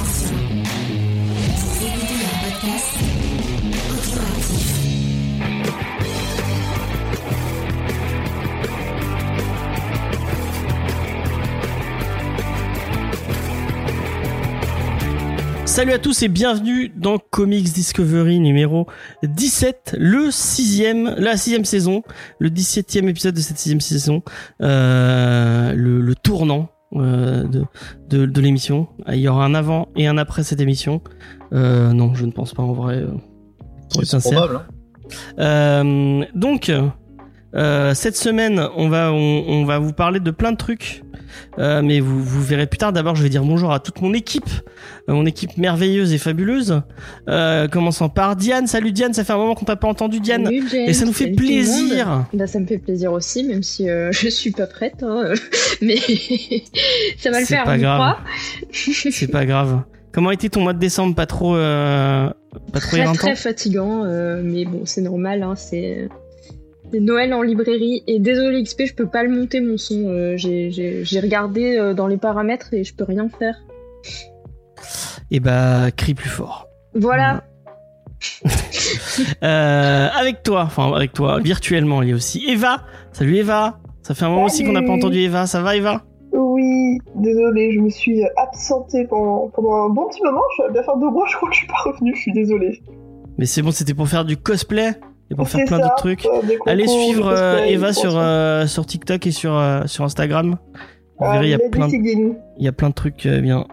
Attention, vous écoutez un podcast audioactif. Salut à tous et bienvenue dans Comics Discovery numéro 17, le sixième, la sixième saison, le 17e épisode de cette sixième saison, euh, le, le tournant euh, de, de, de l'émission. Il y aura un avant et un après cette émission. Euh, non, je ne pense pas en vrai, euh, pour être C'est sincère. probable. hein. Euh, donc, euh, cette semaine, on va, on, on va vous parler de plein de trucs. Euh, mais vous, vous verrez plus tard. D'abord, je vais dire bonjour à toute mon équipe, euh, mon équipe merveilleuse et fabuleuse. Euh, commençant par Diane. Salut Diane, ça fait un moment qu'on t'a pas entendu Diane. Salut, James. Et ça nous fait Salut tout le monde. plaisir. Bah, ça me fait plaisir aussi, même si euh, je suis pas prête. hein, euh, Mais ça va le C'est faire, pas on y grave. croit. C'est pas grave. Comment a été ton mois de décembre Pas trop, euh, pas trop Très, éreintant. très fatigant, euh, mais bon, c'est normal. hein, c'est c'est Noël en librairie. Et désolé, XP, je peux pas le monter mon son. euh, j'ai- J'ai j'ai regardé euh, dans les paramètres et je peux rien faire. Et bah, crie plus fort. Voilà. Euh, avec toi, enfin avec toi, virtuellement, il y a aussi Eva. Salut Eva. Ça fait un moment aussi qu'on n'a pas Salut. entendu Eva. Ça va Eva Oui, désolée, je me suis absentée pendant, pendant un bon petit moment. Je vais bien faire deux mois, je crois que je suis pas revenue, je suis désolée. Mais c'est bon, c'était pour faire du cosplay et pour faire C'est plein ça, d'autres trucs. euh, des concours, Allez suivre des euh, cosplays, Eva des sur, concours. euh, sur TikTok et sur, euh, sur Instagram. Vous Euh, verrez, il y, a Lady plein, de- Tiggin. il y a plein de trucs euh, bien.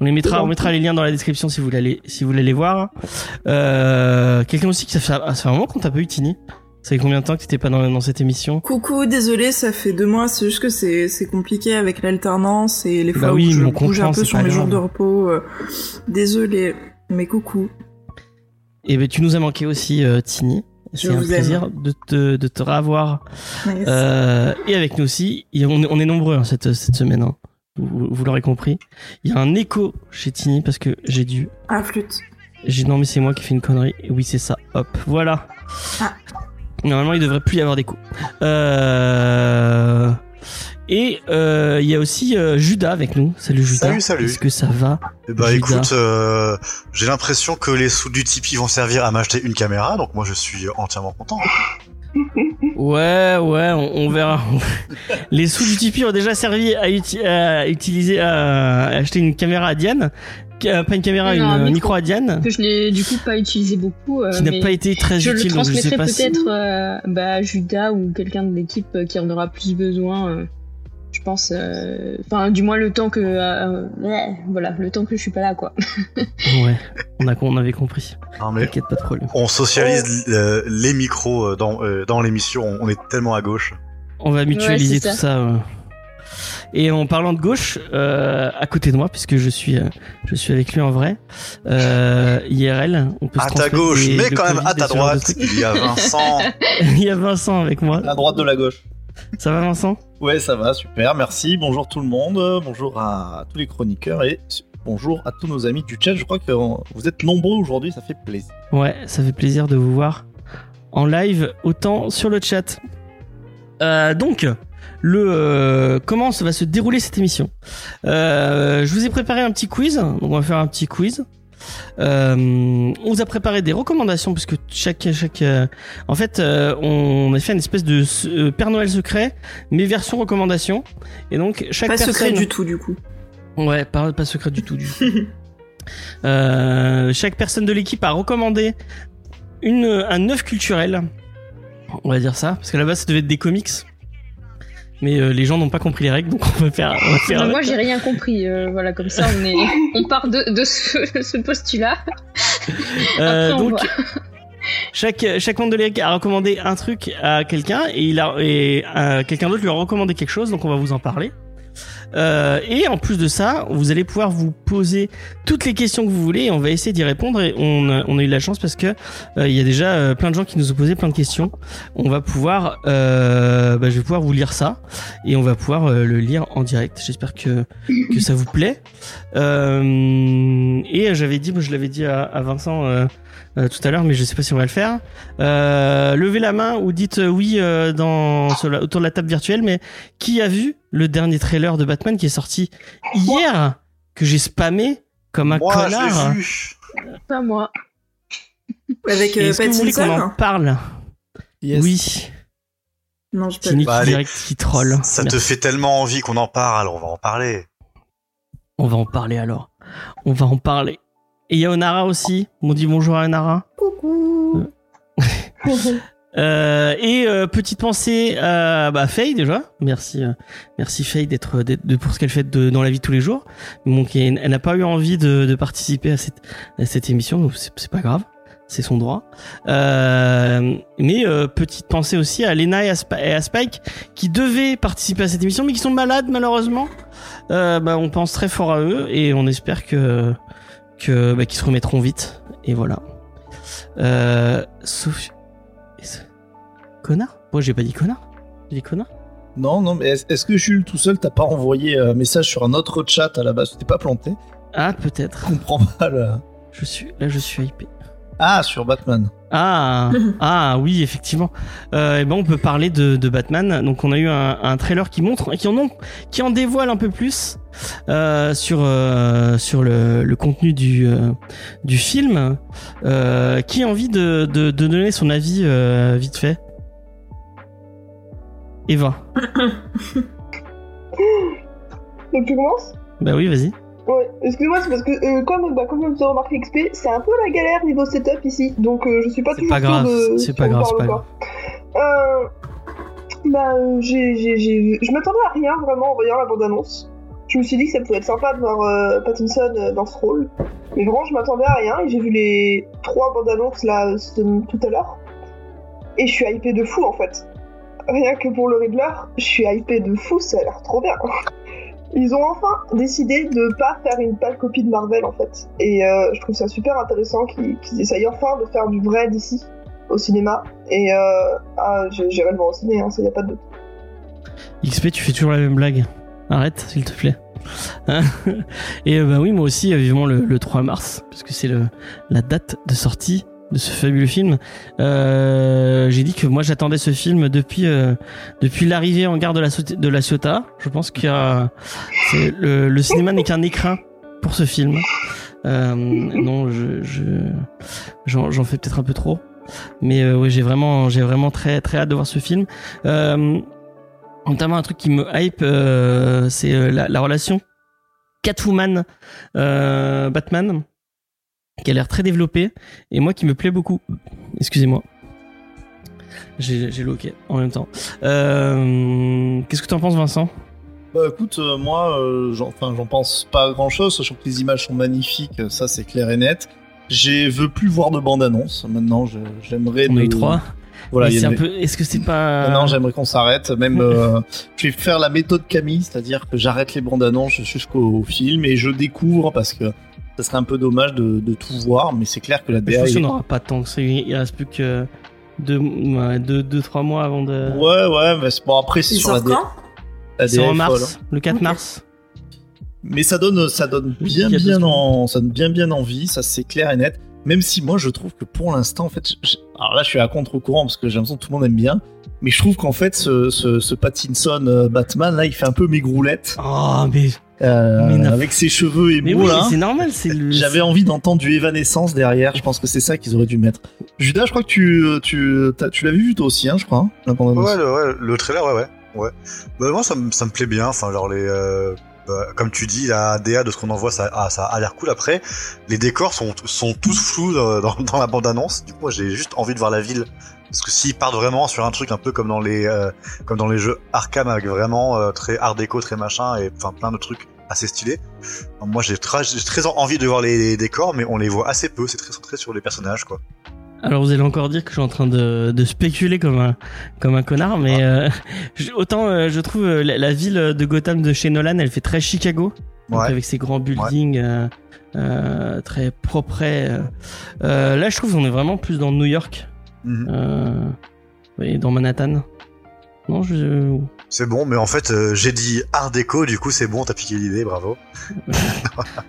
On les mettra, on mettra les liens dans la description si vous voulez aller, si vous voulez les voir. Euh, Quelqu'un aussi qui ça fait, ça fait un moment qu'on t'a pas eu Tini. Ça fait combien de temps que t'étais pas dans, dans cette émission Coucou, désolé, ça fait deux mois, c'est juste que c'est c'est compliqué avec l'alternance et les Bah fois oui, où je mais on bouge comprend, un peu c'est sur pas mes jours grave. de repos. euh, désolé, mais coucou. Et ben tu nous as manqué aussi euh, Tini. Je C'est un vous aime. plaisir de te, de te revoir. Yes. Euh, et avec nous aussi, et on, est- on est nombreux hein, cette, cette semaine. hein. Vous, vous l'aurez compris. Il y a un écho chez Tini parce que j'ai dû Ah, flûte. J'ai non mais c'est moi qui fais une connerie. Oui c'est ça. Hop, voilà. Ah. Normalement il devrait plus y avoir des coups. Euh... Et euh, il y a aussi euh, Judas avec nous. Salut Judas. Salut, salut. Est-ce que ça va Eh bah Judas. écoute, euh, j'ai l'impression que les sous du Tipeee vont servir à m'acheter une caméra, donc moi je suis entièrement content. Ouais ouais, on, on verra. Les sous du Tipeee ont déjà servi à, uti- à utiliser à acheter une caméra à Diane, Euh, pas une caméra, Non, une un euh, micro. micro à Diane, Que je n'ai du coup pas utilisé beaucoup. euh, qui n'a mais pas été très je le utile donc je sais transmettrai pas si. peut-être euh, bah, à Judas ou quelqu'un de l'équipe euh, qui en aura plus besoin. euh, je pense. euh, Enfin, du moins le temps que. euh, ouais, voilà, le temps que je suis pas là, quoi. Ouais, on a on avait compris. Non mais T'inquiète pas de problème. on socialise euh, les micros euh, dans, euh, dans l'émission, on, on est tellement à gauche. On va mutualiser Ouais, tout c'est ça. ouais. Et en parlant de gauche, euh, à côté de moi, puisque je suis, euh, je suis avec lui en vrai, euh, IRL, on peut se À ta transmettre gauche, des- mais le quand même Covid, à des ta ce genre de droite, trucs. il y a Vincent. Il y a Vincent avec moi. La droite de la gauche. Ça va Vincent Ouais, ça va, super, merci. Bonjour tout le monde, euh, bonjour à tous les chroniqueurs et su- bonjour à tous nos amis du chat. Je crois que euh, vous êtes nombreux aujourd'hui, ça fait plaisir. Ouais, ça fait plaisir de vous voir en live, autant sur le chat. Euh, donc, le euh, comment ça va se dérouler cette émission Euh, Je vous ai préparé un petit quiz, donc on va faire un petit quiz. Euh, on vous a préparé des recommandations parce que chaque chaque euh, en fait euh, on a fait une espèce de s- euh, Père Noël secret mais version recommandation et donc chaque Pas personne secret du tout, du coup. Ouais, pas, pas secret du tout. Du coup. Euh, chaque personne de l'équipe a recommandé une, un œuvre culturel. On va dire ça, parce qu'à la base, ça devait être des comics. Mais euh, les gens n'ont pas compris les règles, donc on va faire. On va faire Non, moi, j'ai rien compris. euh, voilà, comme ça, on, est, on part de, de ce, ce postulat. Euh, Après, on donc, voit. chaque, chaque membre de l'équipe a recommandé un truc à quelqu'un et, il a, et euh, quelqu'un d'autre lui a recommandé quelque chose, donc on va vous en parler. Euh, et en plus de ça, vous allez pouvoir vous poser toutes les questions que vous voulez et on va essayer d'y répondre. Et on, a- on a eu de la chance parce que euh, il y a déjà euh, plein de gens qui nous ont posé plein de questions. On va pouvoir, euh, bah, je vais pouvoir vous lire ça et on va pouvoir euh, le lire en direct. J'espère que que ça vous plaît. Euh, et j'avais dit, je l'avais dit à, à Vincent. euh, euh, tout à l'heure, mais je sais pas si on va le faire. Euh, levez la main ou dites euh, oui euh, dans, sur la- autour de la table virtuelle. Mais qui a vu le dernier trailer de Batman qui est sorti hier que j'ai spammé Comme un Moi, je connard. l'ai vu. Pas moi. Avec Et euh, Est-ce que vous voulez qu'on Pattinson en parle Oui. Non, je C'est Nick Bah, allez. direct qui troll. Ça Merci. te fait tellement envie qu'on en parle, on va en parler. On va en parler alors. On va en parler. Et il y a Onara aussi. On dit bonjour à Onara. Coucou. Euh, et euh, petite pensée à bah, Faye déjà. Merci, euh, merci Faye d'être d'être- de pour ce qu'elle fait de, dans la vie de tous les jours. Donc elle, elle n'a pas eu envie de, de participer à cette, à cette émission. donc C'est c'est pas grave, c'est son droit. Euh, mais euh, petite pensée aussi à Lena et à, Sp- et à Spike qui devaient participer à cette émission, mais qui sont malades malheureusement. Euh, bah, on pense très fort à eux et on espère que que bah, qu'ils se remettront vite. Et voilà. Euh, Sophie. Connard Moi j'ai pas dit connard. J'ai dit connard Non, non, mais est- est-ce que Jules tout seul t'as pas envoyé euh, un message sur un autre chat à la base Tu t'es pas planté Ah peut-être. Je comprends pas le. Je suis là je suis hypé. Ah, sur Batman. Ah ah oui effectivement. Euh, et ben on peut parler de, de Batman. Donc on a eu un, un trailer qui montre qui en ont- qui en dévoile un peu plus euh, sur euh, sur le, le contenu du euh, du film. Euh, qui a envie de, de, de donner son avis euh, vite fait Eva. Donc tu commences Bah oui vas-y. Ouais, excuse-moi, c'est parce que euh, comme, bah, comme vous avez remarqué XP, c'est un peu la galère niveau setup ici, donc euh, je suis pas C'est toujours pas sûre grave. de... si C'est pas on grave. C'est parle pas ou grave. Euh, bah, euh, j'ai, j'ai, j'ai- je m'attendais à rien vraiment en voyant la bande-annonce. Je me suis dit que ça pouvait être sympa de voir euh, Pattinson euh, dans ce rôle. Mais vraiment, je m'attendais à rien et j'ai vu les trois bandes-annonces là euh, ce- tout à l'heure. Et je suis hypé de fou en fait. Rien que pour le Riddler, je suis hypé de fou, ça a l'air trop bien. Ils ont enfin décidé de pas faire une pâle copie de Marvel en fait. Et euh, je trouve ça super intéressant qu'ils, qu'ils essayent enfin de faire du vrai d'ici au cinéma. Et euh, ah, je- j'irai le voir au ciné, hein, ça y a pas de doute. XP, tu fais toujours la même blague. Arrête, s'il te plaît. Hein Et euh, bah oui, moi aussi, euh, vivement le, le 3 mars, parce que c'est le- la date de sortie de ce fabuleux film. Euh, J'ai dit que moi j'attendais ce film depuis euh, depuis l'arrivée en gare de la Ciotat- de la Ciotat. Je pense que euh, c'est- le, le cinéma n'est qu'un écrin pour ce film. Euh, non, je je- j'en j'en fais peut-être un peu trop, mais euh, oui, j'ai vraiment j'ai vraiment très très hâte de voir ce film. Euh, notamment un truc qui me hype, euh, c'est euh, la, la relation Catwoman euh, Batman qui a l'air très développée et moi qui me plaît beaucoup. Excusez-moi. J'ai j'ai loqué en même temps. Euh, Qu'est-ce que t'en penses, Vincent Bah écoute, euh, moi, euh, j'en enfin, j'en pense pas grand chose, sachant que les images sont magnifiques, euh, ça c'est clair et net. Je veux plus voir de bande-annonce. Maintenant, je- j'aimerais. On a de- eu trois. Voilà, Mais il y c'est en un a- peu. Est-ce que c'est pas Non, j'aimerais qu'on s'arrête. Même, euh, je vais faire la méthode Camille, c'est-à-dire que j'arrête les bandes annonces jusqu'au film et je découvre parce que ça serait un peu dommage de, de tout voir, mais c'est clair que la Je DA. pense est- qu'on n'aura pas tant que ça. Il reste plus que deux, ouais, deux, deux, trois mois avant de. Ouais, ouais, mais c'est- bon après c'est Il sur la sort DA. quand la C'est DA en est folle, mars, hein. le 4 Ok. mars. Mais ça donne, ça donne Oui, bien, il y a deux bien secondes. en, ça donne bien, bien envie. Ça c'est clair et net. Même si moi je trouve que pour l'instant, en fait, j- j- alors là je suis à contre-courant parce que j'ai l'impression que tout le monde aime bien, mais je trouve qu'en fait ce, ce, ce Pattinson euh, Batman là, il fait un peu mes groulettes. Oh, mais, Euh, Mais n'a- avec ses cheveux et mais mous, oui, là. hein. mais c'est normal. c'est le- J'avais envie d'entendre du Evanescence derrière. Je pense que c'est ça qu'ils auraient dû mettre. Judas, je crois que tu, euh, tu, t'as- tu l'avais vu toi aussi, hein, je crois. hein, la bande-annonce. Ouais, le, ouais, le trailer, ouais, ouais. ouais. Bah, moi, ça, me- ça me plaît bien. Enfin, genre, les, euh, bah, comme tu dis, la DA de ce qu'on en voit, ça, ah, ça a l'air cool. Après, les décors sont, sont tous flous euh, dans, dans- dans la bande-annonce. Du coup, moi, j'ai juste envie de voir la ville. Parce que s'ils partent vraiment sur un truc un peu comme dans les, euh, comme dans les jeux Arkham, avec vraiment euh, très art déco, très machin, et enfin plein de trucs assez stylés. Moi, j'ai tra- j'ai très envie de voir les, les décors, mais on les voit assez peu. C'est très centré sur les personnages, quoi. Alors vous allez encore dire que je suis en train de, de spéculer comme un, comme un connard, mais euh, je- autant euh, je trouve euh, la, la ville de Gotham de chez Nolan, elle fait très Chicago, donc Ouais. avec ses grands buildings euh, euh, très propres. euh. Euh, là je trouve qu'on est vraiment plus dans New York Mhm. euh, et dans Manhattan. Non, je... C'est bon, mais en fait, euh, j'ai dit art déco, du coup, c'est bon, t'as piqué l'idée, bravo.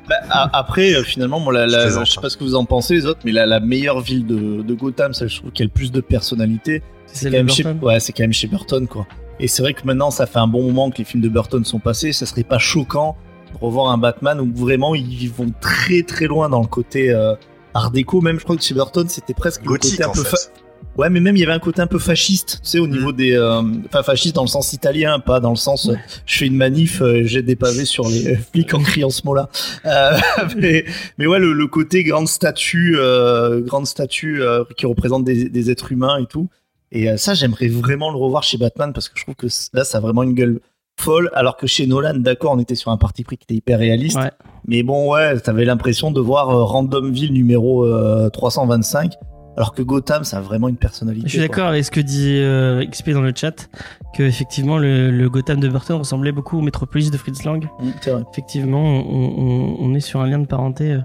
Bah, a- après, euh, finalement, moi, la, la- Je je, plaisante, sais hein. pas ce que vous en pensez les autres, mais la, la meilleure ville de, de Gotham, celle je trouve qui a le plus de personnalité, C'est quand le même chez, Burton. ouais, c'est quand même chez Burton, quoi. Et c'est vrai que maintenant, ça fait un bon moment que les films de Burton sont passés. Ça serait pas choquant revoir un Batman où vraiment ils vont très très loin dans le côté euh, art déco. Même je crois que chez Burton c'était presque Gothique, le côté un en peu fait. fa- Ouais, mais même il y avait un côté un peu fasciste, tu sais, au niveau des, euh, enfin fasciste dans le sens italien, pas dans le sens euh, je fais une manif, euh, j'ai des pavés sur les euh, flics en criant ce mot-là. Euh, mais, mais ouais, le, le côté grande statue, euh, grande statue euh, qui représente des, des êtres humains et tout. Et euh, ça, j'aimerais vraiment le revoir chez Batman parce que je trouve que c- là, ça a vraiment une gueule folle. Alors que chez Nolan, d'accord, on était sur un parti pris qui était hyper réaliste, Ouais. mais bon, ouais, t'avais l'impression de voir euh, Randomville numéro euh, 325. Alors que Gotham, ça a vraiment une personnalité. Je suis quoi. d'accord avec ce que dit euh, XP dans le chat, que effectivement le, le Gotham de Burton ressemblait beaucoup au Metropolis de Fritz Lang. Mm, c'est vrai. Effectivement, on, on- on est sur un lien de parenté euh,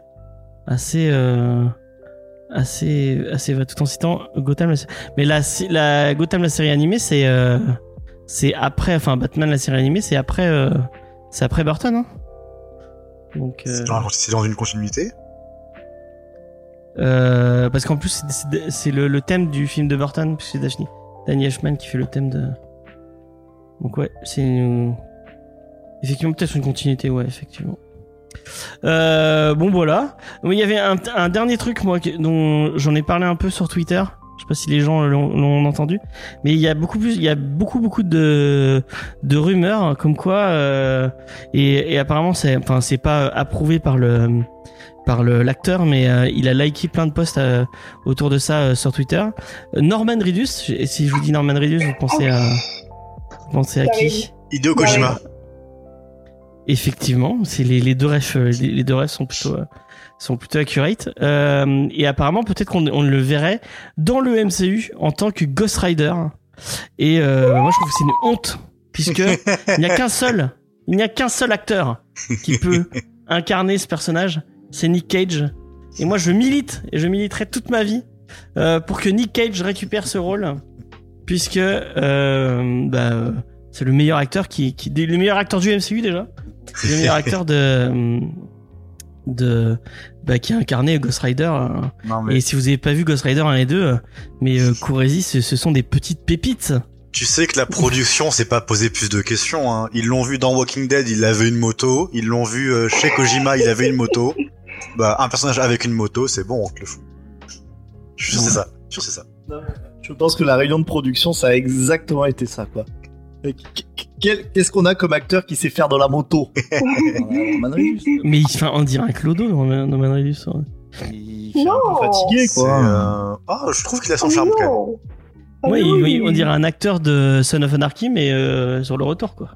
assez, euh, assez, assez, va- tout en citant Gotham. La, sé- mais la, sé- la Gotham la série animée, c'est, euh, c'est après, enfin Batman la série animée, c'est après, euh, c'est après Burton. Hein Donc, euh, C'est dans- C'est dans une continuité euh, parce qu'en plus c'est- c'est- c'est le, le thème du film de Burton, puisque c'est Daphne, Danny Ashman qui fait le thème de. Donc ouais, c'est une... effectivement peut-être une continuité, ouais, effectivement. Euh, bon voilà. Oui, il y avait un, un dernier truc moi que- dont j'en ai parlé un peu sur Twitter. Je sais pas si les gens l'ont l'ont entendu, mais il y a beaucoup plus, il y a beaucoup beaucoup de de rumeurs hein, comme quoi euh, et, et apparemment c'est enfin c'est pas euh, approuvé par le par le- l'acteur, mais euh, il a liké plein de posts euh, autour de ça euh, sur Twitter. Euh, Norman Reedus, j- et si je vous dis Norman Reedus, vous pensez à vous pensez à qui Hideo Kojima. Effectivement, c'est les, les deux refs, euh, les, les deux refs sont plutôt euh, sont plutôt accurate. Euh, et apparemment, peut-être qu'on on le verrait dans le MCU en tant que Ghost Rider. Et euh, moi, je trouve que c'est une honte puisque il n'y a qu'un seul, il n'y a qu'un seul acteur qui peut incarner ce personnage, c'est Nick Cage. Et moi, je milite et je militerai toute ma vie euh, pour que Nick Cage récupère ce rôle, puisque euh, bah, c'est le meilleur acteur qui, qui, le meilleur acteur du MCU déjà, le meilleur acteur de de bah, qui a incarné Ghost Rider. euh, Non, mais Et si vous avez pas vu Ghost Rider 1 et 2, euh, mais euh, courez-y, ce, ce sont des petites pépites. tu sais que la production s'est pas posé plus de questions. Hein. Ils l'ont vu dans Walking Dead, il avait une moto. Ils l'ont vu euh, chez Kojima, il avait une moto. Bah, un personnage avec une moto, c'est bon, on te le fout. Je suis sûr que c'est ça. Je suis sûr que c'est ça. Je pense que la réunion de production, ça a exactement été ça, quoi. Euh, qu- qu- quel- Qu'est-ce qu'on a comme acteur qui sait faire dans la moto Norman Reedus. Mais enfin, on dirait un clodo dans Norman Reedus. ouais. Il fait un Non. peu fatigué, quoi. C'est, euh, Ah, je trouve qu'il a son charme quand même. non. Ah Oui, oui. oui, on dirait un acteur de Son of Anarchy, mais euh, sur le retour, quoi.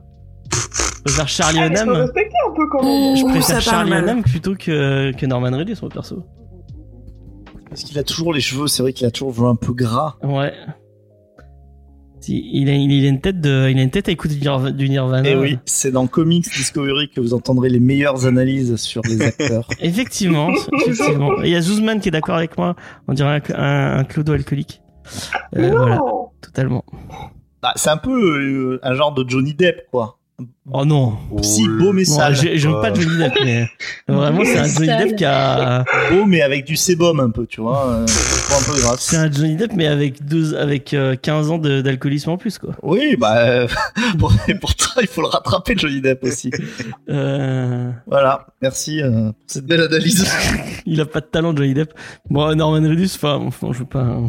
Je préfère Charlie Ah, mais faut le Hunnam, Euh, respecter un peu quand même. je Ouh, ça préfère parle Charlie mal. Hunnam plutôt que, que Norman Reedus, mon perso. Parce qu'il a toujours les cheveux, c'est vrai qu'il a toujours le cheveu un peu gras. Ouais. Si, Il a, il a une tête de, il a une tête à écouter du Nirv- du Nirvana. Et Eh oui, c'est dans Comics Discovery que vous entendrez les meilleures analyses sur les acteurs. Effectivement, effectivement. Il y a Zuzman qui est d'accord avec moi. On dirait un, un, un clodo alcoolique. Euh, Non. voilà, totalement. Bah, c'est un peu euh, un genre de Johnny Depp, quoi. Oh non. Si beau mais Bon, sale. j'ai- J'aime pas Johnny Depp, mais vraiment, c'est un Johnny Sale. Depp qui a, Beau mais avec du sébum un peu, tu vois. euh, un peu gras. C'est un Johnny Depp, mais avec, deux, avec euh, 15 ans de- d'alcoolisme en plus, quoi. Oui, bah, euh, pour- et pourtant, il faut le rattraper, Johnny Depp aussi. Euh, Voilà, merci euh, pour cette belle analyse. il a pas de talent, Johnny Depp. Bon, Norman Reedus, enfin, bon, je veux pas. hein.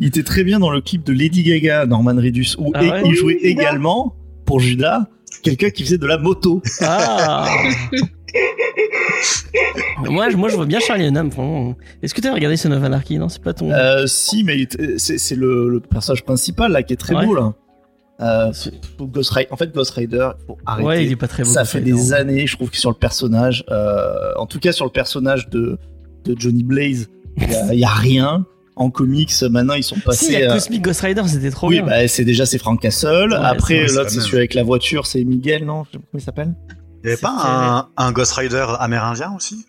Il était très bien dans le clip de Lady Gaga, Norman Reedus, où Ah ouais il jouait Oui, Judas. également, pour Judas, quelqu'un qui faisait de la moto. Ah moi, je, moi, je vois bien Charlie Hunnam, vraiment. Est-ce que t'as regardé Son of Anarchy Non, c'est pas ton. Euh, si, mais il était- c'est c'est le, le personnage principal, là, qui est très Ouais. beau, là. Euh, C'est- pour Ghost Rider, en fait, Ghost Rider, faut arrêter. ouais, il est pas très beau. ça Ghost fait Rider. des années, je trouve, que sur le personnage, euh, en tout cas sur le personnage de, de Johnny Blaze, il n'y a, rien. En comics, maintenant, ils sont Si, il y passés. a euh, Cosmic Ghost Rider, c'était trop oui, bien. bah, c'est déjà c'est Frank Ouais, Castle. c'est Après, vrai, c'est l'autre, pas c'est mal. celui avec la voiture, c'est Miguel, non Je sais pas Comment il s'appelle Il y avait C'est pas un, un Ghost Rider amérindien aussi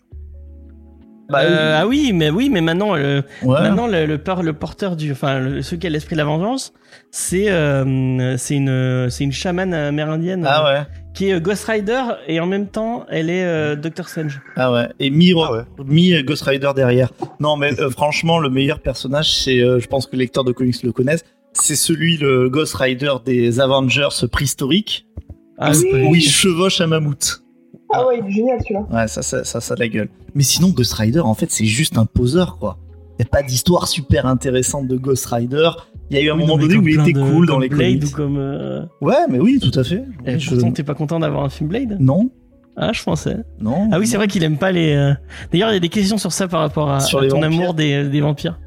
bah, Euh, Ah oui, mais oui, mais maintenant, le, Ouais. maintenant le, le, por- le porteur du, enfin, le- celui qui a l'esprit de la vengeance, c'est euh, c'est une, c'est une chamane amérindienne. Ah ouais, qui est euh, Ghost Rider et en même temps elle est euh, Doctor Strange. ah ouais. Et mi, Ah ouais. mi euh, Ghost Rider derrière. Non, mais euh, franchement, le meilleur personnage, c'est, euh, je pense que les lecteurs de comics le connaissent, c'est celui le Ghost Rider des Avengers préhistoriques, Ah, où il chevauche un mammouth. Ah ouais, il est génial celui-là. Ouais, ça, ça, ça, ça a de la gueule. Mais sinon, Ghost Rider, en fait, c'est juste un poseur, quoi. Il n'y a pas d'histoire super intéressante de Ghost Rider. Il y a eu un Oui, non, moment mais donné comme où il plein était de- cool dans comme les Blade comics. ou comme. euh, Ouais, mais oui, tout à fait. eh, Je- pourtant, t'es pas content d'avoir un film Blade Non, Ah, je pensais. non. Ah oui, c'est vrai qu'il aime pas les. euh, D'ailleurs, il y a des questions sur ça par rapport à, Sur à les ton vampires. amour des, des vampires.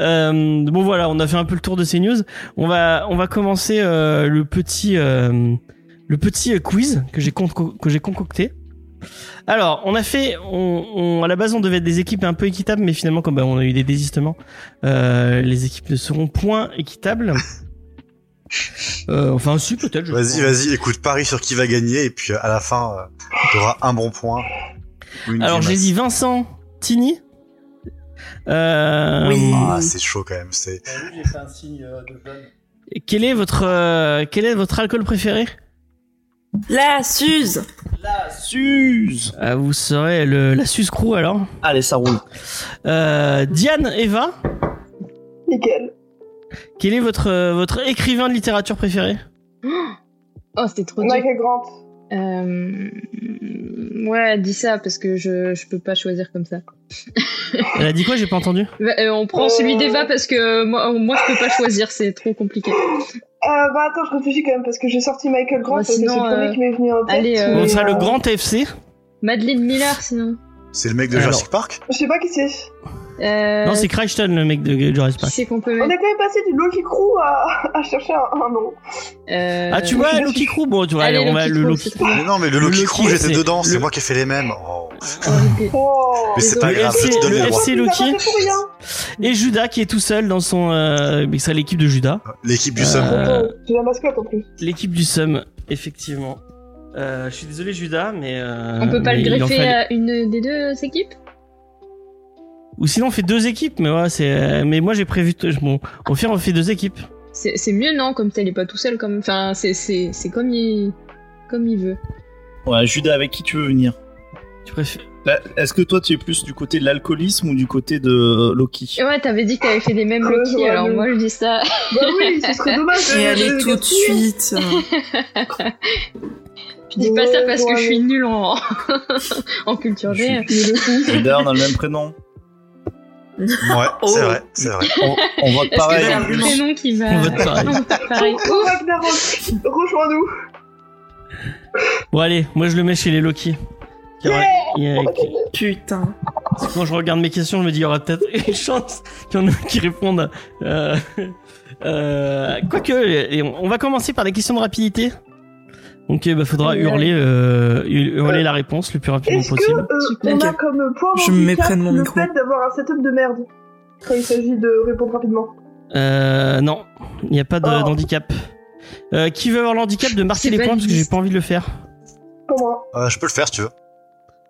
Euh, bon voilà, on a fait un peu le tour de ces news. On va on va commencer euh, le petit euh, le petit euh, quiz que j'ai con- que j'ai concocté. Alors, on a fait, on, on- à la base, on devait être des équipes un peu équitables, mais finalement, comme bah, on a eu des désistements, euh, les équipes ne seront point équitables. Euh, enfin, si peut-être. je- Vas-y, vas-y, écoute, parie sur qui va gagner, et puis euh, à la fin, tu t'auras un bon point. ou une Alors, j'ai grimace. dit Vincent Tini. Euh, Oui. Ah, c'est chaud quand même. C'est J'ai fait un signe euh, de Quel est votre euh, quel est votre alcool préféré La Suze Ah, Suze Euh, Vous serez le, la Suze Crew alors. Allez, ça roule. Euh, Diane, Eva, Nickel. quel est votre euh, votre écrivain de littérature préféré Oh, c'était trop dur. Michael Grant. Euh... Ouais, dis ça parce que je, je peux pas choisir comme ça. Elle a dit quoi J'ai pas entendu. Bah, euh, on prend Euh. celui d'Eva parce que moi, moi je peux pas choisir, c'est trop compliqué. Euh, bah attends, je réfléchis quand même parce que j'ai sorti Michael Grant. Bah, parce que sinon, c'est le premier euh, qui m'est venu en tête. allez, euh, mais, On sera le euh, grand FC. Madeleine Miller sinon. c'est le mec de Alors. Jurassic Park Je sais pas qui c'est. Euh... Non, c'est Crichton le mec de Jurassic qui Park. c'est qu'on peut On mettre est quand même passé du Loki Crew à, à chercher un, un nom. Euh, Ah tu vois Loki Crew bon tu vois Allez, allez, on va Loki le Crew, Loki. c'est trop bien. Mais non, mais le Le Loki Loki, Crew, j'étais c'est dedans, c'est le- moi qui ai fait les mêmes. Oh. Ouais, ok. Oh. Mais c'est pas Le grave, FC je te donne le les droits. FC Ça Loki m'a fait pour rien. et Judas qui est tout seul dans son euh, mais c'est l'équipe de Judas. L'équipe du Somme. Euh, J'ai la mascotte en plus. L'équipe du Somme effectivement. Euh, je suis désolé Judas mais euh, On peut pas mais le il en greffer fallait- à une des deux équipes Ou sinon on fait deux équipes, mais ouais, c'est. euh, Mais moi j'ai prévu. t- Bon, au pire on fait deux équipes. C'est c'est mieux non comme ça il est pas tout seul comme enfin c'est c'est c'est comme il comme il veut. Ouais, Judas, avec qui tu veux venir Tu préfères. Là, Bah, Est-ce que toi, tu es plus du côté de l'alcoolisme ou du côté de euh, Loki Ouais t'avais dit que t'avais fait des mêmes Ouais, Loki ouais, alors mais- moi je dis ça. Bah oui, ce serait dommage. euh, Et de- elle de- est de tout de gaspiller. suite. euh, Je dis pas ça Ouais, parce que ouais, je suis nulle en, en culture Je suis- générale. Judas, on a le même prénom. Euh. Ouais, c'est Oh. vrai, c'est vrai. On, on vote Est-ce que pareil. c'est en un plus. prénom qui va On vote pareil. Non, pas pareil. Oh, Ragnarok, rejoins-nous. Bon allez, moi je le mets chez les Loki. Car- il y a- Putain. euh, parce que quand je regarde mes questions, je me dis il y aura peut-être une chance qu'il y en a qui répondent. Euh... euh, Quoique, et on on va commencer par des questions de rapidité. Donc il faudra Ouais. hurler, euh, hurler la réponse le plus rapidement Est-ce que possible. euh, Super. on a Ok. comme point Je handicap me méprends de mon le micro. fait d'avoir un setup de merde quand il s'agit de répondre rapidement Euh, non, il n'y a pas de- Oh. d'handicap. Euh, qui veut avoir l'handicap de marquer C'est les pas points parce que j'ai liste. pas envie de le faire. Pour moi. Euh, je peux le faire si tu veux.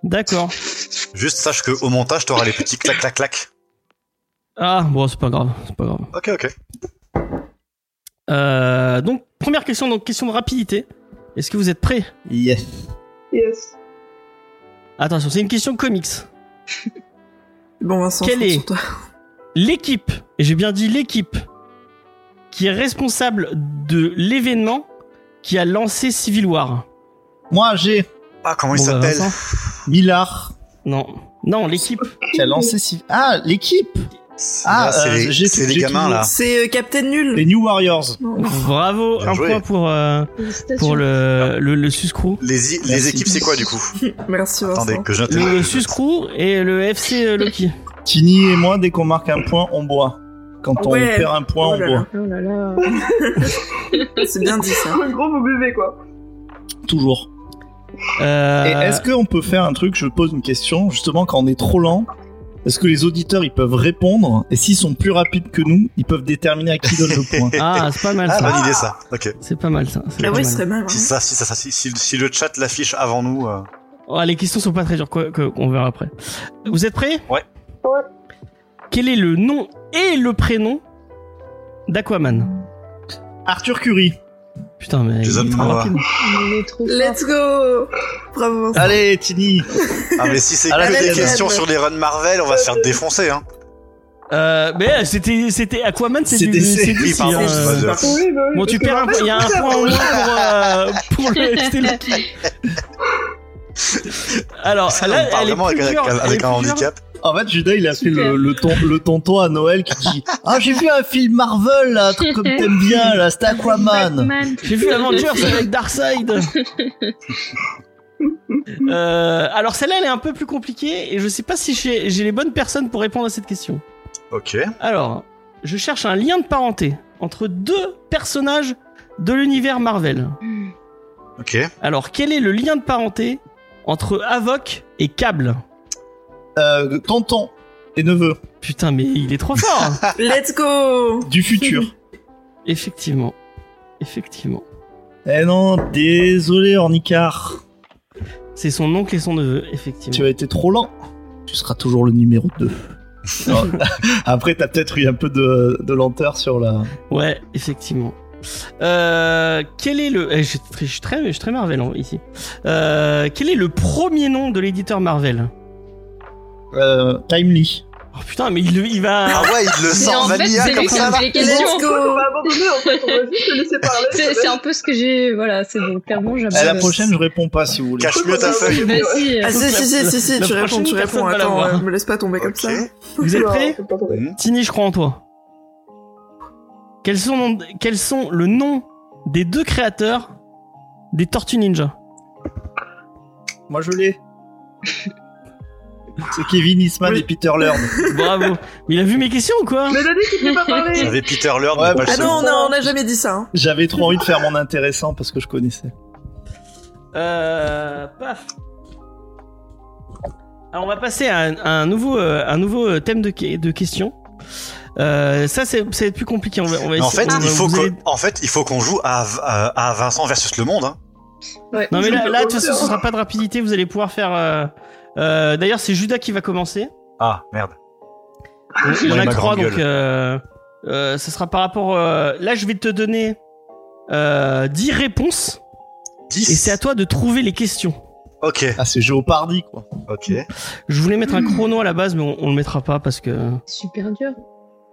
D'accord. Juste sache qu'au montage, t'auras les petits clac clac clac. Ah bon, c'est pas grave, c'est pas grave. Ok, ok. Euh, donc première question, donc question de rapidité. Est-ce que vous êtes prêts Yes. Yes. Attention, c'est une question comics. Bon, Vincent, Quel je compte est- sur toi. L'équipe, et j'ai bien dit l'équipe, qui est responsable de l'événement qui a lancé Civil War. Moi, j'ai Ah, comment il Bon, bah, s'appelle Vincent. Millard Non, non, l'équipe. qui a lancé Civ- Ah, l'équipe Ah, Là, c'est euh, les- j'ai- c'est les j'ai gamins tout- Ah. là. C'est euh, Captain Nul. Les New Warriors. Non. Bravo, Bien un joué. point pour euh, Félicitations. pour le le, le suscrew. Les, i- les Merci. équipes, c'est quoi du coup Merci, Vincent. Attendez, que je note. Le suscrew et le FC Loki. Tini et moi, dès qu'on marque un point, on boit. Quand on Ouais. perd un point, Oh on là boit. Oh là là. C'est bien dit, ça. En gros, vous buvez quoi. Toujours. Euh, Et est-ce qu'on peut faire un truc Je pose une question, justement, quand on est trop lent. Est-ce que les auditeurs ils peuvent répondre et s'ils sont plus rapides que nous, ils peuvent déterminer à qui donne le point. Ah, c'est pas mal Ah, ça. bonne idée ça. Ok. C'est pas mal ça. c'est Ah pas ouais, ce mal. serait mal. Si, hein. ça, si, ça, ça- si, si- si le chat l'affiche avant nous. euh, Oh, les questions sont pas très dures, quoi, que- qu'on verra après. Vous êtes prêts Ouais. Ouais. Quel est le nom et le prénom d'Aquaman Arthur Curry. Putain, mais. Jason il est Momoa. rapide. Il est trop fort. Let's go Bravo, Vincent. Allez, Tini. Ah, mais si c'est À la que des tête. questions sur les runs Marvel, on va se faire défoncer. Hein. Euh, mais euh, c'était, c'était Aquaman, c'est du. C'était- C'est du Oui, si, pardon, hein. c'est pas grave. Oui, bah oui. Bon, parce tu que perds un Marvel, point. Il y a un c'est point en ça. moins pour, euh, pour le FC Loki. Alors, Ça, là, on parle Ah, elle est vraiment plus avec, dure, avec- elle avec est un plus dure. handicap. En fait, Judas, il a fait Super. le, le ton- le tonton à Noël qui dit Ah, j'ai vu un film Marvel, là, un truc comme t'aimes bien, là, c'était Aquaman. Batman. J'ai vu Avengers avec Darkseid. Euh, alors celle-là, elle est un peu plus compliquée et je sais pas si j'ai j'ai les bonnes personnes pour répondre à cette question. Ok. Alors, je cherche un lien de parenté entre deux personnages de l'univers Marvel. Ok. Alors, quel est le lien de parenté entre Havok et Cable Euh, tonton et neveu Putain, mais il est trop fort Let's go du futur. Effectivement. Effectivement. eh non, désolé, Ornicard, C'est son oncle et son neveu, effectivement. tu as été trop lent. Tu seras toujours le numéro 2. Après, t'as peut-être eu un peu de, de lenteur sur la. Ouais, effectivement. Euh, quel est le... eh, Je suis très, je suis très, je suis très Marvel hein, ici. Euh, quel est le premier nom de l'éditeur Marvel Euh, timely. Oh putain, mais il, il va... Ah ouais, il le Mais sent en fait, vanilla c'est comme lui qui ça me là. fait les Let's questions. On go va abandonner en fait, on va juste le laisser parler. C'est c'est un peu ce que j'ai. Voilà, c'est donc clairement j'abandonne. À la prochaine, je réponds pas si vous voulez. Cache mieux ta feuille. Vas-y. euh, Ah si, si, si, si, si, la tu réponds, prochaine tu personne réponds, va attends, l'avoir. euh, me laisse pas tomber comme Ok. ça. Vous êtes prêts Mhm. Tini, je crois en toi. Quels sont, quels sont le nom des deux créateurs des Tortues Ninja Moi, je l'ai. C'est Kevin Eastman Oui. et Peter Lern. Bravo. Mais il a vu mes questions ou quoi Mais t'as dit qu'il ne pas Il y parler. avait Peter Lord, Ouais, mais pas le Ah bah, seul. non, non, on n'a jamais dit ça. hein. J'avais trop envie de faire mon intéressant parce que je connaissais. Euh, paf. Alors on va passer à un, à un nouveau, euh, un nouveau thème de, que- de questions. Euh, ça c'est ça va être plus compliqué. On va, on va Mais en essayer- fait, on va- il faut vous que- allez- en fait, il faut qu'on joue à, à, à Vincent versus le monde. hein. Ouais. Non mais là, Je là, de peux toute façon, ce faire. sera pas de rapidité. Vous allez pouvoir faire. euh, euh, D'ailleurs, c'est Judas qui va commencer. Ah merde. On, Ah, il y en Ouais, a ma trois, grande donc euh, euh, ça sera par rapport. euh, là, je vais te donner euh, 10 réponses 10. euh, et c'est à toi de trouver les questions. Ok, Ah, c'est Géopardy, quoi. ok. Je voulais mettre un Mmh. chrono à la base, mais on, on le mettra pas parce que. Super dur.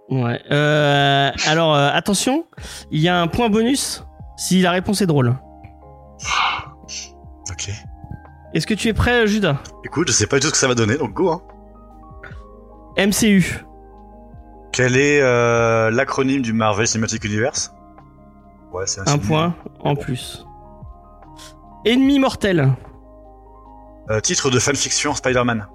Ouais. Euh, alors euh, attention, il y a un point bonus si la réponse est drôle. Ok. Est-ce que tu es prêt, Judas Écoute, je sais pas du tout ce que ça va donner, donc go. Hein. MCU, Quel est euh, l'acronyme du Marvel Cinematic Universe Ouais, c'est un signe. point en plus. Ennemi mortel, Euh, titre de fanfiction Spider-Man.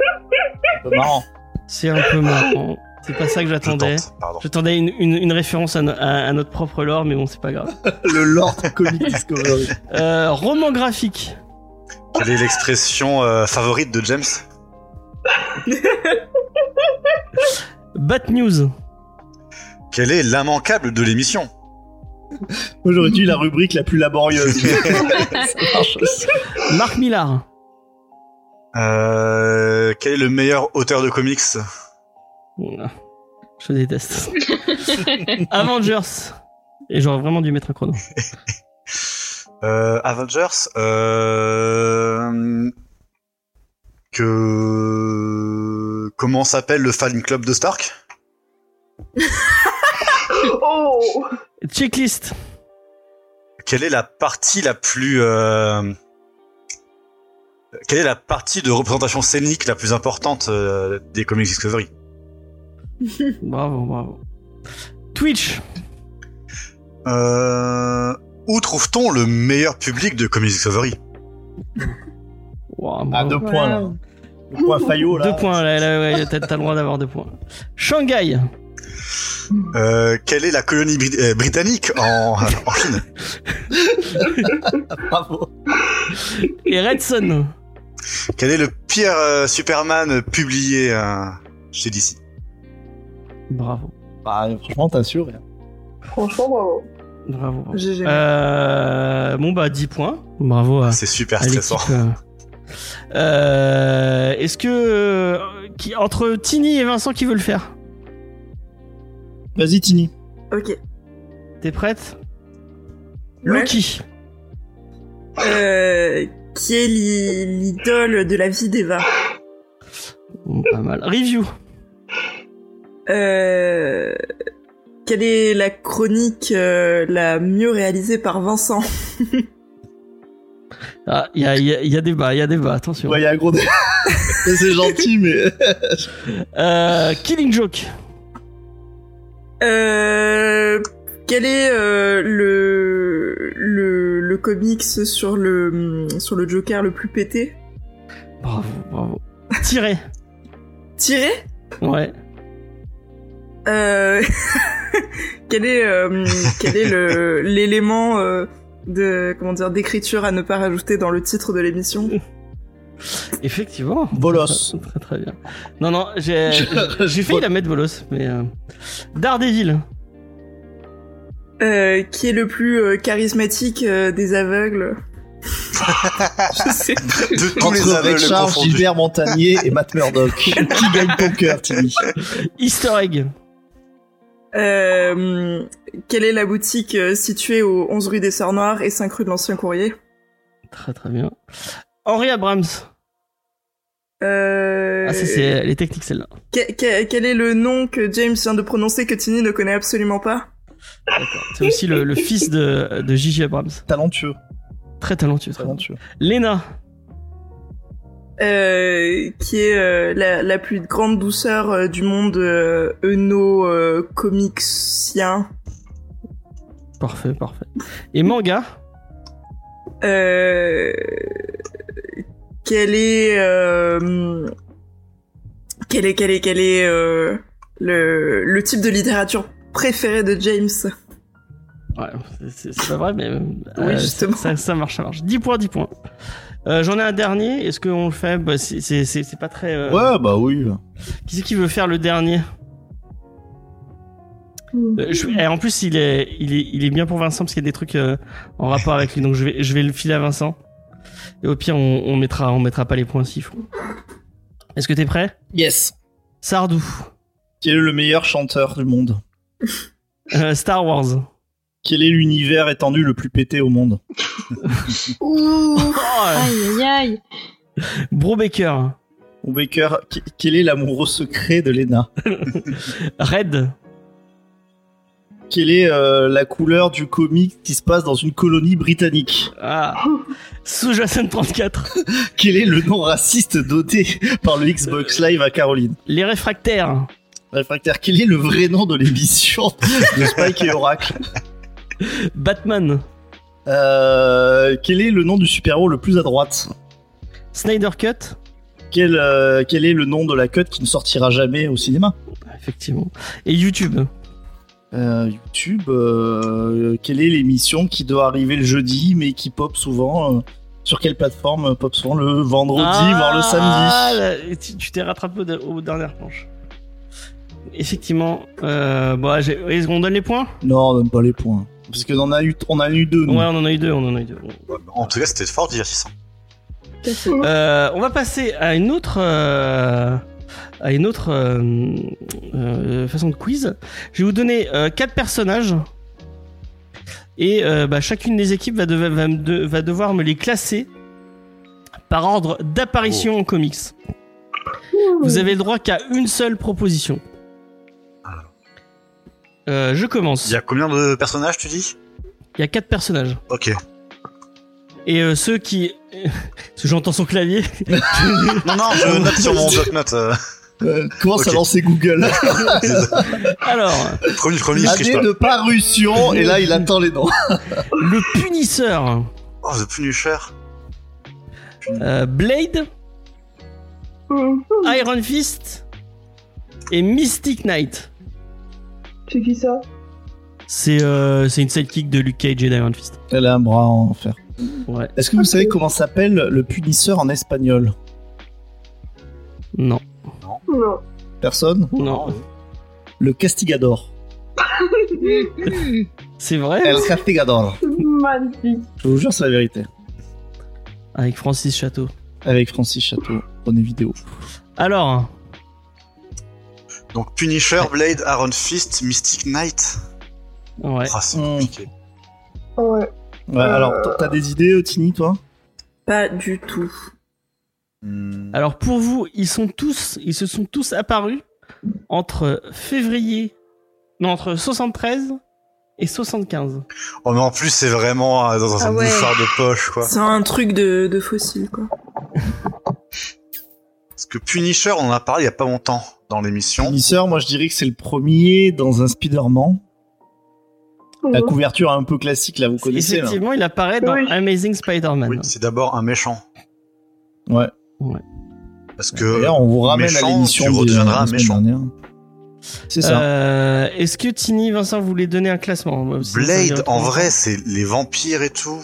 C'est pas marrant. c'est un peu marrant. C'est pas ça que Je j'attendais. tente, pardon. J'attendais une, une- une référence à, no- à- à notre propre lore, mais bon, c'est pas grave. Le Lord Comic Discovery. Euh, roman graphique, Quelle est l'expression euh, favorite de James Bat News, Quel est l'immanquable de l'émission Moi, j'aurais dû la rubrique la plus laborieuse. Ça marche aussi. Marc Millar, Euh, Quel est le meilleur auteur de comics Voilà. Je déteste. Avengers. Et j'aurais vraiment dû mettre un chrono. Euh, Avengers euh... Que... Comment s'appelle le fan club de Stark Oh Checklist. Quelle est la partie la plus... euh, Quelle est la partie de représentation scénique la plus importante euh, des Comics Discovery Bravo, bravo. Twitch. euh... Où trouve-t-on le meilleur public de Comics Discovery Wow, Ah, bravo. deux points, là. Wow. Le point Fayot, là. Deux points, là, là, ouais, t'as t'as le droit d'avoir deux points. Shanghai. Euh, Quelle est la colonie bri- euh, britannique en, en Chine Bravo. Et Redson. Quel est le pire euh, Superman publié euh, chez DC Bravo. Bah, franchement, t'assures. Franchement, bravo. Bravo. bravo. GG. Euh, bon, bah, 10 points. Bravo Ah. à, C'est super à l'équipe, stressant. euh. Euh, Est-ce que. euh, qui, entre Tini et Vincent, qui veut le faire Vas-y, Tini. Euh, Ok. T'es prête Ouais. Loki. Euh, qui est l'i- l'idole de la vie d'Eva Bon, pas mal. Review. Euh, quelle est la chronique euh, la mieux réalisée par Vincent Ah, Il y, a, il y a- il y a débat, il y a débat, attention. Ouais, il y a un gros dé- C'est gentil, mais. Euh, Killing Joke. Euh, quel est euh, le, le le comics sur le sur le Joker le plus pété Bravo, bravo. Tiré. Tiré Ouais. Euh, quel est euh, quel est le l'élément euh, de comment dire d'écriture à ne pas rajouter dans le titre de l'émission Effectivement. Bolos. Très très bien. Non, non, Euh, j'ai Je- j'ai failli la mettre bolos, mais. Euh... Daredevil. Euh, qui est le plus euh, charismatique euh, des aveugles Je sais plus. De tous les Entre aveugles Richard, confondus. Gilbert Montagnier et Matt Murdock. Qui gagne ton cœur, Timmy Easter Egg. Euh, quelle est la boutique euh, située au 11 rue des Sœurs Noires et 5 rue de l'Ancien Courrier Très très bien. Henri Abrams. euh, Ah, ça, c'est les techniques, celle-là. que- que- Quel est le nom que James vient de prononcer que Tini ne connaît absolument pas D'accord. C'est aussi le, le fils de, de Gigi Abrams. Talentueux, Très talentueux. Très talentueux. Lena. euh, Qui est euh, la, la plus grande douceur euh, du monde euh, euno-comicien Parfait, parfait. Et manga. Euh, quel est euh, quel est quel est quel est euh, le, le type de littérature préféré de James Ouais, c'est- c'est c'est pas vrai, mais. euh, Oui, justement. Ça, ça marche, ça marche. 10 points, 10 points. Euh, J'en ai un dernier. Est-ce qu'on le fait Bah, c'est- C'est c'est- c'est pas très. euh, Ouais, bah oui. Qui c'est qui veut faire le dernier Euh, je- eh, En plus, il est, il, est, il est bien pour Vincent parce qu'il y a des trucs euh, en rapport avec lui. Donc je vais, je vais le filer à Vincent. Et au pire, on, on mettra, on mettra pas les points s'il faut. Est-ce que t'es prêt Yes. Sardou. Quel est le meilleur chanteur du monde Euh, Star Wars. Quel est l'univers étendu le plus pété au monde Ouh Oh, Aïe aïe aïe Bro Baker. Ou Baker, qui- quel est l'amoureux secret de Lena Red. Quelle est euh, la couleur du comic qui se passe dans une colonie britannique Ah. Sujacent 34. Quel est le nom raciste doté par le Xbox Live à Caroline Les réfractaires. Réfractaire, quel est le vrai nom de l'émission de Spike et Oracle Batman. Euh, Quel est le nom du super-héros le plus à droite Snyder Cut. quel, euh, quel est le nom de la cut qui ne sortira jamais au cinéma Ah, Effectivement. Et YouTube. Euh, YouTube, euh, quelle est l'émission qui doit arriver le jeudi mais qui pop souvent euh, Sur quelle plateforme euh, pop souvent le vendredi, voire le Ah, samedi là, tu- Tu t'es rattrapé aux, aux dernières planches. Effectivement. Euh, bon, j'ai- est-ce qu'on donne les points Non, on donne pas les points. Parce que on a eu, on a eu deux. nous. Ouais, on en a eu deux, on en a eu deux. En tout cas, c'était fort divertissant. Tout à fait. Euh, on va passer à une autre, euh, à une autre euh, euh, façon de quiz. Je vais vous donner euh, quatre personnages. Et euh, bah, chacune des équipes va, deve- va me de- va devoir me les classer par ordre d'apparition en comics. Vous avez le droit qu'à une seule proposition. Euh, je commence. Il y a combien de personnages, tu dis Il y a quatre personnages. Ok. Et euh, ceux qui... Parce que j'entends son clavier. Non, non, je note sur mon bloc-notes. euh, Euh, commence Ok. à lancer Google. Alors, Promis, promis, je triche Année pas. de parution, et là il attend les dents. le punisseur. Oh, The Punisher. Euh, Blade, Mmh. Iron Fist et Mystic Knight. C'est qui ça C'est euh, c'est une sidekick de Luke Cage et d'Iron Fist. Elle a un bras en fer. Ouais, Est-ce que vous savez comment s'appelle le punisseur en espagnol non, Non. Personne non. Oh. Le castigador. C'est vrai El castigador. Magnifique. Je vous jure, c'est la vérité. Avec Francis Chateau. Avec Francis Chateau, prenez vidéo. Alors, Donc Punisher, Blade, Iron Fist, Mystic Knight. ouais. Ah, c'est Mm. Hmm. compliqué. Ah Ouais. Ouais, alors, t- t'as des idées, euh, Tini, toi Pas du tout. Hmm. Alors pour vous, ils sont tous, ils se sont tous apparus entre février, non entre 73 et 75. Oh, mais en plus, c'est vraiment euh, dans un Ah ouais. bouchard de poche, quoi. C'est un truc de, de fossile, quoi. Parce que Punisher, on en a parlé il y a pas longtemps dans l'émission. Punisher, moi je dirais que c'est le premier dans un Spider-Man. La couverture un peu classique, là, vous connaissez. hein. là. Effectivement, il apparaît dans Oui. Amazing Spider-Man. Oui, c'est d'abord un méchant. Ouais. Parce que D'ailleurs, on vous ramène Euh, méchant, à l'émission. tu des- redeviendras la semaine méchant. dernière. C'est ça. Euh, Est-ce que Tini, Vincent, vous voulez donner un classement Moi, ça, ça Blade, dirait en trop. vrai, c'est les vampires et tout.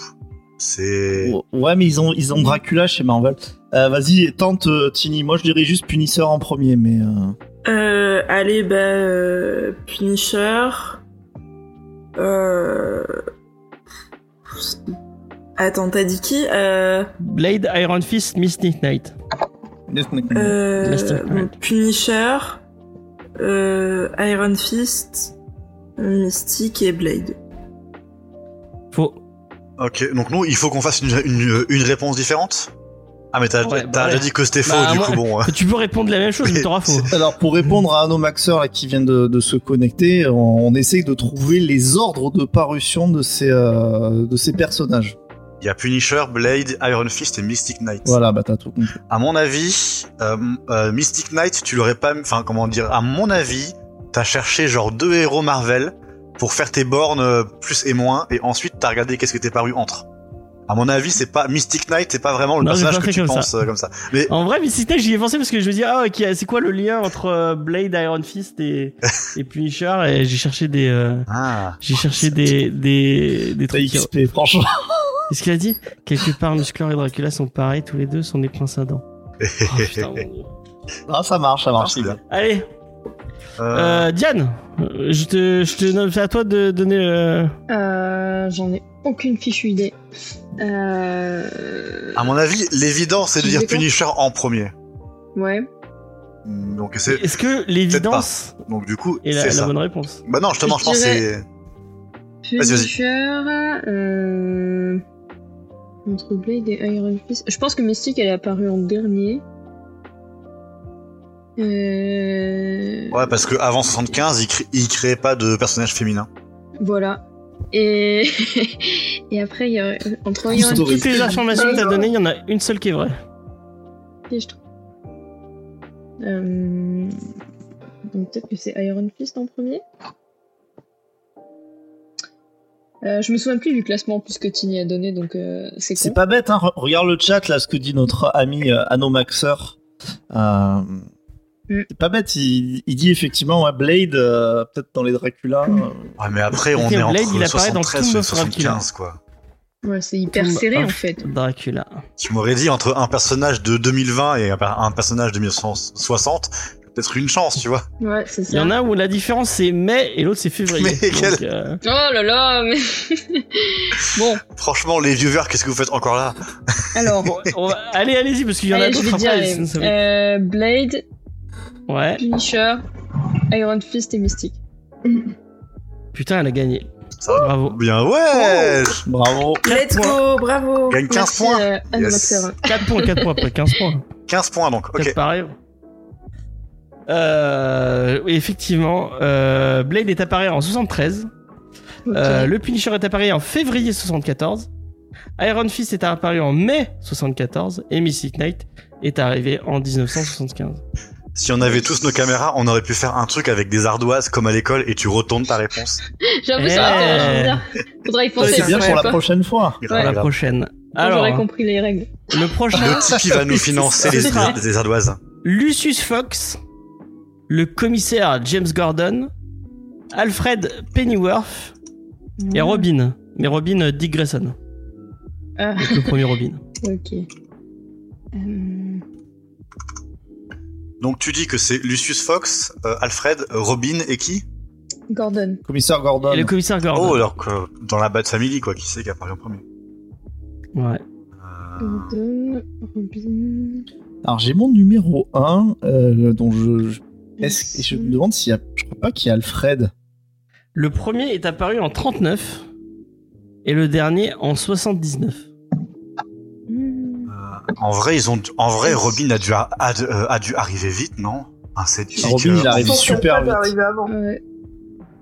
C'est. Oh. Ouais, mais ils ont, ils ont Dracula chez Marvel. Euh, Vas-y, tente, euh, Tini. Moi, je dirais juste Punisseur en premier, mais. euh, Euh, allez, bah, euh, Punisher. Euh... Attends, t'as dit qui euh... Blade, Iron Fist, Miss Knight. Mm. Euh... Mystic Knight. donc, Punisher, euh... Iron Fist, Mystique et Blade. Faux. Ok, donc nous, il faut qu'on fasse une, une, une réponse différente Ah, mais t'as Ouais, t'as bah déjà ouais. dit que c'était faux, Bah, du moi- coup, bon. hein. Tu peux répondre la même chose, mais t'auras faux. Alors, pour répondre à nos maxeurs là, qui viennent de, de se connecter, on, on essaye de trouver les ordres de parution de ces, euh, de ces personnages. Il y a Punisher, Blade, Iron Fist et Mystic Knight. Voilà, bah t'as tout compris. À mon avis, euh, euh, Mystic Knight, tu l'aurais pas. Enfin, comment dire À mon avis, t'as cherché genre deux héros Marvel pour faire tes bornes euh, plus et moins, et ensuite t'as regardé qu'est-ce que t'es paru entre. À mon avis, c'est pas Mystic Knight, c'est pas vraiment le Non, j'ai personnage pas que fait tu comme ça. penses euh, comme ça. Mais En vrai, Miss Knight, j'y ai pensé parce que je me dis, ah, ok, c'est quoi le lien entre euh, Blade, Iron Fist et, et Punisher Et j'ai cherché des. euh, ah, J'ai cherché des, des, des T'as trucs. qui- XP, franchement. Qu'est-ce qu'il a dit Quelque part, Musclor et Dracula sont pareils, tous les deux sont des princes à dents. Oh, putain, mon Dieu. Ah, ça marche, ça marche. c'est bien. Allez, Euh, euh, Diane, euh, je te, je te nomme, c'est à toi de donner. euh, Euh, J'en ai aucune fichue idée. Euh... à mon avis, l'évident, c'est de tu dire disais quoi Punisher en premier. Ouais. Mm, Donc c'est Est-ce que l'évidence donc du coup est la, c'est la ça. bonne réponse Bah non, justement, Je je pense que c'est Vas-y, vas-y. Punisher, euh... entre Blade et Iron Fist. Je pense que Mystique elle est apparue en dernier. Euh... ouais parce que avant 75, il, cré- il créait pas de personnage féminin. Voilà. Et, et après, il y a... entre Ils sont Iron Toutes Fist les informations que t'as données, il y en a une seule qui est vraie. et je trouve. Euh... Donc peut-être que c'est Iron Fist en premier. Euh, je me souviens plus du classement plus que Tini a donné, donc euh, c'est C'est con. pas bête, hein. Re- Regarde le chat, là, ce que dit notre ami euh, Anomaxer. Euh, C'est pas bête, il, il dit effectivement, ouais, Blade, euh, peut-être dans les Dracula. euh, Ouais, mais après on Ok, est Blade, entre il apparaît dans 73 Tomb et of Dracula. 75 quoi. Ouais, c'est hyper Tomb serré of en fait. Dracula. Tu m'aurais dit entre un personnage de 2020 et un per- un personnage de 1960, j'ai peut-être une chance, tu vois. Ouais, c'est Il y ça. en a où la différence c'est mai et l'autre c'est février. Mais Donc, quel- euh, Oh là là, mais. bon, Franchement, les viewers, qu'est-ce que vous faites encore là alors. bon, on va- Allez, allez-y parce qu'il y en a allez, je d'autres vais dire. après. allez, sinon ça va être- euh, Blade, Ouais. Punisher, Iron Fist et Mystique. Putain, elle a gagné. Ça va Bravo. Bien ouais Bravo. Let's go, bravo Gagne 15 Merci, points euh, Anne Yes. Maxer. 4 points, 4 points après, 15 points. 15 points donc, Quatre ok. pareils. Euh, oui, effectivement, euh, Blade est apparu en 73. Ok. Euh, le Punisher est apparu en février 74. Iron Fist est apparu en mai 74. Et Mystic Knight est arrivé en 1975. Si on avait tous nos caméras, on aurait pu faire un truc avec des ardoises comme à l'école et tu retournes ta réponse. J'avoue, ça Eh. va hein, faire bizarre. Faudra y Ouais, penser. C'est bien je pour sais la pas. prochaine fois. Grave, Pour la grave. prochaine. Moi, Alors, hein. J'aurais compris les règles. le prochain, Le Tipeee va nous financer les, les- les ardoises. Lucius Fox, le commissaire James Gordon, Alfred Pennyworth et Robin. Mais Robin euh, Dick Grayson. Ah, Le premier Robin. ok. Euh, Donc tu dis que c'est Lucius Fox, euh, Alfred, Robin et qui Gordon. Commissaire Gordon. Et le commissaire Gordon. Oh, alors que dans la Bad Family, quoi, qui c'est qui a parlé en premier Ouais. Euh, Gordon, Robin. Alors, j'ai mon numéro 1, euh, dont je. je- est-ce- et je me demande s'il y a. Je crois pas qu'il y a Alfred. Le premier est apparu en 39 et le dernier en 79. Hmm. En vrai, ils ont, en vrai, Robin a dû, a, a dû- euh, a dû arriver vite, non Un euh, Robin, il arrive Je pense que super ça, c'est vite. arrivé avant. Ouais.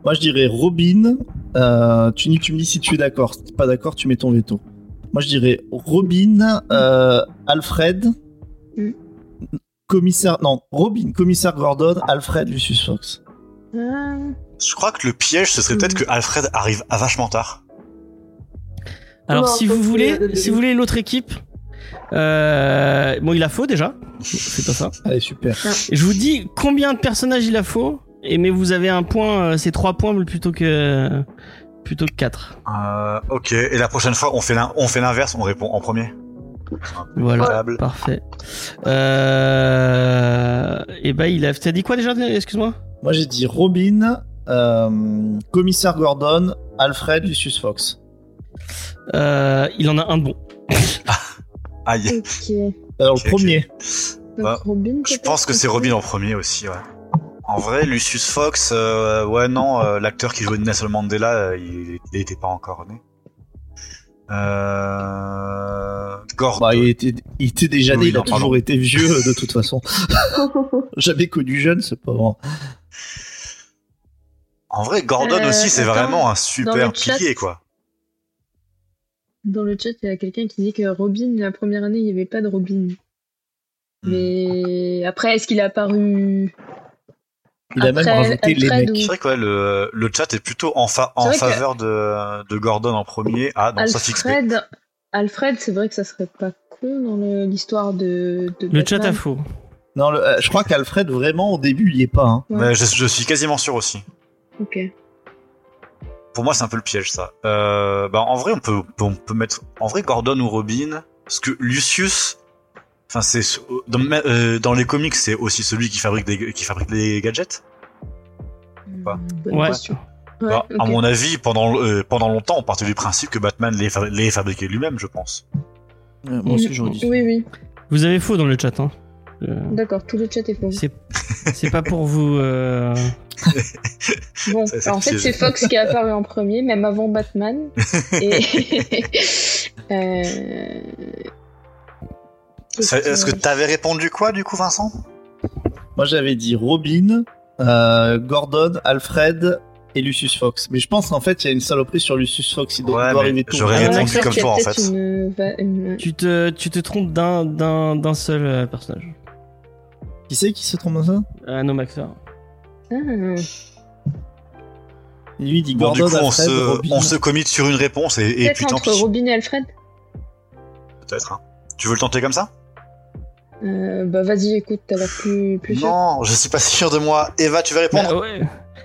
Moi, je dirais Robin, Euh, tu, dis- tu me dis si tu es d'accord. Si t'es pas d'accord, tu mets ton veto. Moi, je dirais Robin, euh, Alfred, Mm. commissaire. Non, Robin, commissaire Gordon, Alfred, Lucius Fox. Ah. Je crois que le piège, ce serait peut-être Hmm. que Alfred arrive à vachement tard. Alors, Non, si faut vous, qu'il y voulez, ait deux- si vous voulez l'autre équipe, euh, bon, il a faux déjà. C'est pas ça. Allez, super. Je vous dis combien de personnages il a faux, et mais vous avez un point, euh, c'est trois points plutôt que plutôt que quatre. Euh, ok, et la prochaine fois, on fait l'in- on fait l'inverse, on répond en premier. Voilà. Valable. Parfait. Euh... Et bah il a. T'as dit quoi déjà Excuse-moi. Moi, j'ai dit Robin, euh, commissaire Gordon, Alfred, Lucius Fox. Euh... Il en a un de bon. Aïe. Ok. Alors, Ok, ok. Euh, le premier. Donc Bah, Robin, Je peut-être, pense que c'est Robin en premier aussi, ouais. En vrai, Lucius Fox, euh, ouais, non, euh, l'acteur qui jouait Nelson Mandela, euh, il il était pas encore né. Euh... Gordon. Bah, il, était, il était déjà né, Oui, il a non, pardon. toujours été vieux, euh, de toute façon. J'avais connu jeune, ce pauvre. En vrai, Gordon Euh, aussi, c'est attends, vraiment un dans super le chat. pilier, quoi. Dans le chat, il y a quelqu'un qui dit que Robin, la première année, il n'y avait pas de Robin. Mais après, est-ce qu'il a apparu Il a Après- même rajouté les Alfred mecs. ou- C'est vrai que ouais, le, le chat est plutôt en, fa- en Mm. C'est vrai que- faveur de, de Gordon en premier. Ah, non, ça fixe. pas. Alfred Alfred, c'est vrai que ça serait pas con dans le- l'histoire de, de Le chat a Batman. faux. Non, le- euh, je crois qu'Alfred, vraiment, au début, il y est pas. hein. Mais je, je suis quasiment sûr aussi. Ok. Pour moi, c'est un peu le piège, ça. Euh, bah, en vrai, on peut, on peut mettre. En vrai, Gordon ou Robin. Parce que Lucius. Enfin, c'est. Dans, euh, dans les comics, c'est aussi celui qui fabrique, des, qui fabrique les gadgets. Pas. Bonne Ouais. question. Ouais, Bah, À ok. mon avis, pendant, euh, pendant longtemps, on partait du principe que Batman les, fa- les fabriquait lui-même, je pense. Euh, moi aussi, j'aurais dit ça. Oui, oui. Vous avez faux dans le chat. Hein. Euh, D'accord, tout le chat est faux. C'est c'est pas pour vous. euh, Bon, Ça, c'est alors en fait, piégé. c'est Fox qui est apparu en premier, même avant Batman. Et. Euh, Ça- Est-ce que t'avais répondu quoi, du coup, Vincent Moi, j'avais dit Robin, euh, Gordon, Alfred et Lucius Fox. Mais je pense qu'en fait, il y a une saloperie sur Lucius Fox. Il doit, Ouais, il doit mais arriver tout. j'aurais répondu Alors, Maxer, comme tu as toi, en peut-être fait. une va- une- Tu te tu te trompes d'un d'un d'un seul euh, personnage. Qui c'est qui se trompe dans ça Ah non Maxer. Ah. Lui, il dit Bon, Gordon, du coup, on Alfred, se, Robin. on se commit sur une réponse et, et puis Peut-être tant entre pis. Robin et Alfred Peut-être. hein. Tu veux le tenter comme ça Euh, Bah vas-y, écoute, t'as l'air plus, plus sûr. Non, je suis pas sûr de moi. Eva, tu veux répondre Bah, ouais.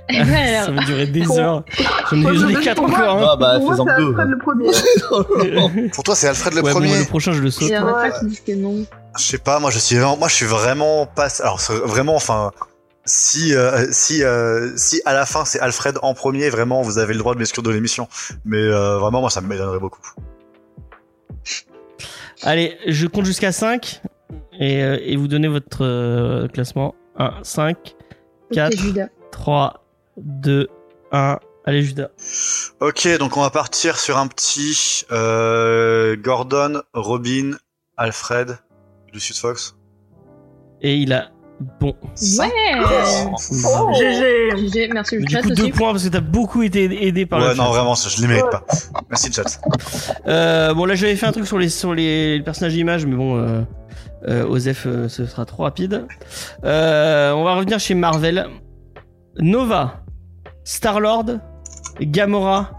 Eh ben, alors. ça va durer des Con. heures. J'en ai, Moi, je j'en ai donne quatre pour moi. encore. hein. Ah bah, Pour moi, fais-en c'est deux. Alfred le premier. Ah, Bah, ouais, Pour toi, c'est Alfred le bon, premier. le prochain je le Il saute. y en a Ouais. pas qui disent que non. Je sais pas, moi je suis vraiment, moi je suis vraiment pas. Alors c'est vraiment, enfin, si euh, si euh, si à la fin c'est Alfred en premier, vraiment vous avez le droit de m'exclure de l'émission. Mais euh, vraiment, moi ça m'étonnerait beaucoup. Allez, je compte jusqu'à 5 et, euh, et vous donnez votre euh, classement. 1, 5, Ok, Quatre. Judas. 3, 2, 1. Allez, Judas. Ok, donc on va partir sur un petit euh, Gordon, Robin, Alfred, Lucius Fox. Et il a bon. Ouais Oh. GG. GG, merci Mais le Du chat coup, aussi. deux points parce que t'as beaucoup été aidé par ouais, le chat. non, vraiment, je les mérite pas. Merci, chat. Euh, bon, là, j'avais fait un truc sur les, sur les personnages images, mais bon, euh, euh, Osef, euh, ce sera trop rapide. Euh, on va revenir chez Marvel. Nova, Star-Lord, Gamora,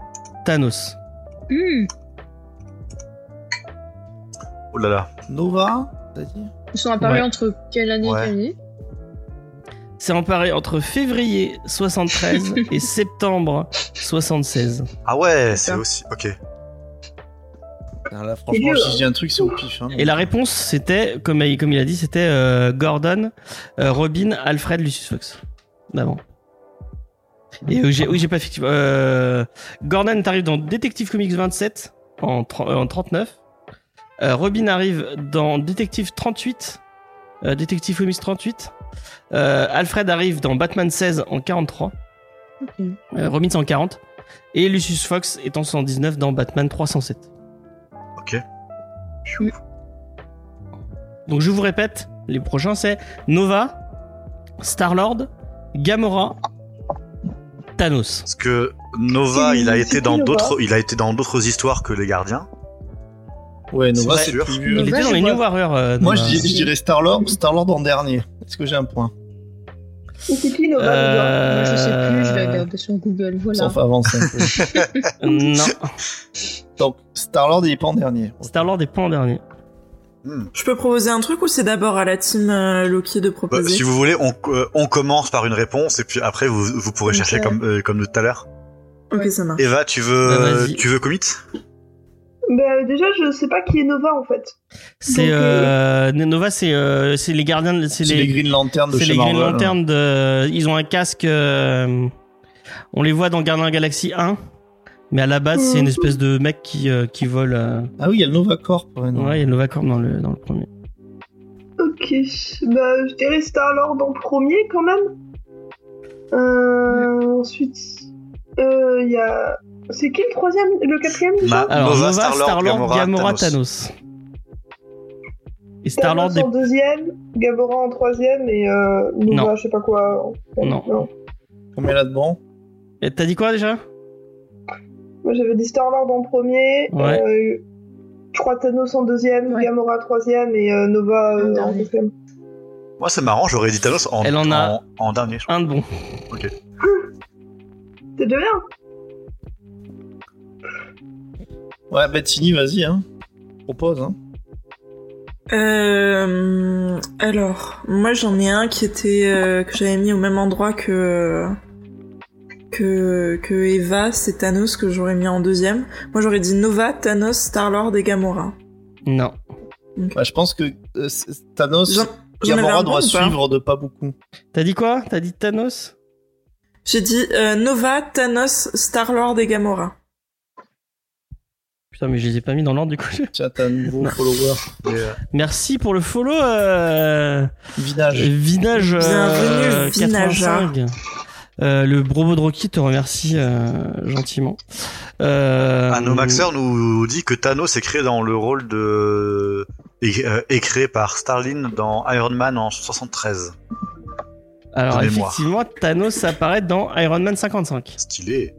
Thanos. Hmm, Oh là là. Nova, t'as dit Ils sont apparus Ouais. entre quelle année Ouais. et quelle année C'est emparé entre février 73 et septembre 76. Ah ouais, c'est ça. aussi. Ok. Ah, là, C'est Franchement, dur. si je dis un truc, c'est au pif. hein. Et la réponse, c'était, comme, il- comme il a dit, c'était euh, Gordon, euh, Robin, Alfred, Lucius Fox. D'avant. Et euh, j'ai- oui, j'ai pas effectivement. Euh, Gordon t'arrive dans Detective Comics 27 en, tr- euh, en 39. Euh, Robin arrive dans Detective 38. euh, Detective Comics 38. Euh, Alfred arrive dans Batman 16 en 43. Ok. Euh, Robin c'est en 40. Et Lucius Fox est en 119 dans Batman 307. Ok. Mm. Donc je vous répète, les prochains c'est Nova, Star-Lord, Gamora, Thanos. Est-ce que Nova, C'est- il a c'est été qui, dans Nova d'autres, il a été dans d'autres histoires que les gardiens. Ouais, Nova, C'est c'est sûr. plus Il vieux. Nova, était dans je les vois. New Warriors. euh, Moi, Nova. je, dis- je dirais Star-Lord, Star-Lord en dernier. Est-ce que j'ai un point Et c'est qui Nova déjà Euh, Moi, je sais plus, je vais regarder sur Google, Ça voilà. fait avancer un peu. Non, Donc, Star-Lord, il est pas en dernier. Star-Lord est pas en dernier. Hmm. Je peux proposer un truc ou c'est d'abord à la team euh, Loki de Bah, proposer si vous voulez, on, euh, on commence par une réponse et puis après vous, vous pourrez chercher Ok. comme euh, comme tout à l'heure. Ok, ça marche. Eva, tu veux Bah, vas-y. tu veux commit Bah, déjà, je sais pas qui est Nova en fait. C'est Donc, euh, Nova, c'est euh, c'est les gardiens, de- c'est C'est les les Green Lantern de C'est chez les Green Marvel. Lantern de. Ils ont un casque. euh, On les voit dans Gardien Galaxy 1. Mais à la base, c'est une espèce de mec qui, euh, qui vole. euh, Ah oui, il y a le Nova Corp. ouais, non. Ouais, il y a Nova Corp dans le, dans le premier. Ok, bah je dirais Star-Lord en premier quand même. Euh, Mmh. ensuite, euh, il y a... C'est qui le troisième Le quatrième déjà Ma- Alors, Nova, Nova, Star-Lord, Star-Lord, Gamora, Gamora, Thanos. Et Star-Lord Thanos en deuxième, Gamora en troisième et euh, Nova, Non. je sais pas quoi. en fait. Non. Combien là-dedans est- Et T'as dit quoi déjà Moi j'avais dit Star-Lord en premier, Ouais. euh, je crois Thanos en deuxième, Ouais. Gamora troisième et euh, Nova euh, en Dernier. quatrième. Moi, c'est marrant. J'aurais dit Thanos en Elle en a- en, en dernier. je crois. Un de bon. C'est déjà bien Ouais, Bettini, vas-y, hein. Propose, hein. Euh, alors, moi j'en ai un qui était euh, que j'avais mis au même endroit que que que Eva, c'est Thanos que j'aurais mis en deuxième. Moi j'aurais dit Nova, Thanos, Star Lord et Gamora. Non. Bah, je pense que euh, c'est- Thanos, J'en- j'en avais un bon Gamora doit ou pas suivre de pas beaucoup. T'as dit quoi T'as dit Thanos J'ai dit euh, Nova, Thanos, Star Lord et Gamora. Putain, mais je les ai pas mis dans l'ordre du coup. Tiens, t'as un nouveau follower. Et, euh, Merci pour le follow, euh... Vinage. Vinage. euh, Bienvenue, Vinage. 85. Euh, le Brobo de Rocky te remercie euh, gentiment. Euh, Anomaxer nous dit que Thanos est créé dans le rôle de est, euh, est créé par Starlin dans Iron Man en 73. Alors de mémoire. effectivement, Thanos apparaît dans Iron Man 55. Stylé.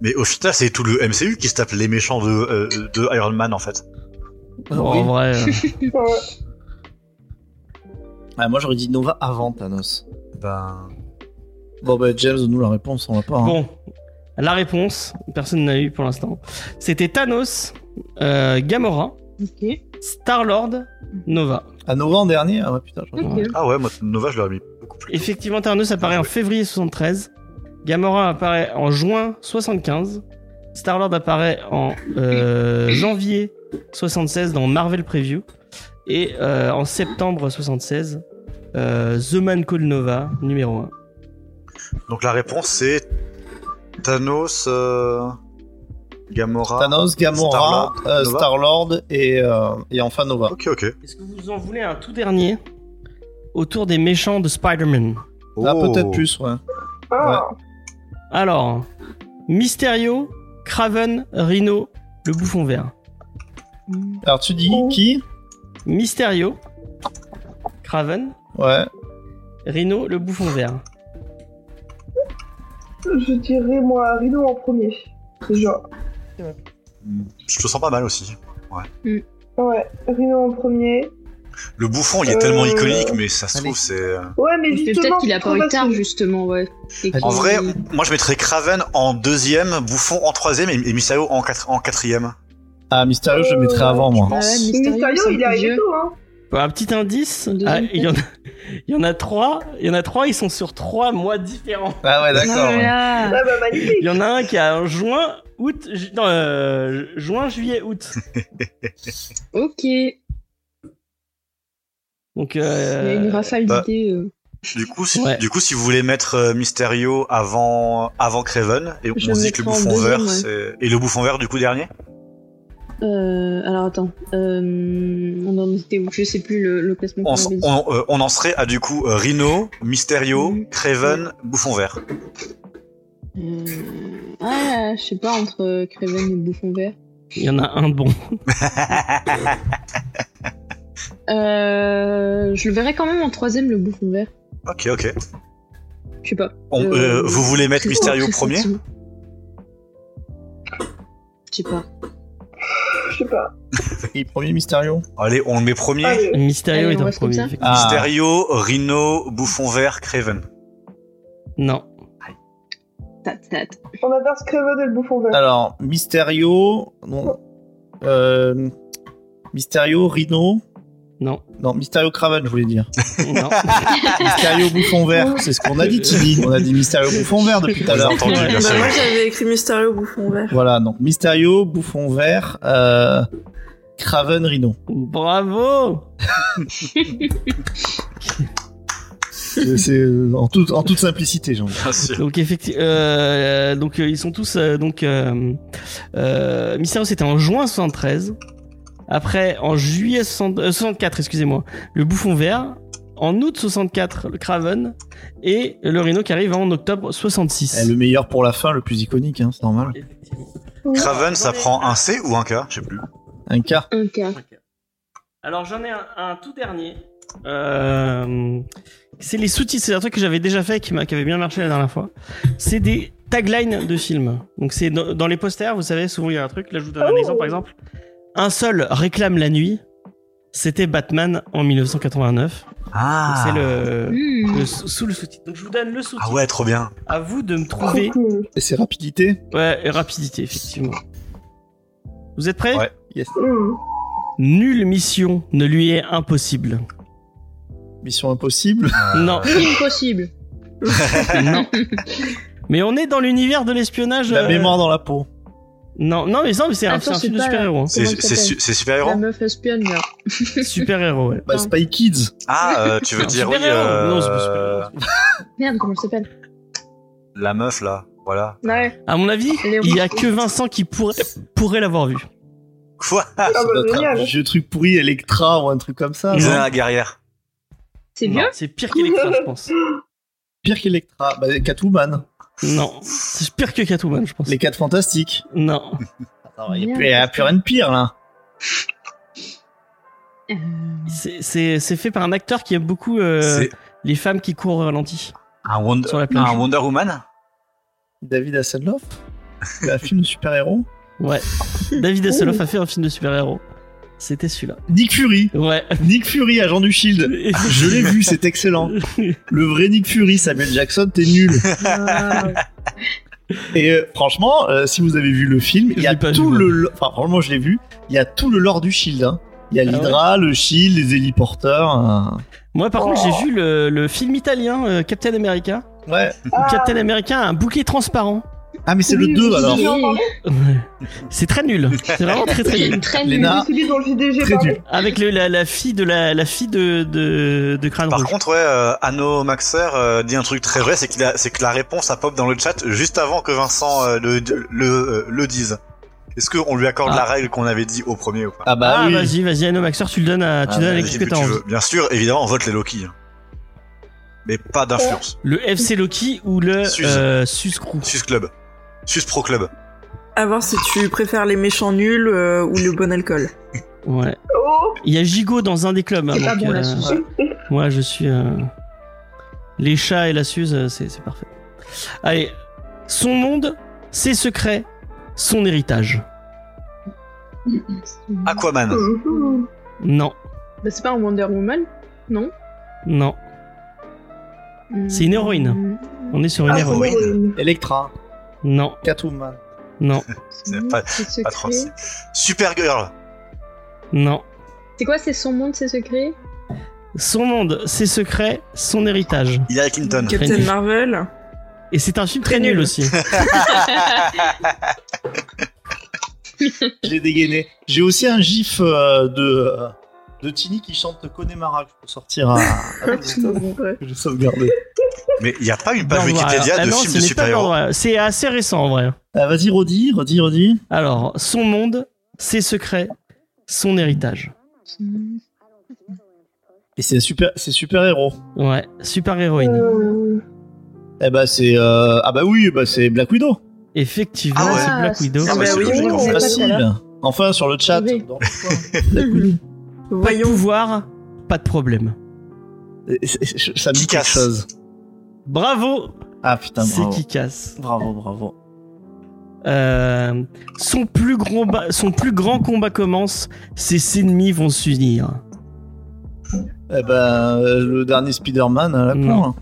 Mais au final, c'est tout le MCU qui se tape les méchants de, euh, de Iron Man en fait. Ah Bon, En vrai, euh, Ouais. Ah, moi, j'aurais dit Nova avant Thanos. Ben, Bon, bah, James, nous, la réponse, on l'a Ah. pas. hein. bon, la réponse, personne n'a eu pour l'instant. C'était Thanos, euh, Gamora, Ok. Star Lord, Nova. À Nova en dernier Ah, ouais, putain, j'aurais Ok. Ouais. ah ouais, moi Nova, je l'aurais mis beaucoup plus. tôt. Effectivement, Thanos apparaît en février 73. Gamora apparaît en juin 75. Star-Lord apparaît en euh, janvier 76 dans Marvel Preview. Et euh, en septembre 76, euh, The Man Called Nova, numéro 1. Donc la réponse c'est Thanos, euh, Ah, Gamora. Thanos, Gamora, Star-Lord, euh, Nova. Star-Lord et, euh, et enfin Nova. Ok, ok. Est-ce que vous en voulez un tout dernier autour des méchants de Spider-Man Là, Oh. Ah, peut-être plus, ouais. Ah, Alors, Mysterio, Craven, Rhino, le bouffon vert. Alors, tu dis qui Mysterio, Craven, Ouais. Rhino, le bouffon vert. je dirais moi Rhino en premier. Déjà. Je te sens pas mal aussi. Ouais, Rhino en premier. Le bouffon, il est Euh, tellement iconique, mais ça se allez. trouve, c'est. euh, Ouais, mais Mais justement. Peut-être qu'il je trouve apparu pas tard, que- justement, ouais. Et En qu'il- vrai, moi je mettrais Craven en deuxième, Bouffon en troisième et, et Mysterio en, quatre- en quatrième. Ah, Mystérieux, je le mettrai avant, moi. Ah ouais, pense. Mysterio, Mysterio, c'est il est un peu arrivé vieux. tôt, hein. Bon, Bah, Un petit indice, Deuxième ah, il y, en a, il y en a trois, il y en a trois, ils sont sur trois mois différents. Ah, ouais, d'accord. ouais. hein. Voilà. Ah bah Il magnifique. y en a un qui a en juin, août, ju- non, euh, juin, juillet, août. Ok. Il Donc, y a une euh, rafale bah, d'idées. euh. Du coup, si, Ouais. du coup, si vous voulez mettre euh, Mysterio avant, avant Craven, et on Je se dit que le mettrai en Bouffon deuxième, vert, ouais. c'est- et le Bouffon vert du coup dernier Euh, alors attends, euh, on en était où Je sais plus le, le classement. on, qu'on s- avait dit. on, euh, on en serait à du coup euh, Rhino, Mysterio, Mhm. Craven, Bouffon vert. Euh, ah, je sais pas entre Craven et le Bouffon Vert. il y en a un de bon. Euh, je le verrai quand même en troisième le Bouffon Vert. Ok, ok. Je sais pas. On- euh, vous voulez mettre très- Mysterio très premier senti. Je sais pas. Je sais pas. Et premier Mysterio Allez, on le met premier. Allez. Mysterio Allez, est on en reste comme premier. ça effectivement. Ah. Mysterio, Rhino, Bouffon Vert, Craven. Non. Tat, tat. On a Darth Craven et le bouffon vert. Alors, Mysterio. Non. Euh, Mysterio, Rhino. Non. Non, Mysterio Craven, je voulais dire. Non. Mysterio Bouffon Vert, c'est ce qu'on a dit, Timmy. On a dit Mysterio Bouffon Vert depuis tout à Vous l'heure. avez entendu, Ouais. bien Bah, sûr. moi j'avais écrit Mysterio bouffon vert. Voilà, donc Mysterio, Bouffon Vert, euh, Craven, Rhino. Bravo C'est- C'est euh, en, toute- en toute simplicité, j'ai envie. Bien sûr. Donc effectivement, donc euh, ils sont tous euh, donc euh, euh, Mysterio c'était en juin 73. Après en juillet 60 euh, 64, excusez-moi, le Bouffon Vert. En août 64, le Craven et le Rhino qui arrive en octobre 66. Eh, le meilleur pour la fin, le plus iconique, hein, c'est normal. Craven, ça prend un C ou un K Je sais plus. Un cas. Un cas. Alors j'en ai un, un tout dernier. Euh, c'est les sous-titres, c'est un truc que j'avais déjà fait et qui, m'a- qui avait bien marché la dernière fois. C'est des taglines de films. Donc c'est dans, dans les posters, vous savez, souvent il y a un truc. Là je vous donne un Oh. exemple par exemple. Un seul réclame la nuit. C'était Batman en 1989. Donc, Ah C'est le, Hmm. le sous sous le sous-titre. Donc je vous donne le sous-titre. Ah ouais, trop bien. À vous de me Ah, Trop trouver. cool. Et c'est rapidité Ouais, et rapidité effectivement. Vous êtes prêts Ouais. Yes. Hmm. Nulle mission ne lui est impossible. Mission impossible. Euh, Non. Impossible. non. Mais on est dans l'univers de l'espionnage. La euh, mémoire dans la peau. Non, non, mais ça, mais c'est un, Attends, c'est un c'est film de pas- super-héros. hein. C'est Comment ça c'est s'appelle su- c'est super-héros La meuf espionne, là. Super-héros, ouais. Hein. Bah, Spy Kids. Ah, euh, tu veux Non, dire oui. super-héros. euh, Non, c'est pas super-héros. Merde, comment elle s'appelle la meuf là, voilà. Ouais. À mon avis, Léon. il y a que Vincent qui pourrait, pourrait l'avoir vu. Quoi Ah Ça doit bah être un génial. vieux truc pourri, Electra ou un truc comme ça. Ils non la guerrière. C'est Non, bien C'est pire qu'Electra, je pense. Pire qu'Electra. Bah, Catwoman. Non, c'est pire que Catwoman, je pense. Les 4 Fantastiques. Non. Attends, il n'y a, Merde. plus- il y a plus rien de pire là. Euh, C'est- C'est c'est fait par un acteur qui aime beaucoup euh, C'est les femmes qui courent au ralenti un Wonder, sur la un plage. Wonder Woman David Hasselhoff. C'est un film de super-héros. Ouais. David Oh. Hasselhoff a fait un film de super-héros. C'était celui-là. Nick Fury. Ouais. Nick Fury, agent du Shield. Je l'ai vu, c'est excellent. Le vrai Nick Fury, Samuel Jackson, t'es nul. ah, Et euh, franchement, euh, si vous avez vu le film, il y Je a l'ai pas tout vu, le. lo- Enfin, franchement, je l'ai vu. Il y a tout le lore du Shield. hein. Il y a Ah l'Hydra, le Shield, les héliporteurs. hein. Moi, par contre, Oh. j'ai vu le, le film italien euh, Captain America. euh, Ouais. Ah, Captain America a un bouquet transparent. Ah, mais c'est le oui, 2 oui, alors. J'ai Oui. entendu. C'est très nul. C'est vraiment très très nul. Très nul. Léna, Celui dont le JDG très parle. nul. Avec le- la, la fille de la, la fille de de, de crâne Par rouge. contre, ouais, euh, Anno Maxer euh, dit un truc très vrai, c'est qu'il a- c'est que la réponse à pop dans le chat juste avant que Vincent euh, le, le, euh, le dise. Est-ce qu'on lui accorde Ah. la règle qu'on avait dit au premier ou pas Ah, bah ah oui. vas-y vas-y Anomaxer tu le donnes à tu Ah, donnes à bah, l'équipe Dis que que t'as tu envie. veux. Bien sûr, évidemment, on vote les Loki. hein. Mais pas d'influence. Le FC Loki ou le Suze. euh, Suze Crew. Sus Club. Sus Pro Club. À voir si tu préfères les méchants nuls euh, ou le bon alcool. Ouais. Oh, Il y a Gigot dans un des clubs. hein, Ah, C'est pas donc, bon, la euh, Suze. Moi je suis euh, les chats et la Suze euh, c'est c'est parfait. Allez son monde ses secrets son héritage. Ah. Aquaman. Mhm. Non Bah, c'est pas un Wonder Woman Non non Mm. C'est une héroïne. on est sur une Ah, erreur. héroïne. héroïne. Electra, Non Catwoman. non C'est pas- Mm. C'est pas trop, c'est- Supergirl. non. C'est quoi C'est son monde, ses secrets Son monde ses secrets son héritage. Hillary Clinton. Captain nul. Marvel. Et c'est un film très, Très nul nul. aussi. Je l'ai dégainé. J'ai aussi un gif euh, de, euh, de Tini qui chante Connemara que je peux sortir à, à tout le Ah, monde, que j'ai sauvegardé. Mais il n'y a pas une page Dans Noir. Wikipédia Ah de non, films ce de n'est pas dans super-héros. Noir. C'est assez récent en vrai. Ah, Vas-y, redis, redis, redis. Alors, son monde, ses secrets, son héritage. Et c'est super, c'est super héros. Ouais, super héroïne. Euh, Eh bah c'est euh, ah bah oui, bah c'est Black Widow. Effectivement, Ah ouais. c'est Black Widow. Ah bah c'est oui, logique, Oh, oui, en oui, oui. fait. Facile. Enfin sur le chat. Oui. dans le coin. Black Widow. Pas de Voyons. pouvoir, pas de problème. Et c'est- c'est- ça me dit Kick-Ass. quelque chose. Bravo, Ah putain, c'est bravo. qui casse. Bravo, bravo. Euh, son, plus grand ba- son plus grand combat commence, ses ennemis vont s'unir. Eh ben, euh, le dernier Spider-Man à la con. Non. hein.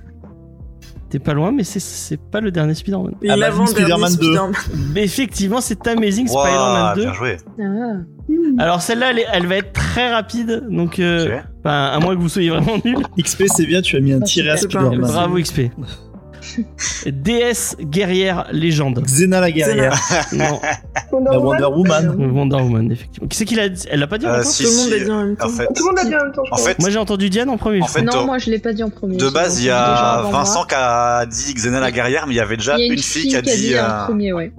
T'es pas loin, mais c'est- c'est pas le dernier Spider-Man. Et Amazing l'avant-dernier Spider-Man 2. Spider-Man. Mais effectivement, c'est Amazing Ouah, Spider-Man Euh, 2. bien joué. Ah. Alors celle-là, elle, est- elle va être très rapide, donc euh, Ok. enfin, à moins que vous soyez vraiment nul. XP, c'est bien, tu as mis un Ah, tiré à c'est pas un peu Spider-Man. ça. Bravo XP. DS guerrière légende. Xena la guerrière, Non, euh, Wonder Woman la Wonder Woman. Wonder Woman effectivement. Qui c'est qu'il a dit Elle l'a pas dit Euh, encore si, Tout le monde si, l'a dit en même temps. En fait, Tout le monde l'a dit en même temps. je en crois. fait, Moi j'ai entendu Diane en premier. je En fait, Non, euh, moi je l'ai pas dit en premier. de j'ai base, il y entendu des gens a avant moi. Vincent qui a dit Xena la guerrière, mais il y avait déjà Il y a une fille qui a dit. en euh, premier, ouais.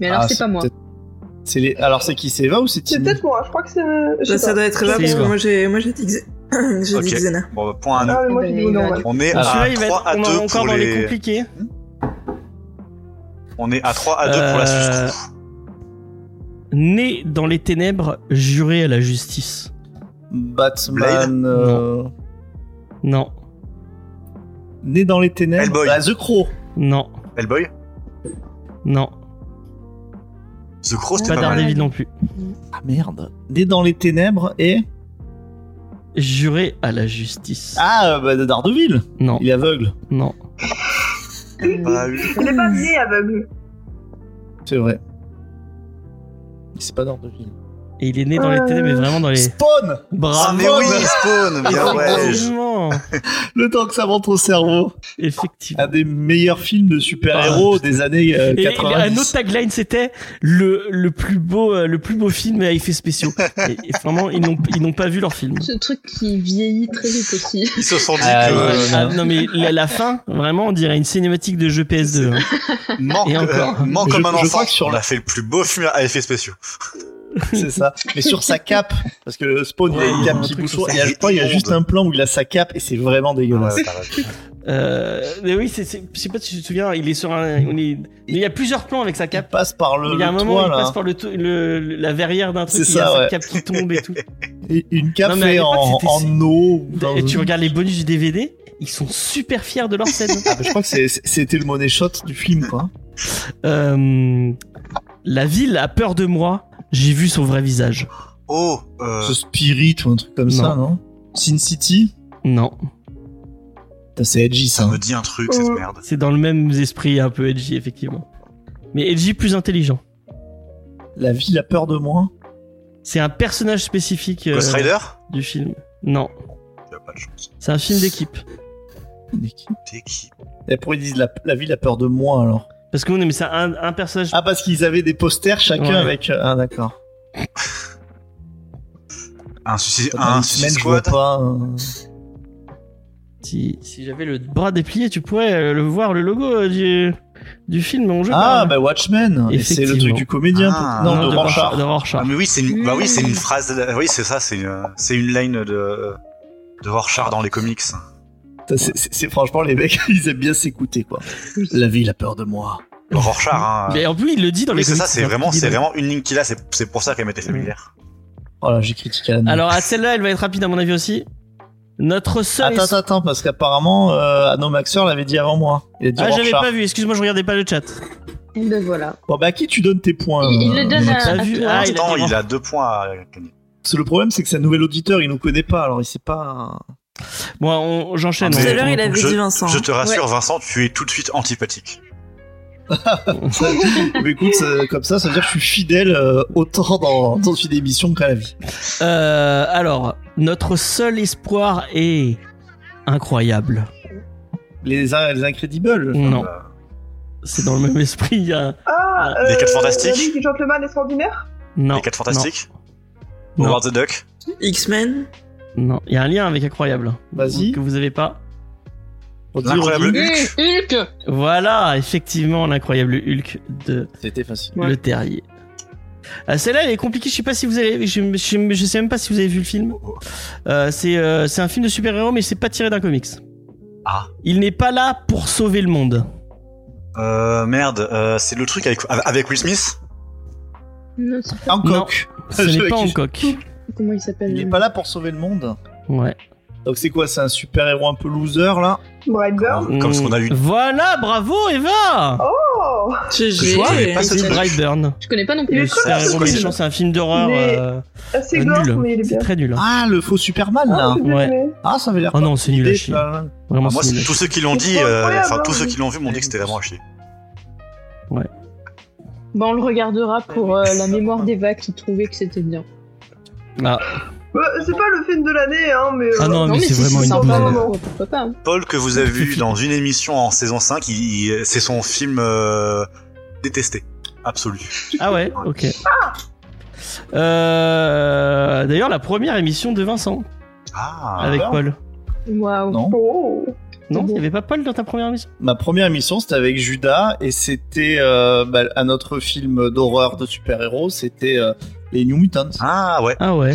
Mais alors Ah, c'est pas moi. peut-être- c'est les- Alors, c'est qui C'est Eva ou c'est C'est Tim peut-être moi, je crois que c'est. je sais Bah, ça pas. doit être là C'est parce que Eva. moi j'ai moi j'ai dit Xe- j'ai dit Ok. Xena. Bon, bah, point à nous. Ah, mais moi Eh j'ai ben, dit il Wonder va Woman. du- On est pense. à Celui-là, il va 3 à être on est 2 encore pour dans les les. compliqués. On est à 3 à 2 pour la Euh, suite. Né dans les ténèbres, juré à la justice. Batman. euh, Non, Né dans les ténèbres. Hellboy. Bah, The Crow. non, Hellboy non. The Crow, c'était Pas pas, mal. Daredevil non plus. Ah merde. Né dans les ténèbres et. Juré à la justice. Ah, euh, bah, Daredevil. Non, Il est aveugle. non. Euh, Pas eu. Il est pas né aveugle. C'est vrai. Mais c'est pas Daredevil. Et il est né dans les ténèbres, mais vraiment dans les. Spawn Ah, Bravo. bah. mais oui, Spawn Bien ouais je- Effectivement. Le temps que ça monte au cerveau. Effectivement. Un des meilleurs films de Ah, super-héros des années euh, Et, et un 90. autre tagline c'était le, le plus beau euh, le plus beau film à effets spéciaux. et, et vraiment ils n'ont ils n'ont pas vu leur film. Ce truc qui vieillit très vite aussi. Ils se sont dit Ah, que. ouais. Ah, non mais la, la fin vraiment on dirait une cinématique de jeu PS2. hein. Manque, Et encore. euh, manque Je- comme un je crois enfant. que sur on la- a fait le plus beau film à effets spéciaux. C'est ça. Mais sur sa cape, parce que le Spawn, il a une Ouais, cape un qui truc bouge. comme ça. Il y a, je crois, il y a juste un plan où il a sa cape et c'est vraiment dégueulasse. Ouais, pareil. Euh, mais oui c'est c'est- je sais pas si tu te souviens il est sur un on est- il y a plusieurs plans avec sa Il cape. passe par le, il y a un le moment toit, il là. passe par le, to- le- le- la verrière d'un truc C'est il y a ça, sa ouais. cape qui tombe et tout. Et une cape Non, mais à faite l'époque, en, c'était- en eau. ou dans et tu une- regardes les bonus du DVD ils sont super fiers de leur scène. Ah, mais je crois que c'est- c'était le money shot du film, quoi. Euh, la ville a peur de moi. J'ai vu son vrai visage. Oh, euh, Ce spirit ou un truc comme ça, non Sin City Non, Putain, C'est edgy, ça. ça me dit un truc, cette Euh. merde. c'est dans le même esprit un peu edgy effectivement. Mais edgy plus intelligent. La ville a peur de moi. C'est un personnage spécifique euh, Ghost Rider du film. Non, Il a pas de chance. c'est un film d'équipe. Mais qui- T'es qui Et pourquoi ils disent la, la ville a peur de moi, alors Parce qu'on aimait ça un, un personnage. Ah, parce qu'ils avaient des posters chacun Ouais. avec... euh, Ah, d'accord. Un suicide Dans un les Ah, Suicide semaines, Ah, je vois Squad pas... euh, Si, si j'avais le bras déplié, tu pourrais euh, le voir le logo euh, du du film. Mon jeu. Ah, parle. bah Watchmen Et c'est le truc Effectivement. du comédien, Ah. peut- non, Non, de Rorschach. de Rorschach. Ah mais oui, c'est une, Mm. bah oui, c'est Hmm. une phrase. de- Oui, c'est ça, c'est une, c'est une line de de Rorschach dans les comics. Ça, c'est- C'est c'est- franchement, les mecs, ils aiment bien s'écouter, quoi. La ville a peur de moi. Rorschach. Hein. Mais en plus, il le dit dans Oui, les. c'est ça, comics, c'est hein, vraiment, il dit c'est dans- vraiment une ligne qu'il a. C'est c'est pour ça qu'elle m'était familière. Voilà, Oh j'ai critiqué la Alors à celle-là, elle va être rapide à mon avis aussi. Notre seul. Attends, attends, attends, parce qu'apparemment, euh, Anno Maxeur l'avait dit avant moi. Il a dit Ah, j'avais Rorschach. pas vu. Excuse-moi, je regardais pas le chat. Et ben voilà. Bon, bah, à qui tu donnes tes Oh, points Il- il euh, le donne Max à- T'as vu toi. Ah, Pour il a l'instant, dit il a deux points euh, à gagner. Parce que Le problème, c'est que c'est un nouvel auditeur, il nous connaît pas, alors il sait pas. hein. Bon, on- j'enchaîne. Ah, Tout mais- à on- l'heure il on- avait Je- dit Vincent. Je te rassure, Vincent, hein. tu es tout de suite antipathique. Mais écoute, ça- comme ça, ça veut dire que je suis fidèle euh, autant dans, dans une émission qu'à la vie. Euh, alors, notre seul espoir est incroyable. Les, in- les Incredibles. Non, c'est dans le même esprit. il y a- Ah, Les quatre euh, fantastiques. La Ligue du gentleman extraordinaire Non. les quatre fantastiques. Non. Howard the Duck. X-Men. Non, il y a un lien avec incroyable. Vas-y. Que vous avez pas. Redis, L'incroyable redis. Hum, Hulk. Hulk Voilà, effectivement, l'incroyable Hulk de C'était facile. Le Terrier. Ah, celle-là, elle est compliquée. Je sais pas si vous avez, je, je- je sais même pas si vous avez vu le film. Euh, c'est, euh, c'est un film de super-héros, mais c'est pas tiré d'un comics. Ah. Il n'est pas là pour sauver le monde. Euh, merde, euh, c'est le truc avec avec Will Smith. Non, c'est pas- Hancock. Ce Je- n'est pas Hancock. Comment il s'appelle Il est euh, pas là pour sauver le monde. Ouais. Donc c'est quoi C'est un super héros un peu loser là Brightburn Comme ce qu'on a eu. Mmh. Voilà, bravo Eva Oh Je vois, mais GG. pas David cette- Brightburn. Je connais pas non Il Le est plus. cool, super ce héros film. méchant, c'est un film d'horreur Mais- euh, Assez euh, gore, nul. mais il est C'est bien. très nul. Ah, le faux Superman là Ah, c'est bien Ouais. aimé. Ah, ça avait l'air Oh pas non, c'est nul à idée, chier. ça, là. Vraiment, Moi, c'est nul à tous chier. ceux qui l'ont dit, C'est euh, incroyable, enfin, tous hein. ceux qui l'ont vu m'ont dit que c'était vraiment à chier. Bah, on le regardera pour euh, la mémoire d'Eva qui trouvait que c'était bien. Ah, Bah, c'est pas le film de l'année, hein, mais. Ah euh, non, mais c'est si vraiment c'est une sympa, bouse. bouse. pourquoi- pourquoi pas hein. Paul, que vous avez vu dans une émission en saison 5, il- il- c'est son film euh, détesté. Absolu. Ah ouais, ok. Euh, D'ailleurs, la première émission de Vincent Ah, avec ouais. Paul. Waouh. Non. Oh. Non, il n'y avait pas Paul dans ta première émission Ma première émission, c'était avec Judas, et c'était euh, bah, un autre film d'horreur de super-héros, c'était euh, Les New Mutants. ah ouais. Ah ouais.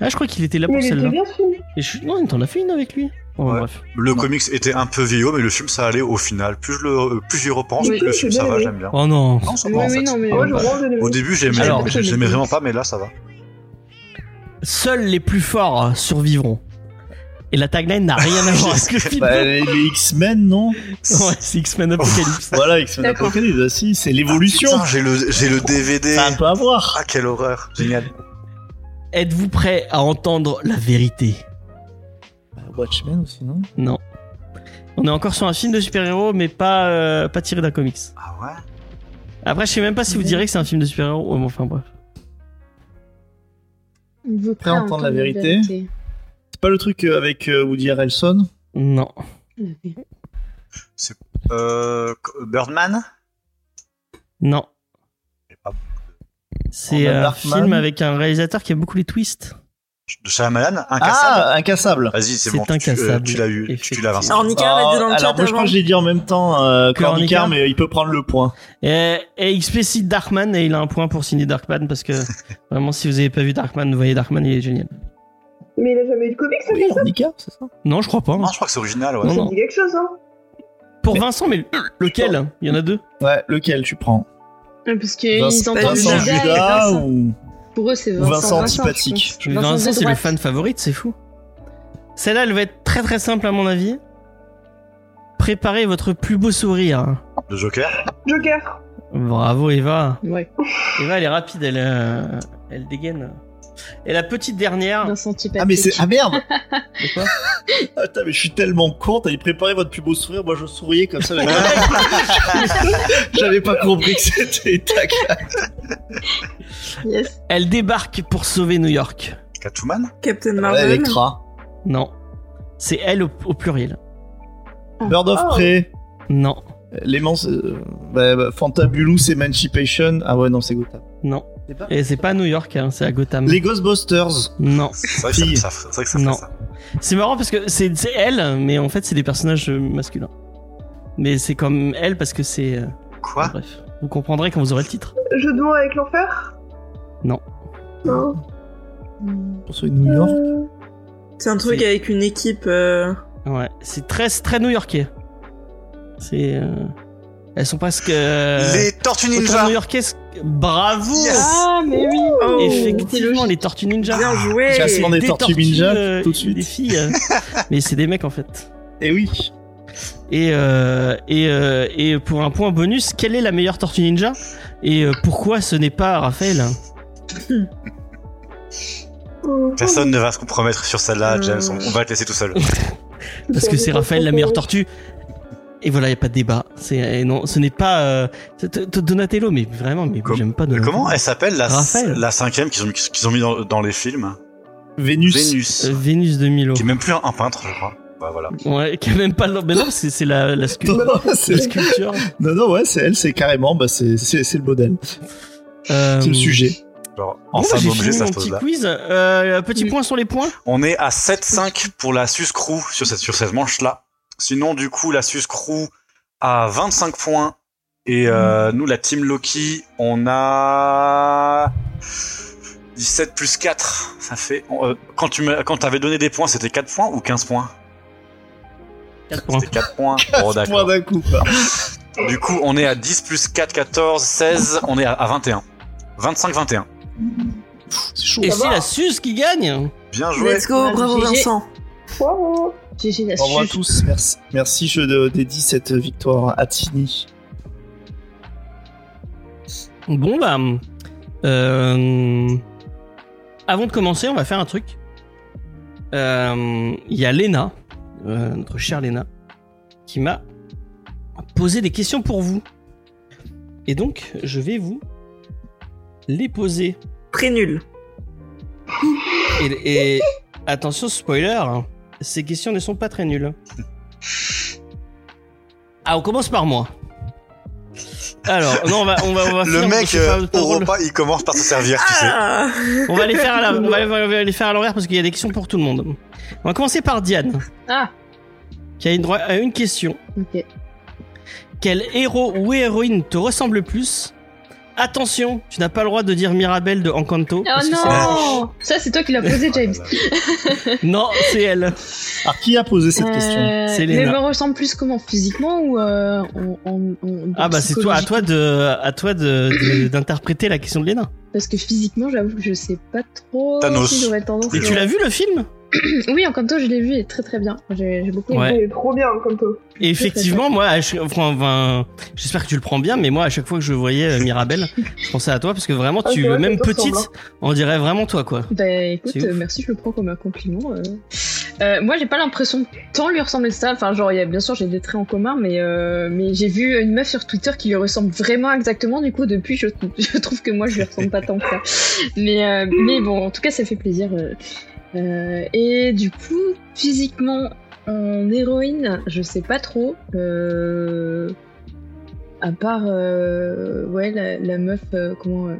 Ah, je crois qu'il était là Mais pour il était celle-là. bien ce film. Et je... Non, t'en as fait une avec lui. Oh, Ouais. bref. Le comics était un peu vieillot, mais le film ça allait au final. Plus je le, plus j'y repense, Oui, plus le c'est film bien ça va, aimé. j'aime bien. Oh non. Non, ça Oui, va, en oui, fait. non, mais. Moi, je bah, vraiment bien aimé. Au début, j'aimais, Alors- je- j'aimais vraiment pas, mais là ça va. Seuls les plus forts survivront. Et la tagline n'a rien à voir avec ce que Philippe. Bah, les les X-Men, non Ouais, Ah, c'est X-Men Apocalypse. Voilà, X-Men D'accord. Apocalypse, ah, si, c'est l'évolution. Putain, j'ai le, j'ai le DVD. ça a un peu à voir. Ah, quelle horreur. Génial. Êtes-vous prêt à entendre la vérité Ah, Watchmen aussi, non Non. On est encore sur un film de super-héros, mais pas, euh, pas tiré d'un comics. Ah ouais. Après, je sais même pas si vous direz que c'est un film de super-héros. Ouais, mais enfin, bref. On veut Prêt à entendre la vérité C'est pas le truc euh, avec euh, Woody Harrelson Non. la vérité. Euh, Birdman. Non. pas C'est On a un Darkman. film avec un réalisateur qui aime beaucoup les twists. De Shyamalan. Incassable. Ah, Incassable. Vas-y, c'est c'est bon. tu- tu- incassable. Tu l'as eu. Tu l'as, Vincent. Alors, Nika avait dit dans Ah, le chat alors, moi, je crois avant. que je l'ai dit en même temps euh, Que Hornica Cornica, mais il peut prendre le point. Et, et XP cite Darkman et il a un point pour signer Darkman parce que vraiment, si vous avez pas vu Darkman, voyez Darkman, il est génial. Mais il a jamais eu de comics, ça, Oui, ça Cornica, c'est ça Non, je crois pas. hein. Non, je crois que c'est original, ouais. Non, non. dit quelque chose, hein. Pour Mais- Vincent, mais lequel Il y en a deux. Ouais, lequel tu prends Ouais, Parce qu'ils Vincent, entendent Vincent Judas et Judas Vincent. ou Pour eux, c'est ou Vincent. Vincent Vincent, antipathique je pense. Mais Vincent, Vincent, de c'est le droite. fan favorite, c'est fou. Celle-là, elle va être très très simple à mon avis. Préparez votre plus beau sourire. hein. De Joker. Joker. Bravo Eva. Ouais, Eva, elle est rapide, elle, euh, elle dégaine. Et la petite dernière. Vincent antipathique. Ah mais c'est ah merde De quoi Attends mais je suis tellement con, t'as dit préparez votre plus beau sourire, moi je souriais comme ça. mais- J'avais pas compris que c'était tac. Yes. Elle débarque pour sauver New York. Catwoman. Captain Ouais, Marvel. Electra. Non. C'est elle au, au pluriel. Bird of Oh. Prey, Non. les mens, euh, bah, bah, Fantabulous Emancipation. Ah ouais non c'est Gotham. Non. Et c'est pas à New York, hein, c'est à Gotham. Les Ghostbusters. Non. C'est vrai que ça- Fille. ça, c'est vrai que ça Non. fait ça. C'est marrant parce que c'est c'est elle, mais en fait, c'est des personnages euh, masculins. Mais c'est comme elle parce que c'est. euh, Quoi Bref. Vous comprendrez quand vous aurez le titre. Jeu de mots avec l'enfer. Non. Non. Pour ceux de New York. Euh, C'est un truc C'est- avec une équipe. euh, Ouais. C'est très, très new-yorkais. C'est. euh, Elles sont presque. euh, Les Tortues autant Ninja. new-yorkaises. Bravo! Yes. Ah, mais oui. Oh, Effectivement, les Tortues Ninja. bien joué. Classement des Tortues Ninja, euh, tout de suite. Des filles. euh, mais c'est des mecs en fait. Eh oui. Et, euh, et, euh, et pour un point bonus, quelle est la meilleure Tortue Ninja Et euh, pourquoi ce n'est pas Raphaël euh, Personne ne va se compromettre sur celle-là, Euh. James. On on va te laisser tout seul. Parce que c'est Raphaël la meilleure tortue. Et voilà, il a pas de débat. C'est et non, ce n'est pas euh, c'est- t- Donatello, mais vraiment, mais Com- j'aime pas Mais Donatello. Comment elle s'appelle la, Raphaël. la cinquième qu'ils ont, qu'ils ont mis dans, dans les films Vénus. Vénus. Euh, Vénus de Milo. Qui est même plus un, un peintre, je crois. Bah voilà. Ouais, qui a même pas le. Mais non, c'est c'est la, la, scu- Non, non, c'est- la sculpture. non, non, ouais, c'est elle, c'est carrément, bah, c'est c'est- c'est le modèle, Euh, c'est le sujet. Genre, bon, en bah, femme j'ai objet, fini Oh, ça mon se pose petit là. quiz. Euh, petit Oui. point sur les points. On est à 7-5 pour la Suze Crew sur cette, sur cette manche-là. Sinon, du coup, la Suze Crew a 25 points. Et euh, nous, la Team Loki, on a 17 plus 4. Ça fait. on- euh, quand tu me- quand avais donné des points, c'était 4 points ou 15 points Quatre points. C'était 4 points. Oh, Point d'accord. d'un coup. quoi. Du coup, on est à 10 plus 4, 14, 16. On est à, à 21. 25, 21. C'est chaud. Et c'est la Suze qui gagne. Bien joué. Let's go, Ouais, bravo GG. Vincent. Bravo. GG la Au revoir à suce. tous. Merci, merci je de- dédie cette victoire à Tini. Bon bah, euh, avant de commencer, on va faire un truc. Euh, Il y a Lena, euh, notre chère Lena, qui m'a posé des questions pour vous. Et donc, je vais vous les poser. Très nul. Et, et- attention, spoiler, hein, ces questions ne sont pas très nulles. Ah, on commence par moi. Alors, non, on va, on va, on va Le finir, mec, je sais pas, euh, par au le- repas, il commence par se servir, tu sais. Ah On va les faire à la- on va- on va les faire à l'envers parce qu'il y a des questions pour tout le monde. On va commencer par Diane, Ah, qui a une droit à une question. ok. Quel héros ou héroïne te ressemble le plus Attention, tu n'as pas le droit de dire Mirabelle de Encanto. Oh parce que non Ça, c'est toi qui l'as Ah, posé, James. bah, c'est- Non, c'est elle. Alors, qui a posé cette question Euh, C'est mais Léna. me ressemble plus comment Physiquement ou euh, en, en- en- Ah bah c'est toi, à toi de, à toi de de- d'interpréter la question de Léna. Parce que physiquement, j'avoue que je sais pas trop Thanos. si j'aurais tendance Et tu l'as vu le film Oui, en Kanto, je l'ai vu et très très bien. J'ai j'ai beaucoup aimé. Ouais. Il est trop bien comme toi. Et effectivement, moi, à chaque- enfin, enfin, j'espère que tu le prends bien, mais moi, à chaque fois que je voyais euh, Mirabelle, je pensais à toi parce que vraiment, Ah, tu c'est vrai, même ça te ressemble, hein. petite, on dirait vraiment toi, quoi. Bah écoute, C'est ouf. euh, merci, je le prends comme un compliment. euh. Euh, moi, j'ai pas l'impression de tant lui ressembler que ça. Enfin, genre, il y a, bien sûr, j'ai des traits en commun, mais, euh, mais j'ai vu une meuf sur Twitter qui lui ressemble vraiment exactement. Du coup, depuis, je, je trouve que moi, je lui ressemble pas tant que ça. Mais, euh, mais bon, en tout cas, ça fait plaisir. euh. Euh, et du coup, physiquement, en héroïne, je sais pas trop. Euh, à part, euh, ouais, la, la meuf, euh, comment. euh,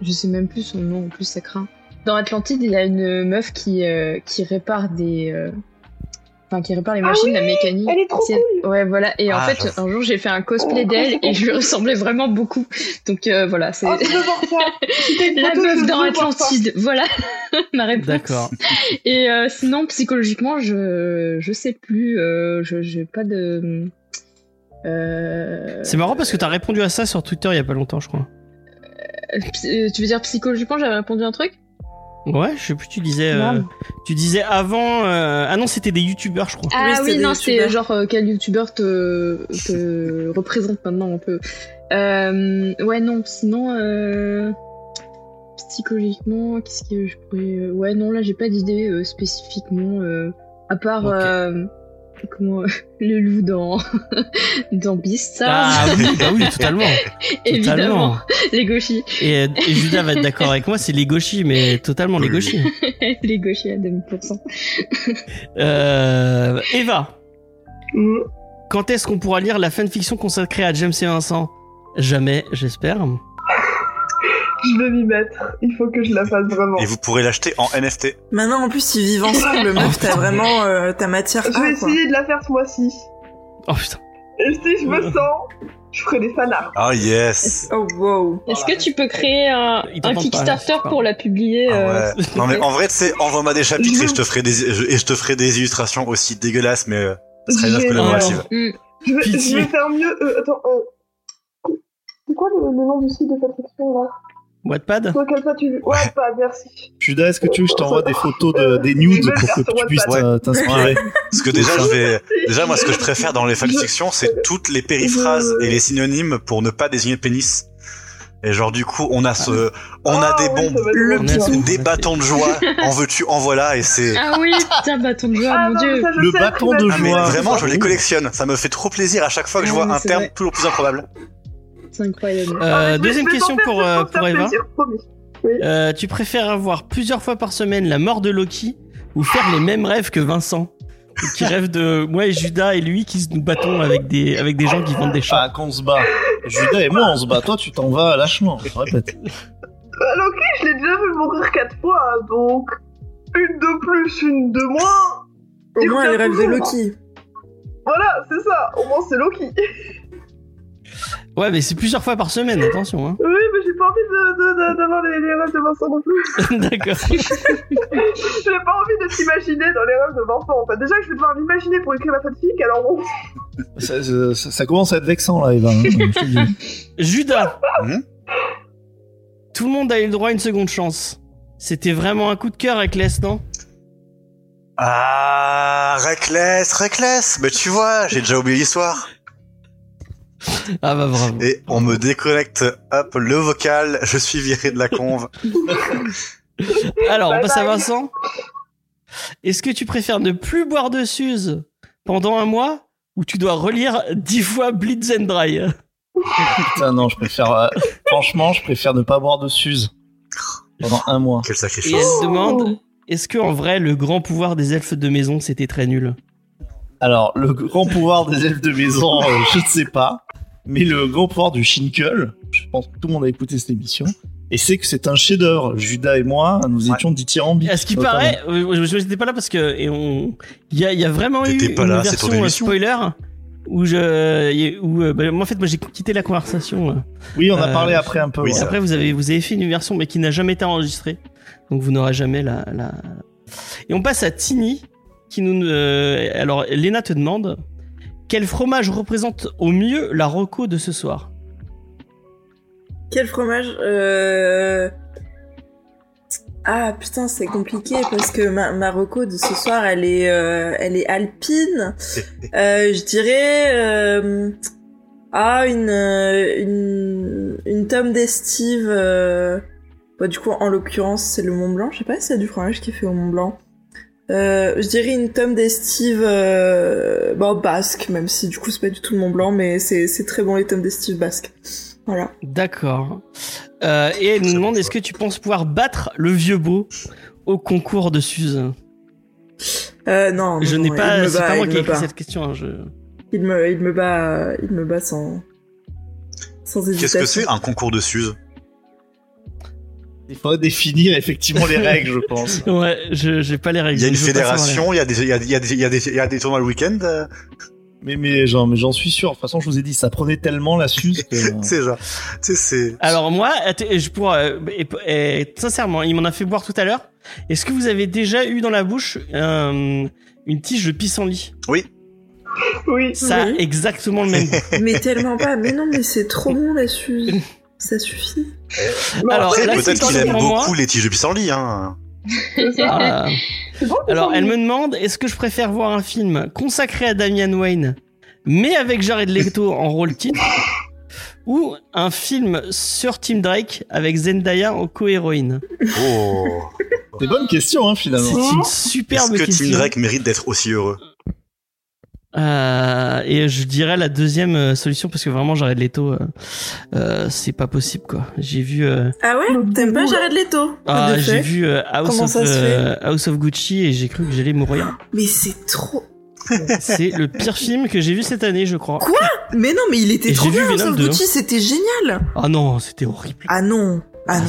je sais même plus son nom, en plus, ça craint. Dans Atlantide, il y a une meuf qui, euh, qui répare des. euh, Enfin, qui répare les Ah machines, la mécanique. Elle est trop C'est- Ouais, voilà. Et en Ah, fait, un jour, j'ai fait un cosplay Oh, d'elle c'est et je lui ressemblais vraiment beaucoup. Donc euh, voilà, c'est Oh, tu veux voir ça Si t'as une la photo, je meuf veux dans voir ça. Atlantide. Voilà ma réponse. D'accord. Et euh, sinon, psychologiquement, je, je sais plus. euh, je j'ai pas de. euh, C'est marrant parce que t'as répondu à ça sur Twitter il y a pas longtemps, je crois. euh, tu veux dire psychologiquement, j'avais répondu un truc Ouais, je sais plus, tu disais, euh, Non. tu disais avant, euh, ah non, c'était des youtubeurs, je crois. Ah Oui, oui, c'est des non, c'est youtubeurs. genre euh, quel youtubeur te, te représente maintenant un peu. Euh, ouais, non, sinon, euh, psychologiquement, qu'est-ce que je pourrais. euh, Ouais, non, là, j'ai pas d'idée euh, spécifiquement, euh, à part. Ok. euh, comment. euh, le loup dans. dans Beastars, Ah oui, bah oui, totalement. évidemment, totalement. les gauchis. Et, euh, et Judas va être d'accord avec moi, c'est les gauchis, mais totalement les gauchis. les gauchis à 2000%. Oh, Euh, Eva, Mm. quand est-ce qu'on pourra lire la fanfiction consacrée à James et Vincent Jamais, j'espère. Oh, Je vais m'y mettre. Il faut que je la fasse vraiment. Et vous pourrez l'acheter en NFT. Maintenant, en plus, ils vivent ensemble, meuf, t'as vraiment euh, ta Ah, matière Je vais A, quoi. essayer de la faire ce mois-ci. Oh putain. Et si je me sens, je ferai des fanarts. Ah yes Oh, wow. Est-ce que tu peux créer un, Il un t'entend pas, Kickstarter je sais pas. pour la publier Ah euh, ouais. Non mais en vrai, tu sais, envoie-moi des chapitres Je- et je te ferai des je- et je te ferai des illustrations aussi dégueulasses, mais euh, ça serait Je neuf vais- collaborative. hmm. Je vais, je Pitié. vais faire mieux. euh, attends, euh, c'est quoi le, le nom du site de cette fiction là Wattpad Sur quel pas tu veux Ouais, pas, merci. Judas, est-ce que tu veux que je t'envoie des photos, de, des nudes pour que tu puisses t'in- t'inspirer Parce que déjà, je vais déjà moi, ce que je préfère dans les fanfictions, c'est toutes les périphrases et les synonymes pour ne pas désigner pénis. Et genre du coup, on a ce, on Ah, a des oui, bombes, ça va être Le bon. On est à ce moment-là. des bâtons de joie, en veux-tu, en voilà, et c'est Ah oui, putain, bâton de joie, Ah, mon non, mais dieu. ça, je Le sais, bâton tu de m'as Ah, mais dit. joie. vraiment, je les collectionne. Ça me fait trop plaisir à chaque fois que je Ah, vois mais un c'est terme vrai. toujours plus improbable. C'est incroyable. Euh, Ah, Je vais- Deuxième je vais question t'en pour, faire- je vais euh, t'en faire pour Eva. plaisir, promis. Euh, tu préfères avoir plusieurs fois par semaine la mort de Loki ou faire les mêmes rêves que Vincent qui rêve de moi et Judas et lui qui se- nous battons avec des, avec des gens qui vendent des chats. Enfin, Ah, qu'on se bat. Judas et moi, on se bat. Toi, tu t'en vas lâchement. Je répète. Alors Bah, ok, je l'ai déjà vu mourir quatre fois, hein, donc une de plus, une de moins. Au Il moins, revient les rêves de toujours. Loki. Voilà, c'est ça. Au moins c'est Loki. Ouais, mais c'est plusieurs fois par semaine, attention. Hein. Oui, mais j'ai pas envie de- de- de- d'avoir les, les rêves de Vincent non plus. D'accord. j'ai pas envie de t'imaginer dans les rêves de Vincent. Enfin, déjà que je vais devoir l'imaginer pour écrire la fanfic, alors bon. Ça, ça- ça commence à être vexant, là, Eva. hein, je te le dis. Judas Hmm Tout le monde a eu le droit à une seconde chance. C'était vraiment un coup de cœur avec l'Est, non Ah, Reckless, Reckless Mais tu vois, j'ai déjà oublié l'histoire. Ah bah bravo. Et on me déconnecte, hop, le vocal, je suis viré de la conve. Alors, on Bye passe à bye. Vincent. Est-ce que tu préfères ne plus boire de Suze pendant un mois ou tu dois relire dix fois Blitz and Dry Putain, non, je préfère. euh, franchement, je préfère ne pas boire de Suze pendant un mois. Quel Et sacrifice. elle Oh. demande est-ce que en vrai le grand pouvoir des elfes de maison c'était très nul Alors, le grand pouvoir des elfes de maison, euh, je ne sais pas. Mais le grand pouvoir du Shinkel, je pense que tout le monde a écouté cette émission, et c'est que c'est un chef-d'œuvre. Judas et moi, nous Ouais. étions dithyrambiques. À ce qui notamment. paraît, euh, je- je n'étais pas là parce que et on il y a, il y a vraiment eu T'étais pas une là, c'est version ton euh, émission. spoiler où je où euh, bah, moi en fait moi j'ai quitté la conversation. euh. Oui, on a Euh, parlé après un peu. oui, ouais. ça- Après vous avez vous avez fait une version mais qui n'a jamais été enregistrée. Donc vous n'aurez jamais la, la Et on passe à Tini qui nous euh, alors Lena te demande quel fromage représente au mieux la roco de ce soir Quel fromage euh... Ah putain, c'est compliqué parce que ma, ma reco de ce soir, elle est, euh, elle est alpine. Euh, je dirais euh, ah une euh, une une tome d'estive. euh, bah, du coup, en l'occurrence, c'est le Mont Blanc. Je sais pas si c'est du fromage qui est fait au Mont Blanc. Euh, je dirais une tome d'estive euh, bon, basque, même si du coup c'est pas du tout le Mont Blanc, mais c'est c'est très bon les tomes d'estive basque. Voilà. D'accord. Euh, et elle nous Ça demande va. est-ce que tu penses pouvoir battre le vieux beau au concours de Suze Euh, non, non, Je n'ai non, pas. il me C'est bat, pas moi il qui ai me écrit bat. cette question. hein, je- Il me, il me bat, il me bat sans, sans hésitation. Qu'est-ce que c'est un concours de Suze Il faut définir effectivement les règles, je pense. Ouais, je j'ai pas les règles. Il y a une je veux pas savoir les fédération, il y a des, il y a des- il y a des, il y a des, il y a des tournois le week-end. euh, Mais, mais, genre, mais j'en suis sûr. De toute façon, je vous ai dit, ça prenait tellement la Suze que. C'est genre, tu sais, c'est. Alors moi, att- je pourrais. euh, et- et- sincèrement, il m'en a fait boire tout à l'heure. Est-ce que vous avez déjà eu dans la bouche euh, une tige de pissenlit Oui. Ça, a Oui. exactement le même. goût. Ah, Mais tellement pas. Mais non, mais c'est trop bon la Suze. Ça suffit. Bah, Alors, après, là, c'est Peut-être tant qu'il mieux aime pour moi. beaucoup les tiges de pissenlit, hein. Ah. c'est bon, c'est Alors, bon. elle me demande est-ce que je préfère voir un film consacré à Damian Wayne, mais avec Jared Leto en rôle titre, ou un film sur Tim Drake avec Zendaya en co-héroïne Oh. C'est bonne question, hein, finalement. C'est une Est-ce superbe que question. Tim Drake mérite d'être aussi heureux Euh, et je dirais la deuxième euh, solution parce que vraiment Jared Leto, euh, euh, c'est pas possible quoi. J'ai vu, euh, Ah ouais T'aimes pas Jared Leto ah, De j'ai fait. vu euh, House, Comment of, ça se fait euh, House of Gucci et j'ai cru que j'allais mourir. Mais c'est trop. c'est le pire film que j'ai vu cette année, je crois. Quoi Mais non, mais il Et était j'ai trop vu bien. Venom House of 2, hein. Gucci, c'était génial. Ah non, c'était horrible. Ah non. Ah non.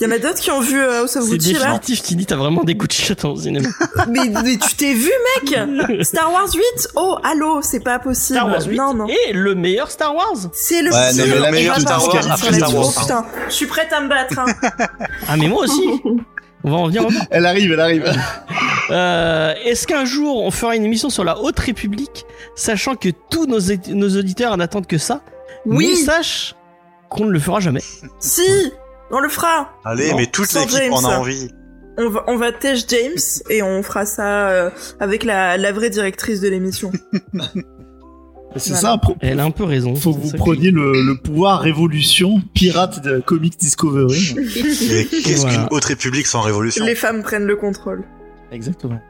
Il y en a d'autres qui ont vu euh, House of C'est Gucci là. définitif, Tini, t'as vraiment des coups de chiottes au cinéma. Mais, mais tu t'es vu, mec Star Wars 8 Oh, allô, c'est pas possible. Star Wars 8 non, non. et le meilleur Star Wars. C'est le Ouais, pire. non, mais là, On tu va te pas disqualifies revenir sur après la Star Wars, chose, putain. Je suis prête à me battre. hein. Ah mais moi aussi. On va en venir. au bout. Elle arrive, elle arrive. Euh, Est-ce qu'un jour on fera une émission sur la Haute République, sachant que tous nos, é- nos auditeurs n'attendent que ça Mais Oui, sache qu'on ne le fera jamais. si, on le fera. Allez, Non, mais toute sans l'équipe en James. a envie. On va, on va têche James et on fera ça euh, avec la, la vraie directrice de l'émission. C'est Voilà. ça, pro- Elle a un peu raison. faut que C'est vous ça preniez le, le pouvoir révolution pirate de Comic Discovery. Et qu'est-ce Voilà. qu'une haute république sans révolution Les femmes prennent le contrôle. Exactement.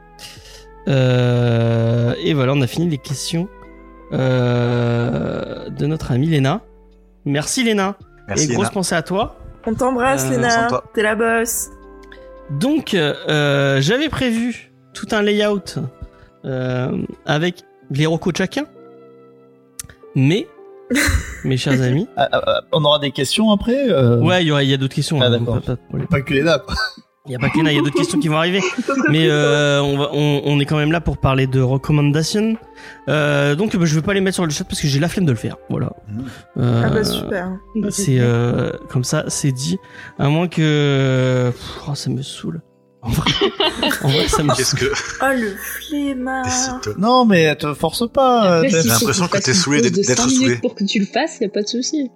Euh, et voilà, on a fini les questions euh, de notre amie Léna. Merci Léna. et Merci, grosse Léna. pensée à toi. On t'embrasse, Euh, Léna. sympa. T'es la boss. Donc, euh, j'avais prévu tout un layout euh, avec les recos de chacun. Mais, mes chers amis, Ah, ah, ah, on aura des questions après euh, ouais, il y, aurait- il y a d'autres questions. hein, Ah, donc d'accord. pas- pas de problème. Pas que les dates. Il n'y a pas que Léna, il y a d'autres questions qui vont arriver. Ça serait Mais plus euh, on, va, on, on est quand même là pour parler de recommandations. Euh, donc bah, je ne vais pas les mettre sur le chat parce que j'ai la flemme de le faire. Voilà. Mhm. Euh, Ah bah super. c'est euh, comme ça, c'est dit. À moins que Pff, oh, ça me saoule. En vrai, en vrai, ça me Qu'est-ce saoule. que Oh le Ah. flemmard. décide Non, mais te force pas. Après, si euh, J'ai Ah, l'impression faut que tu t'es fasses une saoulé pause d'être- de cinq d'être minutes saoulé. Pour que tu le fasses, y a pas de souci.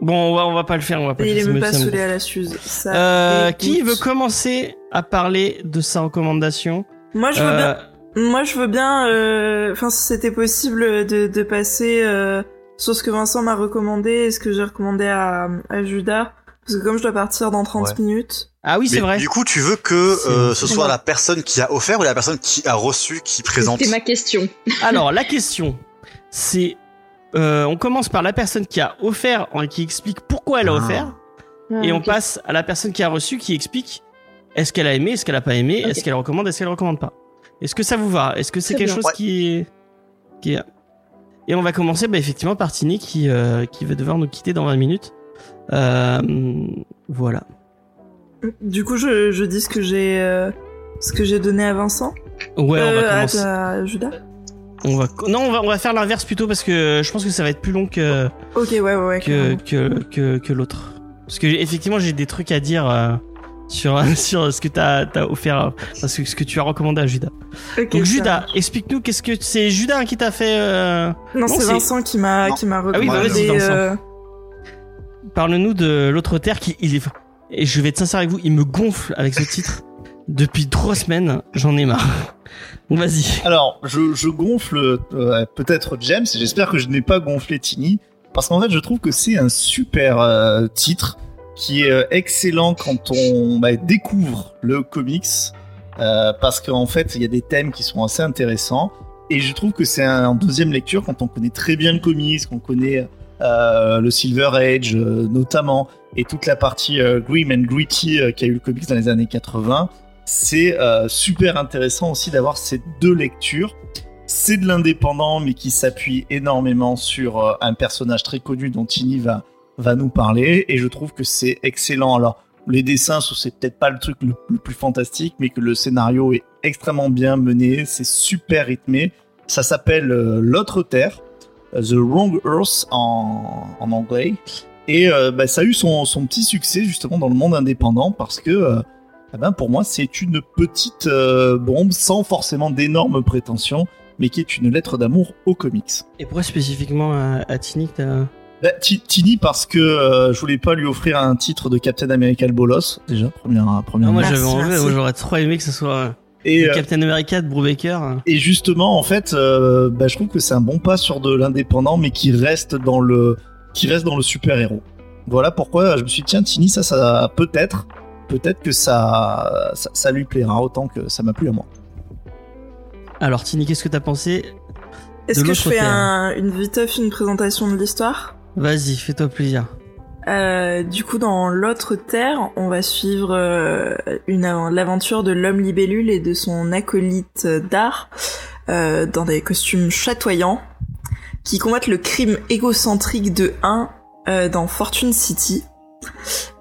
Bon, on va, on va pas le faire. On va pas le Il faire. est ça même me- pas ça me- saoulé à la Suze. Ça Euh, écoute. qui veut commencer à parler de sa recommandation Moi, je veux Euh, bien. Moi, je veux bien. euh, Enfin, si c'était possible de, de passer euh, sur ce que Vincent m'a recommandé et ce que j'ai recommandé à, à Judas. Parce que comme je dois partir dans 30 Ouais. minutes. Ah oui, c'est Mais vrai. Du coup, tu veux que C'est- euh, ce c'est soit moi. la personne qui a offert ou la personne qui a reçu qui présente C'était ma question. Alors, la question, c'est. euh, on commence par la personne qui a offert, euh, qui explique pourquoi elle a Ah. offert, et on passe à la personne qui a reçu, qui explique est-ce qu'elle a aimé, est-ce qu'elle a pas aimé, Ok. est-ce qu'elle recommande, est-ce qu'elle recommande pas. Est-ce que ça vous va Est-ce que c'est Très quelque bien. chose Ouais. qui est. Qui est... Et on va commencer bah, effectivement par Tini qui, euh, qui va devoir nous quitter dans 20 minutes. Euh, voilà. Du coup, je, je dis ce que j'ai euh, ce que j'ai donné à Vincent. Ouais, on va Euh, à- commencer. à, Judas. On va... Non, on va, on va faire l'inverse plutôt parce que je pense que ça va être plus long que. Ok, ouais, ouais, ouais. que, carrément. que, que, que l'autre. Parce que effectivement, j'ai des trucs à dire euh, sur, sur ce que t'as as offert, euh, parce que ce que tu as recommandé à Judas. Ok, Donc ça- Judas, explique-nous qu'est-ce que c'est Judas hein, qui t'a fait. euh, Non, c'est c'est- Ah Vincent qui m'a Non. qui m'a oui, recommandé. bah, vas-y, Vincent. euh, Parle-nous de l'autre terre qui il est. Et je vais être sincère avec vous, il me gonfle avec ce titre depuis trois semaines. J'en ai marre. Donc vas-y. Alors, je, je gonfle euh, peut-être James, et j'espère que je n'ai pas gonflé Tini, parce qu'en fait, je trouve que c'est un super euh, titre qui est euh, excellent quand on bah, découvre le comics, euh, parce qu'en fait, il y a des thèmes qui sont assez intéressants, et je trouve que c'est un- en deuxième lecture, quand on connaît très bien le comics, qu'on connaît euh, le Silver Age euh, notamment, et toute la partie euh, Grim and Gritty euh, qu'a eu le comics dans les années 80, c'est euh, super intéressant aussi d'avoir ces deux lectures. C'est de l'indépendant, mais qui s'appuie énormément sur euh, un personnage très connu dont Tini va, va nous parler. Et je trouve que c'est excellent. Alors, les dessins, ce- c'est peut-être pas le truc le, le plus fantastique, mais que le scénario est extrêmement bien mené. C'est super rythmé. Ça s'appelle euh, L'autre Terre, euh, The Wrong Earth en, en anglais. Et euh, bah, ça a eu son, son petit succès justement dans le monde indépendant parce que euh, eh ben, pour moi, c'est une petite euh, bombe sans forcément d'énormes prétentions, mais qui est une lettre d'amour aux comics. Et pourquoi spécifiquement à, à Tini que t'as. Bah, Ti- Tini, parce que euh, je voulais pas lui offrir un titre de Captain America le Bolos, déjà, première, euh, première Ah, moi note. Merci, j'avais envie, merci. moi, j'aurais trop aimé que ce soit euh, Et, le euh, Captain America de Brubaker. Et justement, en fait, euh, bah, je trouve que c'est un bon pas sur de l'indépendant, mais qui reste dans le, qui reste dans le super héros. Voilà pourquoi je me suis dit, tiens, Tini, ça, ça, peut-être, peut-être que ça, ça, ça lui plaira autant que ça m'a plu à moi. Alors Tini, qu'est-ce que t'as pensé Est-ce de que je l'autre hein. fais terre. un, une viteuf, une présentation de l'histoire Vas-y, fais-toi plaisir. Euh, du coup, dans l'autre terre, on va suivre euh, une av- l'aventure de l'homme libellule et de son acolyte euh, d'art euh, dans des costumes chatoyants qui combattent le crime égocentrique de 1 dans Fortune City.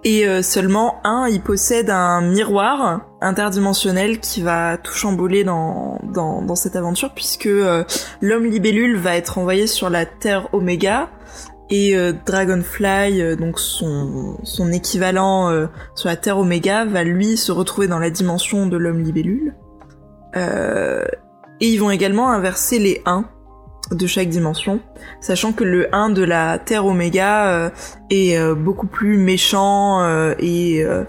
Et euh, seulement un, il possède un miroir interdimensionnel qui va tout chambouler dans, dans, dans cette aventure puisque euh, l'homme libellule va être envoyé sur la Terre Oméga et euh, Dragonfly, euh, donc son, son équivalent euh, sur la Terre Oméga, va lui se retrouver dans la dimension de l'homme libellule. Euh, et ils vont également inverser les 1 de chaque dimension, sachant que le 1 de la Terre Oméga euh, est euh, beaucoup plus méchant euh, et, euh,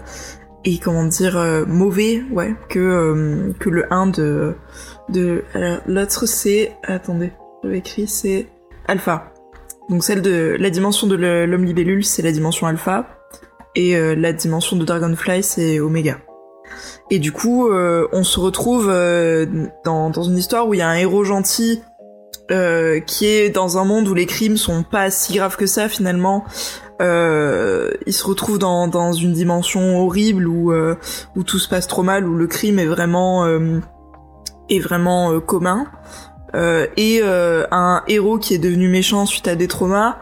et comment dire euh, mauvais ouais, que, euh, que le 1 de... de alors, L'autre c'est... Attendez, j'avais écrit c'est Alpha. Donc celle de la dimension de le- l'homme libellule, c'est la dimension alpha, et euh, la dimension de Dragonfly, c'est oméga. Et du coup, euh, on se retrouve euh, dans, dans une histoire où il y a un héros gentil euh, qui est dans un monde où les crimes sont pas si graves que ça finalement. Euh, il se retrouve dans, dans une dimension horrible où, euh, où tout se passe trop mal, où le crime est vraiment, euh, est vraiment euh, commun. Euh, et euh, un héros qui est devenu méchant suite à des traumas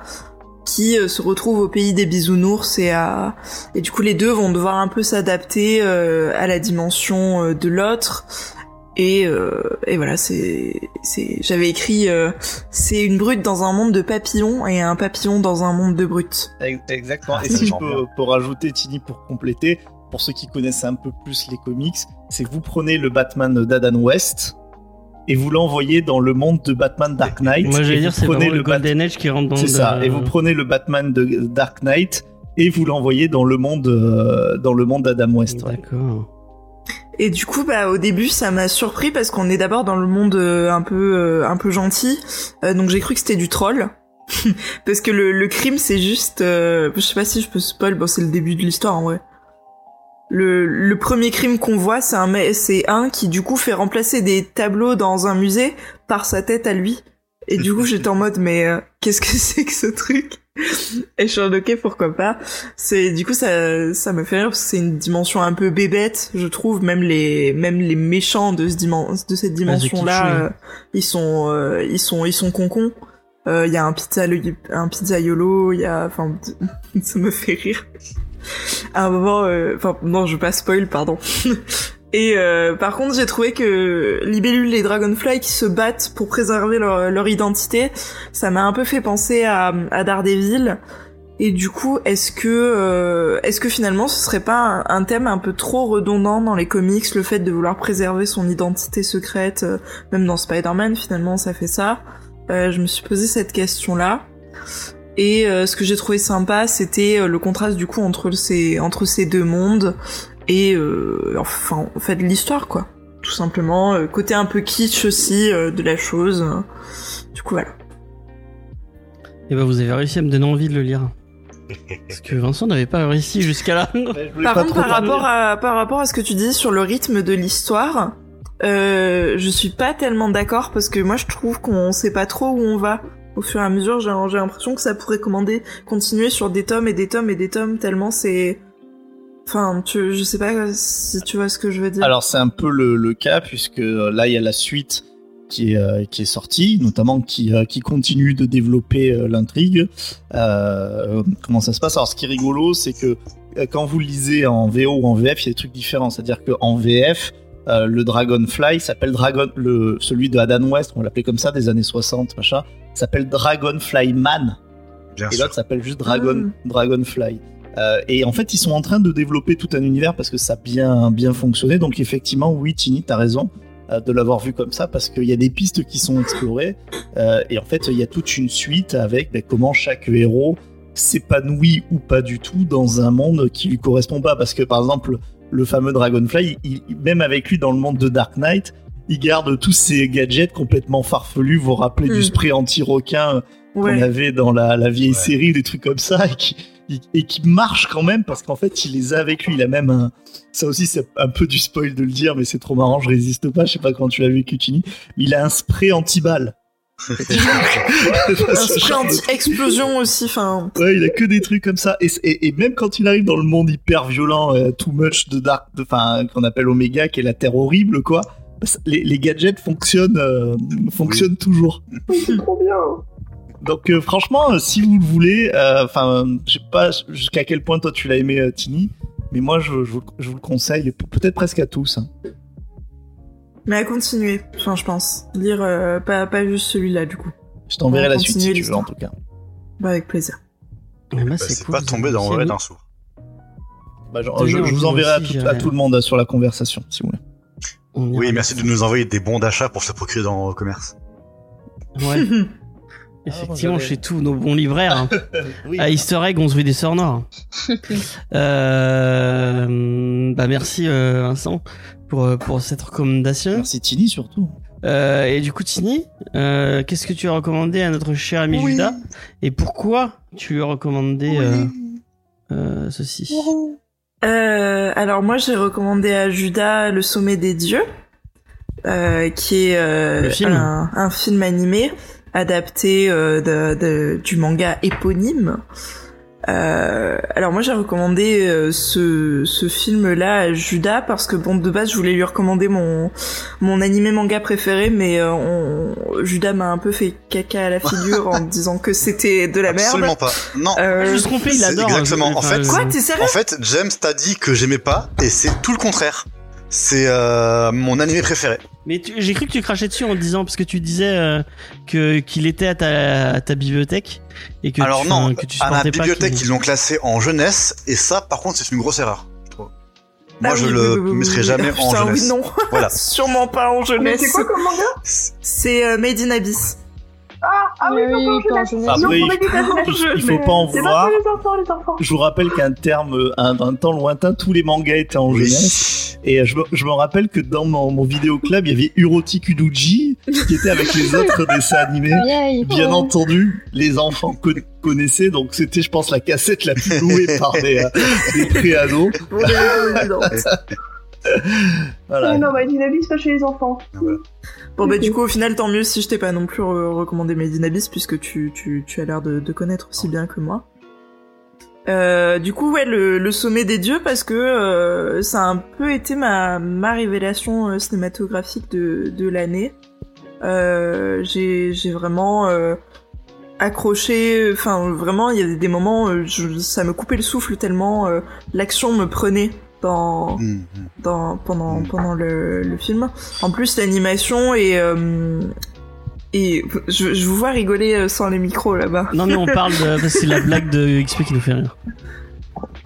qui euh, se retrouve au pays des bisounours et à et du coup les deux vont devoir un peu s'adapter euh, à la dimension euh, de l'autre et, euh, et voilà c'est c'est j'avais écrit euh, c'est une brute dans un monde de papillons et un papillon dans un monde de brutes Exactement. Ah, Et ça si je me peux, rend pour rajouter, Tini, pour compléter, pour ceux qui connaissent un peu plus les comics, c'est que vous prenez le Batman d'Adam West et vous l'envoyez dans le monde de Batman Dark Knight. Moi, et j'allais dire, vous c'est prenez vraiment le Bat- Golden Age qui rentre dans C'est le... ça. Et vous prenez le Batman de Dark Knight et vous l'envoyez dans le monde, euh, dans le monde d'Adam West. ouais. D'accord. Et du coup, bah, au début, ça m'a surpris parce qu'on est d'abord dans le monde euh, un peu, euh, un peu gentil. Euh, donc j'ai cru que c'était du troll. parce que le, le crime, c'est juste, euh, je sais pas si je peux spoil, bon, c'est le début de l'histoire, en vrai. Le, le premier crime qu'on voit, c'est un, mec- c'est un qui du coup fait remplacer des tableaux dans un musée par sa tête à lui. Et du coup, j'étais en mode, mais euh, qu'est-ce que c'est que ce truc Et je suis en mode, ok, pourquoi pas. C'est du coup, ça, ça me fait rire parce que c'est une dimension un peu bébête, je trouve. Même les, même les méchants de, ce dimen- de cette dimension-là, clichés. euh, ils sont, euh, ils sont, ils sont concons. Euh, Il y a un pizza, un pizzaiolo, il y a, enfin, ça me fait rire. À un moment, euh, enfin, non, je veux pas spoil, pardon. Et euh, par contre, j'ai trouvé que Libellule et Dragonfly qui se battent pour préserver leur, leur identité, ça m'a un peu fait penser à, à Daredevil. Et du coup, est-ce que, euh, est-ce que finalement, ce serait pas un, un thème un peu trop redondant dans les comics, le fait de vouloir préserver son identité secrète, euh, même dans Spider-Man, finalement, ça fait ça. Euh, je me suis posé cette question-là. Et euh, ce que j'ai trouvé sympa, c'était euh, le contraste du coup entre ces, entre ces deux mondes et euh, enfin en fait l'histoire quoi, tout simplement. Euh, côté un peu kitsch aussi euh, de la chose. Du coup voilà. Et bah vous avez réussi à me donner envie de le lire. Parce que Vincent n'avait pas réussi jusqu'à là. Eh Eh Ouais, je voulais Par pas contre, trop par parler. rapport, à, par rapport à ce que tu dis sur le rythme de l'histoire, euh, je suis pas tellement d'accord parce que moi je trouve qu'on sait pas trop où on va. Au fur et à mesure, j'ai j'ai l'impression que ça pourrait commander, continuer sur des tomes et des tomes et des tomes tellement c'est. Enfin, tu, je sais pas si tu vois ce que je veux dire. Alors c'est un peu le, le cas puisque euh, là il y a la suite qui est, euh, qui est sortie, notamment qui, euh, qui continue de développer euh, l'intrigue. Euh, comment ça se passe Alors ce qui est rigolo c'est que euh, quand vous le lisez en VO ou en VF il y a des trucs différents, c'est-à-dire qu'en VF euh, le Dragonfly s'appelle Dragon, le, celui de Adam West, on l'appelait comme ça des années 60, machin, s'appelle Dragonfly Man Bien et sûr. l'autre s'appelle juste Dragon, Dragonfly. Euh, et en fait, ils sont en train de développer tout un univers parce que ça a bien, bien fonctionné. Donc, effectivement, oui, Tini, t'as raison euh, de l'avoir vu comme ça parce qu'il y a des pistes qui sont explorées. Euh, et en fait, il y a toute une suite avec ben, comment chaque héros s'épanouit ou pas du tout dans un monde qui lui correspond pas. Parce que, par exemple, le fameux Dragonfly, il- il- même avec lui dans le monde de Dark Knight, il garde tous ses gadgets complètement farfelus. Vous vous rappelez Mm. du spray anti-requin euh, qu'on ouais. avait dans la, la vieille Ouais. série, des trucs comme ça, et qui, et- et qui marche quand même parce qu'en fait, il les a avec lui. Il a même un. Ça aussi, c'est un peu du spoil de le dire, mais c'est trop marrant, je résiste pas. Je sais pas quand tu l'as vu, Cutini. Mais il a un spray anti-balle. Un spray anti-explosion aussi, enfin. Ouais, il a que des trucs comme ça. Et, c'est- et- et même quand il arrive dans le monde hyper violent, euh, too much de Dark, de- enfin, qu'on appelle Omega, qui est la Terre horrible, quoi, bah, ça- les, les gadgets fonctionnent, euh, fonctionnent toujours. C'est trop bien. Donc euh, franchement, euh, si vous le voulez, euh, enfin, euh, je sais pas jusqu'à quel point toi tu l'as aimé, euh, Tini, mais moi je, je vous le- je vous le conseille, p- peut-être presque à tous. hein. Mais à continuer, enfin je pense. Lire euh, pas, pas juste celui-là du coup. Je t'enverrai On va la suite si continuer tu veux, en l'histoire. tout cas. Bah, avec plaisir. Mais bah, Bah, c'est cool, pas vous tombé avez dans hein. réussi à le raid nous- d'un sourd. Bah, je, Tenez, je- je on vous vous enverrai à aussi, tout, à j'irai. tout le monde euh, sur la conversation, si vous voulez. on ira. Oui, merci de nous envoyer des bons d'achat pour se procurer dans le commerce. Ouais, Ah, effectivement, moi, j'avais- chez tous nos bons livraires. hein. Oui. À Easter Egg, on se fait des sorts noirs. Euh, bah merci euh, Vincent pour, euh, pour cette recommandation. Merci Tini surtout. Euh, et du coup Tini, euh, qu'est-ce que tu as recommandé à notre cher ami Judas et pourquoi tu lui as recommandé euh, euh, ceci Euh, alors moi j'ai recommandé à Judas Le Sommet des Dieux, euh, qui est euh, Le film. Un, un film animé adapté euh, de- de- du manga éponyme. Euh, alors moi j'ai recommandé euh, ce, ce film là à Judas parce que bon de base je voulais lui recommander mon mon animé manga préféré mais euh, on, Judas m'a un peu fait caca à la figure en disant que c'était de la merde. Absolument pas. Non. Euh, Je me suis trompé, il c'est adore. exactement- je- en fait- je- Quoi t'es sérieux En fait, James t'a dit que j'aimais pas, et c'est tout le contraire. C'est euh, mon animé préféré. Mais tu- j'ai cru que tu crachais dessus en disant parce que tu disais euh, que qu'il était à ta, à ta bibliothèque et que Alors tu, non, que tu à la supportais pas bibliothèque, qu'il- ils l'ont classé en jeunesse, et ça, par contre, c'est une grosse erreur. je trouve. Moi, Ah je oui, le oui, oui, oui, mettrai oui. jamais en Putain, jeunesse. oui, non. Voilà. Sûrement pas en Mais jeunesse. c'est quoi comme manga C'est euh, Made in Abyss. Ah Ah oui, Oui, oui, encore, je quand l'ai. je l'ai. Non, Après, on il- a dit pas il- je l'ai. il faut pas en C'est vouloir. pas pour les enfants, les enfants. Je vous rappelle qu'un terme, euh, un, un temps lointain, tous les mangas étaient en jeunesse. Et euh, je me, je me rappelle que dans mon, mon vidéoclub, il y avait Urotiki Uduji qui était avec les autres dessins animés. Yay. Oh. Bien entendu, les enfants con- connaissaient, donc c'était, je pense, la cassette la plus louée par des, euh, des pré-ados. Bon, j'avais pas évident. Voilà. Oh Mais Non, My Dynamics, c'est pas chez les enfants. Bon, bah, du coup, au final, tant mieux si je t'ai pas non plus euh, recommandé Medinabis, puisque tu, tu, tu as l'air de, de connaître aussi bien que moi. Euh, du coup, ouais, le, le sommet des dieux, parce que euh, ça a un peu été ma, ma révélation euh, cinématographique de, de l'année. Euh, J'ai j'ai vraiment euh, accroché, enfin, vraiment, il y a des moments, euh, je- ça me coupait le souffle tellement euh, l'action me prenait dans, Hmm, hmm. dans, pendant, Mm. pendant le, le film. En plus, l'animation et et je, je vous vois rigoler euh, sans les micros là-bas. Non, mais on parle de. parce que C'est la blague de XP qui nous fait rire.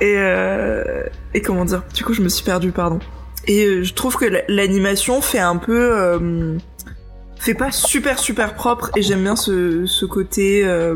Et, euh, et comment dire Du coup, je me suis perdue, pardon. Et euh, je trouve que la- l'animation fait un peu. euh, fait pas super super propre et j'aime bien ce, ce côté euh,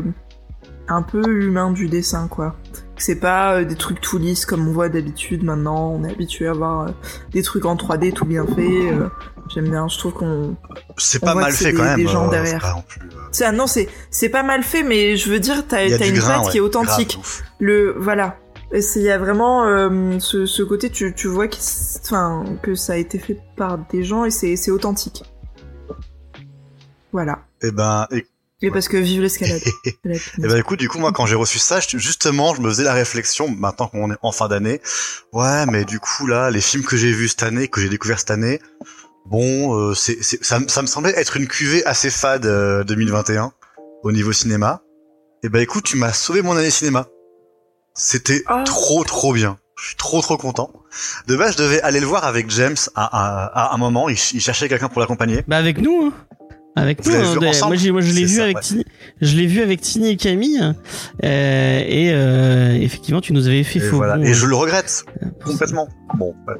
un peu humain du dessin, quoi. C'est pas euh, des trucs tout lisses comme on voit d'habitude maintenant. On est habitué à voir euh, des trucs en 3D tout bien fait. euh, j'aime bien, je trouve qu'on. C'est On pas voit mal que c'est fait quand des- même. des gens euh, c'est derrière. pas non plus, euh, C'est- ah non, c'est c'est pas mal fait, mais je veux dire, t'as il y a Eh, t'as du une grain, patte ouais, qui est authentique. grave, de ouf. Le voilà, Et c'est- il y a vraiment euh, ce, ce côté, tu, tu vois, qui s- enfin que ça a été fait par des gens et c'est c'est authentique. Voilà. Eh ben, éc- Et parce que vive l'escalade. La eh ben, écoute, du coup, moi, quand j'ai reçu ça, je- justement, je me faisais la réflexion, maintenant qu'on est en fin d'année, ouais, mais du coup, là, les films que j'ai vus cette année, que j'ai découverts cette année, bon, euh, c'est, c'est- ça, me- ça me semblait être une cuvée assez fade euh, 2021 au niveau cinéma. Eh ben, écoute, tu m'as sauvé mon année cinéma. C'était Ah. trop, trop bien. Je suis trop, trop content. De base, je devais aller le voir avec James à, à- à un moment. Il, ch- il cherchait quelqu'un pour l'accompagner. Bah, avec nous, hein. Avec Vous nous, l'avez hein, vu des- ensemble moi, j'ai- moi, je l'ai C'est vu ça, avec ouais. Tini, je l'ai vu avec Tini et Camille, euh, et euh, effectivement tu nous avais fait Et, faux. voilà. bon, et euh, je le regrette. pour ça. complètement. Bon, ouais.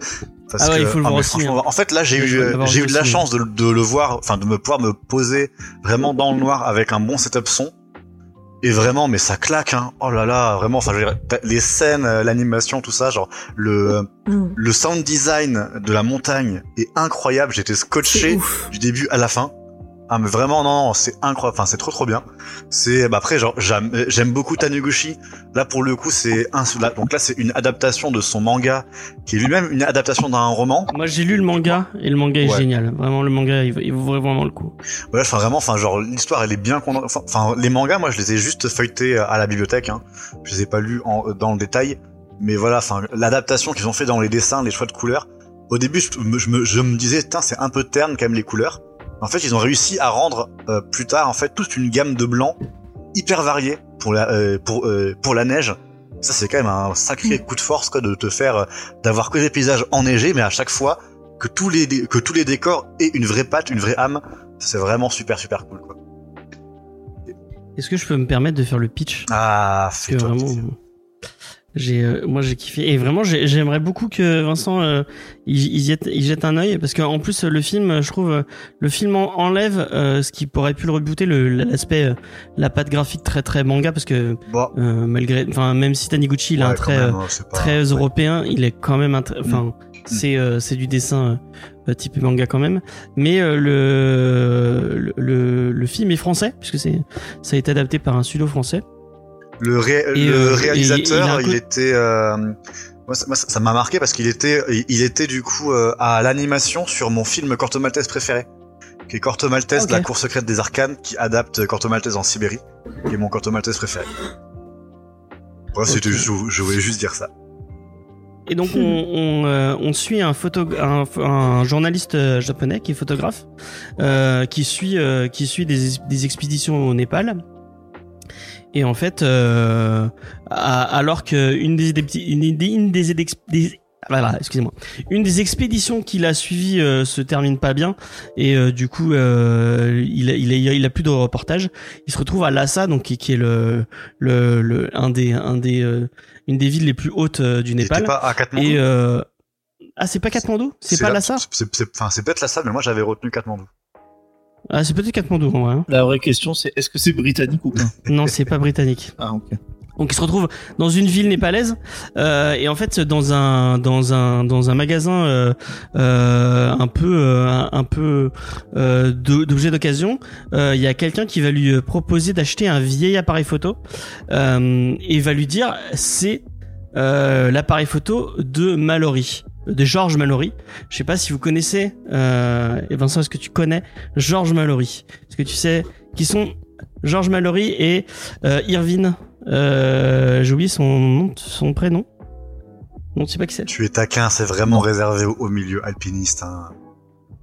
parce Ah ouais, il faut le voir mais au franchement, ciné. En fait, là, j'ai Il faut eu, l'avoir j'ai vu eu de au la ciné. chance de, de le voir, enfin, de me pouvoir me poser vraiment dans le noir avec un bon setup son. Et vraiment, mais ça claque, hein. Oh là là, vraiment. Enfin, je veux dire, t'as- les scènes, euh, l'animation, tout ça, genre le Mm. Mmh. le sound design de la montagne est incroyable. J'étais C'est scotché ouf. du début à la fin. Ah mais vraiment non, non c'est incroyable, enfin c'est trop trop bien. C'est bah après genre j'aime euh, j'aime beaucoup Taniguchi. Là pour le coup c'est un là- donc là c'est une adaptation de son manga qui est lui-même une adaptation d'un roman. Moi j'ai lu le manga et le manga est Ouais. génial. Vraiment le manga il, va- il vaut vraiment le coup. Voilà, enfin vraiment, enfin genre l'histoire elle est bien condensée. Enfin, Enfin les mangas, moi je les ai juste feuilletés à la bibliothèque. Hein. Je les ai pas lus en, euh, dans le détail, mais voilà, enfin l'adaptation qu'ils ont fait dans les dessins, les choix de couleurs. Au début, je me, je me, je me disais, tiens, c'est un peu terne quand même les couleurs. En fait, ils ont réussi à rendre euh, plus tard en fait toute une gamme de blancs hyper variée pour la euh, pour euh, pour la neige. Ça c'est quand même un sacré coup de force quoi de te faire euh, d'avoir que des paysages enneigés, mais à chaque fois que tous les dé- que tous les décors aient une vraie patte, une vraie âme. C'est vraiment super super cool quoi. Est-ce que je peux me permettre de faire le pitch Ah, Parce que fais-toi vraiment, plaisir. j'ai, euh, moi j'ai kiffé. Et vraiment, j'ai- j'aimerais beaucoup que Vincent euh, il, il jette, il jette un œil. Parce qu'en plus, le film, euh, je trouve, euh, le film en- enlève euh, ce qui pourrait pu le rebooter, le- l'aspect, euh, la patte graphique très très manga. Parce que Bon, euh, malgré, enfin, même si Taniguchi il a ouais, un quand trait. euh, même, hein, c'est pas- très ouais. Mm. européen, il est quand même un tr- enfin c'est euh, c'est du dessin euh, euh, type manga quand même, mais euh, le, le le film est français puisque c'est ça a été adapté par un sudo français. Le, ré- Et, euh, et- et le il a réalisateur, un il, co- était. euh, moi, ça- moi, ça ça m'a marqué parce qu'il était, il- il était du coup euh, à l'animation sur mon film Corto Maltese préféré, qui est Corto Maltese, Ok. la cour secrète des arcanes, qui adapte Corto Maltese en Sibérie, qui est mon Corto Maltese préféré. Bref, c'était Ok. juste- je, je voulais juste dire ça. Et donc on on, euh, on suit un photo un, pho- un journaliste euh, japonais qui est photographe euh, qui suit euh, qui suit des, des expéditions au Népal. Et en fait, euh, à- alors qu'une des, des petits- une, des- une des, des, des- voilà, excusez-moi, une des expéditions qu'il a suivies euh, se termine pas bien et euh, du coup, euh, il, a, il, a, il a plus de reportage. Il se retrouve à Lhasa, donc qui, qui est le, le, le un des un des euh, une des villes les plus hautes euh, du Il était Népal. pas à Katmandou. Et euh, ah, c'est pas Katmandou, c'est pas la- Lhasa. c'est- c'est- c'est- Enfin, c'est peut-être Lhasa, mais moi j'avais retenu Katmandou. Ah, c'est peut-être Katmandou en vrai. hein. La vraie question, c'est est-ce que c'est britannique ou pas Non, c'est pas britannique. Ah, ok. Donc il se retrouve dans une ville népalaise euh, et en fait dans un dans un dans un magasin euh, euh, un peu euh, un- un peu euh, d'o- d'objets d'occasion, euh, il y a quelqu'un qui va lui euh, proposer d'acheter un vieil appareil photo euh, et va lui dire c'est euh, l'appareil photo de Mallory de George Mallory. Je sais pas si vous connaissez euh, et Vincent est-ce que tu connais George Mallory Est-ce que tu sais qui sont George Mallory et euh, Irvine euh, j'ai oublié son nom, son prénom. Non, je sais pas qui c'est. Tu es taquin, c'est vraiment réservé au, au milieu alpiniste. hein.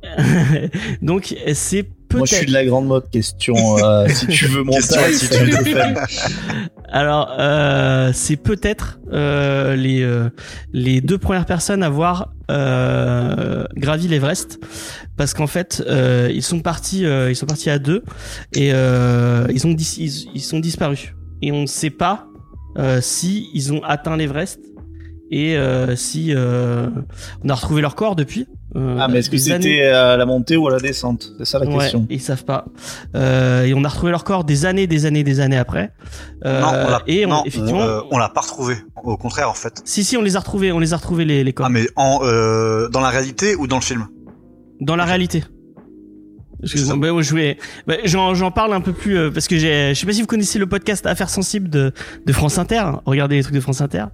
Donc c'est Moi, je suis peut-être. de la grande mode. Question euh, si tu veux mon Question taille, si tu attitude. veux faire. Alors euh, c'est peut-être euh, les euh, les deux premières personnes à avoir euh, gravi l'Everest parce qu'en fait euh, ils sont partis euh, ils sont partis à deux et euh, ils ont dis- ils, ils sont disparus et on ne sait pas euh, si ils ont atteint l'Everest et euh, si euh, on a retrouvé leur corps depuis. euh, Ah, mais est-ce que des années. c'était à la montée ou à la descente C'est ça la Ouais, question. ils savent pas. Euh, et on a retrouvé leur corps des années, des années, des années après. Euh, non, on l'a, et on, non, on, effectivement, euh, on l'a pas retrouvé. Au contraire, en fait. si si, on les a retrouvés, on les a retrouvés les, les corps Ah, mais en, euh, dans la réalité ou dans le film dans la réalité. Excusez-moi, C'est ça. bah, moi, je voulais- bah, j'en j'en parle un peu plus euh, parce que j'ai, je sais pas si vous connaissez le podcast Affaires sensibles de, de France Inter. Regardez les trucs de France Inter.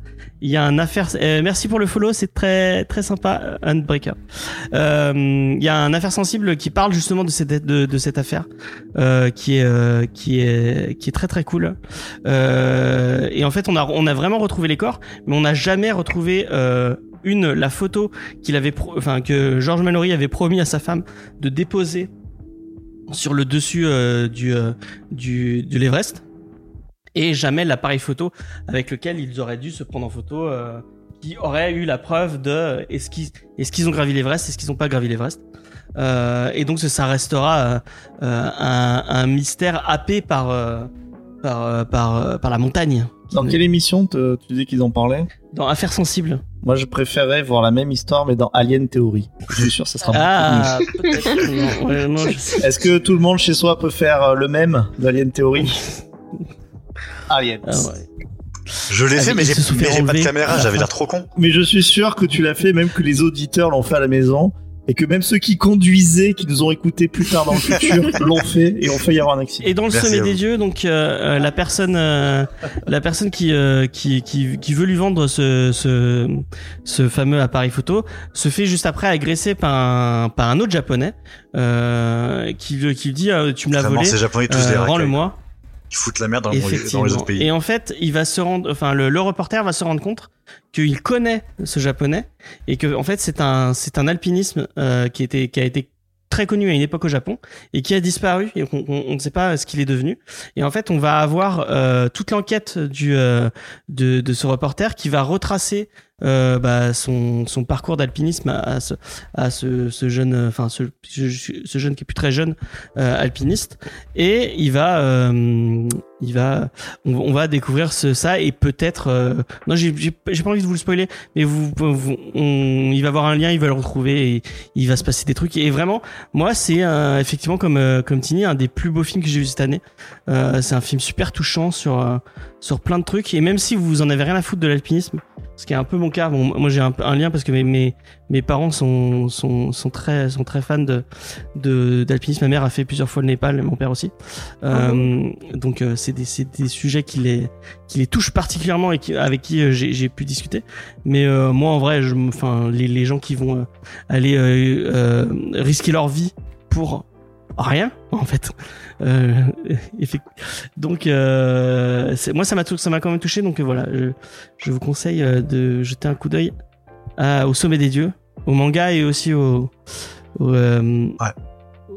Il y a un affaire. euh, merci pour le follow, c'est très très sympa, euh, Handbreaker. Euh, Il y a un affaire sensible qui parle justement de cette de, de cette affaire euh, qui est euh, qui est qui est très très cool. Euh, et en fait, on a on a vraiment retrouvé les corps, mais on n'a jamais retrouvé euh, une la photo qu'il avait pro- enfin que George Mallory avait promis à sa femme de déposer sur le dessus euh, du euh, du de l'Everest et jamais l'appareil photo avec lequel ils auraient dû se prendre en photo euh, qui aurait eu la preuve de euh, est-ce qu'ils est-ce qu'ils ont gravi l'Everest est-ce qu'ils ont pas gravi l'Everest Euh, et donc ça- ça restera euh, euh, un, un mystère happé par euh, par euh, par, euh, par la montagne Dans quelle émission te- tu dis qu'ils en parlaient dans affaires sensibles Moi, je préférais voir la même histoire, mais dans Alien Theory. Je suis sûr, ça sera beaucoup mieux. ah peut-être non, ouais, non, je sais. Est-ce que tout le monde chez soi peut faire euh, le même d'Alien Theory Alien. Ah, ouais. Je l'ai Ah, fait, mais mais il j'ai, se sont fait mais j'ai pas de enlever. caméra, j'avais l'air trop con. Mais je suis sûr que tu l'as fait, même que les auditeurs l'ont fait à la maison, et que même ceux qui conduisaient, qui nous ont écoutés plus tard dans le futur, l'ont fait et ont fait y avoir un accident. Et dans le Merci sommet à des vous. dieux, donc euh, euh, la personne, euh, la personne qui, euh, qui qui qui veut lui vendre ce ce ce fameux appareil photo se fait juste après agresser par un par un autre japonais euh, qui lui- qui lui dit euh, tu me l'as Vraiment, volé, ces japonais tous des euh, racailles. rends-le-moi. Ils foutent la merde dans, le- dans Effectivement. les autres pays. Et en fait, il va se rendre, enfin, le, le reporter va se rendre compte qu'il connaît ce japonais et que, en fait, c'est un, c'est un alpinisme euh, qui était, qui a été très connu à une époque au Japon et qui a disparu et qu'on- on on ne sait pas ce qu'il est devenu. Et en fait, on va avoir euh, toute l'enquête du euh, de, de ce reporter qui va retracer euh, bah, son, son parcours d'alpinisme à, à ce à ce, ce jeune, euh, enfin ce, ce- ce jeune qui est plus très jeune euh, alpiniste et il va euh, il va on, on va découvrir ce, ça et peut-être euh, non j'ai j'ai pas j'ai pas envie de vous le spoiler mais vous, vous- on, il va avoir un lien il va le retrouver et il va se passer des trucs et vraiment moi c'est euh, effectivement comme euh, comme Tini un des plus beaux films que j'ai vu cette année Euh, c'est un film super touchant sur euh, sur plein de trucs et même si vous en avez rien à foutre de l'alpinisme ce qui est un peu mon cas bon moi j'ai un, un lien parce que mes mes, mes parents sont, sont sont très sont très fans de de d'alpinisme ma mère a fait plusieurs fois le Népal et mon père aussi euh, donc euh, c'est des, c'est des sujets qui les, qui les touchent particulièrement et qui, avec qui euh, j'ai j'ai pu discuter. Mais euh, moi en vrai, je, me- enfin les, les gens qui vont euh, aller euh, euh, risquer leur vie pour rien en fait. Euh, effect- donc euh, c'est- moi ça m'a tou- ça m'a quand même touché. Donc euh, voilà, je, je vous conseille euh, de jeter un coup d'œil à- au sommet des dieux, au manga et aussi au au, euh,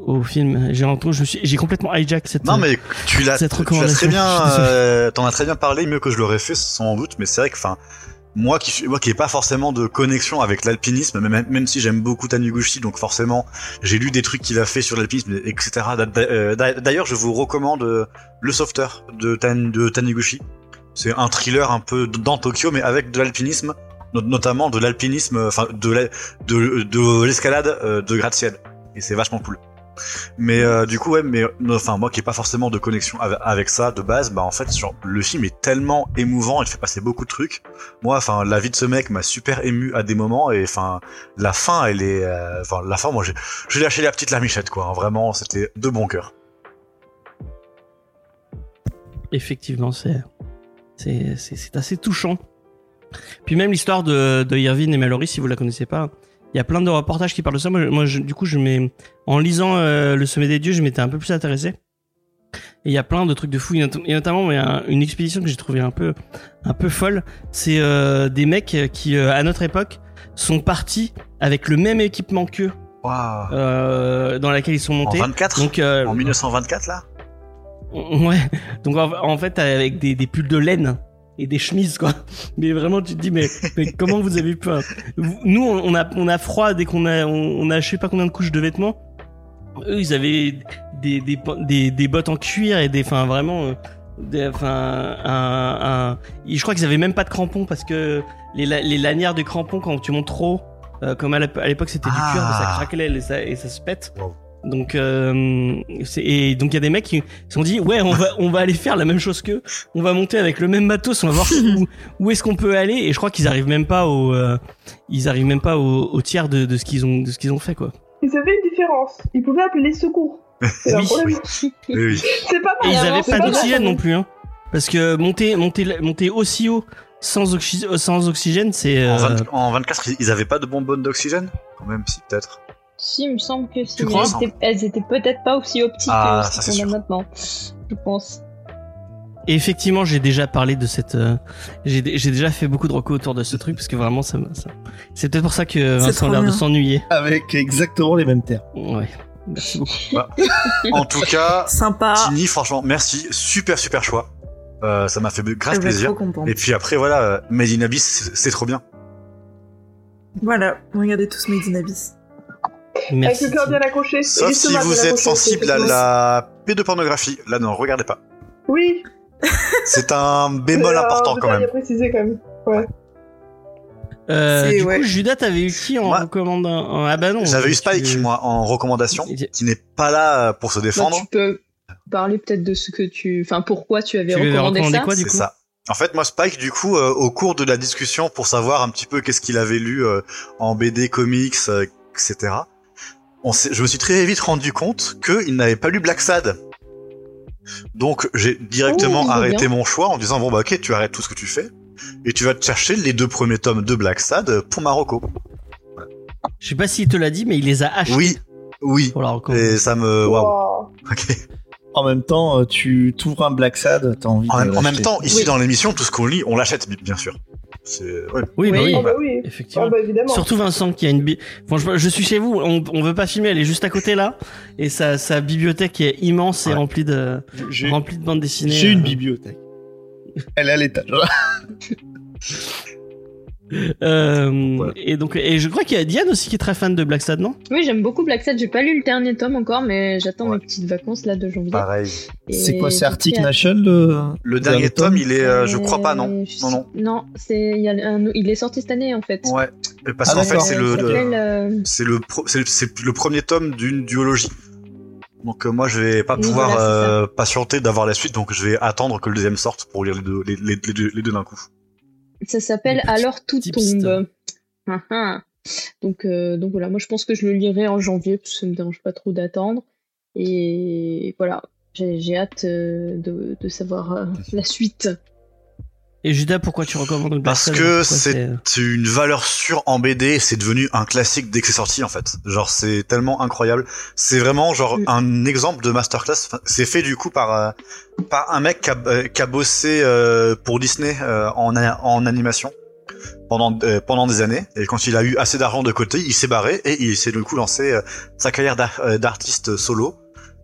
au film. J'ai l'impression- je me suis- j'ai complètement hijack cette Non mais tu l'as, cette tu l'as recommandation, très je bien, suis désolé. euh, t'en as très bien parlé, mieux que je l'aurais fait sans doute, mais c'est vrai que enfin moi qui suis- moi qui ai pas forcément de connexion avec l'alpinisme, même, même si j'aime beaucoup Taniguchi, donc forcément j'ai lu des trucs qu'il a fait sur l'alpinisme, etc. D'a- d'a- euh, d'a- D'ailleurs je vous recommande euh, le Softer de, Tan- de Taniguchi. C'est un thriller un peu dans Tokyo, mais avec de l'alpinisme, not- notamment de l'alpinisme, enfin de la- de, de l'escalade euh, de gratte-ciel, et c'est vachement cool. Mais euh, du coup, ouais, mais euh, enfin moi qui n'ai pas forcément de connexion ave- avec ça de base, bah en fait, genre le film est tellement émouvant, il te fait passer beaucoup de trucs. Moi, enfin la vie de ce mec m'a super ému à des moments et enfin la fin, elle est, euh, enfin la fin, moi j'ai, j'ai lâché la petite lamichette quoi. hein. vraiment, c'était de bon cœur. Effectivement, c'est c'est- c'est c'est assez touchant. Puis même l'histoire de, de Irvine et Mallory, si vous la connaissez pas, il y a plein de reportages qui parlent de ça. Moi, je- moi, je- du coup, je m'ai- en lisant euh, Le Sommet des Dieux, je m'étais un peu plus intéressé. Et il y a plein de trucs de fous. Et not- et notamment, il y a un- une expédition que j'ai trouvée un peu, un peu folle. C'est euh, des mecs qui, euh, à notre époque, sont partis avec le même équipement qu'eux, Waouh. euh, dans laquelle ils sont En montés. 24, Donc, euh, en 1924 là. Ouais. Donc en, en fait, avec des, des pulls de laine et des chemises, quoi. Mais vraiment, tu te dis, mais, mais comment vous avez pu. hein? vous- Nous, on on a, on a froid dès qu'on a, on, on a je sais pas combien de couches de vêtements. Eux, ils avaient des, des, po- des, des bottes en cuir et des. Enfin, vraiment. euh, Des, enfin, un, un- ils- je crois qu'ils avaient même pas de crampons parce que les, la- les lanières de crampons, quand tu montes trop, euh, comme à l'ép- à l'époque c'était du cuir, Ah. ça craquelait et ça, et ça se pète. Wow. Donc, euh, c'est- et donc il y a des mecs qui, ils se sont dit, ouais, on va, on va aller faire la même chose qu'eux. On va monter avec le même matos, on va voir où, où est-ce qu'on peut aller. Et je crois qu'ils arrivent même pas au, euh, ils arrivent même pas au, au tiers de, de ce qu'ils ont, de ce qu'ils ont fait, quoi. Ils avaient une différence. Ils pouvaient appeler les secours. C'est un Oui. problème. Oui, oui. C'est pas Et mal. ils hein, avaient c'est pas mal. d'oxygène non plus, hein. Parce que monter, monter, monter aussi haut sans, oxy- euh, sans oxygène, c'est, En, euh, 20 en 24, ils- ils avaient pas de bonbonne d'oxygène Quand même, si peut-être. Si, il me semble que si, crois elles, étaient, elles étaient peut-être pas aussi optiques Ah, que ça, ce c'est qu'on a sûr. maintenant, je pense. Et effectivement, j'ai déjà parlé de cette, euh, j'ai dé- j'ai déjà fait beaucoup de recos autour de ce truc parce que vraiment, ça, me- ça c'est peut-être pour ça que C'est Vincent a trop l'air de bien. s'ennuyer. Avec exactement les mêmes termes. Ouais. Merci beaucoup. En tout cas, Ah. Sympa. Euh, Tini, franchement, merci. Super, super choix. Euh, ça m'a fait grave Elle va être plaisir. trop contente. Et puis après, voilà, euh, Made in Abyss, c'est c'est trop bien. Voilà, regardez tous Made in Abyss. Avec Merci. le cœur bien accroché. et Sauf les si tomates bien vous êtes accrochées, sensible à c'est la pédopornographie. Là, non, regardez pas. Oui. C'est un bémol mais, euh, important je quand dois bien même. préciser quand même. Euh, C'est- du ouais. coup, Judas, t'avais eu qui en Moi- recommandant en- Ah bah non. J'avais eu tu- Spike, moi, en recommandation, Tu- qui n'est pas là euh, pour se Bah, défendre. tu peux parler peut-être de ce que tu... Enfin, pourquoi tu avais Tu lui avais recommandé, recommandé ça quoi du C'est coup ça. En fait, moi, Spike, du coup, euh, au cours de la discussion, pour savoir un petit peu qu'est-ce qu'il avait lu euh, en BD, comics, euh, etc., on s'est- je me suis très vite rendu compte qu'il n'avait pas lu Black Sad. Donc, j'ai directement Oh, il est arrêté bien. mon choix en disant, bon, bah, ok, tu arrêtes tout ce que tu fais, et tu vas te chercher les deux premiers tomes de Black Sad euh, pour Marocco. Je sais pas s'il te l'a dit, mais il les a achetés Oui, oui. pour la recommandation. Et ça me... Waouh. Wow. Ok. En même temps, euh, tu t'ouvres un Black Sad, t'as envie En, de même, en même l'acheter. temps, ici, Oui. dans l'émission, tout ce qu'on lit, on l'achète, bi- bien sûr. C'est... ouais. Oui, bah Oui. oui, Ah bah oui. Ah effectivement. bah évidemment. Surtout Vincent qui a une bi... Franchement, je suis chez vous, on, on veut pas filmer, elle est juste à côté là, et sa, sa bibliothèque est immense et Ouais. remplie de J'ai- remplie de bandes dessinées. J'ai euh. une bibliothèque. Elle est à l'étage. Euh, Voilà. Et donc, et je crois qu'il y a Diane aussi qui est très fan de Black Sad, non Oui, j'aime beaucoup Black Sad. J'ai pas lu le dernier tome encore, mais j'attends mes Ouais. petites vacances là de janvier. Pareil. Et C'est quoi, c'est j'ai Arctic hâte. Nation le... Le dernier tome, il est, euh, je crois pas, non. Euh, je sais- Non, non. Non, c'est il y a un- il est sorti cette année en fait. Ouais. Parce Ah, qu'en fait, d'accord. c'est Euh, le, il s'appelle, euh, c'est le, pro- c'est le, c'est le premier tome d'une duologie. Donc euh, moi, je vais pas Oui, pouvoir voilà, c'est euh, patienter d'avoir la suite, donc je vais attendre que le deuxième sorte pour lire les deux, les, les- les deux, les deux d'un coup. Ça s'appelle Des petits- Alors tout petits tombe. Ah, ah. donc, euh, donc voilà, moi je pense que je le lirai en janvier, parce que ça me dérange pas trop d'attendre. Et voilà, j'ai j'ai hâte euh, de, de savoir euh, la suite. Et Judas, pourquoi tu recommandes Black Parce Sad que Pourquoi c'est- C'est une valeur sûre en BD, c'est devenu un classique dès que c'est sorti en fait. Genre c'est tellement incroyable. C'est vraiment genre Mm. un exemple de masterclass. Enfin, C'est fait du coup par euh, par un mec qui a, euh, qui a bossé euh, pour Disney euh, en a- en animation pendant euh, pendant des années. Et quand il a eu assez d'argent de côté, il s'est barré et il s'est du coup lancé euh, sa carrière d'ar- euh, d'artiste solo.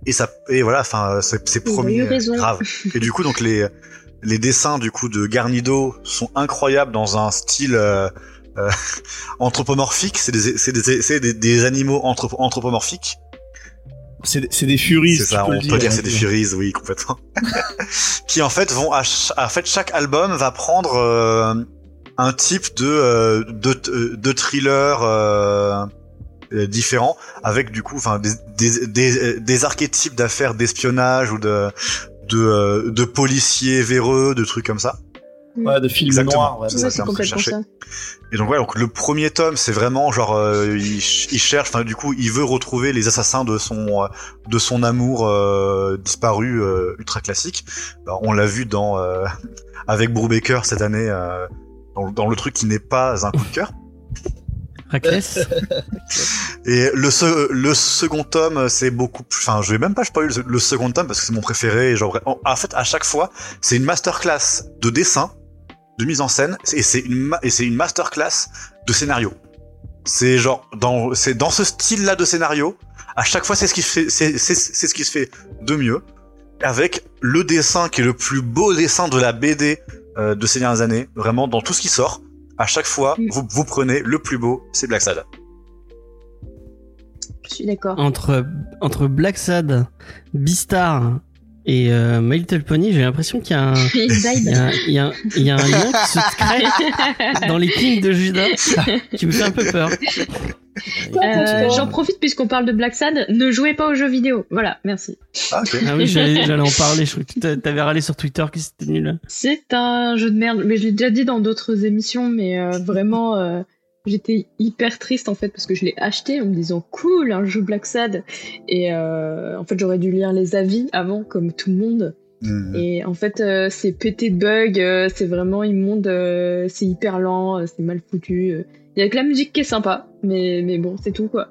Et ça et voilà, enfin euh, ses, ses Il a eu premiers raison. graves. Et du coup donc les les dessins du coup de Garnido sont incroyables dans un style euh, euh, anthropomorphique. C'est des, c'est des, c'est des, des animaux anthropo- anthropomorphiques. C'est c'est des Furies. C'est tu ça, peux on le peut dire c'est des Ouais. Furies, oui, complètement. qui en fait vont à ch- en fait chaque album va prendre euh, un type de euh, de, de thriller euh, euh, différents, avec du coup, enfin, des, des, des, euh, des archétypes d'affaires d'espionnage ou de de, euh, de policiers véreux, de trucs comme ça. Ouais, de film Exactement. noir. ouais. C'est Tout ça, ça, c'est c'est un peu complètement cherché. ça. Et donc voilà, donc le premier tome, c'est vraiment genre euh, il, ch- il cherche, enfin du coup, il veut retrouver les assassins de son euh, de son amour euh, disparu euh, ultra classique. Alors, on l'a vu dans euh, avec Brubaker cette année euh, dans, dans le truc qui n'est pas un coup de cœur. Raclès. Et le se- le second tome, c'est beaucoup plus. Enfin, je vais même pas, je pas eu le, le second tome parce que c'est mon préféré. et Genre, en, en fait, à chaque fois, c'est une masterclass de dessin, de mise en scène, et c'est une ma- et c'est une masterclass de scénario. C'est genre dans c'est dans ce style-là de scénario. À chaque fois, c'est ce qui fait c'est c'est c'est ce qui se fait de mieux. Avec le dessin qui est le plus beau dessin de la BD euh, de ces dernières années, vraiment dans tout ce qui sort. À chaque fois, Mm. vous, vous prenez le plus beau, c'est Black Sad. Je suis d'accord. entre, entre Black Sad, Beastar et euh, My Little Pony, j'ai l'impression qu'il y a un. Il il y died. a un- Il y, a un- il y a un lien qui se crée dans les kings de Judas qui me fait un peu peur. Euh, J'en profite puisqu'on parle de Black Sad. Ne jouez pas aux jeux vidéo. Voilà, merci. Ah, ok. Ah oui, j'allais j'allais en parler. Je crois que t'a- t'avais râlé sur Twitter que c'était nul. hein. C'est un jeu de merde, mais je l'ai déjà dit dans d'autres émissions, mais euh, vraiment, euh, j'étais hyper triste en fait parce que je l'ai acheté en me disant cool, un jeu Black Sad. Et euh, en fait, j'aurais dû lire les avis avant, comme tout le monde. Hmm. Et en fait, euh, c'est pété de bugs, euh, c'est vraiment immonde, euh, c'est hyper lent, euh, c'est mal foutu. euh. Il y a que la musique qui est sympa, mais, mais bon, c'est tout quoi.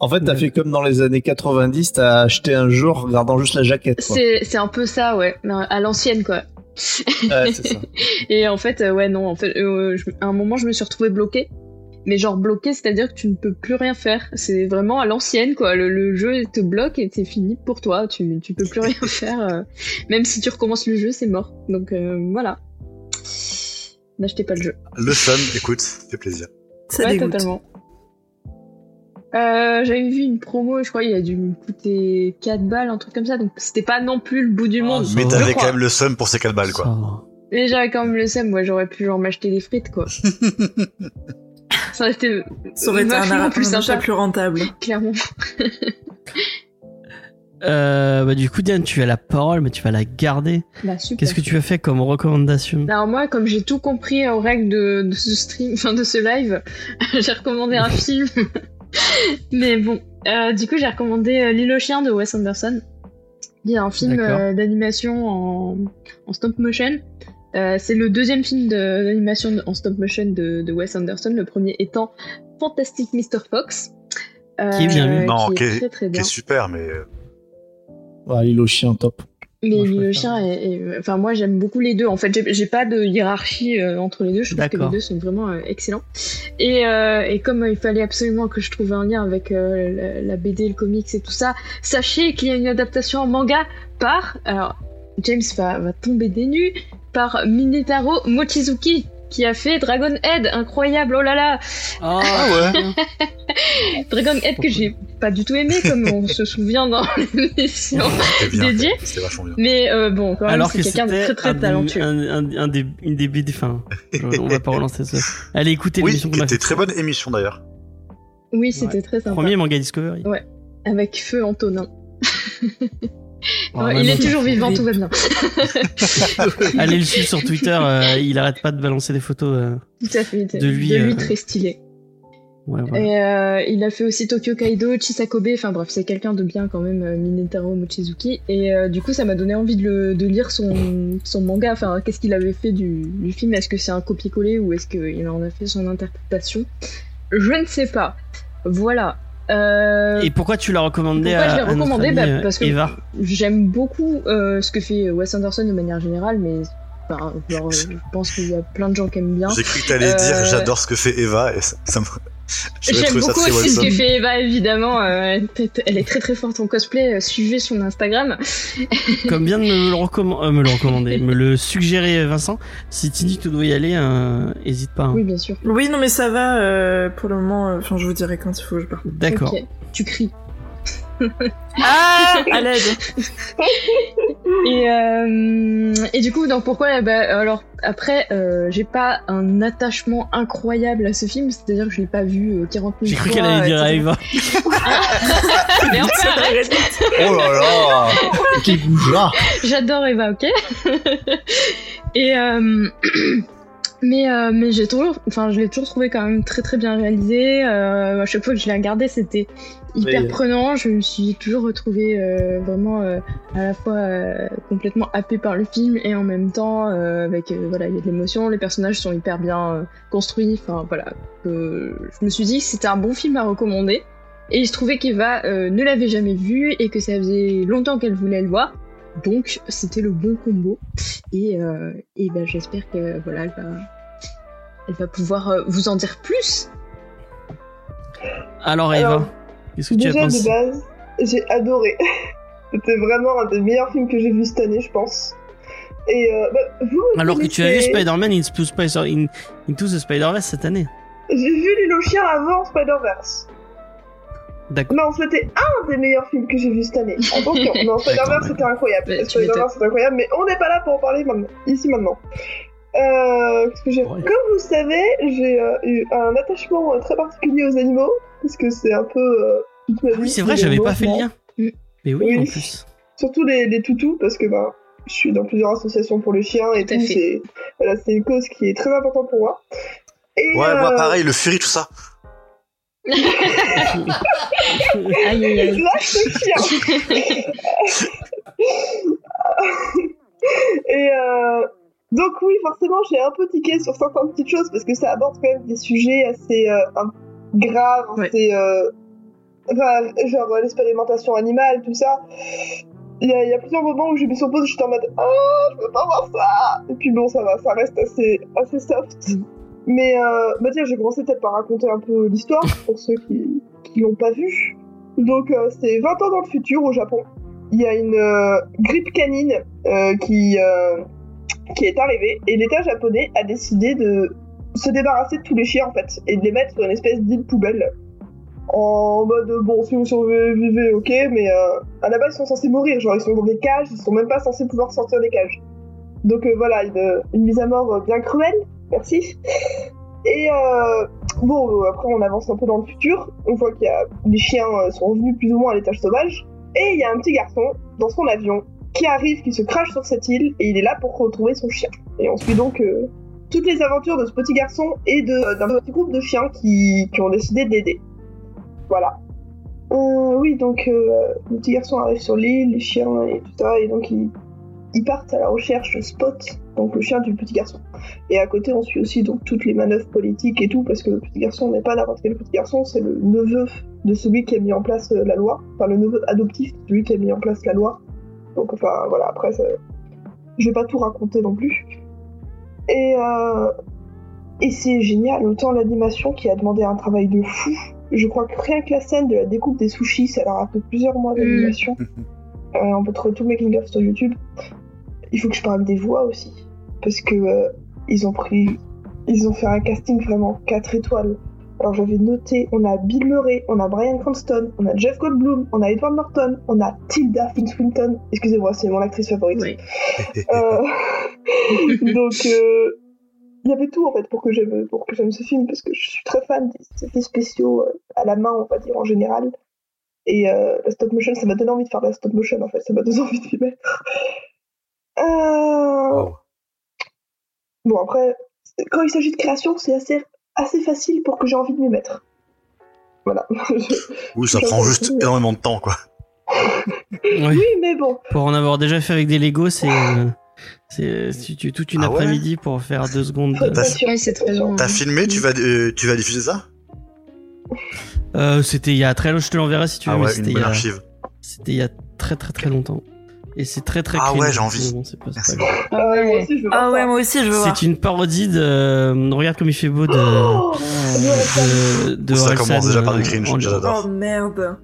En fait, t'as fait comme dans les années 90, t'as acheté un jeu en regardant juste la jaquette. quoi. C'est c'est un peu ça, ouais, mais à l'ancienne quoi. Ouais, c'est ça. Et en fait, euh, ouais, non, en fait, euh, je- à un moment, je me suis retrouvée bloquée. Mais genre bloquée, c'est-à-dire que tu ne peux plus rien faire. C'est vraiment à l'ancienne, quoi. Le, le jeu te bloque et c'est fini pour toi. Tu, tu peux plus rien faire. euh, Même si tu recommences le jeu, c'est mort. Donc euh, voilà. N'achetez pas le jeu. Le seum, écoute, fait plaisir. Ça ouais, dégoûte. totalement. Euh, J'avais vu une promo, je crois, il a dû me coûter 4 balles, un truc comme ça. Donc c'était pas non plus le bout du Ah, monde. ça Mais va. Je t'avais crois. quand même le seum pour ces 4 balles, quoi. Mais j'avais quand même le seum, moi j'aurais pu genre m'acheter des frites quoi. ça aurait été Ça aurait été un, vachement ar- Euh, plus un achat sympa, plus rentable. clairement. Euh, bah, du coup, Diane, tu as la parole, mais tu vas la garder. Bah super. Qu'est-ce que tu as fait comme recommandation Alors Ben, moi, comme j'ai tout compris aux règles de, de ce stream, enfin de ce live, j'ai recommandé Mm. un film. Mais bon, euh, du coup j'ai recommandé euh, L'île aux chiens de Wes Anderson. Il y a un film D'accord. euh, d'animation en, en stop motion. Euh, c'est le deuxième film de- d'animation de- en stop motion de, de Wes Anderson, le premier étant Fantastic Mr. Fox. euh, Qui est bien vu. Non, qui est qui est- très, très Qui est bien. super, mais euh, Ouais, l'île aux chiens, top. Mais Moi, je Lilo le préfère. chien, est- est- enfin moi j'aime beaucoup les deux. En fait, j'ai j'ai pas de hiérarchie euh, entre les deux. Je trouve que les D'accord. deux sont vraiment euh, excellents. Et, euh, et comme euh, il fallait absolument que je trouve un lien avec euh, la, la BD, le comics et tout ça, sachez qu'il y a une adaptation en manga par alors James va, va tomber des nues par Minetaro Mochizuki qui a fait Dragon Head, incroyable, oh là là Ah ouais Dragon Head que j'ai pas du tout aimé comme on se souvient dans l'émission. c'était bien. Dédié fait. C'était vachement bien. Mais euh, bon, quand même, Alors c'est que quelqu'un de c'était très très un, des- talentueux. un, un- un des, une des BD. Enfin, on va pas relancer ça. Allez, écoutez Oui, l'émission qu'on qui a était fait. très bonne émission d'ailleurs. Oui, c'était très sympa. Premier manga Discovery. Avec Feu Antonin. Ah, Ouais, ouais, il non, est ça- toujours vivant, tout va bien. Allez le suivre sur Twitter, euh, il arrête pas de balancer des photos. euh, Tout à fait. De lui, euh, très stylé. ouais, voilà. Et euh, il a fait aussi Tokyo Kaido, Chisakobe, enfin bref, c'est quelqu'un de bien quand même, euh, Minetaro Mochizuki. Et euh, du coup, ça m'a donné envie de, le- de lire son, son manga. Enfin, qu'est-ce qu'il avait fait du, du film Est-ce que c'est un copier-coller ou est-ce qu'il en a fait son interprétation Je ne sais pas. Voilà. Euh, Et pourquoi tu l'as recommandé Pourquoi à, je l'ai à notre recommandé amie, Bah, euh, parce que- Eva J'aime beaucoup euh, ce que fait Wes Anderson de manière générale, mais enfin, genre, euh, je pense qu'il y a plein de gens qui aiment bien. J'ai cru que t'allais Euh, dire j'adore ce que fait Eva et ça, ça me. J'aurais J'aime trouvé ça beaucoup très aussi ce que Watson. fait Eva, évidemment. euh, t- t- elle est très très forte en cosplay. euh, Suivez son Instagram. Ah. Comme vient de me le, recomm- euh, me le recommander, me le suggérer Vincent, si tu dis que tu dois y aller, euh, hésite pas. hein. Oui, bien sûr. Oui, non, mais ça va. euh, pour le moment, euh, enfin, je vous dirai quand il faut que je parte. D'accord. Ok. Tu cries. Ah, à l'aide. Et, euh, et du coup, donc pourquoi bah, Alors après, euh, j'ai pas un attachement incroyable à ce film, c'est-à-dire que je l'ai pas vu euh, 40 000 J'ai fois. cru qu'elle allait euh, dire etc. Eva. Mais enfin, arrête, Oh là là Quel goujat J'adore Eva, ok Et euh, mais euh, mais j'ai toujours, enfin je l'ai toujours trouvé quand même très très bien réalisé. Euh, à chaque fois que je l'ai regardé, c'était hyper Oui. prenant. Je me suis toujours retrouvée euh, vraiment euh, à la fois euh, complètement happée par le film et en même temps euh, avec euh, voilà il y a de l'émotion. Les personnages sont hyper bien euh, construits. Enfin voilà, euh, je me suis dit que c'était un bon film à recommander. Et je trouvais qu'Eva euh, ne l'avait jamais vu et que ça faisait longtemps qu'elle voulait le voir. Donc c'était le bon combo. Et, euh, et ben, j'espère que voilà, elle va, elle va pouvoir euh, vous en dire plus. Alors Alors, Eva, qu'est-ce que tu as Déjà pensé de base, j'ai adoré. C'était vraiment un des meilleurs films que j'ai vu cette année, je pense. Et euh, bah, vous me Alors que tu as vu connaissez- Spider-Man Into, Spider- in- Into the Spider-Verse cette année. J'ai vu Lilo Chien avant Spider-Verse. D'accord. Non, c'était un des meilleurs films que j'ai vu cette année. Attention, non, D'accord, Spider-Verse c'était Mais incroyable. tu m'étonnes. Spider-Verse c'était incroyable, mais on n'est pas là pour en parler maintenant, ici maintenant. Euh, qu'est-ce que j'ai- Ouais. Comme vous le savez, j'ai euh, eu un attachement euh, très particulier aux animaux, parce que c'est un peu. euh, toute ma Ah Oui, vie, c'est vrai, des j'avais beaux pas fait le moments. lien. Mais oui, Mm. Oui. en plus. Surtout les, les toutous, parce que ben, je suis dans plusieurs associations pour les chiens et Tout à tout, fait. c'est voilà, c'est une cause qui est très importante pour moi. Et, Ouais, moi euh, pareil, le Fury, tout ça. Aïe aïe aïe. Là, c'est chiant. Et euh, donc oui, forcément, j'ai un peu tiqué sur certaines petites choses parce que ça aborde quand même des sujets assez euh, un- graves, Ouais. assez, euh, enfin, genre euh, l'expérimentation animale, tout ça. Il y, a, il y a plusieurs moments où je me suis posée, j'étais en mode ah, je veux pas voir ça. Et puis bon, ça va, ça reste assez assez soft. Mais euh, bah tiens, j'ai commencé peut-être par raconter un peu l'histoire pour ceux qui qui l'ont pas vu. Donc euh, c'est 20 ans dans le futur au Japon. Il y a une euh, grippe canine euh, qui, euh, qui est arrivée et l'État japonais a décidé de se débarrasser de tous les chiens en fait et de les mettre sur une espèce d'île poubelle. En mode bon si vous survivez ok mais euh, à la base ils sont censés mourir genre ils sont dans des cages ils sont même pas censés pouvoir sortir des cages. Donc euh, voilà une, une mise à mort euh, bien cruelle merci. Et euh, bon, euh, après on avance un peu dans le futur. On voit qu'il y a les chiens euh, sont revenus plus ou moins à l'étage sauvage. Et il y a un petit garçon dans son avion qui arrive, qui se crache sur cette île et il est là pour retrouver son chien. Et on suit donc euh, toutes les aventures de ce petit garçon et de- euh, d'un petit groupe de chiens qui, qui ont décidé de l'aider. Voilà. Euh, oui, donc euh, le petit garçon arrive sur l'île, les chiens et tout ça, et donc ils, ils partent à la recherche de Spot, donc le chien du petit garçon. Et à côté, on suit aussi donc toutes les manœuvres politiques et tout, parce que le petit garçon n'est pas n'importe quel petit garçon, c'est le neveu de celui qui a mis en place euh, la loi, enfin le neveu adoptif de celui qui a mis en place la loi. Donc enfin voilà, après, ça... je vais pas tout raconter non plus. Et, euh, et c'est génial, autant l'animation qui a demandé un travail de fou. Je crois que rien que la scène de la découpe des sushis, ça leur a fait plusieurs mois d'animation. Euh, on peut trouver tout le making of sur YouTube. Il faut que je parle des voix aussi, parce que euh, ils ont pris, ils ont fait un casting vraiment 4 étoiles. Alors j'avais noté, on a Bill Murray, on a Brian Cranston, on a Jeff Goldblum, on a Edward Norton, on a Tilda Swinton. Excusez-moi, c'est mon actrice favorite. Oui. Euh, donc euh, il y avait tout en fait pour que j'aime pour que j'aime ce film parce que je suis très fan des effets spéciaux euh, à la main on va dire en général et euh, la stop motion ça m'a donné envie de faire de la stop motion en fait ça m'a donné envie de m'y mettre Euh, Oh. Wow. bon après c'est- quand il s'agit de création c'est assez assez facile pour que j'ai envie de m'y mettre voilà Je- Oui, ça Je prend sais. juste énormément de temps, quoi. Oui. oui mais bon Pour en avoir déjà fait avec des Lego, c'est euh, c'est c'est- tu- toute une Ah ouais après-midi pour faire deux secondes. faut être T'as- patient, Ouais, c'est très patient. long. T'as filmé, tu vas, euh, tu vas diffuser ça Euh, c'était il y a très longtemps. Je te l'enverrai si tu veux. Ah mais ouais, c'était il une y bonne a- archive. c'était il y a très très très longtemps. Et c'est très très. Ah ouais, cringe. j'ai envie. Mais bon, c'est pas- c'est Merci. pas grave. Ah Euh, moi ouais. aussi je veux voir Ah ouais, ça. moi aussi, je veux voir. C'est une parodie de. euh, regarde comme il fait beau de. Oh de, de Ça Orelsan, commence déjà par du euh, cringe, en- j'adore. Oh merde.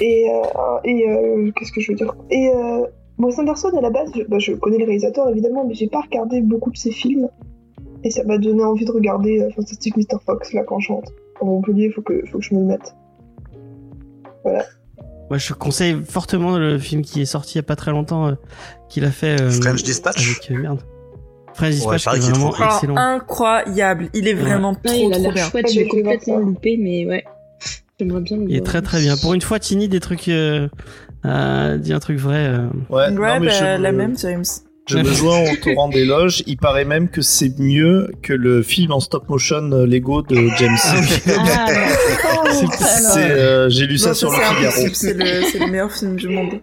Et, euh, et euh, qu'est-ce que je veux dire Et euh, Wes Anderson, à la base, je, bah, je connais le réalisateur évidemment, mais j'ai pas regardé beaucoup de ses films. Et ça m'a donné envie de regarder euh, Fantastic Mr. Fox là quand je rentre. En Montpellier, faut que, faut que je me le mette. Moi, je conseille fortement le film qui est sorti il y a pas très longtemps, euh, qu'il a fait. euh, French Dispatch avec, euh, merde. French Ouais, Dispatch, pareil, qui est qu'il est vraiment trop Alors, excellent. Oh, incroyable, il est vraiment Ouais, trop Ah, il a trop l'air bien. chouette, Ouais, je l'ai j'ai trouvé complètement ça. loupé, mais ouais. J'aimerais bien le Il est voir. très très bien. Pour une fois, Tini des trucs, euh, euh, dit un truc vrai. euh. Ouais, Ouais, non, bah, mais je- la même, James. Je me joins au torrent d'éloges. Il paraît même que c'est mieux que le film en stop motion euh, Lego de James. Ah, ok. Ah, C'est, euh, j'ai lu Oh, ça Non, sur le c'est Figaro. impossible, C'est le, c'est le meilleur film du monde.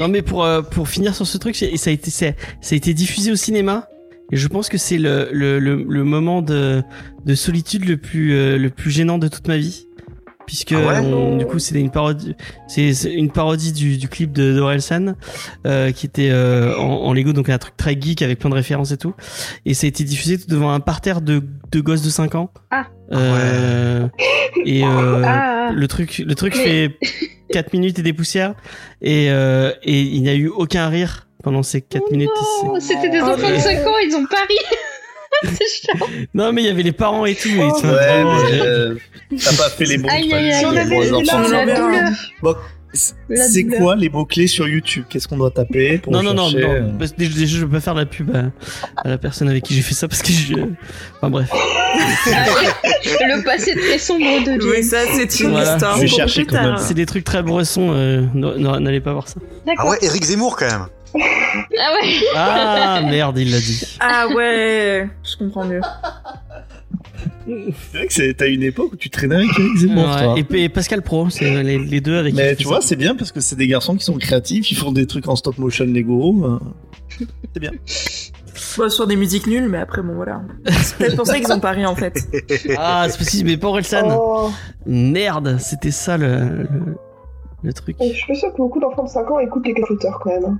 Non mais pour euh, pour finir sur ce truc, c'est- ça a été c'est- ça a été diffusé au cinéma et je pense que c'est le le, le le moment de de solitude le plus euh, le plus gênant de toute ma vie puisque Ah ouais on- du coup c'était une parodie c'est c'est une parodie du, du clip de d'Orelsan euh, qui était euh, en, en Lego donc un truc très geek avec plein de références et tout et ça a été diffusé devant un parterre de de gosses de 5 ans. Ah. Euh, et euh, ah, ah. le truc, le truc Mais- fait 4 minutes et des poussières et, euh, et il n'y a eu aucun rire pendant ces 4 minutes. et Oh, c'était des Oh, enfants de mais- 5 ans, ils ont pas ri. C'est chiant. c'est- Non mais il y avait les parents et tout. Et, Oh, enfin, Ouais, vraiment, mais je- euh, t'as pas fait les bons. Aïe, t'as aïe, dit aïe. les J'en avais bons des enfants. larmes. La verra. douleur. Bon, La c'est douleur. quoi les mots-clés sur YouTube Qu'est-ce qu'on doit taper pour non, non, non, chercher, euh, non. parce que Déjà, déjà, je veux pas faire la pub à, à la personne avec qui j'ai fait ça parce que je. Enfin bref. Ah Le passé très sombre de Oui, James. ça, c'est une Voilà. histoire. Je vais pour chercher plus quand tard. même. C'est des trucs très bressons. euh, n- n- N'allez pas voir ça. Ah D'accord. ouais, Eric Zemmour quand même. Ah ouais. Ah merde, il l'a dit. Ah ouais, je comprends mieux. C'est vrai que c'est- t'as une époque où tu traînais avec Eric Zemmour, Ouais, toi. et, P- et Pascal Pro, c'est euh, les, les deux avec. qui j'ai Mais fait tu ça. vois, c'est bien parce que c'est des garçons qui sont créatifs, ils font des trucs en stop motion Lego. euh. Bon, sur des musiques nulles, mais après, bon, voilà. C'est peut-être pour ça qu'ils ont pas ri, en fait. Ah c'est possible, mais pas Orelsan. Oh, Merde, c'était ça le le, le truc. je suis pas sûre que beaucoup d'enfants de 5 ans écoutent les cafouteurs quand même. hein.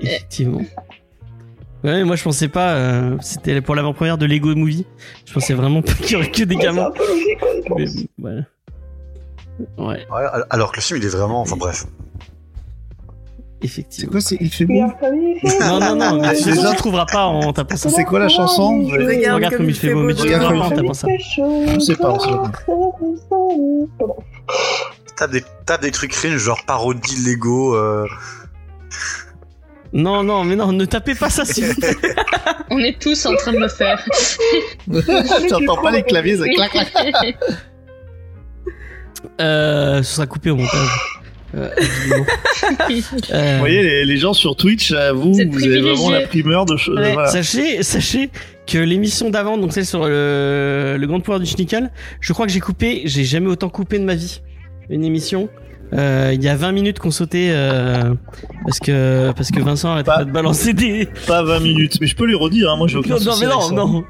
Effectivement. Ouais, moi je pensais pas. euh, C'était pour l'avant-première de Lego Movie. Je pensais vraiment pas qu'il y aurait que des Ouais, C'est un gamins. peu logique quand on y Mais pense. voilà. Ouais, Ouais, alors que le film il est vraiment. Enfin bref. C'est effectivement. quoi, c'est il fait Mais beau après, il fait- Non, non, non, mais Ah, tu c'est ne ça. trouveras pas en tapant ça. C'est quoi la chanson Je vais- Regarde, comme, il fait beau, mais tu Regarde dehors. trouveras comme pas en il fait tapant ça. Je sais pas, je sais pas. Pardon. Tape des, tape des trucs cringe, genre parodie Lego. euh, Non, non, mais non, ne tapez pas ça s'il vous plaît. On est tous en train de le faire. J'entends pas les claviers, ça clac clac. Euh, ce sera coupé au montage. Euh, évidemment. Euh, Vous voyez, les, les gens sur Twitch, euh, vous, C'est vous avez vraiment privilégié. la primeur de choses. Ouais. Voilà. Sachez, sachez que l'émission d'avant, donc celle sur le, le grand pouvoir du Schnickel, je crois que j'ai coupé, j'ai jamais autant coupé de ma vie une émission. Euh, Il y a 20 minutes qu'on sautait euh, parce que parce que Vincent arrêtait Pas- pas de balancer des. Pas 20 minutes, mais je peux lui redire, hein, Bah. moi j'ai aucun non, souci mais avec non, ça. non.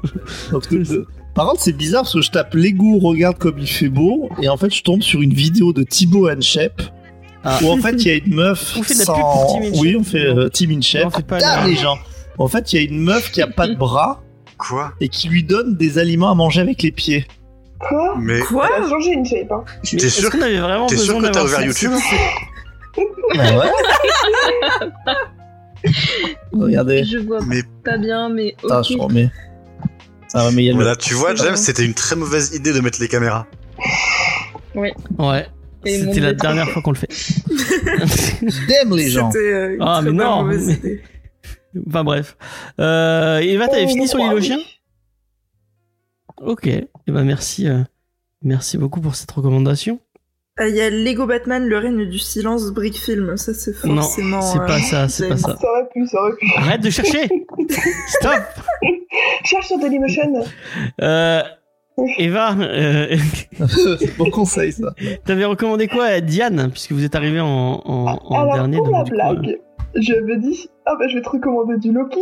Parce que- euh, Par contre, c'est bizarre parce que je tape Lego, regarde comme il fait beau, et en fait, je tombe sur une vidéo de Thibaut Hanchep Ah. où en fait, il y a une meuf. On fait de la sans... pub pour Tim Hanchep. Oui, on fait euh, Tim Hanchep. Non, on fait pas Ah, de- les gens. En fait, il y a une meuf qui a pas de bras quoi et qui lui donne des aliments à manger avec les pieds. Quoi Mais Quoi Elle a changé une shape. Hein. Mais t'es est-ce sûr, qu'on avait vraiment t'es sûr besoin que t'as d'avoir ouvert ça YouTube Bah ouais. Regardez. Je vois Mais pas bien, mais Putain, ok. je remets. Ah ouais, mais il y a le- hein. voilà, tu vois, C'est James, bon. c'était une très mauvaise idée de mettre les caméras. Ouais. Et mon C'était la Dieu. dernière fois qu'on le fait. Damn les gens. C'était euh, une Ah, très mais bonne non, mauvaise mais- idée. enfin bref. Euh, Eva, t'avais Oh, fini sur oui. l'île aux chiens Ok. Eh ben merci, euh, merci beaucoup pour cette recommandation. Ah, Il y a Lego Batman, le règne du silence, Brick Film. Ça, c'est Non, forcément. c'est euh, pas ça, c'est pas James. ça. Ça aurait pu, ça aurait pu. Arrête de chercher Stop Cherche sur Dailymotion. euh, Eva, euh, bon conseil ça. t'avais recommandé quoi à Diane Puisque vous êtes arrivée en, en, en Alors, dernier. pour donc, la du coup, euh, blague, je me dis Ah, bah, je vais te recommander du Loki.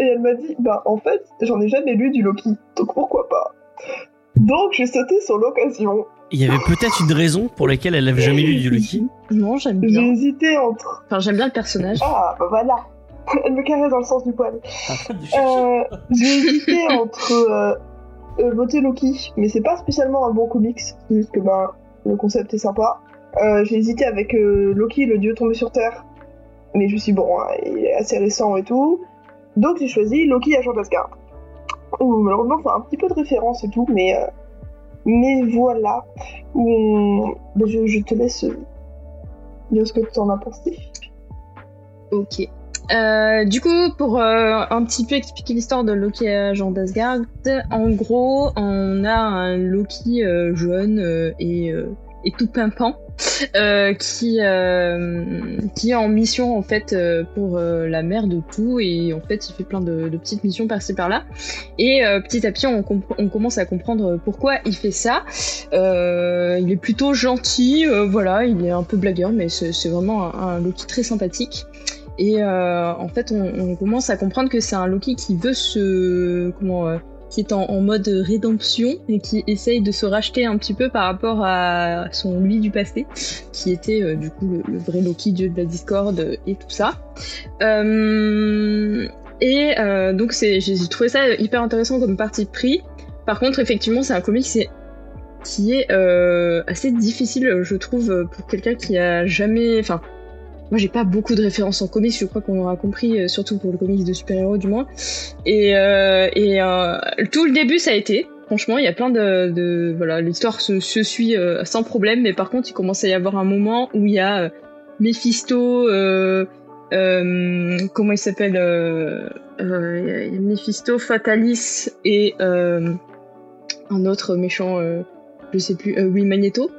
Et elle m'a dit Bah, en fait, j'en ai jamais lu du Loki, donc pourquoi pas Donc, j'ai sauté sur l'occasion. Il y avait peut-être une raison pour laquelle elle n'avait jamais lu du Lucky. Non, j'aime J'ai bien. hésité entre Enfin, j'aime bien le personnage. Ah, bah, voilà Elle me carrait dans le sens du poil. Euh, j'ai hésité entre euh, euh, voter Loki, mais c'est pas spécialement un bon comics, c'est juste que ben, le concept est sympa. Euh, j'ai hésité avec euh, Loki, le dieu tombé sur Terre, mais je me suis dit, bon, hein, il est assez récent et tout. Donc j'ai choisi Loki, agent d'Asgard. Où malheureusement, faut un petit peu de référence et tout, mais euh, Mais voilà, où on- ben, je, je te laisse dire ce que tu en as pensé. Ok. Euh, du coup, pour euh, un petit peu expliquer l'histoire de Loki à Jean d'Asgard, en gros, on a un Loki euh, jeune euh, et, euh, et tout pimpant euh, qui, euh, qui est en mission en fait euh, pour euh, la mère de tout et en fait il fait plein de, de petites missions par-ci par-là et euh, petit à petit on, compre- on commence à comprendre pourquoi il fait ça. Euh, il est plutôt gentil, euh, voilà, il est un peu blagueur mais c'est c'est vraiment un, un Loki très sympathique. Et euh, en fait, on, on commence à comprendre que c'est un Loki qui veut se. Comment. euh, qui est en, en mode rédemption et qui essaye de se racheter un petit peu par rapport à son lui du passé, qui était euh, du coup le, le vrai Loki, dieu de la discorde euh, et tout ça. Euh, et euh, donc, c'est- j'ai j'ai trouvé ça hyper intéressant comme parti pris. Par contre, effectivement, c'est un comic c'est- qui est euh, assez difficile, je trouve, pour quelqu'un qui a jamais. Enfin, moi, j'ai pas beaucoup de références en comics, je crois qu'on l'aura compris, euh, surtout pour le comics de super-héros du moins. Et, euh, et euh, tout le début, ça a été. Franchement, il y a plein de, de voilà, l'histoire se, se suit euh, sans problème, mais par contre, il commence à y avoir un moment où il y a euh, Mephisto, euh, euh, comment il s'appelle, euh, euh, il y a Mephisto, Fatalis et euh, un autre méchant, euh, je sais plus, euh, oui, Magneto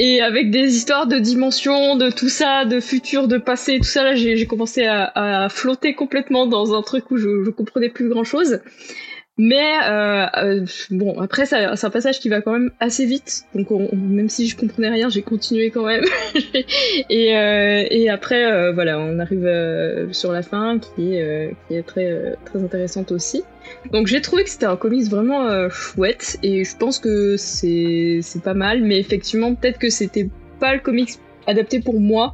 et avec des histoires de dimensions, de tout ça, de futur, de passé, tout ça, là, j'ai j'ai commencé à, à flotter complètement dans un truc où je, je comprenais plus grand chose. Mais euh, euh, bon, après, ça- c'est un passage qui va quand même assez vite. Donc, on- on- même si je comprenais rien, j'ai continué quand même. et, euh, et après, euh, voilà, on arrive euh, sur la fin qui est, euh, qui est très, euh, très intéressante aussi. Donc j'ai trouvé que c'était un comics vraiment euh, chouette et je pense que c'est c'est pas mal, mais effectivement peut-être que c'était pas le comics adapté pour moi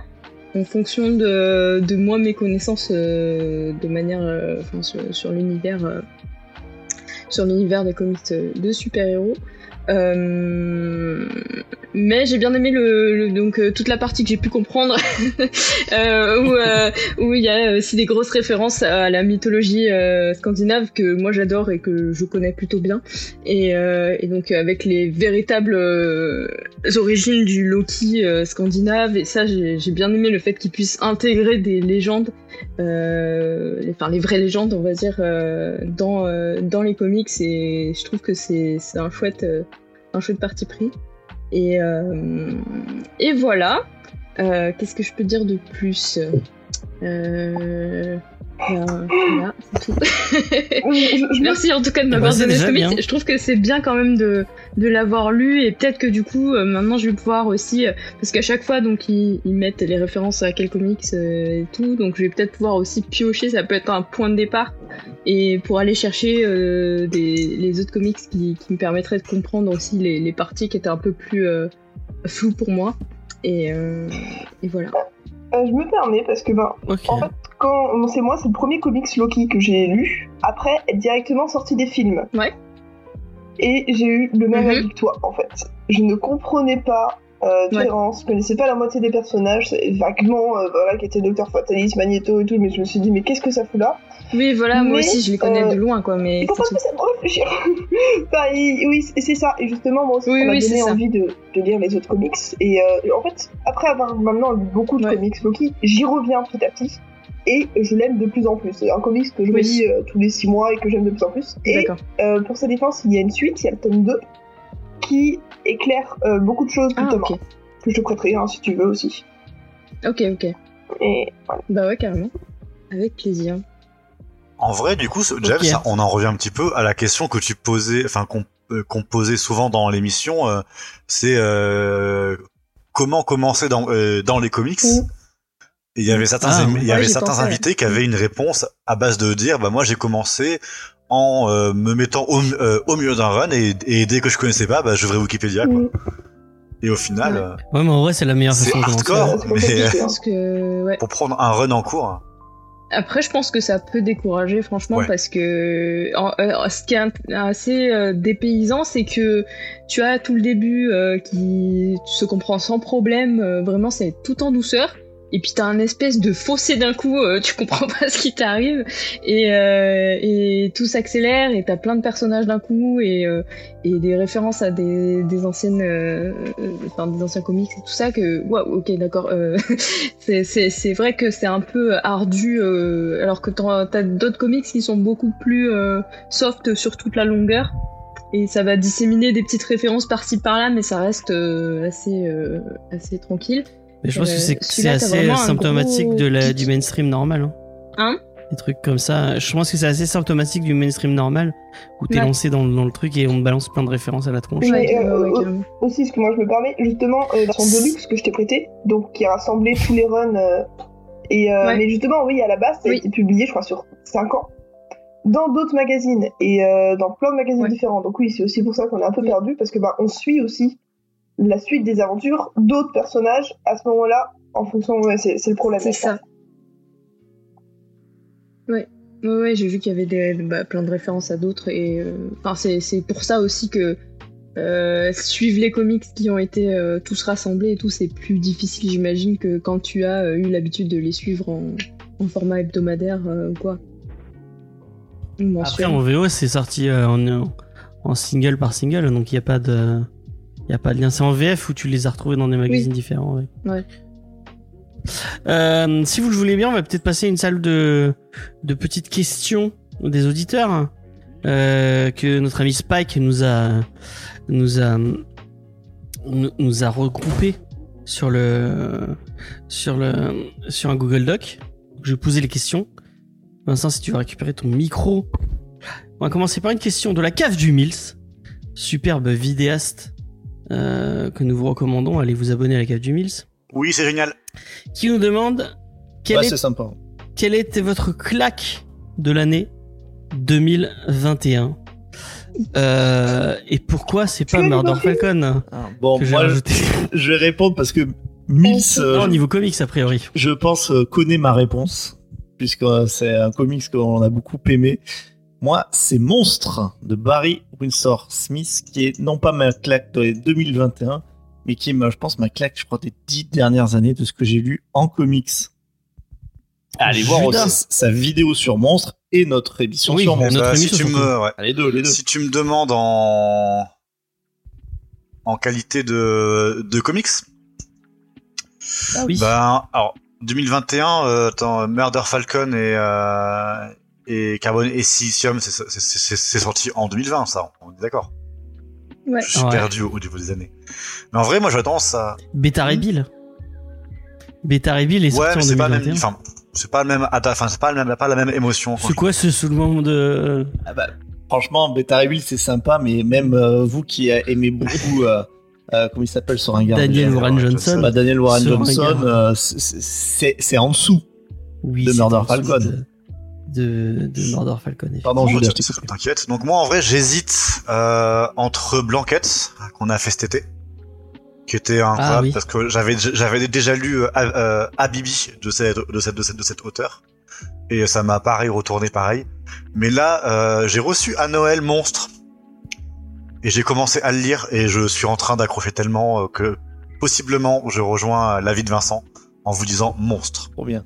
en fonction de, de moi mes connaissances euh, de manière euh, enfin, sur, sur l'univers euh, sur l'univers des comics euh, de super-héros. Euh, mais j'ai bien aimé le, le- donc euh, toute la partie que j'ai pu comprendre euh, où euh, où il y a aussi des grosses références à la mythologie euh, scandinave que moi j'adore et que je connais plutôt bien. Et, euh, et donc avec les véritables euh, origines du Loki euh, scandinave, et ça j'ai j'ai bien aimé le fait qu'ils puissent intégrer des légendes, euh, les- enfin les vraies légendes on va dire, euh, dans, euh, dans les comics, et je trouve que c'est c'est un chouette, euh, un chouette parti pris. Et, euh, et voilà. Euh, Qu'est-ce que je peux dire de plus euh... ben, voilà, c'est tout. Euh, Je- je- je me Merci en tout cas de bah, m'avoir c'est donné ce déjà comics. bien. Je trouve que c'est bien quand même de, de l'avoir lu et peut-être que du coup euh, maintenant je vais pouvoir aussi euh, parce qu'à chaque fois donc ils, ils mettent les références à quel comics euh, et tout donc je vais peut-être pouvoir aussi piocher ça peut être un point de départ et pour aller chercher euh, des, les autres comics qui, qui me permettraient de comprendre aussi les, les parties qui étaient un peu plus euh, floues pour moi et, euh, et voilà. Euh, je me permets parce que ben, Ok. en fait, quand bon, c'est moi, c'est le premier comics Loki que j'ai lu. Après, être directement sorti des films. Ouais. Et j'ai eu le même Mhm. avis que toi, en fait. Je ne comprenais pas euh, Ouais. Terence, je connaissais pas la moitié des personnages, c'est vaguement, euh, voilà, qui était Docteur Fatalis, Magneto et tout, mais je me suis dit, mais qu'est-ce que ça fout là Oui voilà moi Mais, aussi je les connais euh, de loin quoi mais Et pourquoi c'est est-ce que ça me réfléchir Bah, il- Oui, c'est c'est ça. Et justement, moi aussi, Oui, ça m'a oui, c'est donné ça. envie de, de lire les autres comics. Et euh, en fait, après avoir maintenant lu beaucoup de Ouais. comics Loki, j'y reviens petit à petit. Et je l'aime de plus en plus. C'est un comics que je Oui. lis euh, tous les six mois et que j'aime de plus en plus. tout. Et D'accord. euh, pour sa défense, il y a une suite, il y a le tome 2, qui éclaire euh, beaucoup de choses, Ah justement. ok Que je te prêterai hein, si tu veux aussi. ok ok. Et voilà. Bah ouais, carrément. Avec plaisir. En vrai, du coup, ce- Jeff, Ok. ça- on en revient un petit peu à la question que tu posais, enfin qu'on euh, qu'on posait souvent dans l'émission, euh, c'est euh, comment commencer dans, euh, dans les comics. Mm. Et Il y avait certains, Ah, émi- ouais. il y avait Ouais, j'y certains pensais, ouais. invités qui avaient une réponse à base de dire, bah moi j'ai commencé en euh, me mettant au, euh, au milieu d'un run et, et dès que je connaissais pas, bah j'ouvrais Wikipédia. Mmh. Quoi. Et au final, Ouais. euh, Ouais, mais en vrai, c'est la meilleure c'est façon de commencer. hardcore, C'est compliqué. mais euh, Je pense que ouais. pour prendre un run en cours, Après, je pense que ça peut décourager, franchement, Ouais. parce que en- euh, ce qui est int- assez euh, dépaysant, c'est que tu as tout le début euh, qui se comprend sans problème. euh, vraiment, c'est tout en douceur. et puis t'as un espèce de fossé d'un coup, euh, tu comprends pas ce qui t'arrive, et, euh, et tout s'accélère, et t'as plein de personnages d'un coup, et, euh, et des références à des, des anciennes, euh, euh, enfin des anciens comics et tout ça que, waouh, ok, d'accord, euh, c'est- c'est c'est vrai que c'est un peu ardu, euh, alors que t'en- t'as d'autres comics qui sont beaucoup plus euh, soft sur toute la longueur. Et ça va disséminer des petites références par-ci par-là, mais ça reste euh, assez, euh, assez tranquille. Mais je pense Euh, que c'est c'est celui-là, t'as assez vraiment un symptomatique gros de la, pic. du mainstream normal. Hein. Hein Des trucs comme ça. Je pense que c'est assez symptomatique du mainstream normal où t'es Ouais. lancé dans, le- dans le truc et on te balance plein de références à la tronche. Ouais. Mais, euh, euh, carrément. Aussi, ce que moi je me permets, justement, euh, la version Deluxe que je t'ai prêté, donc qui rassemblait tous les runs. euh, et, euh, Ouais. Mais justement, oui, à la base, ça a Oui. été publié, je crois, sur 5 ans. Dans d'autres magazines et euh, dans plein de magazines Ouais. différents. Donc, oui, c'est aussi pour ça qu'on est un peu perdu, parce que bah, on suit aussi la suite des aventures d'autres personnages à ce moment-là, en fonction. ouais, c'est c'est le problème. C'est ça. Ouais, ouais, ouais, j'ai vu qu'il y avait des, bah, plein de références à d'autres et euh, enfin, c'est- c'est pour ça aussi que euh, suivre les comics qui ont été euh, tous rassemblés et tout, c'est plus difficile, j'imagine, que quand tu as euh, eu l'habitude de les suivre en, en format hebdomadaire euh, ou quoi. Ou Après mensuel. en VO c'est sorti euh, en, en single par single donc il n'y a pas de il y a pas de lien. C'est en VF où tu les as retrouvés dans des magazines différents. ouais. Ouais. Euh, si vous le voulez bien, on va peut-être passer à une salle de, de petites questions des auditeurs hein, euh, que notre ami Spike nous a nous a nous nous a regroupé sur le sur le sur un Google Doc. Je vais poser les questions. Vincent, si tu veux récupérer ton micro, on va commencer par une question de la cave du Mills, superbe vidéaste euh, que nous vous recommandons. Allez vous abonner à la cave du Mills, Oui, c'est génial. qui nous demande quelle, Bah, Ouais, est- c'est sympa. quelle était votre claque de l'année 2021 Euh, et pourquoi c'est pas Tu veux Murder nous raconter Falcon Bon, que j'ai moi, je, rajouté je vais répondre parce que Mills, euh, Non, au niveau comics a priori je pense, euh, connaît ma réponse, puisque euh, c'est un comics qu'on a beaucoup aimé. Moi, c'est Monstre de Barry Windsor Smith, qui est non pas ma claque de 2021, mais qui est, ma- je pense, ma claque, je crois, des dix dernières années de ce que j'ai lu en comics. Allez voir Judas. aussi sa vidéo sur Monstre et notre émission Oui, sur mais- Monstre. Eh Notre ben, si émission, tu me, surtout. ouais. Les deux, les deux. Si tu me demandes en en qualité de de comics, Ah oui. ben alors 2021, euh, attends, Murder Falcon et euh, et Carbone et Silicium, c'est c'est- c'est- c'est sorti en 2020, ça, on est d'accord. Ouais. Je suis Ouais. perdu au, au niveau des années. Mais en vrai, moi, j'ai tendance à Beta Rebill Beta Rebill est ouais, sorti mais en c'est pas la même, 2021 enfin, c'est pas le même, atta- enfin, c'est pas la même, pas la même émotion. quand c'est quoi ce euh, soulevement de Ah bah, franchement, Beta Rebuild, c'est sympa, mais même euh, vous qui euh, aimez beaucoup, euh, euh, comment il s'appelle ce ringard Daniel déjà Warren Warren Johnson Bah, Daniel Warren Ce Johnson, ringard. euh, c'est- c'est c'est en dessous. Oui, de c'est Murder en dessous Falcon. De, de, de Murder Falcon. effectivement. Pardon, Oh, Judas, tu- je t'ai coupé. T'inquiète. Donc moi en vrai j'hésite euh, entre Blanquette qu'on a fait cet été, qui était incroyable oui. parce que j'avais j'avais déjà lu euh, euh, Habibi de cette de cette de cette de cette auteur et ça m'a pareil retourné pareil. Mais là euh, j'ai reçu à Noël Monstre et j'ai commencé à le lire et je suis en train d'accrocher tellement euh, que possiblement je rejoins euh, l'avis de Vincent en vous disant Monstre. Trop bien.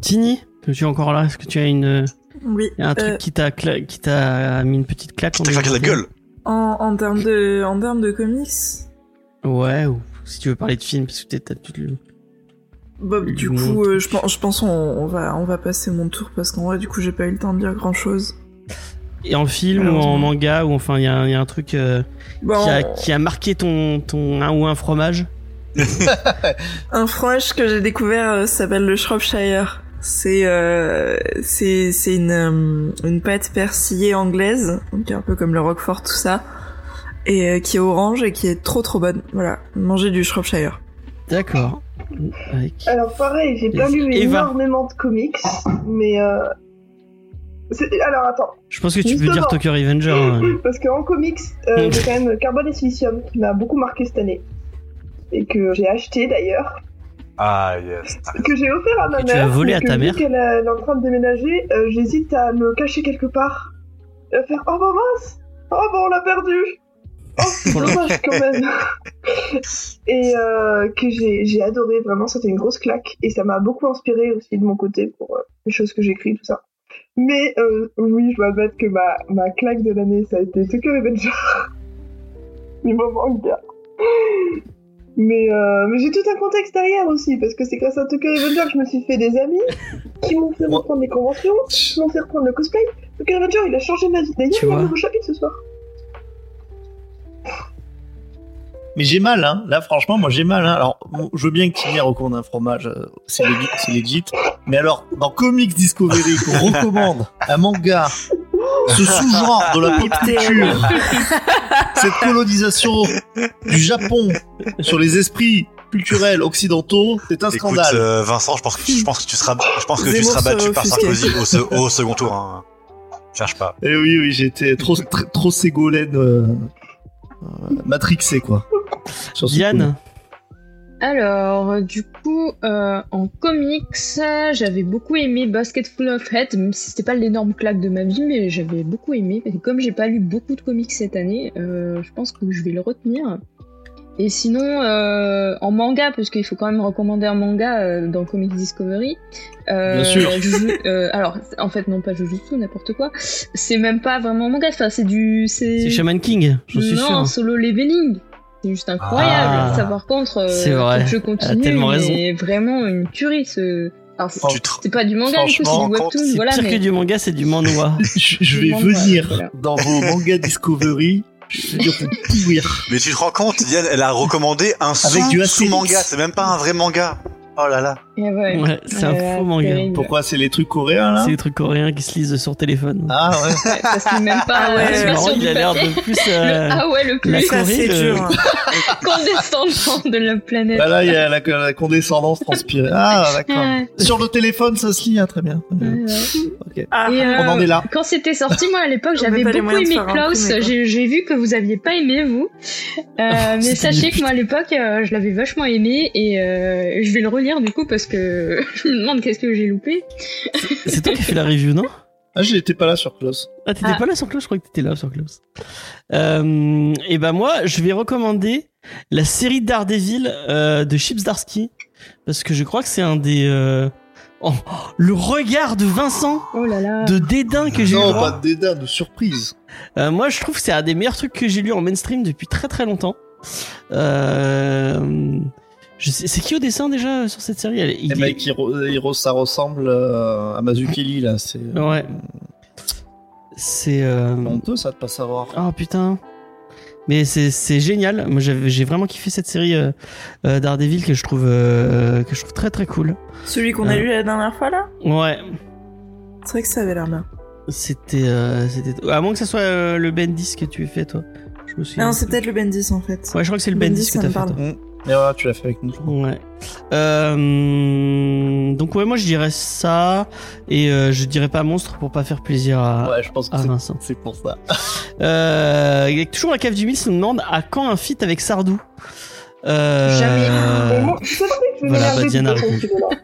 Tini, tu es encore là Est-ce que tu as une, Oui. un truc euh, qui t'a cla- qui t'a mis une petite claque en T'as claqué la 2021? gueule. en, en termes de, en termes de comics, Ouais, ou si tu veux parler de film, parce que t'es- t'as tout le. Bob, du Bon, coup, euh, je pense, je pense on, on va, on va passer mon tour parce qu'en vrai, du coup, j'ai pas eu le temps de dire grand chose. Et en film ou en Malheureusement. manga ou enfin il y, a un- il y a un truc euh, Bon, qui, a, qui a marqué ton ton un ou un fromage. un fromage que j'ai découvert euh, s'appelle le Shropshire. C'est, euh, c'est, c'est une, euh, une pâte persillée anglaise, donc un peu comme le Roquefort, tout ça, et euh, qui est orange et qui est trop trop bonne. Voilà, manger du Shropshire. D'accord. Avec- Alors pareil, j'ai pas lu Eva. énormément de comics, mais... euh, c'est- Alors attends, Je pense que tu peux Justement. dire Tokyo Revenger. hein. parce qu'en comics, euh, j'ai quand même Carbone et Silicium qui m'a beaucoup marqué cette année. Et que j'ai acheté d'ailleurs. Ah yes. Que j'ai offert à ma Que tu mère. as volé mais à que ta vu mère. qu'elle a- elle est en train de déménager, euh, j'hésite à me cacher quelque part. Et à faire Oh bah mince Oh bah on l'a perdu Oh, c'est dommage quand même. Et euh, que j'ai j'ai adoré, vraiment, c'était une grosse claque. Et ça m'a beaucoup inspiré aussi de mon côté pour euh, les choses que j'écris, tout ça. Mais euh, oui, je dois admettre que ma, ma claque de l'année, ça a été Tokyo Revenger. Il me manque bien. Mais, euh, mais j'ai tout un contexte derrière aussi, parce que c'est grâce à Tokyo Revenger que je me suis fait des amis qui m'ont fait reprendre les conventions, qui m'ont fait reprendre le cosplay. Tokyo Revenger, il a changé ma vie. D'ailleurs, Tu il y a un vois. nouveau chapitre ce soir. Mais j'ai mal, hein. Là, franchement, moi, j'ai mal, hein. Alors, bon, je veux bien que Tini recommande un fromage, euh, c'est legit, c'est legit. Mais alors, dans Comics Discovery, qu'on recommande un manga, ce sous-genre de la pop culture, cette colonisation du Japon sur les esprits culturels occidentaux, c'est un Écoute, scandale. euh, Vincent, je pense que, je pense que tu seras, je pense que tu Zemmour seras sera battu par offusqué. Sarkozy au, se- au second tour. hein. Cherche pas. Eh oui, oui, j'étais trop, tr- trop Ségolène, euh, euh, matrixé, quoi. Sur ce coup. Diane, Alors, euh, du coup, euh, en comics, euh, j'avais beaucoup aimé Basketful of Head, même si c'était pas l'énorme claque de ma vie, mais j'avais beaucoup aimé. Et comme j'ai pas lu beaucoup de comics cette année, euh, je pense que je vais le retenir. Et sinon, euh, en manga, parce qu'il faut quand même recommander un manga euh, dans Comics Discovery. euh, Bien sûr. Juju- euh, alors, en fait, non pas Jujutsu, n'importe quoi. C'est même pas vraiment un manga. Enfin, c'est du, c'est Shaman King, j'en suis non, sûr. hein. solo leveling. C'est juste incroyable. Ah. ça, par contre, euh, C'est vrai. Elle faut que je a continue. tellement raison. mais vraiment une tuerie. Ce... Alors, Oh. c'est tu te- c'est pas du manga, du coup, c'est Oh. Franchement, du quand- webtoon. C'est Voilà, pire mais que du manga, c'est du manhwa. je, je vais Demande, venir voilà. dans vos mangas Discovery. Je vais dire vous pourrir. Mais tu te rends compte, Diane, elle a recommandé un sous, Avec du sous manga. Astérix. C'est même pas un vrai manga. Oh là là. Eh ouais. Ouais, c'est Ouais, un faux manga. terrible. Pourquoi c'est les trucs coréens là C'est des trucs coréens qui se lisent sur téléphone. Hein Ah ouais. Ouais, ça se lit même pas. Ah ouais, euh, c'est sur marrant, du il a l'air papier. de plus. Le- euh, Ah ouais, le la plus Ça, c'est Corée, dur. hein. condescendant de la planète. Bah là il y a la, la condescendance transpirée. Ah d'accord. Ouais, Sur le téléphone ça se lit, hein, très bien. très bien. ouais, ouais. Ok. Ah, Et, euh, On en est là. Quand c'était sorti, moi à l'époque, On j'avais n'a pas les beaucoup moyens aimé de faire un Klaus. premier, quoi. J'ai j'ai vu que vous aviez pas aimé vous, Euh, mais Oh, c'était sachez nul. que moi à l'époque, euh, je l'avais vachement aimé et euh, je vais le relire du coup parce que je me demande qu'est-ce que j'ai loupé. C'est toi qui as fait la review, non Ah j'étais pas là sur Klaus. Ah, t'étais Ah. pas là sur Klaus Je crois que t'étais là sur Klaus. Euh, et ben moi, je vais recommander la série Daredevil euh, de Chips Darsky. Parce que je crois que c'est un des. euh, oh, le regard de Vincent Oh là là. de dédain que j'ai eu. Non droit. pas de dédain, de surprise. Euh, moi, je trouve que c'est un des meilleurs trucs que j'ai lu en mainstream depuis très très longtemps. Euh, je sais- c'est qui au dessin déjà euh, sur cette série Elle- il Eh ben, est- qui re- il re- ça ressemble euh, à Mazukeli là. C'est Ouais. C'est. euh, honteux ça de pas savoir. Oh putain. Mais c'est c'est génial. Moi j'avais- j'ai vraiment kiffé cette série euh, euh, Daredevil que je trouve euh, que je trouve très très cool. Ah, Celui qu'on a Euh. lu la dernière fois là Ouais. C'est vrai que ça avait l'air bien. C'était euh, c'était à moins que ça soit euh, le Bendis que tu as fait toi. Je me souviens. Non, c'est peut-être le Bendis en fait. Ouais, je crois que c'est le Bendis, Bendis, que ça t'as me fait. parle. toi. Mm. Mais ouais, tu l'as fait avec nous. Ouais. Euh, donc ouais, moi je dirais ça et euh, je dirais pas monstre pour pas faire plaisir à, Ouais, je pense que à c'est- Vincent. c'est pour ça. Euh, il y a toujours la cave du mille se demande à quand un feat avec Sardou. Euh, Mais moi, tu sais que je vais voilà, bah, m'énerver Diana tout le temps, répond. tu vois, là.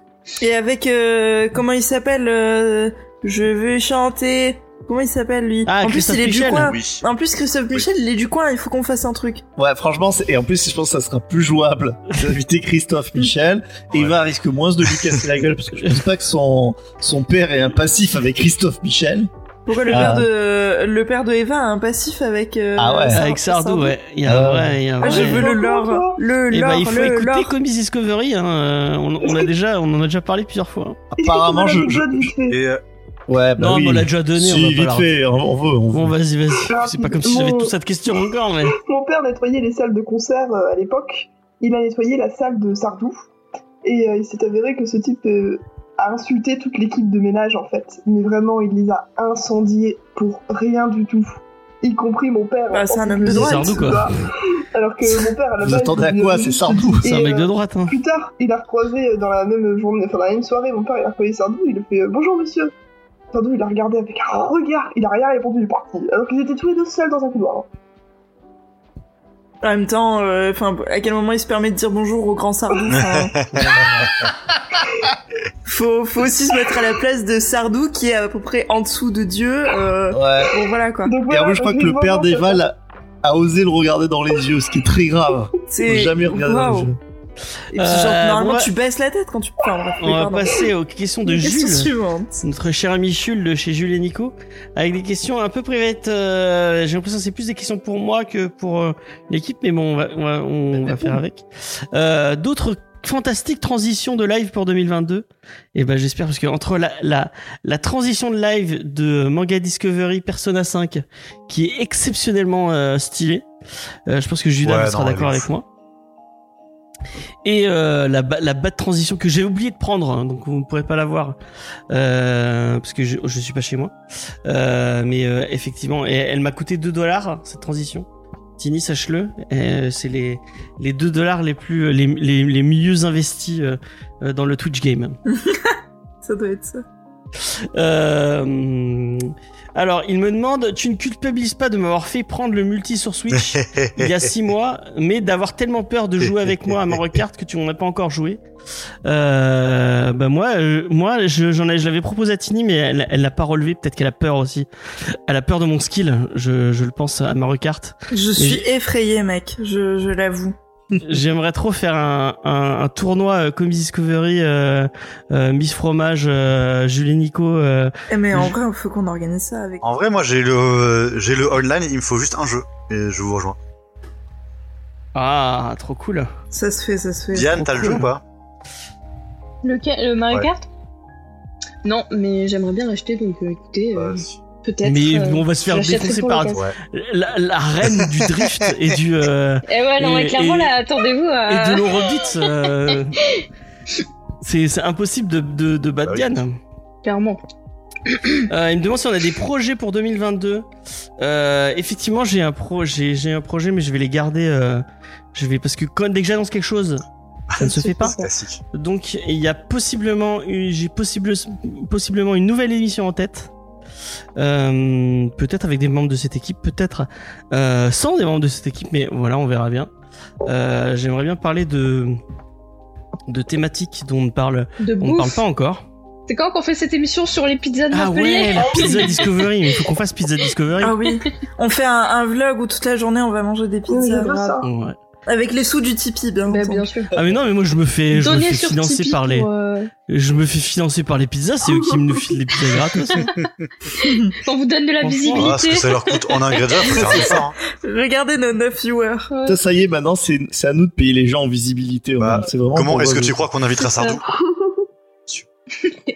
Et avec euh, comment il s'appelle euh, Je veux chanter. Comment il s'appelle lui Ah, En plus, Christophe il est Michel. du coin. Oui. En plus, Christophe Michel, il est du coin. Il faut qu'on fasse un truc. Ouais, franchement, c'est- et en plus, je pense que ça sera plus jouable d'inviter Christophe Michel. Et Ouais. Eva risque moins de lui casser la gueule parce que je pense pas que son, son père est un passif avec Christophe Michel. Pourquoi le Ah. père de le père de Eva a un passif avec euh, Ah ouais. Sar- Avec Sardou, ouais. Il y a Ah un ouais. vrai. il y a un Ah, je vrai. veux le lore, le Eh ben, lore, il faut le écouter lore. Comics Discovery. hein, euh, On, on a déjà, on en a déjà parlé plusieurs fois. Est-ce que tu Apparemment, veux je, je- l'anecdote vite fait Et euh, ouais, bah non, oui. mais on l'a déjà donné. Si, on va pas vite la- fait, on, on veut, on Bon, veut. vas-y, Ah, vas-y. C'est pas comme si Mon- j'avais toute cette question encore, mais. Mon père nettoyait les salles de concert euh, à l'époque. Il a nettoyé la salle de Sardou. Et euh, il s'est avéré que ce type euh, a insulté toute l'équipe de ménage, en fait. Mais vraiment, il les a incendiés pour rien du tout. Y compris mon père. Bah, hein, c'est un en homme plus, de je droite. bah, sais Sardou, quoi. pas. Alors que mon père, à la Vous base, attendez à il quoi devait- C'est Sardou. C'est un Et, mec de euh, droite, hein. Plus tard, il a recroisé euh, dans la même journée, enfin dans la même soirée, mon père, il a recroisé Sardou, il a fait euh, Bonjour monsieur Sardou, il a regardé avec un regard, il a rien répondu, il est parti. Alors qu'ils étaient tous les deux seuls dans un couloir. En même temps, euh, enfin, à quel moment il se permet de dire bonjour au grand Sardou enfin, faut, faut aussi se mettre à la place de Sardou qui est à peu près en dessous de Dieu. euh, Ouais. bon voilà quoi. Donc Et en voilà, plus, je crois donc que le vraiment, père d'Eva ça- l'a- à oser le regarder dans les yeux, ce qui est très grave. Faut C'est. jamais regarder dans les Waouh. yeux. Et puis, genre, Euh, normalement, bon, tu baisses la tête quand tu. Enfin, bref, On va pardon. passer aux questions de Question Jules. suivante. C'est notre cher ami Jules de chez Jules et Nico, avec des questions un peu privées. euh, J'ai l'impression que c'est plus des questions pour moi que pour euh, l'équipe, mais bon, on va, on va, on va faire avec. Euh, D'autres fantastiques transitions de live pour 2022. Et ben j'espère parce que entre la, la la transition de live de Manga Discovery Persona 5, qui est exceptionnellement euh, stylée, euh, je pense que Judas Ouais, sera non, elle est d'accord avec ouf. moi. Et euh, la, ba- la bas de transition que j'ai oublié de prendre, hein, donc vous ne pourrez pas la voir euh, parce que je, je suis pas chez moi. Euh, mais euh, effectivement, et elle m'a coûté 2 dollars cette transition. Tini, sache-le, euh, c'est les les 2 dollars les plus les, les, les mieux investis euh, euh, dans le Twitch game. Ça doit être ça. Euh, alors, il me demande, tu ne culpabilises pas de m'avoir fait prendre le multi sur Switch il y a six mois, mais d'avoir tellement peur de jouer avec moi à Mario Kart que tu n'en as pas encore joué. Euh, bah moi, euh, moi, je, j'en ai, je l'avais proposé à Tini, mais elle, elle l'a pas relevé. Peut-être qu'elle a peur aussi. Elle a peur de mon skill. Je, je le pense à Mario Kart. Je suis effrayée, mec. Je, je l'avoue. J'aimerais trop faire un, un, un tournoi euh, comme Discovery, euh, euh, Miss Fromage, euh, Julie Nico. euh, Eh, Mais en Je- vrai, il faut qu'on organise ça avec. En vrai, moi j'ai le euh, j'ai le online, il me faut juste un jeu et je vous rejoins. Ah, trop cool. Ça se fait, ça se fait. Diane, trop t'as le jeu cool. ou pas Le, ca- le euh, Mario Ouais. Kart Non, mais j'aimerais bien l'acheter, donc euh, écoutez, euh, Euh, si. peut-être. Mais euh, on va se faire je l'achèterai défoncer pour par le Ouais. la, la reine du drift et du euh, Eh ouais, non, Et- mais clairement, et- là, attendez-vous et à. de l'Eurobeat. euh, c'est c'est impossible de, de, de battre Bah oui. Diane. Clairement. Euh, il me demande si on a des projets pour 2022. Euh, effectivement, j'ai un pro, j'ai j'ai un projet, mais je vais les garder. euh, je vais parce que quand, dès que j'annonce quelque chose, ça ne se fait pas. C'est classique. Donc il y a possiblement, une- j'ai possible, possiblement une nouvelle émission en tête. Euh, peut-être avec des membres de cette équipe, peut-être euh, sans des membres de cette équipe, mais voilà, on verra bien. Euh, J'aimerais bien parler de de thématiques dont on ne parle, De on ne parle bouffe. pas encore. C'est quand qu'on fait cette émission sur les pizzas de Ah ouais, Montpellier la Pizza Discovery, il faut qu'on fasse Pizza Discovery. Ah oui. on fait un, un vlog où toute la journée on va manger des Oui, je pizzas. veux ça. Ouais. Avec les sous du Tipeee, bien Bah, entendu. bien sûr. Ah mais non, mais moi je me fais, je me Donnez fais sur financer Tipeee par les, pour, euh, je me fais financer par les pizzas, c'est eux qui me filent les pizzas gratos. On vous donne de la Franchement, Ah, ce visibilité. que ça leur coûte en ingrédients, faut faire l'effort. hein. Regardez nos 9 viewers. Ouais. Ça, ça y est, maintenant, c'est c'est à nous de payer les gens en visibilité. Bah, vraiment. c'est vraiment Comment pour est-ce que eux. tu crois qu'on invitera C'est ça. Sardou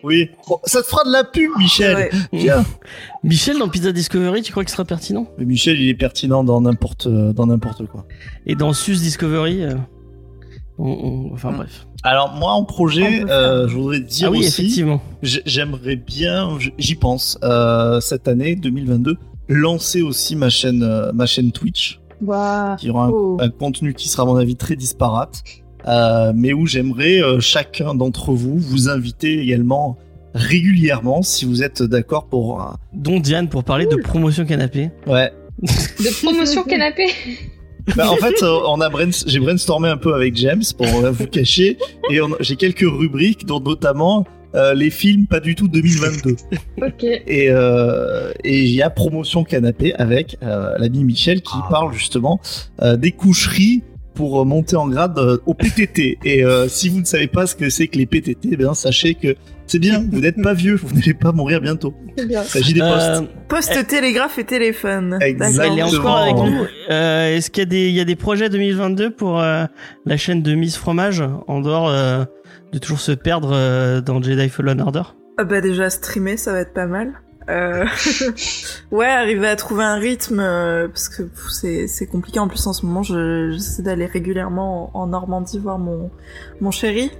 Oui. Oh, ça te fera de la pub, Michel. Ouais. Viens. Michel dans Pizza Discovery, tu crois qu'il sera pertinent Mais Michel, il est pertinent dans n'importe euh, dans n'importe quoi. Et dans Sus Discovery, euh, on- on- enfin Mm. bref. Alors moi, en projet, On peut euh, je voudrais dire ah oui, aussi, effectivement. j'ai- j'aimerais bien, j- j'y pense, euh, cette année 2022, lancer aussi ma chaîne euh, ma chaîne Twitch. Waouh. qui aura un, Oh. un contenu qui sera à mon avis très disparate, euh, mais où j'aimerais euh, chacun d'entre vous vous inviter également régulièrement si vous êtes d'accord pour un- Dont Diane pour parler de promotion canapé. ouais. De promotion canapé Bah, en fait, euh, on a brain- j'ai brainstormé un peu avec James pour euh, vous cacher et on- j'ai quelques rubriques dont notamment euh, les films pas du tout 2022 Ok. et euh, et il y a promotion canapé avec euh, l'ami Michel qui Ah. parle justement euh, des coucheries pour euh, monter en grade euh, au PTT. Et euh, si vous ne savez pas ce que c'est que les PTT, eh bien sachez que c'est bien, vous n'êtes pas vieux, vous n'allez pas mourir bientôt. C'est bien. Il s'agit des Euh, postes. Poste, télégraphe et téléphone. Exact. elle est encore D'accord. Eh. Exactement. avec nous. Euh, Est-ce qu'il y, a des- il y a des projets 2022 pour euh, la chaîne de Miss Fromage en dehors euh, de toujours se perdre euh, dans Jedi Fallen Order Ah bah déjà streamer, ça va être pas mal. Euh... ouais, arriver à trouver un rythme euh, parce que pff, c'est c'est compliqué en plus en ce moment. je- J'essaie d'aller régulièrement en, en Normandie voir mon mon chéri.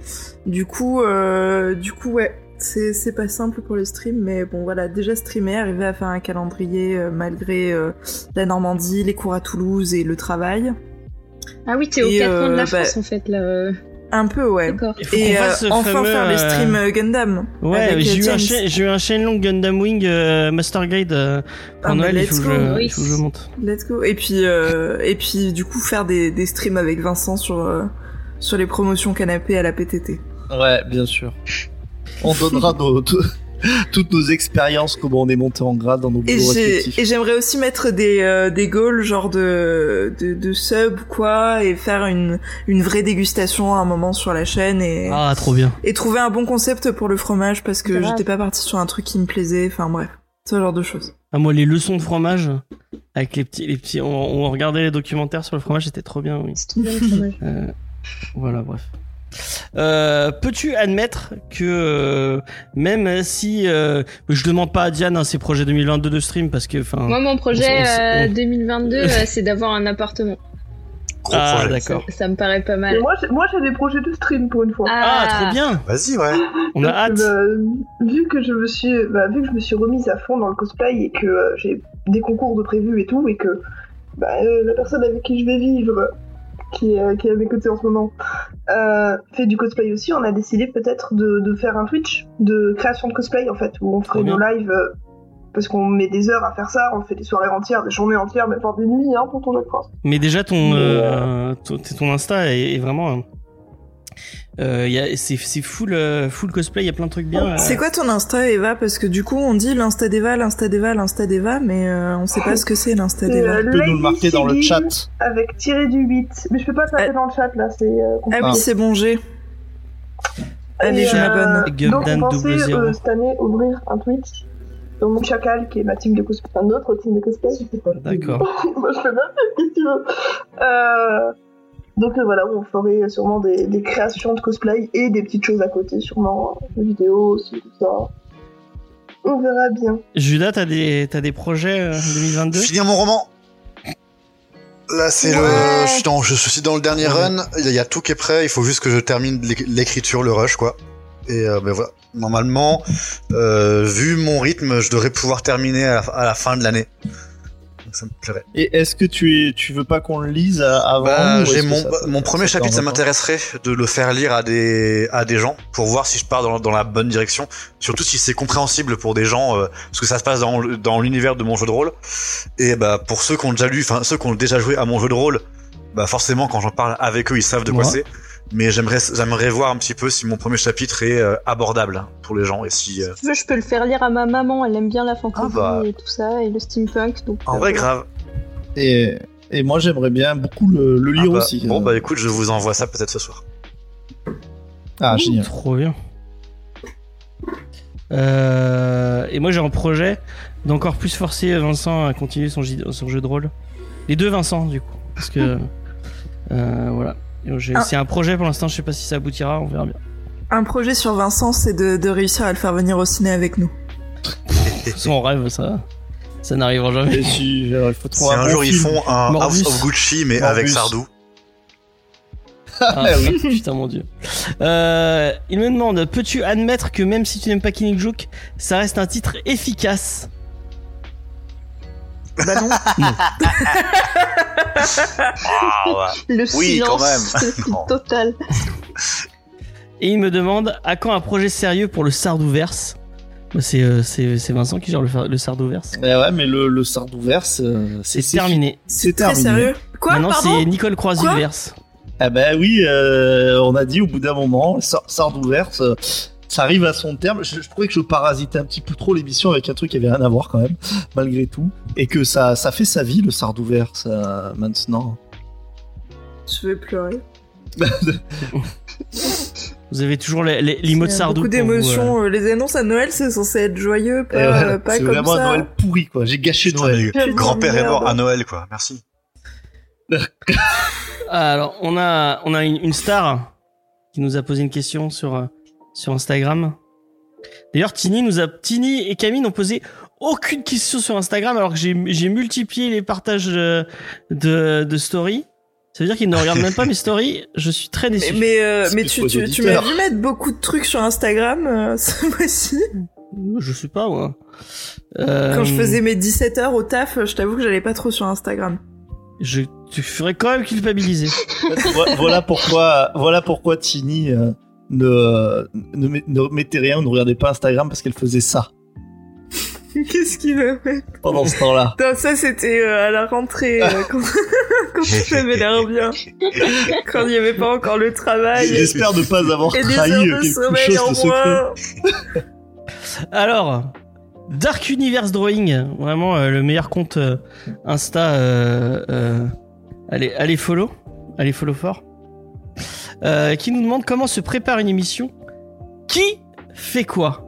Du coup, euh, du coup ouais, c'est c'est pas simple pour le stream, mais bon voilà, déjà streamer, arriver à faire un calendrier euh, malgré euh, la Normandie, les cours à Toulouse et le travail. Ah oui, t'es aux Et, quatre coins de la euh, bah, France en fait là. euh, Un peu ouais. D'accord. Il faut qu'on Et euh, fasse ce enfin fameux, faire les euh, streams euh, Gundam. Ouais, avec, j'ai euh, eu, un James. cha- j'ai eu un Shenlong Gundam Wing euh, Master Guide euh, pour Ah, mais Noël, il let's faut, que go, je, oui. il faut que je monte. Let's go. Et puis, euh, et puis du coup, faire des, des streams avec Vincent sur, euh, sur les promotions canapé à la PTT. Ouais, bien sûr. On donnera nos, toutes nos expériences, comment on est monté en grade dans nos Et bureaux respectifs. j'ai- et j'aimerais aussi mettre des, euh, des goals genre de, de, de sub ou quoi et faire une, une vraie dégustation à un moment sur la chaîne et, Ah, trop bien. et trouver un bon concept pour le fromage parce que Grave. j'étais pas partie sur un truc qui me plaisait, enfin bref, ce genre de choses. Ah, moi, les leçons de fromage, avec les petits. Les petits on, on regardait les documentaires sur le fromage, c'était trop bien, oui. C'est trop bien le fromage. Euh, voilà, bref. Euh, Peux-tu admettre que euh, même si euh, je demande pas à Diane hein, ses projets 2022 de stream parce que enfin Moi, On s- on mon s- projet euh, on- 2022, euh, c'est d'avoir un appartement. Gros ah projet. d'accord Ça me paraît pas Mais mal. moi, j'ai- moi, j'ai des projets de stream pour une fois. ah trop bien Vas-y, ouais. on a Parce hâte que, bah, vu que je me suis, bah, vu que je me suis remise à fond dans le cosplay et que euh, j'ai des concours de prévus et tout et que bah, euh, la personne avec qui je vais vivre, qui, est, euh, qui est à mes côtés en ce moment, euh, fait du cosplay aussi, on a décidé peut-être de, de faire un Twitch de création de cosplay en fait, où on ferait Trop nos lives. euh, parce qu'on met des heures à faire ça, on fait des soirées entières, des journées entières, mais voire des nuits hein, pour ton jeu de France. mais déjà ton Mais, euh, ton, ton Insta est, est vraiment hein. euh, y a- c'est c'est full euh, full cosplay il y a plein de trucs bien euh. C'est quoi ton Insta Eva Parce que du coup on dit l'Insta d'Eva, l'Insta d'Eva, l'Insta d'Eva, mais euh, on sait pas ce que c'est l'Insta C'est, d'Eva. euh, Tu peux nous le Lady marquer dans le Céline chat. Avec tiré du 8. Mais je peux pas taper Ah. dans le chat là, c'est euh, Ah oui, c'est bon, j'ai. Allez, Et, je euh, m'abonne. donc Gundam on pensait 00. euh, cette année ouvrir un Twitch dans mon chacal qui est ma team de cosplay, enfin notre team de cosplay, je sais pas. d'accord Moi je fais ma fête, qu'est-ce que tu veux. Euh, donc euh, voilà, on ferait sûrement des, des créations de cosplay et des petites choses à côté, sûrement euh, des vidéos aussi, tout ça. On verra bien. Judas t'as des t'as des projets euh, 2022 Finir mon roman. Là, c'est le. Ouais. Je suis, dans, je suis dans le dernier run. Il y, a- il y a tout qui est prêt. Il faut juste que je termine l'éc- l'écriture, le rush, quoi. Et euh, ben voilà. Normalement, euh, vu mon rythme, je devrais pouvoir terminer à, à la fin de l'année. Donc, Ça me plairait. Et est-ce que tu es, tu veux pas qu'on le lise à- avant Bah, nous, ou j'ai est-ce que mon, ça- ça- mon premier te chapitre, ça tente pas m'intéresserait de le faire lire à des, à des gens pour voir si je pars dans, dans la bonne direction. Surtout si c'est compréhensible pour des gens, euh, parce que ça se passe dans, le- dans l'univers de mon jeu de rôle. Et bah, pour ceux qui ont déjà lu, enfin, ceux qui ont déjà joué à mon jeu de rôle, bah, forcément, quand j'en parle avec eux, ils savent de quoi Ouais. c'est. Mais j'aimerais, j'aimerais voir un petit peu si mon premier chapitre est euh, abordable hein, pour les gens et si, euh, Si tu veux, je peux le faire lire à ma maman. Elle aime bien la fantasy Ah bah. et tout ça, et le steampunk. Donc, en euh, vrai, grave. Et, et moi, j'aimerais bien beaucoup le, le Ah lire bah, aussi. Bon, Euh, bah, écoute, je vous envoie ça peut-être ce soir. ah, génial. Trop bien. Euh, et moi j'ai un projet d'encore plus forcer Vincent à continuer son, gi- son jeu de rôle. Les deux Vincent du coup. Parce que... euh, voilà. J'ai- Ah. C'est un projet pour l'instant, je sais pas si ça aboutira, on verra bien. Un projet sur Vincent, c'est de, de réussir à le faire venir au ciné avec nous. Son rêve, ça, ça n'arrivera jamais. Et si, alors, il faut Si trouver un bon jour ils film. font un Morbus. House of Gucci, mais Morbus. avec Sardou. Ah, Putain mon dieu. Euh, il me demande, peux-tu admettre que même si tu n'aimes pas Killing Joke, ça reste un titre efficace Bah non. Ah, ouais. Le Oui, quand silence même. Oh. total. Et il me demande à quand un projet sérieux pour le Sardouverse Bah, C'est euh, c'est c'est Vincent qui gère le, fa- le Sardouverse. Eh ouais, mais le, le Sardouverse, euh, C'est terminé. C'est Très terminé. sérieux. Quoi Maintenant Pardon c'est Nicole Croisiverse. Ah bah oui, euh, on a dit au bout d'un moment, Sar- Sardouverse, euh, ça arrive à son terme. Je, je trouvais que je parasitais un petit peu trop l'émission avec un truc qui avait rien à voir quand même, malgré tout, et que ça, ça fait sa vie le Sardouverse euh, maintenant. Je vais pleurer. Vous avez toujours les- les- l'image de Il y a Sardou. Beaucoup pour vous, d'émotions. euh, Les annonces à Noël, c'est censé être joyeux, pas, Et voilà, euh, pas c'est comme vraiment ça. un Noël pourri quoi. J'ai gâché Putain, Noël. mais Putain, Grand-père est mort merde. à Noël, quoi. Merci. euh. Alors on a on a une, une star qui nous a posé une question sur euh, sur Instagram. D'ailleurs Tini nous a Tini et Camille n'ont posé aucune question sur Instagram alors que j'ai j'ai multiplié les partages euh, de de stories. Ça veut dire qu'ils ne regardent même pas mes stories. Je suis très Mais, déçu. mais, euh, C'est mais plus tu, aux tu, tu m'as auditeurs. vu mettre beaucoup de trucs sur Instagram euh, ce mois-ci. Je sais pas moi. Quand je Euh, faisais mes 17 heures au taf, je t'avoue que j'allais pas trop sur Instagram. je te ferais quand même culpabiliser. Vo- voilà pourquoi, voilà pourquoi Tini euh, ne, ne, met- ne mettait rien, ne regardait pas Instagram parce qu'elle faisait ça Qu'est-ce qu'il veut faire pendant ce temps-là. Putain, ça c'était euh, à la rentrée euh, quand, quand on avait l'air bien, quand il n'y avait pas encore le travail Ah, J'espère ne pas avoir et des trahi euh, heures de quelque sommeil chose en de secret. moins. Alors, Dark Universe Drawing, vraiment euh, le meilleur compte euh, Insta. euh, euh, allez, allez follow, allez follow fort. Euh, qui nous demande comment se prépare une émission. Qui fait quoi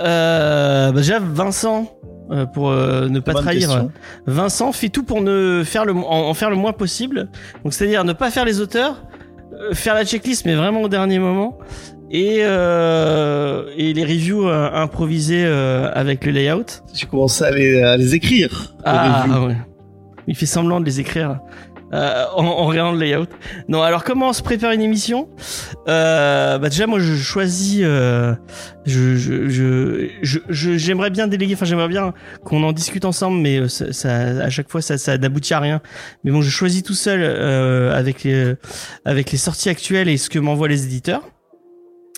euh, bah, Déjà, Vincent, euh, pour euh, ne pas Bonne trahir. question. Vincent fait tout pour ne faire le, en, en faire le moins possible. Donc c'est-à-dire ne pas faire les auteurs, euh, faire la checklist mais vraiment au dernier moment et euh, et les reviews euh, improvisées euh, avec le layout. J'ai commencé à les, à les écrire. les Ah, reviews. ah ouais. Il fait semblant de les écrire euh, en, en regardant le layout. Non, alors comment on se prépare une émission euh, bah Déjà, moi, je choisis. Euh, je, je, je, je- je- j'aimerais bien déléguer. Enfin, j'aimerais bien qu'on en discute ensemble, mais euh, ça, ça- à chaque fois, ça, ça n'aboutit à rien. Mais bon, je choisis tout seul euh, avec les, avec les sorties actuelles et ce que m'envoient les éditeurs.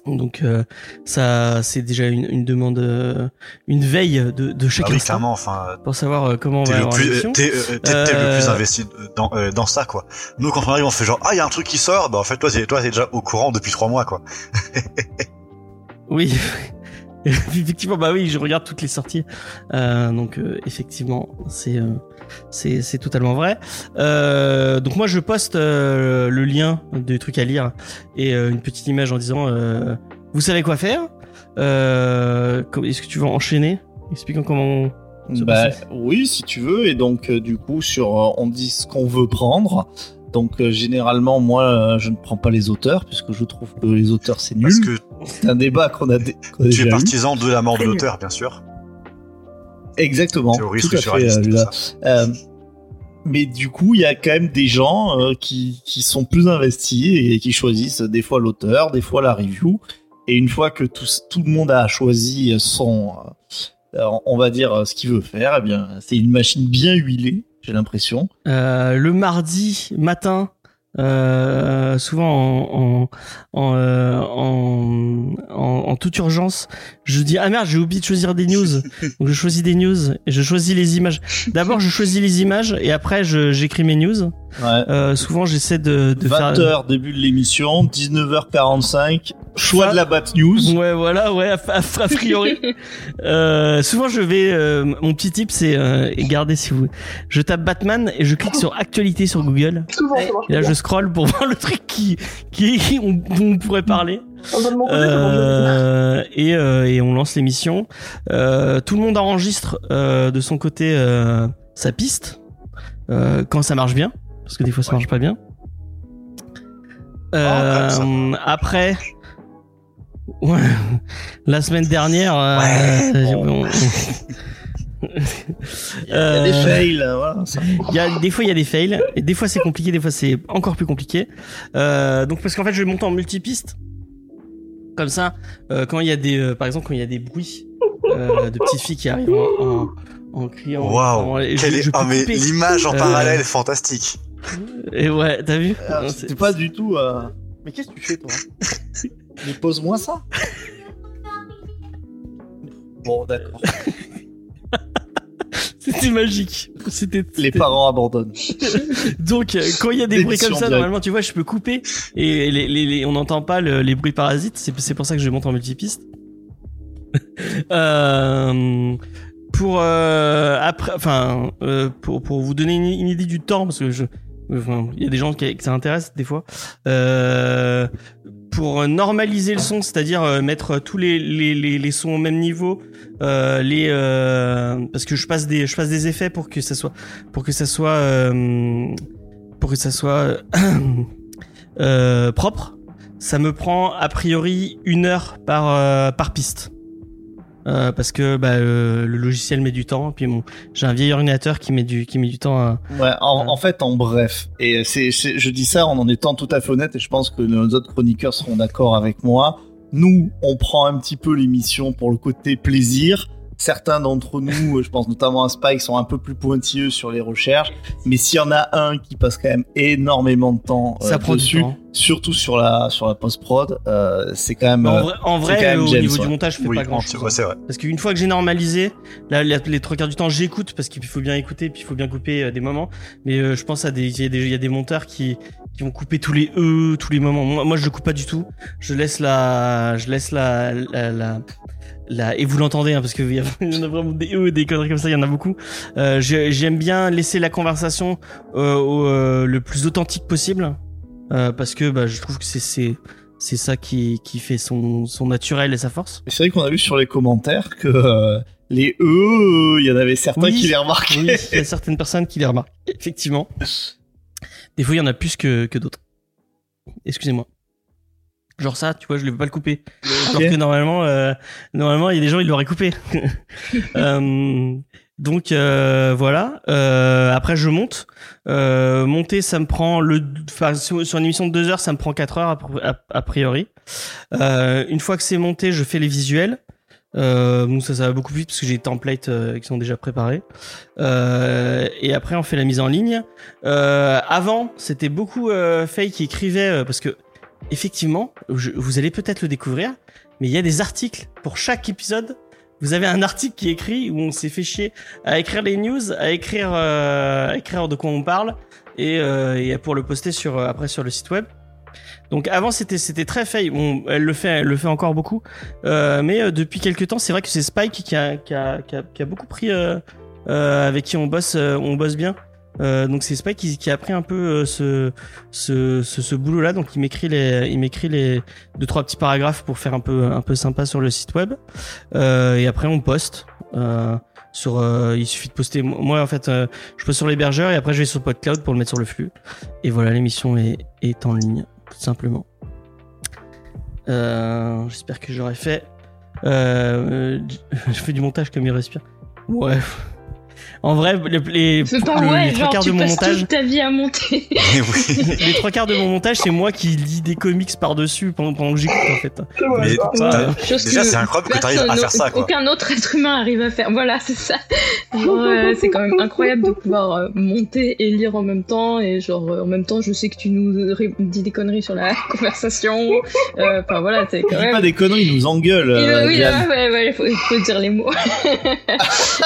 Donc euh, ça, c'est déjà une, une demande, euh, une veille de, de chaque Ah oui, instant clairement, enfin, pour savoir euh, comment on t'es va le, avoir plus- l'émission. euh, t'es, euh, t'es- t'es le Euh, plus investi dans, euh, dans ça, quoi. Nous, quand on arrive, on fait genre, ah, il y a un truc qui sort, bah en fait, toi, t'es, toi, t'es déjà au courant depuis trois mois, quoi. Oui, effectivement, bah oui, je regarde toutes les sorties. Euh, donc euh, effectivement, c'est euh, c'est c'est totalement vrai. Euh, donc moi, je poste euh, le lien du truc à lire et euh, une petite image en disant, euh, vous savez quoi faire euh, com- Est-ce que tu veux enchaîner Expliquant comment. on- ah, C'est Bah, possible. oui, si tu veux. Et donc, euh, du coup, sur euh, on dit ce qu'on veut prendre. Donc, euh, généralement, moi, euh, je ne prends pas les auteurs, puisque je trouve que les auteurs, c'est nul. Parce Euh, que C'est un débat qu'on a, dé- qu'on a tu déjà es eu. partisan de la mort de Très nul. l'auteur, bien sûr. Exactement. Théorie tout à fait, structuraliste. euh, tout Lula. ça. Euh, mais du coup, il y a quand même des gens euh, qui, qui sont plus investis et qui choisissent des fois l'auteur, des fois la review. Et une fois que tout, tout le monde a choisi son, euh, on va dire, euh, ce qu'il veut faire, eh bien, c'est une machine bien huilée, j'ai l'impression. Euh, le mardi matin, euh, souvent en, en, en, euh, en, en- en toute urgence, je dis ah merde j'ai oublié de choisir des news, donc je choisis des news et je choisis les images. D'abord je choisis les images et après je- j'écris mes news. Ouais. Euh, souvent j'essaie de, de faire 20h, début de l'émission, 19h45, choix Ça- de la Bat News. Ouais, voilà, ouais, a, a- a priori. Euh, souvent, je vais. euh, mon petit tip, c'est. Euh, et gardez si vous. Je tape Batman et je clique sur actualité sur Google. Souvent, ça marche Et là, bien. je scroll pour voir le truc qui, qui on, dont on pourrait parler. Eh. On donne mon côté, comment Euh, et, euh, et on lance l'émission. Euh, tout le monde enregistre euh, de son côté euh, sa piste euh, quand ça marche bien, parce que des fois ça marche pas bien. Euh, Ah, après, ouais, la semaine dernière, euh, Ouais, on- on- Il y a des Euh, fails, voilà. ça. il y a, des fois, il y a des fails. Et des fois, c'est compliqué. Des fois, c'est encore plus compliqué. Euh, donc, parce qu'en fait, je monte en multipiste. Comme ça, euh, quand il y a des, euh, par exemple, quand il y a des bruits euh, de petites filles qui arrivent en, en, en criant. en- Waouh. et je- Quelle est- je peux ah, mais couper. l'image en Euh, parallèle est fantastique. Et ouais, t'as vu Ah, Non, C'était c'est- pas du tout. euh, Mais qu'est-ce que tu fais, toi Mais pose-moi ça Bon, d'accord. C'était magique. C'était. Les parents abandonnent. Donc, euh, quand il y a des bruits L'émission comme ça, directe. normalement, tu vois, je peux couper et les, les- les- on n'entend pas le- les bruits parasites. C'est c'est pour ça que je monte en multipiste. euh, pour euh, après, enfin, euh, pour, pour vous donner une, une idée du temps, parce que je, enfin, il y a des gens qui, que ça intéresse des fois. Euh, pour normaliser le son, c'est-à-dire euh, mettre tous les, les, les, les sons au même niveau, euh, les euh, parce que je passe des je passe des effets pour que ça soit pour que ça soit euh, pour que ça soit euh, propre, ça me prend a priori une heure par euh, par piste. Euh, parce que bah, euh, le logiciel met du temps, puis bon, j'ai un vieil ordinateur qui met du qui met du temps. À... Ouais, en, Ouais. en fait, en bref, et c'est, c'est- je dis ça en en étant tout à fait honnête, et je pense que nos autres chroniqueurs seront d'accord avec moi. Nous, on prend un petit peu l'émission pour le côté plaisir. Certains d'entre nous, je pense notamment à Spike, sont un peu plus pointilleux sur les recherches. Mais s'il y en a un qui passe quand même énormément de temps euh, ça prend dessus, du temps. surtout sur la sur la post prod, c'est quand même. En euh, vrai, en vrai, quand même au James, niveau du ouais. montage, je fais Oui, pas grand c'est chose. ouais, c'est vrai. Parce qu'une fois que j'ai normalisé, là, la- les trois quarts du temps, j'écoute parce qu'il faut bien écouter, puis il faut bien couper euh, des moments. Mais euh, je pense à des, il y, a des- il y a des monteurs qui, qui vont couper tous les e, tous les moments. Moi, moi, je le coupe pas du tout. Je laisse la, je laisse la, la, la- la- et vous l'entendez hein, parce qu'il y, a- il y en a vraiment des e, des conneries comme ça, il y en a beaucoup. Euh, j'ai- J'aime bien laisser la conversation euh, au, euh, le plus authentique possible euh, parce que bah, je trouve que c'est c'est c'est ça qui qui fait son son naturel et sa force. C'est vrai qu'on a vu sur les commentaires que euh, les E, euh, il y en avait certains Oui. qui les remarquaient. Oui, il y a certaines personnes qui les remarquent. Effectivement. Des fois, il y en a plus que, que d'autres. Excusez-moi. Genre ça, tu vois, je ne vais pas le couper. Alors que normalement, euh, normalement, il y a des gens, ils l'auraient coupé. Euh, donc euh, voilà. Euh, après, je monte. Euh, monter, ça me prend le, enfin, sur sur une émission de deux heures, ça me prend quatre heures a, pr- a- a priori. Euh, une fois que c'est monté, je fais les visuels. Euh, donc ça, ça va beaucoup plus vite parce que j'ai des templates euh, qui sont déjà préparés. Euh, et après, on fait la mise en ligne. Euh, avant, c'était beaucoup euh, Faye qui écrivait euh, parce que effectivement, je- vous allez peut-être le découvrir, mais il y a des articles pour chaque épisode. Vous avez un article qui est écrit où on s'est fait chier à écrire les news, à écrire, euh, à écrire de quoi on parle et, euh, et pour le poster sur euh, après sur le site web. Donc avant c'était c'était très Faye, bon, elle le fait elle le fait encore beaucoup, euh, mais euh, depuis quelques temps c'est vrai que c'est Spike qui a, qui a, qui a, qui a beaucoup pris euh, euh, avec qui on bosse, euh, on bosse bien. Euh, donc c'est Spike qui, qui a pris un peu euh, ce, ce, ce, boulot là. Donc il m'écrit les, il m'écrit les deux trois petits paragraphes pour faire un peu un peu sympa sur le site web. Euh, et après on poste. Euh, sur, euh, il suffit de poster. Moi en fait, euh, je poste sur l'hébergeur et après je vais sur PodCloud pour le mettre sur le flux. Et voilà, l'émission est, est en ligne tout simplement. Euh, J'espère que j'aurais fait. Euh, je fais du montage comme il respire. Ouais. En vrai, les, les, C'est pas le- ouais, les trois genre quarts de tu mon passes montage, toute ta vie à monter. Et oui. les trois quarts de mon montage, c'est moi qui lis des comics par-dessus pendant, pendant que j'écoute en fait. C'est vrai. Mais ça. Pas, t'as- euh, Chose déjà, que c'est incroyable que t'arrives personne, à faire ça, quoi. Aucun autre être humain arrive à faire. Voilà, c'est ça. Genre, euh, c'est quand même incroyable de pouvoir euh, monter et lire en même temps. Et genre, euh, en même temps, je sais que tu nous ré- dis des conneries sur la conversation. Euh, Enfin, voilà, c'est Il quand dit pas même. des conneries, il nous engueule. Il- euh, oui, Diane. ouais, ouais, ouais, faut, faut dire les mots.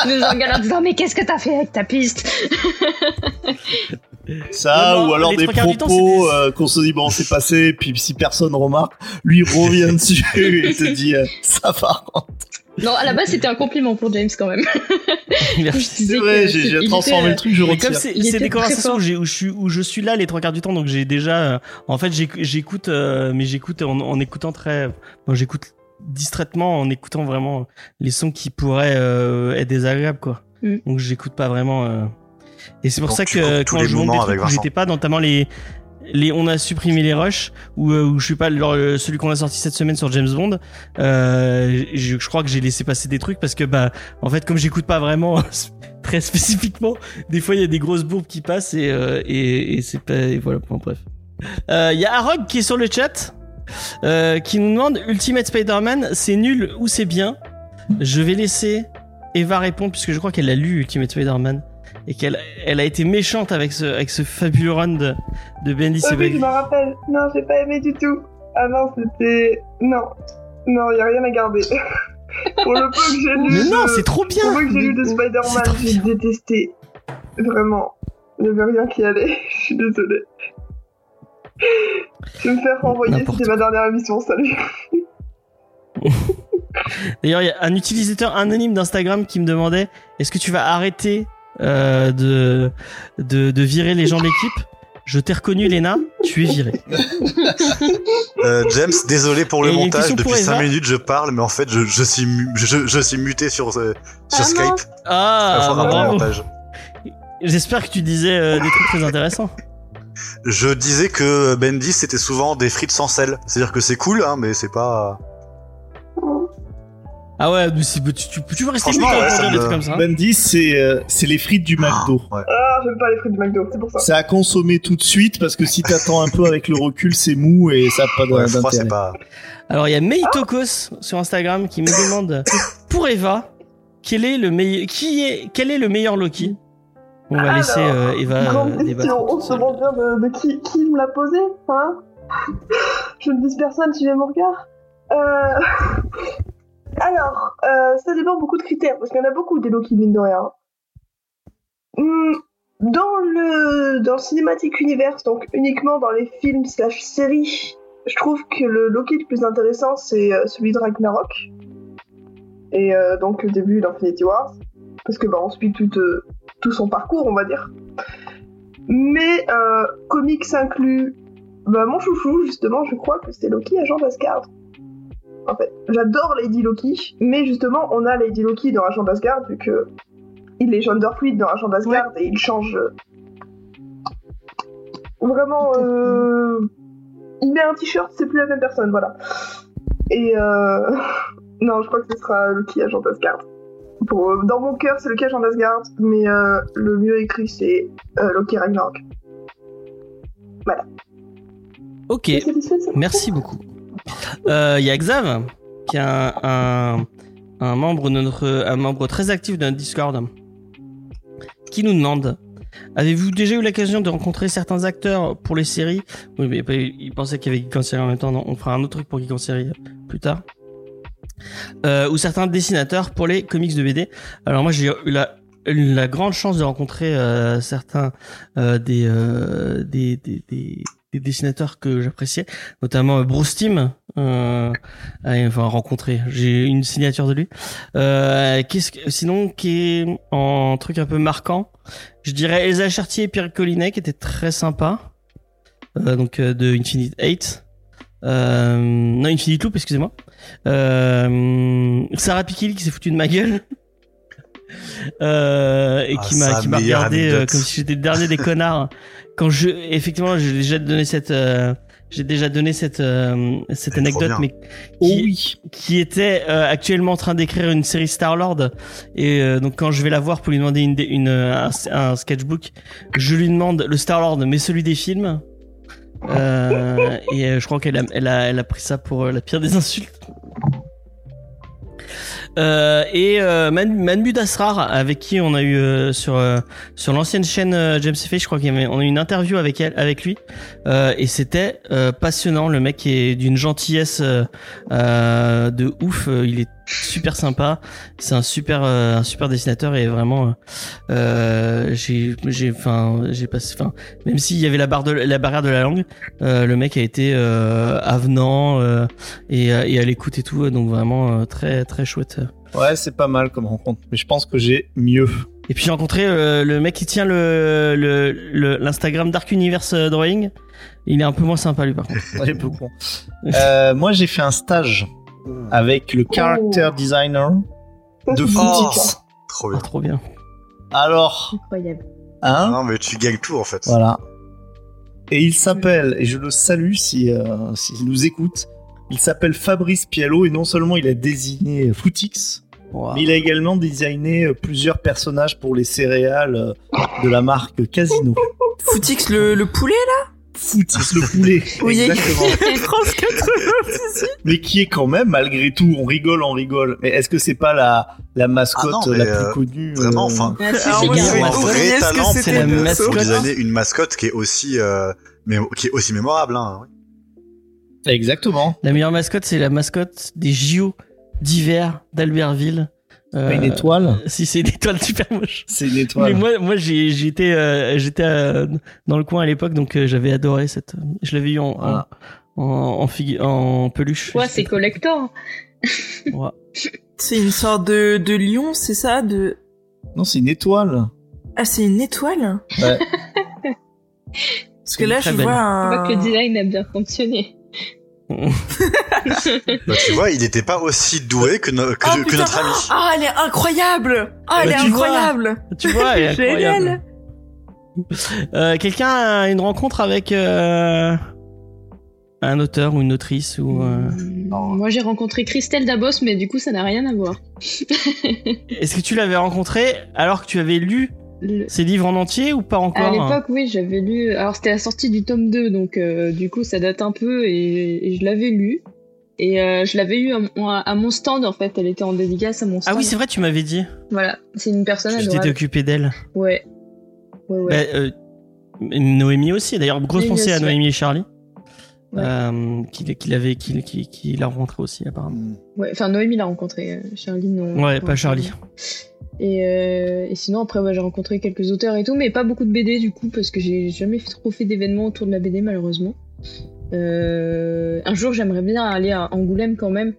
Nous en galère en disant, mais qu'est-ce que t'as fait avec ta piste Ça, Non, non, ou alors les des trois quarts du temps, c'est propos des- euh, qu'on se dit, bon, c'est passé, puis si personne remarque, lui revient dessus et te dit, euh, ça va. Non, à la base, c'était un compliment pour James quand même. Merci. C'est vrai, j'ai j'ai transformé le truc, je euh, Mais comme retire. c'est Il c'est était des très conversations fort. où, j'ai- où je suis, où je suis là les trois quarts du temps, donc j'ai déjà. euh, en fait, j'éc- j'écoute, euh, mais j'écoute en, en écoutant très. bon, j'écoute distraitement en écoutant vraiment les sons qui pourraient euh, être désagréables, quoi. Mm. Donc j'écoute pas vraiment. euh. Et c'est pour Donc, ça tu que coupes tous quand les je monte des moments avec trucs où Vincent. j'étais pas, notamment les. Les, on a supprimé les rushs ou euh, ou je suis pas genre, euh, celui qu'on a sorti cette semaine sur James Bond euh, je, je crois que j'ai laissé passer des trucs parce que bah en fait comme j'écoute pas vraiment très spécifiquement des fois il y a des grosses bourbes qui passent et, euh, et, et c'est pas et voilà bon, bref Euh, il y a Arog qui est sur le chat euh, qui nous demande Ultimate Spider-Man c'est nul ou c'est bien je vais laisser Eva répondre puisque je crois qu'elle a lu Ultimate Spider-Man et qu'elle elle a été méchante avec ce, avec ce fabuleux run de, de Bendy Ah oui, je Sebag. me rappelle. Non, j'ai pas aimé du tout. Ah non, c'était. Non. Non, y a rien à garder. Pour le peu que j'ai lu. Mais non, de- c'est trop bien! Pour le peu que j'ai lu de Mais- c'est Spider-Man, trop j'ai bien. détesté. Vraiment. Il y avait rien qui allait. Je suis désolée. Je vais me faire renvoyer, N'importe c'était ma dernière émission, salut. D'ailleurs, il y a un utilisateur anonyme d'Instagram qui me demandait est-ce que tu vas arrêter euh, de, de, de virer les gens de l'équipe Je t'ai reconnu, Léna, tu es viré. Euh, James, désolé pour le Et il y a une montage. question pour Depuis 5 Eva. minutes, je parle, mais en fait, je, je, suis, mu- je, je suis muté sur, euh, sur Ah Skype. Ah, Enfin, après le bravo. montage. J'espère que tu disais euh, des trucs très intéressants. Je disais que Bendy, c'était souvent des frites sans sel. C'est-à-dire que c'est cool, hein, mais c'est pas. Ah ouais, mais c'est- tu, tu, tu veux rester Franchement, mutant ouais, pour ça dire des me- trucs comme ça. hein. Bendy, c'est euh, c'est les frites du McDo. Ah, j'aime pas les frites du McDo, c'est pour ça. C'est à consommer tout de suite parce que si t'attends un peu avec le recul, c'est mou et ça a pas Ouais, de- froid, d'intérêt. c'est pas. Alors, il y a Meitokos sur Instagram qui me demande pour Eva quel est le meilleur qui est quel est le meilleur Loki On va laisser Alors, euh, Eva Grande euh, débattre. question, on se demande bien de, de qui, qui nous l'a posé, hein Je ne vise personne, tu viens mon regard. Euh, Alors, euh, ça dépend beaucoup de critères, parce qu'il y en a beaucoup des Loki, mine de rien. Hmm, Dans le, dans le Cinematic Universe, donc uniquement dans les films slash séries, je trouve que le Loki le plus intéressant, c'est euh, celui de Ragnarok. Et euh, donc le début d'Infinity Wars. Parce que bah, on suit tout, euh, tout son parcours, on va dire. Mais euh, comics inclus, bah, mon chouchou, justement, je crois que c'est Loki Agent d'Asgard. En fait, j'adore Lady Loki, mais justement, on a Lady Loki dans Agent d'Asgard, vu que il est gender fluid dans Agent d'Asgard et il change. euh, Vraiment, euh, il met un t-shirt, c'est plus la même personne, voilà. Et euh, non, je crois que ce sera Loki Agent d'Asgard. Pour- euh, dans mon cœur, c'est Loki Agent d'Asgard, mais euh, le mieux écrit, c'est euh, Loki Ragnarok. Ok, T'es satisfait de ça merci beaucoup. Euh, Il y a Xav, qui est un, un, un membre de notre, un membre très actif de notre Discord, qui nous demande Avez-vous déjà eu l'occasion de rencontrer certains acteurs pour les séries Oui, mais il pensait qu'il y avait Geek en série en même temps. Non, on fera un autre truc pour Geek en série plus tard. Euh, ou certains dessinateurs pour les comics de BD. Alors moi, j'ai eu la, la grande chance de rencontrer euh, certains euh, des, euh, des, des, des- des dessinateurs que j'appréciais, notamment euh, Bruce Timm. Euh, euh, enfin, rencontré. J'ai une signature de lui. Euh, qu'est-ce que, sinon, qui est en truc un peu marquant, je dirais Elsa Chartier et Pierre Collinet, qui étaient très sympas. Euh, donc euh, de Infinite 8. Euh, non, Infinite Loop, excusez-moi. Euh, Sarah Piquil qui s'est foutue de ma gueule. Euh, et Ah, qui m'a sa qui m'a meilleure regardé euh, anecdote. comme si j'étais le dernier des connards quand je effectivement j'ai déjà donné cette euh, j'ai déjà donné cette euh, cette C'est trop anecdote mais Oh qui, oui. qui était euh, actuellement en train d'écrire une série Star Lord et euh, donc quand je vais la voir pour lui demander une, dé- une, euh, un, un sketchbook je lui demande le Star Lord mais celui des films Euh, et euh, je crois qu'elle a, elle a, elle a pris ça pour euh, la pire des insultes Euh, et euh, Man- Manmud Asrar avec qui on a eu euh, sur euh, sur l'ancienne chaîne euh, James F. je crois qu'on a eu une interview avec elle avec lui euh, et c'était euh, passionnant le mec est d'une gentillesse euh, euh, de ouf. Euh, Il est super sympa. C'est un super, euh, un super dessinateur et vraiment, euh, euh, j'ai, j'ai, enfin, j'ai passé, enfin, même s'il y avait la barre de la barrière de la langue, euh, le mec a été euh, avenant euh, et, euh, et à l'écoute et tout. Donc vraiment euh, très, très chouette. Ouais, c'est pas mal comme rencontre, mais je pense que j'ai mieux. Et puis j'ai rencontré euh, le mec qui tient le, le, le- l'Instagram Dark Universe euh, Drawing. Il est un peu moins sympa lui par contre. Très peu con. Euh, moi, j'ai fait un stage avec le character designer Ça, c'est Oh. de boutique, hein. France. Trop Ah, bien. trop bien. Alors, Incroyable. hein Non, mais tu gagnes tout en fait. Voilà. Et il s'appelle, et je le salue si euh, s'il nous écoute, il s'appelle Fabrice Pialot et non seulement il a désigné Footix, Wow. mais il a également designé euh, plusieurs personnages pour les céréales euh, de la marque Casino. Footix, le, le poulet, Footix le poulet, Oui. exactement. là France 86 Mais qui est quand même, malgré tout, on rigole, on rigole. Mais est-ce que c'est pas la, la mascotte Ah non, la mais, plus euh, connue Vraiment, euh, enfin, Ah, si, Alors c'est moi, bien. Ils ont j'avais un oublié vrai ce que talent c'est la c'était le pour mascotte. designer une mascotte qui est aussi, euh, mais, qui est aussi mémorable. Hein. Exactement. La meilleure mascotte, c'est la mascotte des JO d'hiver d'Albertville. Euh, Pas une étoile. Si c'est une étoile super moche. C'est une étoile. Mais moi, moi j'ai- j'étais euh, j'étais euh, dans le coin à l'époque, donc euh, j'avais adoré cette. Je l'avais eu en, Voilà. en, en, en figu- en peluche. Ouais, c'est collector. hein. Ouais. C'est une sorte de, de lion, c'est ça de... Non, c'est une étoile. Ah, c'est une étoile Ouais. Parce que là, Très je belle. vois On voit un... que le design a bien fonctionné. Bah, tu vois, il n'était pas aussi doué que, no- que- Oh, que putain. notre ami. Ah, elle est incroyable Ah, elle Bah, est tu vois. incroyable Tu vois, elle est incroyable. Génial Euh, Quelqu'un a une rencontre avec euh, un auteur ou une autrice ou. euh, Mm, Moi, j'ai rencontré Christelle Dabos, mais du coup, ça n'a rien à voir. Est-ce que tu l'avais rencontré alors que tu avais lu Le- ses livres en entier ou pas encore À l'époque, oui, j'avais lu. Alors, c'était la sortie du tome 2, donc euh, du coup, ça date un peu et, et je l'avais lu. Et euh, je l'avais eu à, mon- à mon stand, en fait. Elle était en dédicace à mon stand. Ah oui, c'est vrai, tu m'avais dit. Voilà, c'est une personne Je t'étais adorable. occupé d'elle. Ouais. Ouais, ouais. Bah, euh, Bah, Noémie aussi. D'ailleurs, grosse Noémie pensée à aussi, Noémie et Charlie. Ouais. euh, qu'il qu'il avait, qu'il qu'il- qu'il a rencontré aussi apparemment. Ouais, enfin Noémie l'a rencontré, euh, Charlie non. Ouais, non. pas Charlie. Et, euh, et sinon après ouais, j'ai rencontré quelques auteurs et tout, mais pas beaucoup de BD du coup parce que j'ai jamais fait- trop fait d'événements autour de la BD malheureusement. Euh, un jour j'aimerais bien aller à Angoulême quand même,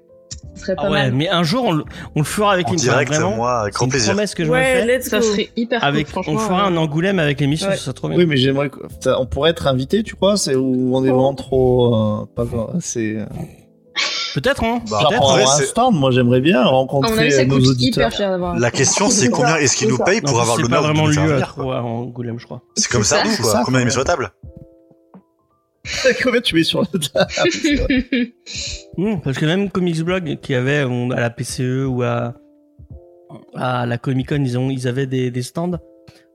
ce serait pas Ah ouais, mal. mais un jour on le, on le fera avec En une direct, vraiment. moi, avec C'est grand une plaisir. promesse que je me Ouais, fais. let's Ça go. serait hyper Avec, cool, franchement. on fera un Angoulême avec l'émission, Ouais. ça sera trop bien. Oui, mais j'aimerais. que- putain, On pourrait être invité, tu crois C'est où on est vraiment trop. euh, pas grave, C'est. Peut-être, hein Bah, Genre, Peut-être. prendre vrai, un c'est- stand, moi j'aimerais bien À mon avis, rencontrer ça nos coûte auditeurs. hyper cher d'avoir. La question, c'est C'est combien ça, est-ce qu'ils c'est nous ça. payent Non, pour avoir c'est l'honneur pas de vraiment hein. nous le faire lieu à venir quoi. trouver à Angoulême, je crois. C'est comme C'est ça, ça. nous, C'est ça, quoi. Combien ouais. est sur la table Combien tu mets sur la table Mmh, parce que même Comics Blog qui avait on- à la PCE ou à, à la Comic Con, ils, ont, ils avaient des, des stands.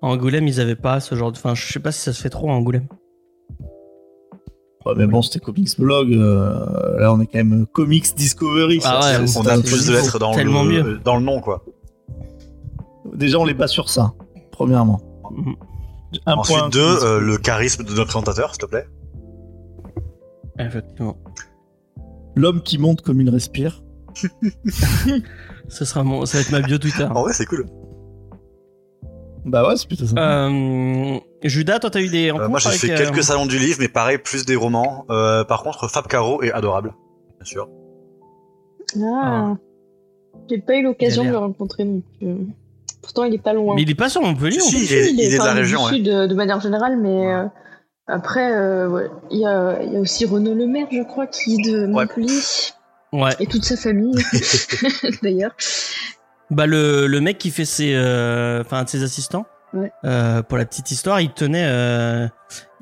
À Angoulême, ils avaient pas ce genre de. Enfin, je sais pas si ça se fait trop à Angoulême. Ouais, mais bon, c'était Comics Blog. euh, là, on est quand même Comics Discovery. Ah ça, ouais, c'est- On c'est a un plus truc. de lettres dans Tellement le mieux. dans le nom, quoi. Déjà, on les bat sur ça, premièrement. Mhm. Un point. Ensuite, deux, euh, le charisme de notre présentateur, s'il te plaît. Effectivement. L'homme qui monte comme il respire. Ce sera mon, ça va être ma bio Twitter. En vrai, Ah c'est cool. Euh, Bah ouais, c'est plutôt ça. Euh, Judas, toi, t'as eu des rencontres Euh, moi, j'ai avec, fait euh, quelques salons du livre, mais pareil, plus des romans. Euh, par contre, Fab Caro est adorable, bien sûr. Ah. J'ai pas eu l'occasion de Galère. le rencontrer donc. euh, Pourtant il est pas loin. Mais il est pas sur Montpellier. Si, on- si, il est, il est de enfin, la région, du ouais. sud, euh, de manière générale, mais euh, après, euh, ouais, il y, a, il y a aussi Renaud Le Maire, je crois, qui est de Montpellier, Ouais. et toute sa famille, d'ailleurs. Bah le, le mec qui fait ses euh, enfin un de ses assistants. Ouais. euh, pour la petite histoire, il tenait euh,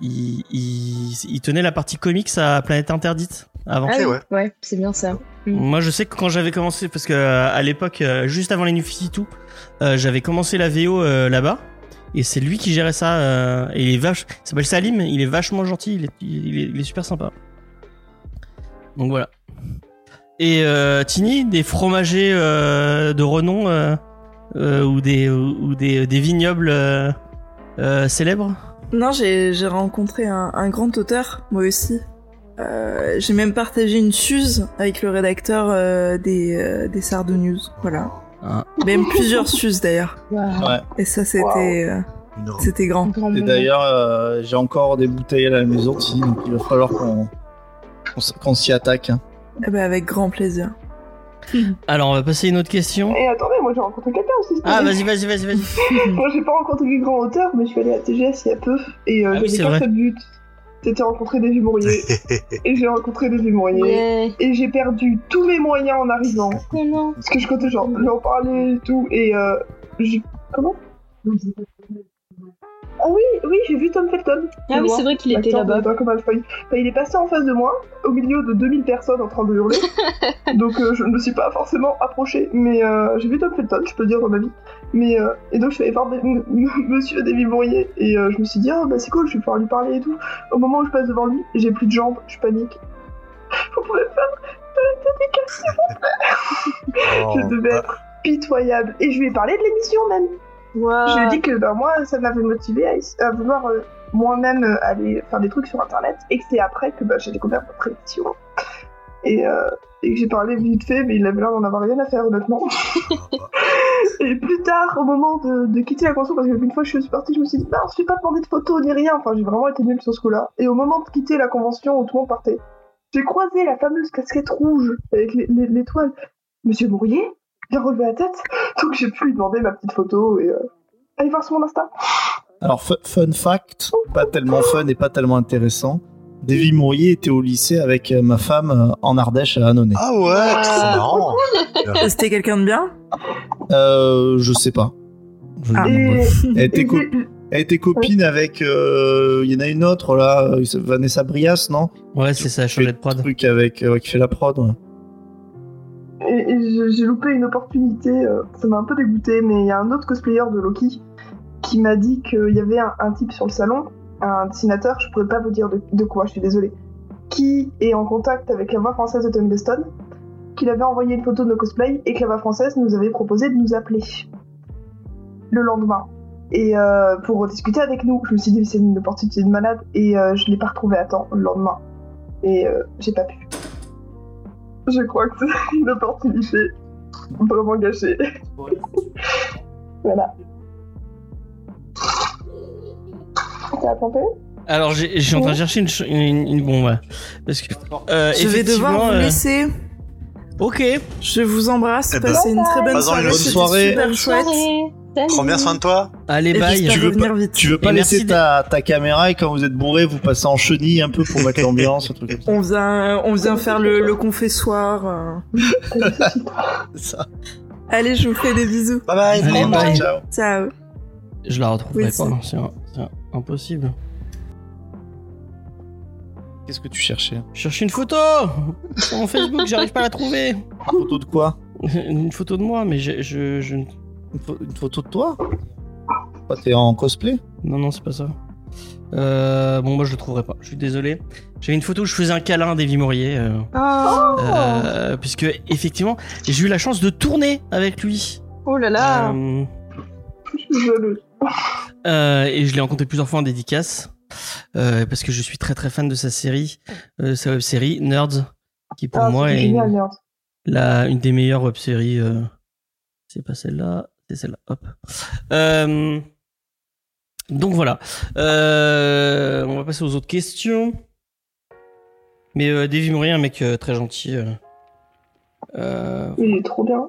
il, il- il tenait la partie comics à Planète Interdite avant. Ah oui, ouais. ouais, c'est bien ça. Moi, je sais que quand j'avais commencé parce que euh, à l'époque euh, juste avant les New 52, euh, j'avais commencé la VO euh, là-bas et c'est lui qui gérait ça euh, et il est vache il s'appelle Salim, il est vachement gentil, il est, il est, il est super sympa. Donc voilà. Et euh, Tini, des fromagers euh, de renom euh, euh, ou des ou ou des, des vignobles euh, euh, célèbres Non, j'ai j'ai rencontré un, un grand auteur, moi aussi. Euh, j'ai même partagé une suze avec le rédacteur euh, des, euh, des Sardou News. Voilà. Ah. Même plusieurs suzes d'ailleurs. Waouh, Ouais. Et ça, c'était euh, Une- c'était grand. grand Et moment. d'ailleurs, euh, j'ai encore des bouteilles à la maison, Tini, donc il va falloir qu'on qu'on s- qu'on s'y attaque. hein. Eh ben, avec grand plaisir. Alors, on va passer à une autre question. Et Oh. Eh, attendez, moi j'ai rencontré quelqu'un aussi. cette Ah, année. vas-y, vas-y, vas-y, vas-y. Moi j'ai pas rencontré des grands auteurs, mais je suis allée à TGS il y a peu et euh, Ah oui, c'est j'avais qu'un vrai. seul but c'était rencontrer des humouriers. et j'ai rencontré des humouriers. Ouais. Et j'ai perdu tous mes moyens en arrivant. Non, non. Parce que je comptais genre leur parler et tout. Et euh, j'ai. Comment Ah oui, oui, j'ai vu Tom Felton. Ah oui, c'est vrai qu'il était L'acteur de là-bas. Malcolm Halfway. Enfin, hein, il est passé en face de moi, au milieu de 2000 personnes en train de hurler. donc euh, je ne me suis pas forcément approchée. Mais euh, j'ai vu Tom Felton, je peux le dire dans ma vie. Mais, euh, et donc je suis allée voir des- m- m- monsieur David Bourrier. Et euh, je me suis dit, ah bah c'est cool, je vais pouvoir lui parler et tout. Au moment où je passe devant lui, j'ai plus de jambes, je panique. Vous pouvez faire Oh, Je devais bah, être pitoyable. Et je lui ai parlé de l'émission même. Je lui ai dit que ben, moi, ça m'avait motivé à, à vouloir euh, moi-même euh, aller faire des trucs sur internet et que c'est après que ben, j'ai découvert votre émission. Et, euh, et que j'ai parlé vite fait, mais il avait l'air d'en avoir rien à faire, honnêtement. Oh, et plus tard, au moment de, de quitter la console, parce qu'une fois je suis partie, je me suis dit, bah, je suis pas demandé de photos ni rien. Enfin, j'ai vraiment été nulle sur ce coup-là. Et au moment de quitter la convention où tout le monde partait, j'ai croisé la fameuse casquette rouge avec les- les- l'étoile. Monsieur Bourrier, il a relevé la tête. Donc j'ai pu lui demander ma petite photo et. euh, Allez voir sur mon Insta. Alors, fu- fun fact, pas tellement fun et pas tellement intéressant. Davy Mourier était au lycée avec euh, ma femme euh, en Ardèche à Annonay. Ah ouais, trop marrant. Et C'était quelqu'un de bien Euh, je sais pas. Je- Ah. bon, bref. Elle et était, co- j'ai- elle était copine avec. euh, Il y en a une autre là, euh, Vanessa Brias, non Ouais, c'est ça, changer de prod. Truc avec euh, ouais, qui fait la prod. ouais. et- et j'ai- j'ai loupé une opportunité, euh, ça m'a un peu dégoûté, mais il y a un autre cosplayer de Loki qui m'a dit qu'il y avait un, un type sur le salon, un dessinateur, je pourrais pas vous dire de, de quoi, je suis désolée, qui est en contact avec la voix française de Tom Hiddleston, qu'il avait envoyé une photo de nos cosplays et que la voix française nous avait proposé de nous appeler le lendemain. Et euh, pour discuter avec nous, je me suis dit c'est une opportunité de malade et euh, je l'ai pas retrouvé à temps le lendemain. et euh, j'ai pas pu. Je crois que c'est une opportunité vraiment gâchée. voilà. T'as attendu Alors, j'ai- je suis en train de chercher une, ch- une, une bombe. Parce que. euh, Oh. Je vais devoir effectivement, vous euh, laisser. Ok. Je vous embrasse. Eh ben, Passez une très bonne passons une soirée. c'était Super bonne soirée. chouette. Prends bien soin de toi. Allez, Et bye. j'espère Tu veux pas- revenir vite. Tu veux pas Et laisser merci de- ta, ta caméra et quand vous êtes bourré, vous passez en chenille un peu pour mettre l'ambiance, un truc comme On vient, on vient faire le, le confessoir. euh. ça. Allez, je vous fais des bisous. Bye bye. Allez, Prends- bye. Ciao. Ciao. Je la retrouverai Oui, pas. hein, C'est un- c'est un- impossible. Qu'est-ce que tu cherchais Je cherche une photo sur mon Facebook. J'arrive pas à la trouver. Une photo de quoi Une photo de moi, mais je, je, je ne- une, pho- une photo de toi Quoi, T'es en cosplay non non c'est pas ça. Euh, bon moi je le trouverai pas. Je suis désolé. J'avais une photo où je faisais un câlin à Davy Maurier. euh, Oh, euh, puisque effectivement j'ai eu la chance de tourner avec lui. oh là Ah. là. Euh, Jalouse. Euh, et je l'ai rencontré plusieurs fois en dédicace euh, parce que je suis très très fan de sa série, euh, sa web série Nerds, qui pour Ah, moi c'est est génial, une, merde. la- une des meilleures web séries. euh, c'est pas celle-là, c'est celle-là. Hop. Euh, donc voilà. Euh, on va passer aux autres questions. Mais euh, Davy Moury, un mec euh, très gentil. euh, euh, Il est trop bien.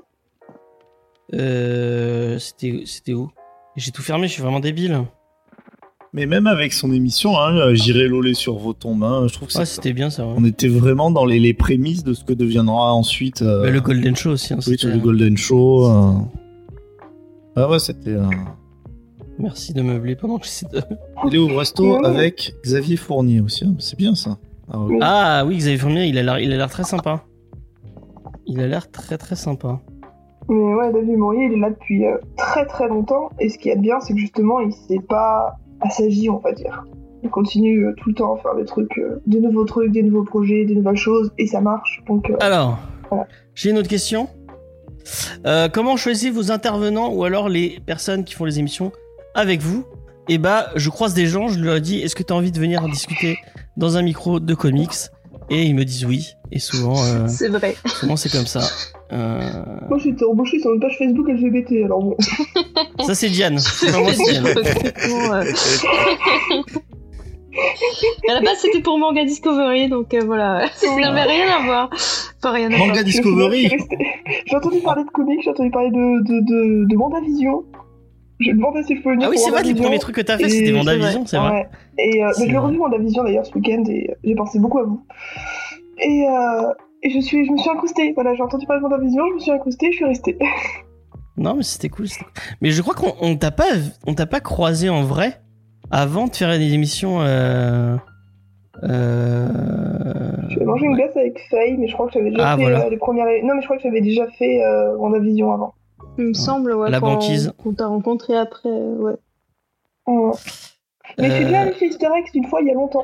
euh, c'était c'était où J'ai tout fermé, je suis vraiment débile. Mais même avec son émission, hein, euh, j'irai loler sur vos tombes. hein, je trouve que Ouais, c'est- c'était bien ça. ouais. on était vraiment dans les, les prémices de ce que deviendra ensuite euh, Bah, le Golden Show aussi. hein, oui, c'était- le Golden Show. euh. Ah ouais, c'était. euh, Merci de meubler pendant que j'essaie de- Il est au resto Ouais. avec Xavier Fournier aussi. hein, C'est bien ça. Ah, ouais. Ah oui, Xavier Fournier, il a l'air, il a l'air très sympa. Il a l'air très très sympa. Mais ouais, David Maurier, il est là depuis euh, très très longtemps. Et ce qu'il y a de bien, c'est que justement, il s'est pas assagi, on va dire. Il continue euh, tout le temps à faire des trucs, euh, des nouveaux trucs, des nouveaux projets, des nouvelles choses, et ça marche. Donc, euh, Alors, Voilà. j'ai une autre question. Euh, comment choisissez vos intervenants ou alors les personnes qui font les émissions avec vous Eh bah, je croise des gens, je leur dis Est-ce que tu as envie de venir en discuter dans un micro de comics Et ils me disent oui. Et souvent, euh, C'est vrai. souvent c'est comme ça. Euh, moi j'ai été embauchée sur une page Facebook LGBT, alors bon. Ça, c'est Diane. Enfin, moi, c'est Diane. Bon, euh, euh. à la base, c'était pour Manga Discovery, donc euh, voilà. Ça n'avait rien à voir. Enfin, rien à voir. Manga Discovery. Je suis restée- J'ai entendu parler de comics, j'ai entendu parler de, de, de, de Vendavision. Je me demandais si je pouvais venir Ah oui, pour c'est vrai, les Vendavision. premiers trucs que t'as fait, Et c'était c'est Vendavision, c'est vrai. Ouais. Et euh, mais C'est je l'ai vrai. revu Vendavision d'ailleurs ce week-end et euh, j'ai pensé beaucoup à vous. Et, euh, et je, suis, je me suis incrustée. Voilà, j'ai entendu parler de Vendavision, je me suis incrustée, je suis restée. Non, mais c'était cool. c'était cool. Mais je crois qu'on on t'a pas, on t'a pas croisé en vrai avant de faire des émissions. Euh, euh, J'ai mangé une glace avec Faye, mais je crois que j'avais déjà Ah, fait voilà. euh, les premières. Non, mais je crois que j'avais déjà fait euh, Vendavision avant. Il me semble, ouais. La qu'on- banquise. Qu'on t'a rencontré après, euh, ouais. Ouais. Mais j'ai euh, déjà fait Easter Eggs une fois il y a longtemps.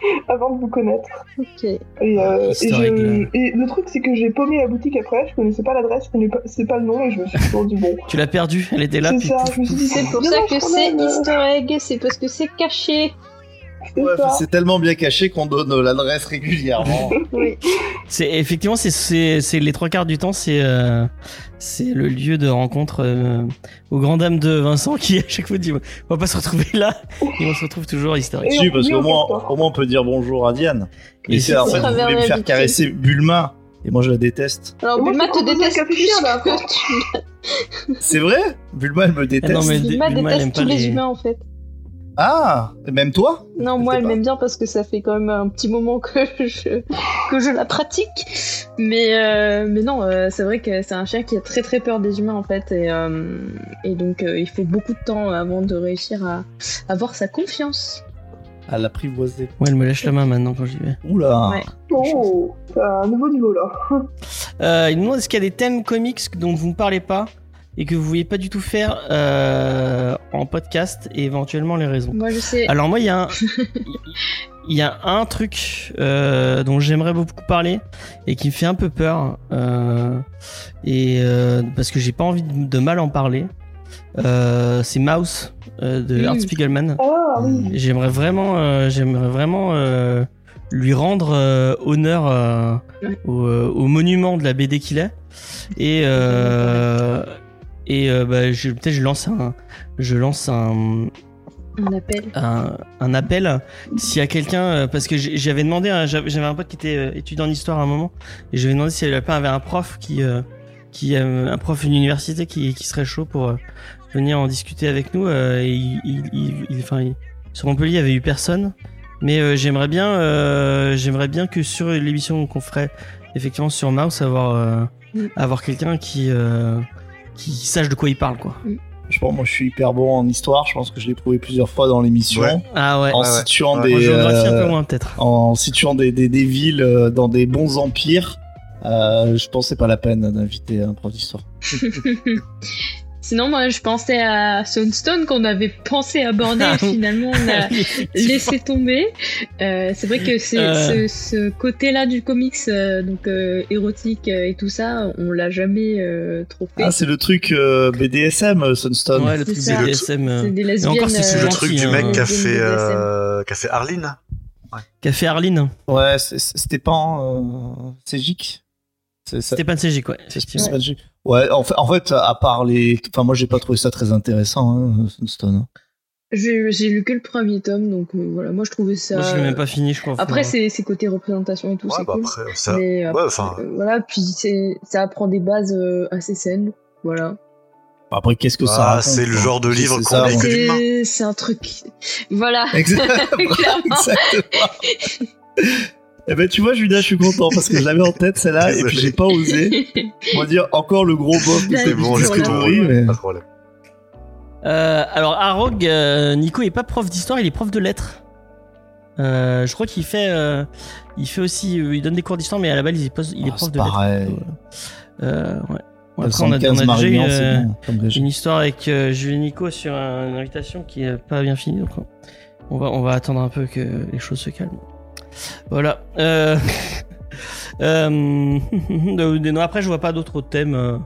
avant de vous connaître. Ok. Et, euh, et, Easter egg, je- et le truc, c'est que j'ai paumé la boutique après, je connaissais pas l'adresse, je connaissais pas le nom, et je me suis toujours dit bon. tu l'as perdu. Elle était là. C'est puis ça, pouf, je me suis pouf. dit, C'est pour ça Dommage que quand c'est même, euh. Easter Egg, c'est parce que c'est caché. c'est Ouais, ça. c'est tellement bien caché qu'on donne euh, l'adresse régulièrement. Oui. C'est effectivement, c'est, c'est, c'est les trois quarts du temps, c'est euh, c'est le lieu de rencontre euh, aux grandes dames de Vincent qui à chaque fois dit on va pas se retrouver là et on se retrouve toujours historique. Et si, on parce dit qu'au au moins, castor. au moins on peut dire bonjour à Diane. Et Et c'est c'est- en fait, vous Travers voulez me la faire vitrine. caresser Bulma. Et moi, je la déteste. Alors, Et moi, Bulma je te propose un déteste café plus chien, là, que après. tu. C'est vrai Bulma, elle me Ah déteste. non, mais Bulma Bulma, elle aime déteste pas tous les les- humains, en fait. Ah, et même toi Non, Je moi, sais elle pas. m'aime bien parce que ça fait quand même un petit moment que je, que je la pratique. Mais, euh, mais non, euh, c'est vrai que c'est un chien qui a très très peur des humains en fait. Et, euh, et donc, euh, il faut beaucoup de temps avant de réussir à avoir sa confiance. Elle l'a privoisée. Ouais, elle me lâche la main maintenant quand j'y vais. Oula Ouais. Oh, c'est un nouveau niveau là. Euh, il nous demande est-ce qu'il y a des thèmes comics dont vous ne parlez pas et que vous ne vouliez pas du tout faire euh, en podcast et éventuellement les raisons. Moi, je sais. Alors moi, il y a un, il y a un truc euh, dont j'aimerais beaucoup parler et qui me fait un peu peur euh, et euh, parce que j'ai pas envie de, de mal en parler. Euh, c'est Mouse euh, de Mm. Art Spiegelman. Ah oui, J'aimerais vraiment, euh, j'aimerais vraiment euh, lui rendre euh, honneur euh, Ouais. au, euh, au monument de la BD qu'il est. Et, euh, et euh, bah, je- peut-être je lance un, je lance un, On appelle. un, un appel s'il y a quelqu'un euh, parce que j'ai- j'avais demandé à- j'avais j'avais un pote qui était euh, étudiant en histoire à un moment et j'avais demandé si pas avait un prof qui euh, qui euh, un prof d'une université qui, qui serait chaud pour euh, venir en discuter avec nous euh, et il, il- il- il- enfin il- sur Montpellier il y avait eu personne mais euh, j'aimerais bien euh, j'aimerais bien que sur l'émission qu'on ferait effectivement sur Mouse avoir euh, Mm. avoir quelqu'un qui euh, qui sache de quoi il parle quoi Je pense, moi, je suis hyper bon en histoire. Je pense que je l'ai prouvé plusieurs fois dans l'émission. Ouais. ah ouais En Ouais, ouais. situant Ouais. des. en géographie un euh, peu moins peut-être en situant des, des, des villes euh, dans des bons empires, euh, je pense que c'est pas la peine d'inviter un prof d'histoire. Sinon, moi, je pensais à Sunstone qu'on avait pensé aborder. Ah oui. Finalement, on a laissé tomber. Euh, c'est vrai que c'est Euh. ce, ce côté-là du comics, euh, donc euh, érotique euh, et tout ça, on l'a jamais euh, trop fait. Ah, c'est le truc euh, BDSM, euh, Sunstone. Ouais, le truc C'est ça. BDSM euh, c'est des et lesbiennes. encore, c'est ce C'est euh, le gentil, truc du hein. mec qui a lesbiennes fait, BDSM. euh, qui a fait Arline. qu'a fait Arline. Ouais, c'est- c'est- c'était pas en euh, Cégic C'est ça. Stéphane Ségic, ouais. c'est- effectivement. c'est pas Cégic. Ouais, en fait, en fait, à part les. Enfin, moi, j'ai pas trouvé ça très intéressant, hein, Sunstone. J'ai j'ai lu que le premier tome, donc euh, voilà, moi je trouvais ça. Moi, je l'ai même pas fini, je crois. hein. Après, Enfin, c'est c'est côté représentation et tout, Ouais, c'est bah cool. après, ça. Ouais, Mais, euh, enfin. euh, voilà, puis c'est- ça apprend des bases euh, assez saines, voilà. Après, qu'est-ce que ça Ah, raconte, c'est le quoi genre de C'est- livre c'est qu'on ça, hein. lit ouais. que d'une main. C'est c'est un truc, voilà. Exactement. Clairement. Exactement. Eh ben tu vois Judas, je suis content parce que je l'avais en tête celle-là et puis Désolé. j'ai pas osé. On va dire encore le gros bof de C'est C'est cette bon, c'est j'ai voilà. pris tout ton catégorie, mais Pas de problème. euh, alors, à Rogue, euh, Nico est pas prof d'histoire, il est prof de lettres. Euh, je crois qu'il fait, euh, il fait aussi, euh, il donne des cours d'histoire, mais à la base, il est, pos- il est Ah, prof c'est de pareil. lettres. Euh, ouais. Bon, après, on a, 75 on a déjà eu euh, Marignan, hein, c'est bon, comme région. une histoire avec euh, Julie Nico sur un- une invitation qui est pas bien finie, donc on va, on va attendre un peu que les choses se calment. Voilà. Euh... euh, non, après, je vois pas d'autres thèmes. euh,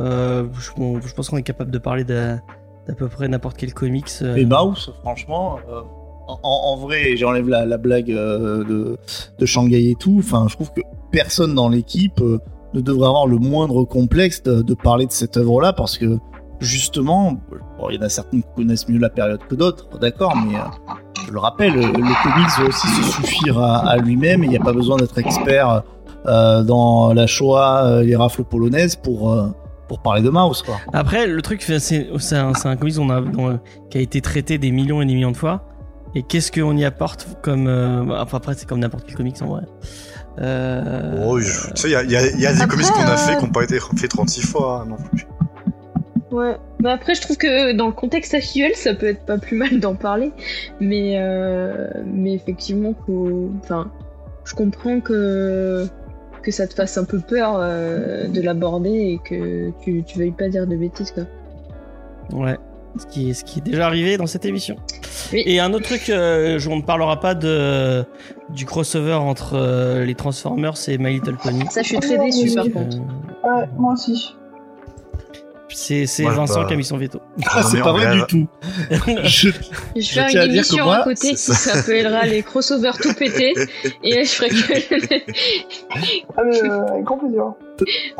euh, je, bon, je pense qu'on est capable de parler d'à d'à peu près n'importe quel comics. euh. Eh Mais ben, Mouse, franchement, euh, en, en vrai, j'enlève la, la blague euh, de, de Shanghai et tout. Enfin, je trouve que personne dans l'équipe euh, ne devrait avoir le moindre complexe de, de parler de cette œuvre-là parce que justement, bon, il y en a certains qui connaissent mieux la période que d'autres, d'accord, mais euh, je le rappelle, euh, le comics doit aussi se suffire à, à lui-même. Il n'y a pas besoin d'être expert euh, dans la Shoah, euh, les rafles polonaises pour. euh, pour parler de Mouse, quoi. Après, le truc, c'est c'est un, c'est un comics on a, dont- qui a été traité des millions et des millions de fois. Et qu'est-ce qu'on y apporte comme. euh, bah, enfin, après, c'est comme n'importe quel comics en vrai. Euh, Oh, je- Tu sais, il y a, il y a- il y a des Après, comics qu'on a fait euh, qui n'ont pas été fait 36 fois hein, non plus. Ouais. Bah après, je trouve que dans le contexte actuel, ça peut être pas plus mal d'en parler, mais euh, mais effectivement, faut... enfin, je comprends que que ça te fasse un peu peur euh, de l'aborder et que tu tu veuilles pas dire de bêtises quoi. Ouais. Ce qui, ce qui est déjà arrivé dans cette émission. Oui. Et un autre truc, euh, je- on ne parlera pas de, du crossover entre euh, les Transformers et My Little Pony. Ça, je suis très déçue par Euh, contre. Ouais, moi aussi. c'est c'est Moi, Vincent bah, qui a mis son veto. Ah, c'est mais pas en vrai grève. du tout. Je- Je vais Je faire tiens à une dire que émission moi, à côté c'est qui ça. s'appellera les crossovers tout pétés et je ferai que Ah, mais euh, avec grand plaisir.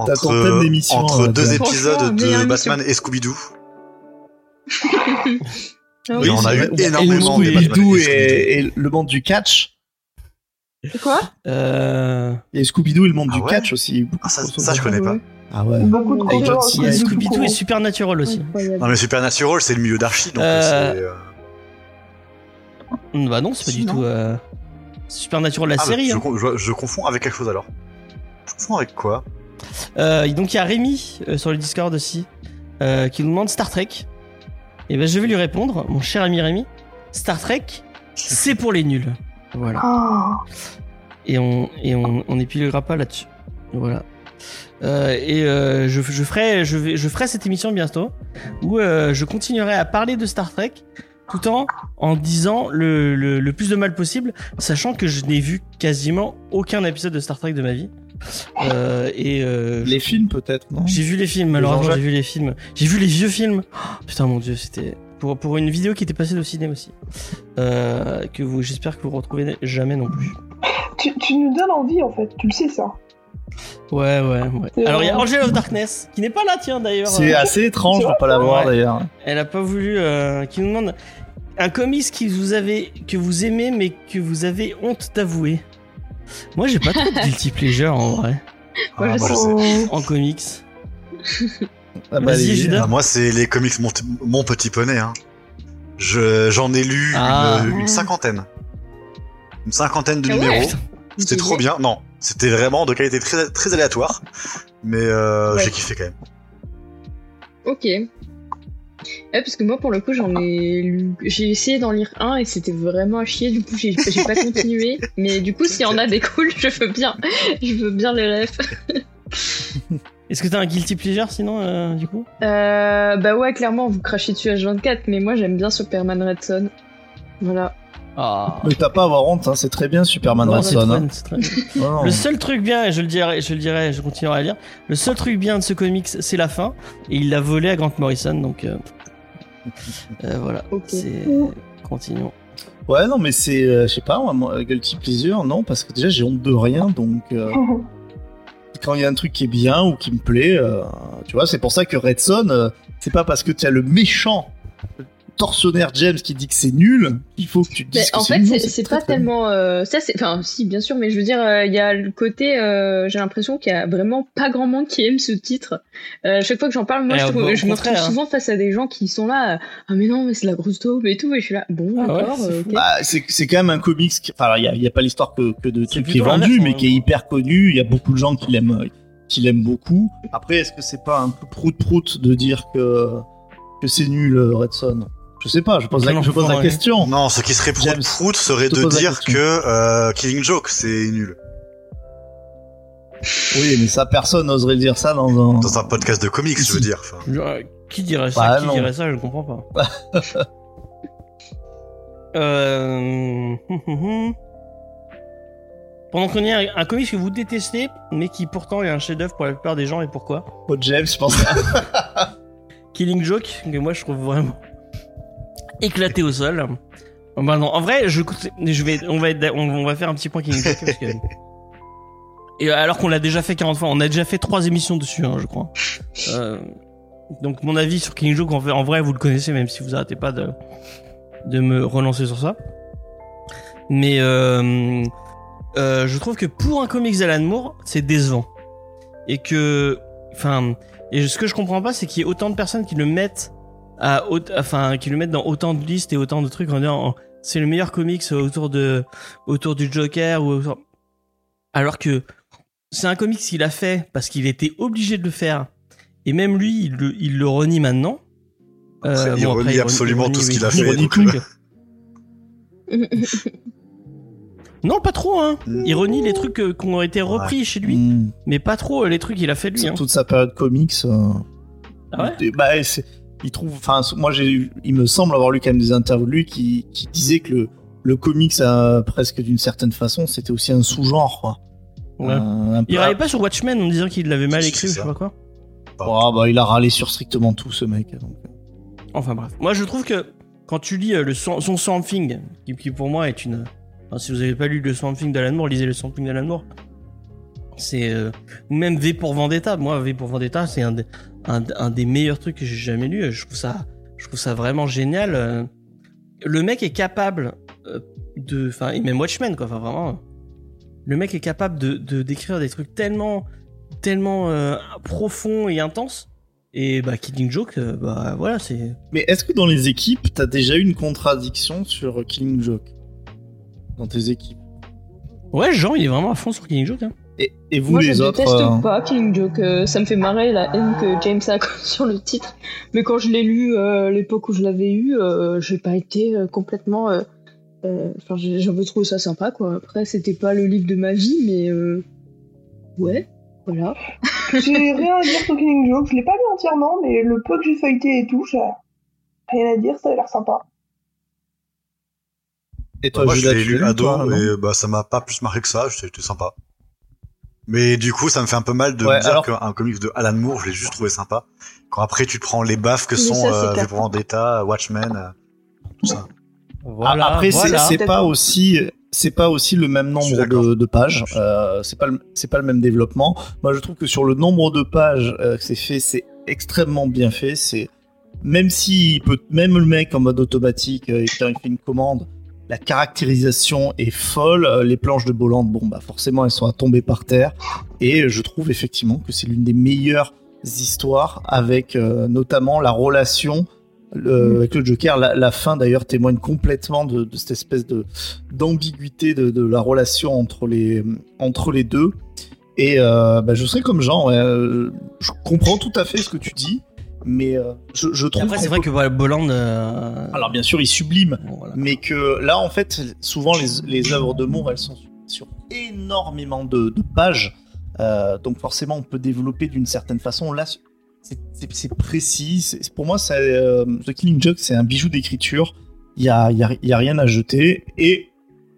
T'as ton thème d'émission, entre euh, deux Dan. Franchement, épisodes meilleure de émission. Batman et Scooby-Doo. Ah Oui, on a c'est eu vrai. énormément Et de Batman Scooby-Doo et et, et le monde du catch. Quoi Euh, Il y a Scooby-Doo et le monde Ah du ouais catch aussi. Ah, ça, ça, je connais pas. Ah ouais. Beaucoup de Avec crossovers, John Cena beaucoup et de Scooby-Doo courants. et Supernatural aussi. incroyable. Non, mais Supernatural, c'est le milieu d'archi, donc Euh, c'est. euh, Bah non, c'est pas Si, du non. tout. euh, Supernatural, la ah, série. je, hein. con- je- je confonds avec quelque chose alors. Je confonds avec quoi Euh, donc il y a Rémi euh, sur le Discord aussi euh, qui nous demande Star Trek. Et ben je vais lui répondre, mon cher ami Rémi. Star Trek, c'est pour les nuls. Voilà. Ah, et on et on, on épilera pas là-dessus. Voilà. Euh, et euh, je, je ferai je vais je ferai cette émission bientôt où euh, je continuerai à parler de Star Trek tout en en disant le, le, le plus de mal possible, sachant que je n'ai vu quasiment aucun épisode de Star Trek de ma vie. Euh, et euh, Les films peut-être, non j'ai vu les films, malheureusement, j'ai Jean-Jacques. vu les films. J'ai vu les vieux films. Oh, putain, mon dieu, c'était pour, pour une vidéo qui était passée au cinéma aussi. Euh, que vous, j'espère que vous retrouvez jamais non plus. Tu, tu nous donnes envie en fait, tu le sais ça. Ouais, ouais, ouais. C'est Alors il y a vrai. Angel of Darkness qui n'est pas là, tiens d'ailleurs. C'est Euh, assez étrange de pas l'avoir Ouais. d'ailleurs. Elle a pas voulu. euh, qui nous demande un comics qui vous avez, que vous aimez mais que vous avez honte d'avouer. Moi j'ai pas trop de guilty pleasure en vrai Ah, je moi, je sais. sais. en comics. Ah Vas-y, allez-y. Judas. Ah, moi, c'est les comics Mon, Mon Petit Poney. Hein. Je- J'en ai lu Ah. une, une cinquantaine. Une cinquantaine de Ah ouais, numéros. putain. C'était trop bien. Non, c'était vraiment de qualité très, très aléatoire. Mais euh, Ouais. j'ai kiffé quand même. Ok. Ouais, parce que moi, pour le coup, j'en ai lu... J'ai essayé d'en lire un et c'était vraiment à chier. Du coup, j'ai j'ai pas continué. Mais du coup, s'il y en a des cool, je veux bien. Je veux bien les ref. Est-ce que t'as un guilty pleasure sinon euh, du coup Euh, bah ouais, clairement, vous crachez dessus H24, mais moi, j'aime bien Superman Red Son. Voilà. Ah. Mais t'as pas à avoir honte, hein, c'est très bien Superman Non, Red c'est Son, très- hein. c'est très- Non, non. Le seul truc bien, et je le dirai, je le dirai, je continuerai à lire. Le seul truc bien de ce comics, c'est la fin, et il l'a volé à Grant Morrison, donc euh, euh, voilà. Ok. C'est continuons. Ouais, non, mais c'est, euh, je sais pas, moi, moi, guilty pleasure, non, parce que déjà j'ai honte de rien, donc euh, quand il y a un truc qui est bien ou qui me plaît, euh, tu vois, c'est pour ça que Red Son, euh, c'est pas parce que t'as le méchant tortionnaire James qui dit que c'est nul, il faut que tu te Mais dises que Bah, en c'est fait, nul, c'est c'est c'est très, pas très bien. tellement. euh, ça, c'est. Enfin, si, bien sûr, mais je veux dire, euh, il y a le côté. euh, J'ai l'impression qu'il y a vraiment pas grand monde qui aime ce titre. Euh, chaque fois que j'en parle, moi, Eh, je, au- trouve- au je me retrouve contraire, hein. souvent face à des gens qui sont là. euh, ah, mais non, mais c'est la grosse taupe et tout. Et je suis là. Bon, Ah ouais, d'accord. c'est euh, fou. ok. Bah, c'est c'est quand même un comics. Qui... Enfin, il y a, il y a pas l'histoire que, que de truc qui est plutôt l'inverse, vendu, mais hein. qui est hyper connu. Il y a beaucoup de gens qui l'aiment, euh, qui l'aiment beaucoup. Après, est-ce que c'est pas un peu prout prout de dire que que c'est nul, euh, Red Son Je sais pas. Je pose la, Quel je pose la enfant, question. Non, ce qui serait James, prout-prout serait je te de pose la dire question. que euh, Killing Joke, c'est nul. Oui, mais ça, personne n'oserait dire ça dans un. Dans un podcast de comics, je veux dire. Enfin, Euh, Qui dirait ça Bah, Qui non. dirait ça Je ne comprends pas. Euh, hum, hum, hum. Pendant qu'on y a un comics que vous détestez, mais qui pourtant est un chef-d'œuvre pour la plupart des gens, et pourquoi Oh, James, je pense. Killing Joke, que moi je trouve vraiment éclaté au sol. Oh, bah non, en vrai, je, je vais, on, va être- on, on va faire un petit point Killing Joke. parce que- Et alors qu'on l'a déjà fait 40 fois, on a déjà fait trois émissions dessus, hein, je crois. Euh, donc mon avis sur Killing Joke, en, vrai- en vrai, vous le connaissez, même si vous arrêtez pas de, de me relancer sur ça. Mais euh, euh, je trouve que pour un comics d'Alan Moore, c'est décevant. Et que, enfin, et ce que je comprends pas, c'est qu'il y ait autant de personnes qui le mettent à, haute- enfin, qui le mettent dans autant de listes et autant de trucs en disant oh, c'est le meilleur comics autour de, autour du Joker ou autour- alors que c'est un comics qu'il a fait parce qu'il était obligé de le faire et même lui, il le, il le renie maintenant. Euh, Après, il renie absolument tout ce qu'il a il fait, renie donc, euh, tout. Bah, non, pas trop, hein. Il renie les trucs euh, qui ont été repris chez lui, Mm. mais pas trop euh, les trucs qu'il a fait lui. Hein. Toute sa période comics. euh, Ah ouais Et bah, c'est- il trouve. Enfin, moi, j'ai, eu- il me semble avoir lu quand même des interviews de lui qui, qui disait que le, le comics, euh, presque d'une certaine façon, c'était aussi un sous-genre. Quoi. Ouais. Euh, un peu- Il râlait pas sur Watchmen en disant qu'il l'avait mal hein. Bah, Si, écrit ou c'est je sais ça. pas quoi. Ah, bah, il a râlé sur strictement tout ce mec. hein, donc. Enfin bref. Moi je trouve que quand tu lis euh, le son, son Swamp Thing, qui, qui pour moi est une. enfin, si vous avez pas lu le Swamp Thing d'Alan Moore, lisez le Swamp Thing d'Alan Moore. C'est. euh, ou même V pour Vendetta. Moi, V pour Vendetta, c'est un, des- un, un des meilleurs trucs que j'ai jamais lu. Je trouve ça, je trouve ça vraiment génial. Euh, Le mec est capable euh, de. Enfin, et même Watchmen, quoi. Enfin, vraiment. euh, Le mec est capable de de- d'écrire des trucs tellement. tellement euh, profonds et intenses. Et bah, Killing Joke, euh, bah voilà, c'est. Mais est-ce que dans les équipes, t'as déjà eu une contradiction sur Killing Joke Dans tes équipes Ouais, Jean, il est vraiment à fond sur Killing Joke. Hein. et, et vous, Moi, les je autres déteste euh, pas Killing Joke. euh, ça me fait marrer la haine que James a sur le titre. Mais quand je l'ai lu, euh, l'époque où je l'avais eu, euh, j'ai pas été euh, complètement. euh, euh, Enfin, j'ai- j'avais trouvé ça sympa, quoi. Après, c'était pas le livre de ma vie, mais euh, ouais, voilà. j'ai rien à dire sur Killing Joke, je l'ai pas lu entièrement, mais le peu que j'ai feuilleté et tout, j'ai rien à dire, ça a l'air sympa. Et Bah, moi, je Judas, l'ai tu lu l'as ado, toi, non et bah, ça m'a pas plus marqué que ça, c'était sympa. Mais du coup, ça me fait un peu mal de Ouais, me dire alors- qu'un comics de Alan Moore, je l'ai juste trouvé sympa. Quand après, tu te prends les baffes que Mais sont ça, c'est euh, clair. V pour Vendetta, Watchmen, euh, tout ça. Ah, Après, c'est- c'est pas aussi. c'est pas aussi le même Je suis nombre d'accord. de, de pages. Euh, c'est pas le- c'est pas le même développement. Moi, je trouve que sur le nombre de pages euh, que c'est fait, c'est extrêmement bien fait. C'est même si il peut, même le mec en mode automatique, euh, il fait il fait une commande. La caractérisation est folle. Euh, Les planches de Bolland, bon bah forcément, elles sont à tomber par terre. Et je trouve effectivement que c'est l'une des meilleures histoires avec euh, notamment la relation Mm. le- avec le Joker. La, la fin d'ailleurs témoigne complètement de, de cette espèce de d'ambiguïté de, de la relation entre les entre les deux. Et euh, bah, je serais comme Jean, ouais, euh, je comprends tout à fait ce que tu dis, mais euh, je, je Et trouve. après, c'est qu'on vrai peut- que voilà, Bolland. euh, Alors bien sûr, il sublime, bon, voilà. mais que là, en fait, souvent les, les œuvres de Moore, elles sont sur- sur énormément de, de pages, Euh, donc forcément, on peut développer d'une certaine façon. Là, c'est- c'est c'est précis. C'est- Pour moi, ça, euh, The Killing Joke, c'est un bijou d'écriture. Il y a, il y a- il y a rien à jeter. Et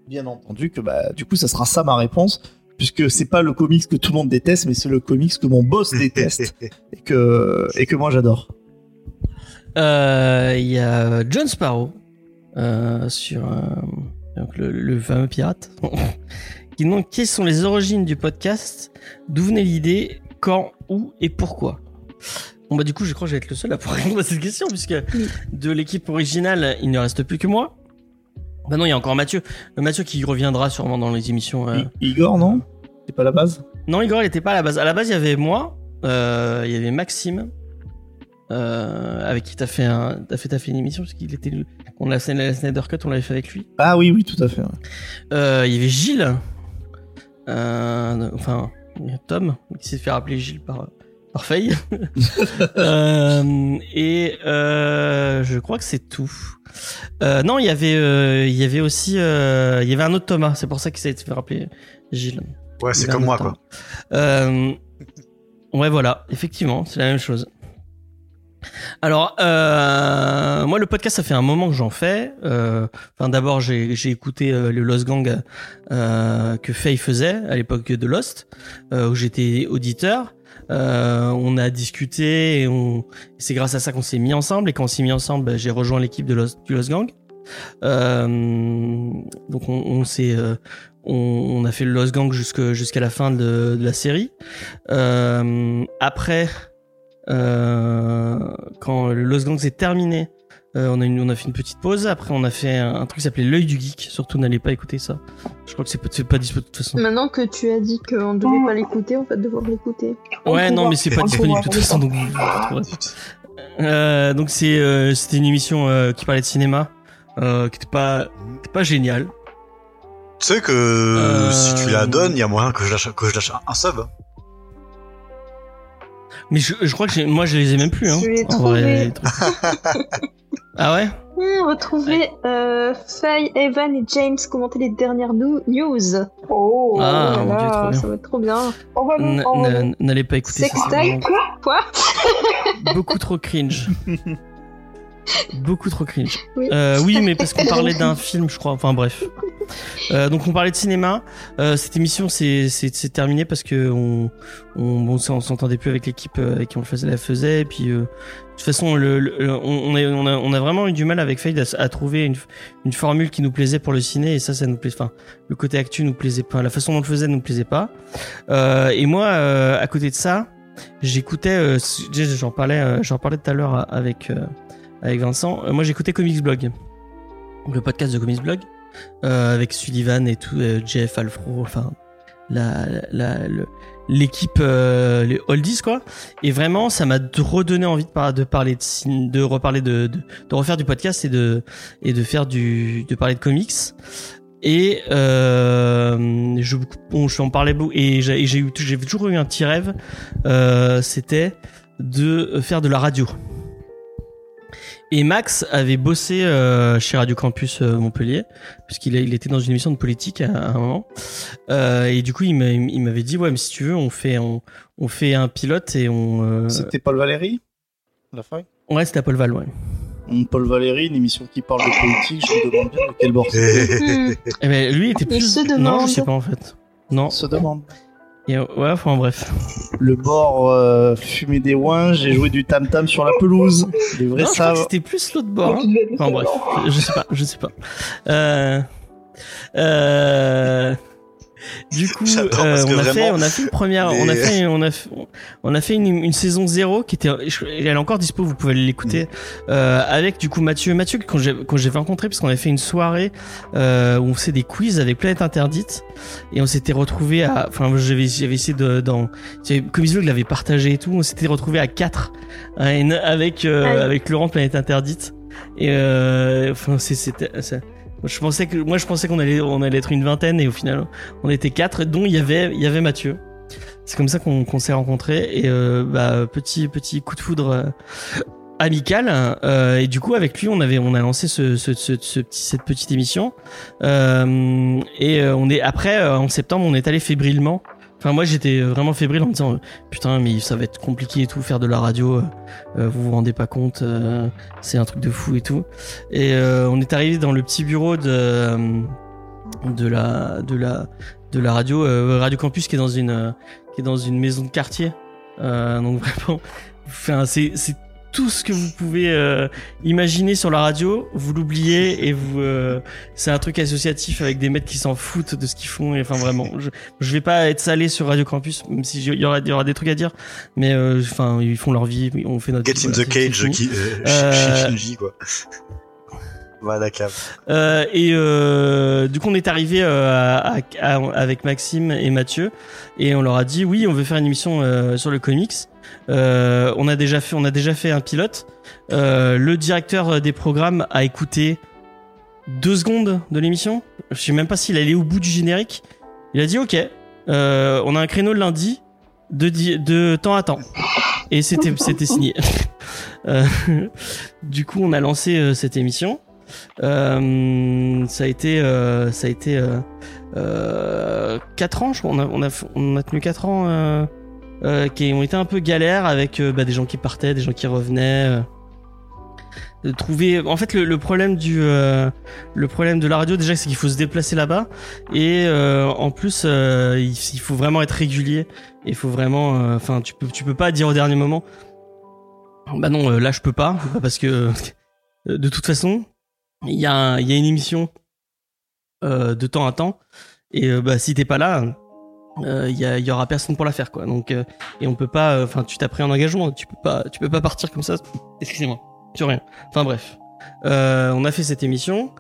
bien entendu que bah, du coup, ça sera ça ma réponse, puisque c'est pas le comics que tout le monde déteste, mais c'est le comics que mon boss déteste et que et que moi j'adore. Euh, Il y a John Sparrow euh, sur euh, donc le, le fameux pirate qui demande quelles sont les origines du podcast, d'où venait l'idée, quand, où et pourquoi. Bon bah du coup je crois que je vais être le seul à pouvoir répondre à cette question puisque de l'équipe originale il ne reste plus que moi. Bah non il y a encore Mathieu, Euh, Mathieu qui reviendra sûrement dans les émissions. euh, I- Igor, non C'est pas la base non, Igor, il était pas à la base. À la base, il y avait moi, euh, il y avait Maxime, euh, avec qui t'as fait, un, t'as fait, t'as fait une émission, parce qu'il était. On l'a fait la Snyder Cut, on l'avait fait avec lui. Ah oui, oui, tout à fait. ouais. Euh, il y avait Gilles, euh, enfin, il y a Tom, qui s'est fait rappeler Gilles par, par Faye. Euh, et euh, je crois que c'est tout. Euh, non, il y avait, euh, il y avait aussi, euh, il y avait un autre Thomas, c'est pour ça qu'il s'est fait rappeler Gilles. Ouais, c'est comme moi, quoi. Euh, ouais, voilà, effectivement, c'est la même chose. Alors, euh, moi, le podcast, ça fait un moment que j'en fais. Euh, Enfin, d'abord, j'ai j'ai écouté euh, le Lost Gang euh, que Faye faisait à l'époque de Lost, euh, où j'étais auditeur. Euh, on a discuté et on... c'est grâce à ça qu'on s'est mis ensemble. Et quand on s'est mis ensemble, bah, j'ai rejoint l'équipe de Lost, du Lost Gang. Euh, donc, on, on s'est euh, on, on a fait le Lost Gang jusque- jusqu'à la fin de, de la série. Euh, après, euh, quand le Lost Gang s'est terminé, euh, on, a une- on a fait une petite pause. Après, on a fait un, un truc qui s'appelait L'œil du geek. Surtout, n'allez pas écouter ça. Je crois que c'est pas- c'est pas dispo de toute façon. Maintenant que tu as dit qu'on devait pas l'écouter, on va devoir l'écouter. On ouais, non, pourra- mais c'est pas on disponible de pourra- toute façon. Donc, vous- vous retrouverez. Euh, donc c'est, euh, c'était une émission euh, qui parlait de cinéma, euh, qui n'était pas, qui était pas géniale. Tu sais que Euh, si tu la donnes, il y a moyen que je lâche, que je lâche un, un sub. Mais je, je crois que j'ai- moi, je les ai même plus. Hein, Je l'ai en vrai, trouvé. les trucs. ah ouais Hum, retrouvez euh, Faye, Evan et James commenter les dernières nou- news. Oh. Ah, Oh mon Dieu, trop bien. ça va être trop bien. On va N- nous. on va nous- n- N'allez pas écouter ça. c'est Sextape, quoi Quoi vraiment Beaucoup trop cringe. Beaucoup trop cringe. Oui. Euh, oui, mais parce qu'on parlait d'un film, je crois. Enfin bref. Euh, donc on parlait de cinéma. Euh, cette émission, c'est c'est c'est terminé parce que on on, bon, ça, on s'entendait plus avec l'équipe euh, avec qui on le faisait, la faisait. Et puis euh, de toute façon, le, le- on, on, a, on, a, on a vraiment eu du mal avec Fade à, s- à trouver une, une formule qui nous plaisait pour le ciné. Et ça, ça nous plaisait. Enfin, le côté actu nous plaisait pas. La façon dont on le faisait nous plaisait pas. Euh, et moi, euh, à côté de ça, j'écoutais. euh, c- j'en parlais. euh, j'en parlais tout à l'heure avec euh, avec Vincent. Euh, moi, j'écoutais Comics Blog, Donc, le podcast de Comics Blog, euh, avec Sullivan et tout, euh, Jeff, Alfro, enfin la la- le- l'équipe euh, les oldies quoi et vraiment ça m'a d- redonné envie de, par- de parler de cin- de reparler de, de de refaire du podcast et de et de faire du de parler de comics et euh, je bon je en parlais beaucoup et j'ai et j'ai eu j'ai toujours eu un petit rêve euh, c'était de faire de la radio et Max avait bossé euh, chez Radio Campus euh, Montpellier, puisqu'il a- il était dans une émission de politique à, à un moment. Euh, et du coup, il m'a- il m'avait dit, ouais, mais si tu veux, on fait, on, on fait un pilote et on... euh, C'était Paul Valéry La faille Ouais, c'était à Paul Val, ouais. Paul Valéry, une émission qui parle de politique, je me demande bien de quel bord c'est. Hmm. Et- Et ben, lui, il était Il plus... se demande. Non, je sais pas, en fait. Non. On se demande. Et, euh, ouais, enfin, bref. Le bord euh, fumé des ouins, j'ai joué du tam-tam sur la pelouse. Les vrais Non, je crois que savent. c'était plus l'autre Donc, bord. hein. tu devais être le Enfin seul, bref, non je sais pas, je sais pas. Euh, Euh, Du coup, J'adore, euh, parce que on, a vraiment, fait, on a fait une première, on a les- fait, on a, fait- on a fait une, une saison zéro qui était, je- elle est encore dispo, vous pouvez l'écouter euh, avec du coup Mathieu, Mathieu quand j'ai quand j'ai rencontré parce qu'on avait fait une soirée euh, où on faisait des quiz avec Planète Interdite et on s'était retrouvé à, enfin j'avais j'avais essayé de dans, j'avais- comme il l'avait partagé et tout, on s'était retrouvé à quatre à une- avec euh, Aïe. avec Laurent de Planète Interdite et euh, enfin c'est- c'était ça- je pensais que moi je pensais qu'on allait on allait être une vingtaine et au final on était quatre, dont il y avait, il y avait Mathieu. C'est comme ça qu'on qu'on s'est rencontrés et euh, bah, petit petit coup de foudre euh, amical euh, et du coup avec lui on avait on a lancé ce, ce, ce- ce petit cette petite émission Euh, et euh, on est après euh, en septembre on est allé fébrilement enfin moi j'étais vraiment fébrile en me disant euh, putain mais ça va être compliqué et tout faire de la radio euh, euh, vous vous rendez pas compte euh, c'est un truc de fou et tout et euh, on est arrivé dans le petit bureau de euh, de la de la de la radio euh, Radio Campus qui est dans une euh, qui est dans une maison de quartier. Euh, donc vraiment, enfin, c'est c'est tout ce que vous pouvez euh, imaginer sur la radio, vous l'oubliez et vous euh, c'est un truc associatif avec des mecs qui s'en foutent de ce qu'ils font. Et enfin vraiment, je je vais pas être salé sur Radio Campus, même si il y aura il y aura des trucs à dire, mais euh, enfin ils font leur vie, on fait notre. Get in voilà, the c'est- c'est cage, tout. qui, euh, Euh, Shi- Shinji, quoi. Va à la cave. Euh, et euh, du coup, on est arrivé euh, à- à- à- avec Maxime et Mathieu, et on leur a dit oui, on veut faire une émission euh, sur le comics. Euh, on a déjà fait, on a déjà fait un pilote. Euh, le directeur des programmes a écouté deux secondes de l'émission. Je sais même pas s'il allait au bout du générique. Il a dit ok, euh, on a un créneau le lundi de, di- de temps à temps. Et c'était c'était signé. Euh, du coup, on a lancé euh, cette émission. Euh, ça a été, euh, ça a été euh, euh, quatre ans. Je crois. On a, on a, on a tenu quatre ans euh, euh, qui ont été un peu galères avec euh, bah, des gens qui partaient, des gens qui revenaient. euh. De trouver. En fait, le, le problème du, euh, le problème de la radio déjà, c'est qu'il faut se déplacer là-bas et euh, en plus, euh, il, il faut vraiment être régulier. Et il faut vraiment, euh, enfin, tu peux, tu peux pas dire au dernier moment. Bah non, euh, là je peux pas parce que euh, de toute façon, il y a, un- il y a une émission euh, de temps à temps et euh, bah, si t'es pas là euh, il y, a- il y aura personne pour la faire quoi donc euh, et on peut pas enfin tu t'as pris un engagement tu peux pas tu peux pas partir comme ça excusez-moi sur rien enfin bref Euh, on a fait cette émission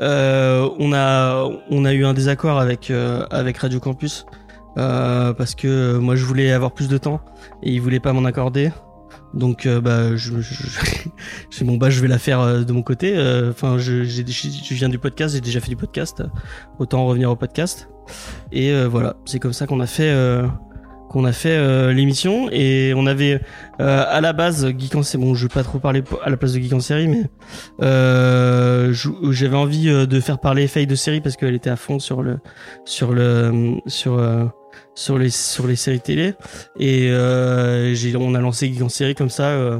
Euh, on a on a eu un désaccord avec euh, avec Radio Campus euh, parce que euh, moi je voulais avoir plus de temps et ils voulaient pas m'en accorder donc euh, bah je, je, je dis, bon bah je vais la faire euh, de mon côté. Euh, Enfin je, j'ai- je, je viens du podcast, j'ai déjà fait du podcast, autant revenir au podcast. Et euh, voilà, c'est comme ça qu'on a fait euh, qu'on a fait euh, l'émission et on avait euh, à la base Geek en série. Bon, je vais pas trop parler pour- à la place de Geek en série, mais euh, je- j'avais envie euh, de faire parler Faye de série parce qu'elle était à fond sur le sur le sur euh, sur les sur les séries télé et euh, j'ai on a lancé Geek en série comme ça. euh,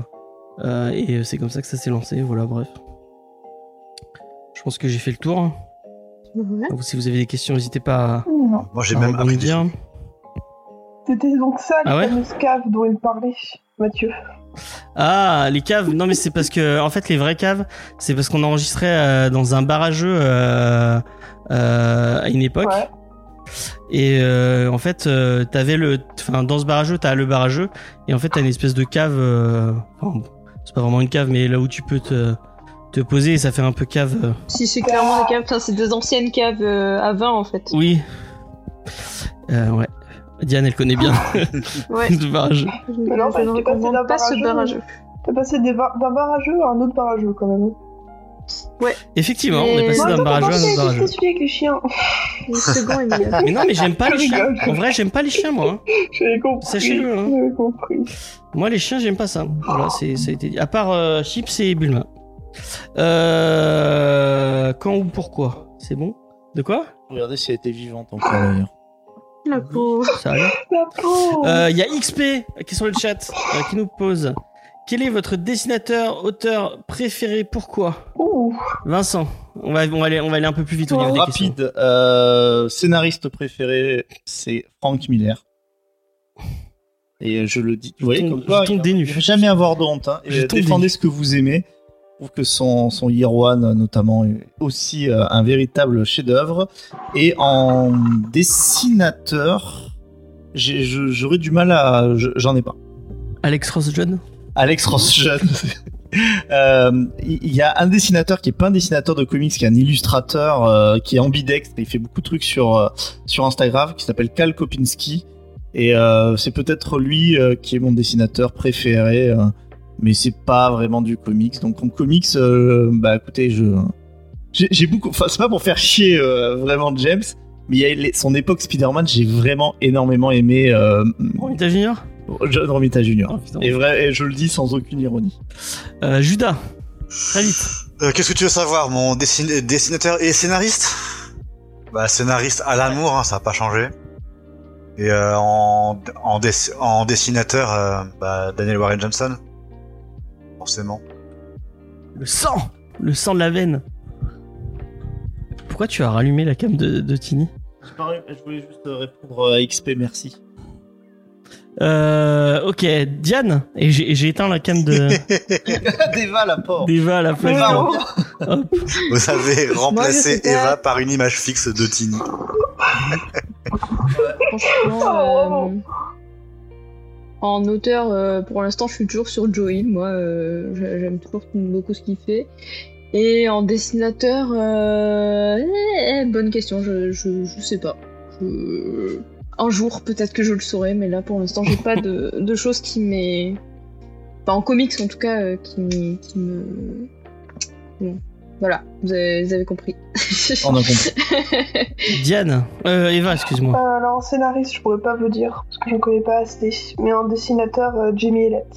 euh, et euh, c'est comme ça que ça s'est lancé, voilà, bref. Je pense que j'ai fait le tour. Donc, si vous avez des questions, n'hésitez pas Non. Moi, j'ai à, à même appris des rebondir. C'était donc ça, les Ah ouais fameuses caves dont il parlait, Mathieu. Ah, les caves. Non, mais c'est parce que, en fait, les vraies caves, c'est parce qu'on enregistrait euh, dans un barrageux euh, euh, à une époque. Ouais. Et euh, en fait, euh, t'avais le, enfin, dans ce barrageux, t'as le barrageux, et en fait, t'as une espèce de cave. euh, enfin, bon, c'est pas vraiment une cave, mais là où tu peux te te poser, et ça fait un peu cave. euh, Si c'est clairement des caves, enfin, c'est des anciennes caves euh, à vin en fait. Oui. Euh, ouais. Diane, elle connaît bien Ouais. le barrage. Je non, bah, ne t'es passé d'un recommande pas ce barrageux. barrage. T'as passé des bar- d'un barrageux à un autre barrageux, quand même. Effectivement, on est Mais- passé Bon, d'un attends, barrage à pourquoi un autre t'as testé barrage. celui avec les chiens Le second est meilleur. Mais non, mais j'aime pas les Je chiens. rigole. En vrai, j'aime pas les chiens, moi. hein. J'avais compris. Sachez-le, hein. J'avais compris. Moi, les chiens, j'aime pas ça. Voilà, c'est, ça a été dit. À part euh, Chips et Bulma. Euh, quand ou pourquoi C'est bon De quoi Regardez si elle était vivante encore d'ailleurs. La pauvre. Ça va La peau Euh, Il y a XP qui est sur le chat, euh, qui nous pose Quel est votre dessinateur, auteur préféré Pourquoi Ouh. Vincent, on va, on, va aller, on va aller un peu plus vite au niveau des questions. Rapide, euh, scénariste préféré, c'est Frank Miller. Et je le dis, vous voyez, tombe- comme quoi, je tombe il- des nues. il faut jamais avoir de honte. Hein. Et Je tombe des défendez ce que vous aimez. trouve que son, son Year One, notamment, est aussi euh, un véritable chef-d'œuvre. Et en dessinateur, j'ai- je- j'aurais du mal à. je- J'en ai pas. Alex Rossjohn Alex Rossjean. Euh, Il il y a un dessinateur qui est pas un dessinateur de comics, qui est un illustrateur euh, qui est ambidextre. Il fait beaucoup de trucs sur euh, sur Instagram, qui s'appelle Cal Kopinski, et euh, c'est peut-être lui euh, qui est mon dessinateur préféré. euh, mais c'est pas vraiment du comics. Donc en comics, euh, bah écoutez, je j'ai j'ai beaucoup. Enfin, c'est pas pour faire chier euh, vraiment James, mais il y a les- son époque Spider-Man, j'ai vraiment énormément aimé euh, Romita Junior John Romita Jr. Oh, putain. Et, vrai, et je le dis sans aucune ironie. Euh, Judas. Très vite. Euh, Qu'est-ce que tu veux savoir, mon dessin- dessinateur et scénariste Bah, scénariste à l'amour, hein, ça n'a pas changé. Et euh, en, en, dess- en dessinateur, euh, bah, Daniel Warren Johnson. Forcément. Le sang Le sang de la veine. Pourquoi tu as rallumé la cam de, de Tini Je voulais juste euh, répondre à XP, merci. euh, Ok, Diane. Et j'ai et j'ai éteint la cam de Deva la porte. d'Eva à la place. Deva, de- reviens. Vous avez remplacé c'était- Eva par une image fixe de Tini. Franchement, euh, en auteur, euh, pour l'instant, je suis toujours sur Joe Hill. Moi, euh, j'a- j'aime toujours beaucoup ce qu'il fait. Et en dessinateur, euh, eh, eh, bonne question, je, je, je sais pas. Je- Un jour, peut-être que je le saurai, mais là, pour l'instant, j'ai pas de, de choses qui m'est. Enfin, en comics, en tout cas, euh, qui, m- qui me. Bon. Voilà, vous avez, vous avez compris. On a compris. Diane. Euh, Eva, excuse-moi. Euh, alors, en scénariste, je pourrais pas vous dire, parce que je ne connais pas assez. Mais en dessinateur, euh, Jamie Ellett,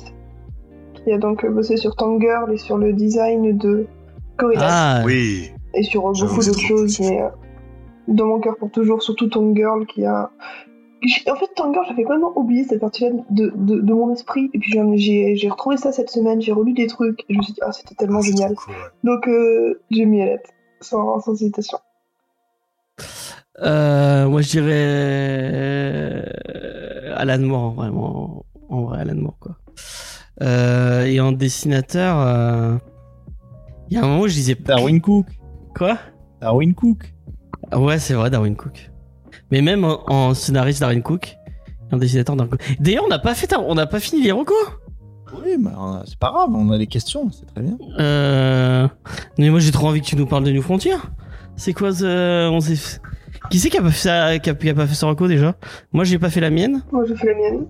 qui a donc euh, bossé sur Tangirl et sur le design de Gorillaz, Ah, Oui. et sur euh, j'avoue, beaucoup c'est d'autres trop choses, petit. mais euh, dans mon cœur pour toujours, surtout Tangirl, qui a... J'ai- En fait, Tangirl, j'avais complètement oublié cette partie-là de, de, de mon esprit, et puis j'en- j'ai j'ai retrouvé ça cette semaine, j'ai relu des trucs, et je me suis dit, ah, c'était tellement Ah, c'est génial. trop cool, ouais. Donc, euh, Jamie Ellett, sans, sans hésitation. euh, moi je dirais euh, Alan Moore, vraiment. En vrai, Alan Moore, quoi. Euh, et en dessinateur, euh, il y a un moment où je disais Darwin Cook. quoi Darwin Cook. Ah Ouais, c'est vrai, Darwin Cook. Mais même en, en scénariste Darwin Cook, en dessinateur Darwin Cook. D'ailleurs, on n'a pas fait, ta- on n'a pas fini les recos. Oui, mais euh, c'est pas grave, on a les questions, c'est très bien. Euh... Mais moi, j'ai trop envie que tu nous parles de New Frontier. C'est quoi ce... on s'est f- Qui c'est qui a pas fait ça, qui a, qui a pas fait son reco déjà Moi, j'ai pas fait la mienne. Moi, j'ai fait la mienne.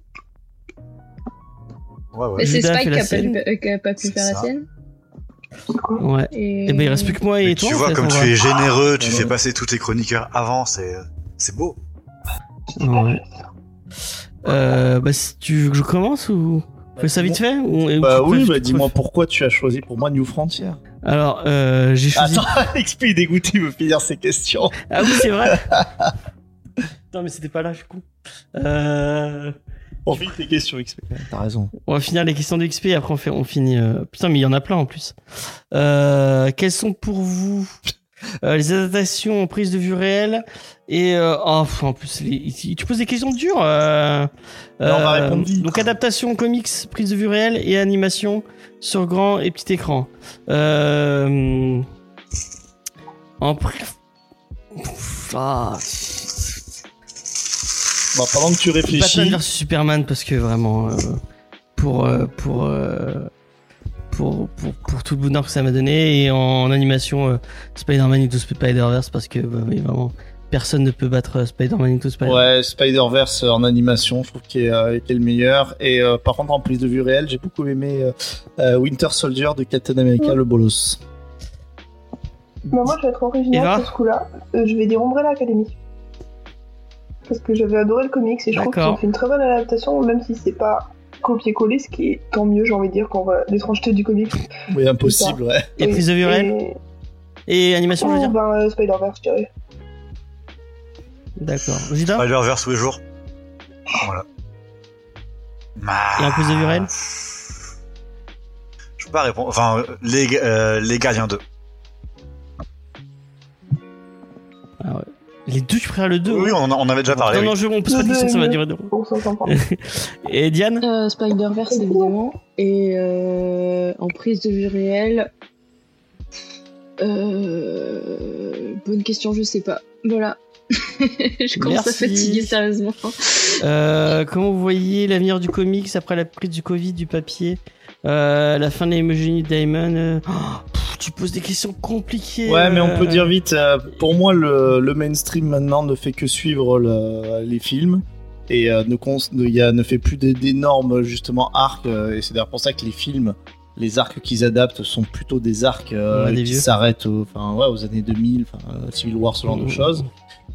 Ouais, ouais. Mais c'est Judas a fait Spike la qui a pas, sienne. pu- euh, qui a pas pu C'est faire la ça. sienne. Ouais. Et, Et ben, il reste plus que moi et Mais toi. tu en vois, fait, comme en tu vrai. es généreux, tu Ouais, fais ouais. passer tous tes chroniqueurs avant, c'est euh, c'est beau. Ouais. Euh, bah, si tu veux que je commence ou fais ça vite fait ou- ou Bah tu oui, préfères- bah tu dis-moi préfères- pourquoi tu as choisi pour moi New Frontier. Alors, euh, j'ai choisi. Attends, XP est dégoûté, il veut finir ses questions. Ah oui, c'est vrai. Putain, mais c'était pas là, je suis con. Euh... On finit tes questions, XP. T'as raison. On va finir les questions de XP et après on, fait, on finit. euh, Putain, mais il y en a plein en plus. Euh, quelles sont pour vous euh, les adaptations en prise de vue réelle et euh, oh, pff, en plus les- tu poses des questions dures. euh, on va répondre vite. donc adaptation comics, prise de vue réelle et animation sur grand et petit écran. Euh, en pri- Pff, ah, Bon, Bah, pendant que tu Batman réfléchis, vs Superman parce que vraiment euh, pour euh, pour, euh, pour pour pour tout le bonheur que ça m'a donné et en animation euh, Spider-Man Into Spider-Verse parce que bah, oui, vraiment personne ne peut battre euh, Spider-Man Into Spider-Verse. Ouais, Spider-Verse euh, en animation, je trouve qu'il est, euh, qu'il est le meilleur. Et euh, par contre, en prise de vue réelle, j'ai beaucoup aimé euh, euh, Winter Soldier de Captain America, le bolos. Bah, moi, je vais être Eva original sur ce coup-là. Euh, je vais dire Umbrella Academy. Parce que j'avais adoré le comics et je trouve qu'ils D'accord. ont fait une très bonne adaptation, même si c'est pas copier-coller, ce qui est tant mieux, j'ai envie de dire, quand va l'étrangeté du comics. Oui, impossible, ouais. Et prise de vue réelle Et... et animation je veux Oh, dire. ben, euh, Spider-Verse, je dirais. D'accord. Judas Spider-Verse tous les jours. Voilà. Bah, Et en prise de vue réelle Je peux pas répondre. Enfin, les, euh, les Gardiens 2. les deux tu préfères le 2 Oui, on, en- on avait déjà parlé. Non oui. non, je on pose pas de Le deux, questions, ça va le durer deux. rondes. Bon, ça, on s'en prend. Et Diane Euh, Spider-Verse évidemment et euh, en prise de vue réelle Euh... Bonne question, je sais pas. Voilà. je commence à Merci. fatiguer sérieusement. Euh, comment vous voyez l'avenir du comics après la prise du Covid, du papier, euh, la fin de l'Imogénie Diamond euh, oh, pff, Tu poses des questions compliquées. Ouais, mais on euh, peut dire vite. euh, Pour moi, le, le mainstream maintenant ne fait que suivre le- les films et euh, ne, cons- ne, y a- ne fait plus d'é- d'énormes justement arcs. euh, et c'est d'ailleurs pour ça que les films, les arcs qu'ils adaptent sont plutôt des arcs euh, Ouais, des qui vieux. s'arrêtent aux, enfin, ouais, aux années 2000, enfin, euh, Civil War, ce genre de Mm. choses.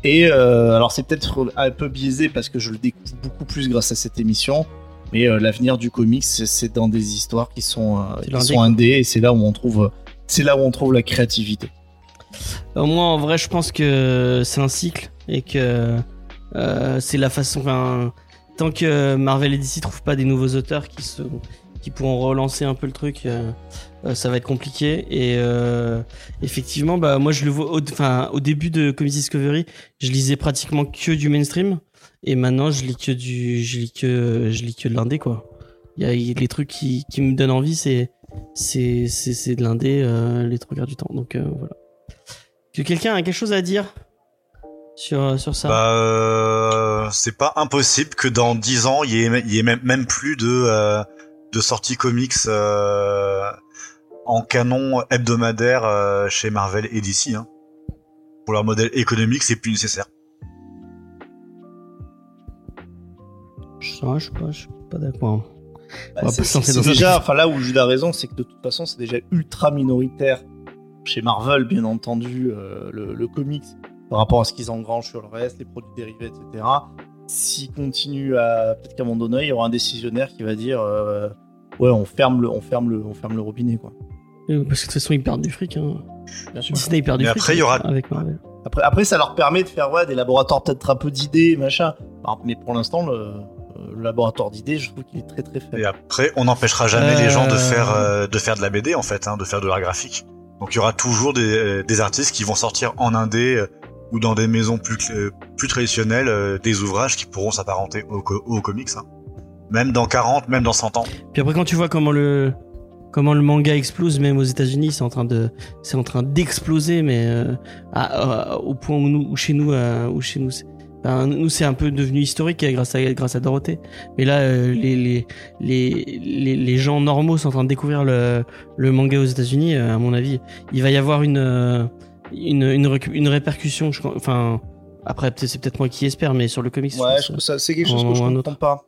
Et euh, alors c'est peut-être un peu biaisé parce que je le découvre beaucoup plus grâce à cette émission. Mais euh, l'avenir du comics, c'est- c'est dans des histoires qui sont, euh, C'est qui l'indé, sont quoi. indé et c'est là où on trouve, c'est là où on trouve la créativité. Au moins, en vrai, je pense que c'est un cycle et que euh, c'est la façon. enfin, Tant que Marvel et DC trouvent pas des nouveaux auteurs qui se, qui pourront relancer un peu le truc, euh, euh, ça va être compliqué. Et euh, effectivement, bah moi je le vois. au- Enfin, au début de Comics Discovery, je lisais pratiquement que du mainstream, et maintenant je lis que du, je lis que, je lis que de l'indé quoi. Il y a il y a les trucs qui, qui me donnent envie, c'est, c'est, c'est, c'est de l'indé euh, les trois quarts du temps. Donc euh, voilà. Que quelqu'un a quelque chose à dire sur, sur ça Bah, euh, c'est pas impossible que dans 10 ans, il y ait, il y ait même, même plus de, euh, de sorties comics euh, en canon hebdomadaire euh, chez Marvel et DC. Hein. Pour leur modèle économique, c'est plus nécessaire. Je sais pas, je sais pas, je suis pas d'accord. Bah, On va c'est- pas se lancer c'est dans un déjà, débat. enfin là où Jules a raison, c'est que de toute façon, c'est déjà ultra minoritaire chez Marvel, bien entendu, euh, le, le comics par rapport à ce qu'ils engrangent sur le reste, les produits dérivés, etc. S'ils continuent à, peut-être qu'à un moment donné, il y aura un décisionnaire qui va dire, euh, ouais, on ferme le, on ferme le, on ferme le robinet, quoi. Euh, Parce que de toute façon, ils perdent du fric. Hein. Bien sûr. Disney perd du Mais fric. après, il y aura- Avec Marvel. Après, après, ça leur permet de faire ouais, des laboratoires peut-être un peu d'idées, machin. Alors, mais pour l'instant, le, euh, le laboratoire d'idées, je trouve qu'il est très très faible. Et après, on n'empêchera jamais les gens de Euh. faire, euh, de faire de la BD, en fait, hein, de faire de l'art graphique. Donc il y aura toujours des, euh, des artistes qui vont sortir en indé euh, ou dans des maisons plus, cl- plus traditionnelles euh, des ouvrages qui pourront s'apparenter aux, co- aux comics. hein. Même dans 40, même dans 100 ans. Puis après, quand tu vois comment le comment le manga explose, même aux États-Unis, c'est en train de c'est en train d'exploser, mais euh, à- à- au point où nous, où chez nous, euh, où chez nous, c'est- enfin, nous c'est un peu devenu historique euh, grâce à grâce à Dorothée. Mais là, euh, les, les les les les gens normaux sont en train de découvrir le le manga aux États-Unis. euh, à mon avis, il va y avoir une euh, une une, récu- une répercussion. je crois- enfin. Après, peut-être- c'est peut-être moi qui espère, mais sur le comics, je Ouais, pense, euh, je- ça, c'est quelque chose un que je moment ou un comprends pas.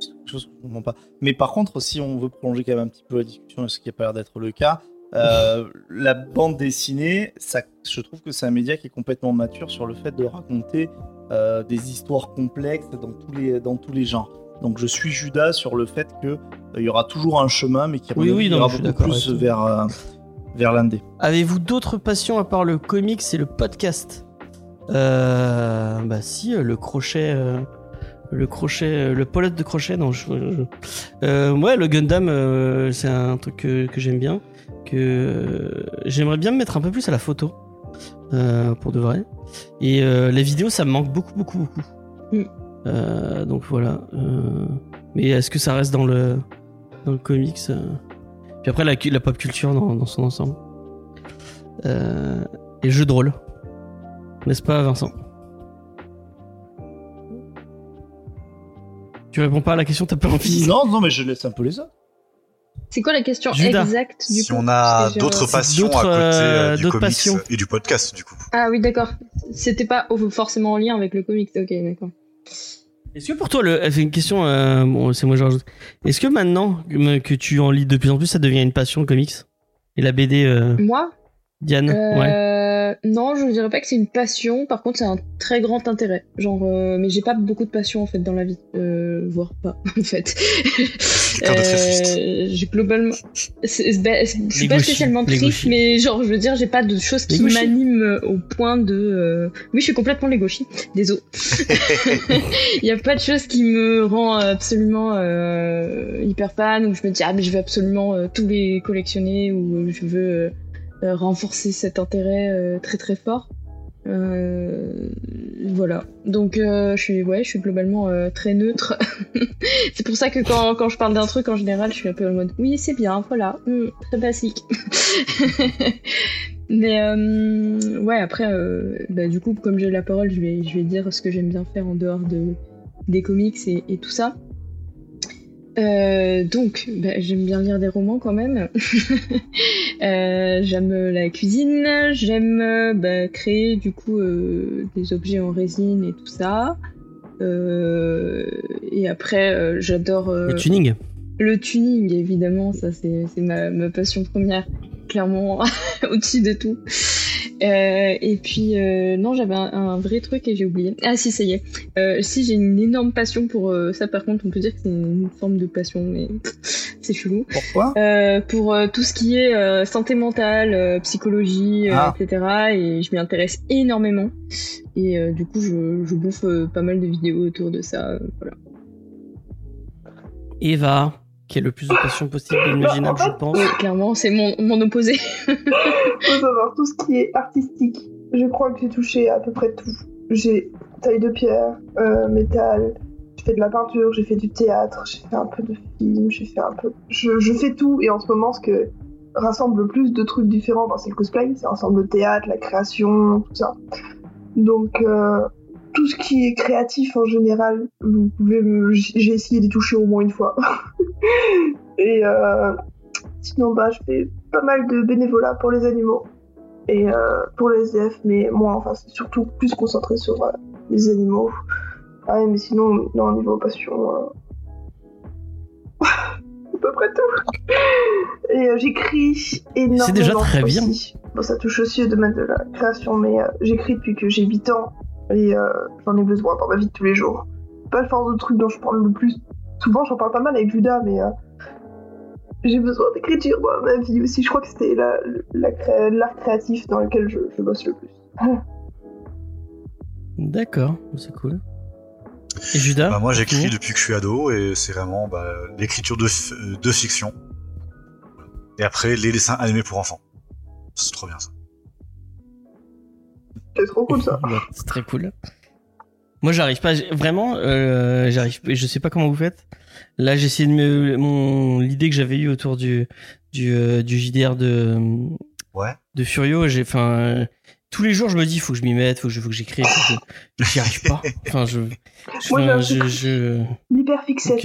C'est quelque chose que je comprends pas. Mais par contre, si on veut prolonger quand même un petit peu la discussion, ce qui a pas l'air d'être le cas, euh, la bande dessinée, ça, je trouve que c'est un média qui est complètement mature sur le fait de raconter euh, des histoires complexes dans tous les dans tous les genres. Donc je suis Judas sur le fait que euh, il y aura toujours un chemin, mais qu'il Oui, oui, non, ira je suis beaucoup d'accord plus avec toi. vers euh, vers l'indé. Avez-vous d'autres passions à part le comics et le podcast euh, Bah si, euh, le crochet, euh, le crochet, euh, le pelote de crochet. Non, je, je- euh, ouais, le Gundam, euh, c'est un truc que, que j'aime bien, que euh, j'aimerais bien me mettre un peu plus à la photo euh, pour de vrai. Et euh, la vidéo, ça me manque beaucoup, beaucoup, beaucoup. Mm. Euh, donc voilà. euh, mais est-ce que ça reste dans le dans le comics euh Puis après la, cu- la pop culture dans, dans son ensemble euh, et jeu de rôle. N'est-ce pas, Vincent Tu réponds pas à la question, t'as pas envie Non, non, mais je laisse un peu les autres. C'est quoi la question Judas. exacte du si coup on a Parce que j'ai- d'autres passions d'autres, à côté euh, euh, du d'autres comics passions. et du podcast, du coup. Ah oui, d'accord. C'était pas au- forcément en lien avec le comics. Ok, d'accord. Est-ce que pour toi, le, c'est une question, euh, bon, c'est moi je rajoute. Est-ce que maintenant que que tu en lis de plus en plus, ça devient une passion, le comics Et la BD, euh, Moi, Diane Mm, Ouais. Euh, Non, je dirais pas que c'est une passion. Par contre, c'est un très grand intérêt. Genre, euh, mais j'ai pas beaucoup de passion en fait dans la vie, euh, voire pas en fait. cœur de triste. Euh, j'ai globalement, c'est- c'est- ben, c'est- je suis Les pas gauchis, spécialement les triste, gauchis. mais genre, je veux dire, j'ai pas de choses Les qui gauchis. m'animent au point de. euh, Oui, je suis complètement légochi. Désolé. Il y a pas de chose qui me rend absolument euh, hyper fan où je me dis ah mais je veux absolument euh, tous les collectionner ou euh, je veux euh, euh, renforcer cet intérêt euh, très très fort. Euh, Voilà. Donc euh, je suis ouais, je suis globalement euh, très neutre. c'est pour ça que quand, quand je parle d'un truc en général, je suis un peu en mode oui, c'est bien, voilà, hmm, très basique. Mais euh, ouais, après euh, bah, du coup, comme j'ai la parole, je vais je vais dire ce que j'aime bien faire en dehors de des comics et, et tout ça. Euh, donc, bah, j'aime bien lire des romans quand même. Euh, j'aime la cuisine, j'aime euh, bah, créer du coup euh, des objets en résine et tout ça. Euh, et après, euh, j'adore euh, Le tuning. le tuning, évidemment, ça c'est c'est ma, ma passion première, clairement au-dessus de tout. Euh, et puis euh, non, j'avais un, un vrai truc et j'ai oublié. Ah si, ça y est. Euh, si j'ai une énorme passion pour euh, ça, par contre, on peut dire que c'est une forme de passion, mais c'est chelou. Pourquoi Euh, pour euh, tout ce qui est euh, santé mentale, euh, psychologie, euh, Ah. etc. Et je m'y intéresse énormément. Et euh, du coup, je, je bouffe euh, pas mal de vidéos autour de ça. euh, voilà. Eva, qui est le plus de passion possible et imaginable, je pense. Bah, Oui, Euh, clairement, c'est mon, mon opposé. faut savoir tout ce qui est artistique. Je crois que j'ai touché à peu près tout. J'ai taille de pierre, euh, métal, j'ai fait de la peinture, j'ai fait du théâtre, j'ai fait un peu de film, j'ai fait un peu. Je, je fais tout et en ce moment, ce que rassemble le plus de trucs différents, ben, c'est le cosplay, ça rassemble le théâtre, la création, tout ça. Donc, euh, tout ce qui est créatif en général, vous pouvez me- j- j'ai essayé d'y toucher au moins une fois. et euh, sinon, bah, je fais pas mal de bénévolat pour les animaux et euh, pour les SDF, mais moi, enfin, c'est surtout plus concentré sur euh, les animaux. Ah ouais, mais sinon, non, niveau passion, euh, à peu près tout. Et euh, j'écris énormément. C'est déjà très bien. aussi. Bon, ça touche aussi au domaine de la création, mais euh, j'écris depuis que j'ai 8 ans et euh, j'en ai besoin dans ma vie de tous les jours. C'est Pas le genre de truc dont je parle le plus. Souvent, j'en parle pas mal avec Judas, mais euh, j'ai besoin d'écriture dans ma vie aussi. Je crois que c'était la- la cré- l'art créatif dans lequel je, je bosse le plus. D'accord, c'est cool. Et Judas Bah, moi, Oui. j'écris depuis que je suis ado et c'est vraiment bah, l'écriture de, f- euh, de fiction. Et après, les dessins animés pour enfants. C'est trop bien ça. C'est trop cool ça. Ouais, c'est très cool. Moi, j'arrive pas. j'ai- Vraiment, euh, j'arrive. Je sais pas comment vous faites. Là, j'ai essayé de me. Mon l'idée que j'avais eue autour du du, euh, du JDR de Ouais. de Furio. J'ai. Enfin, euh, tous les jours, je me dis, faut que je m'y mette, faut que je, faut que j'écrive. faut que je- J'y arrive pas. Enfin, je. je- Moi, j'ai un je, truc. je- L'hyperfixette.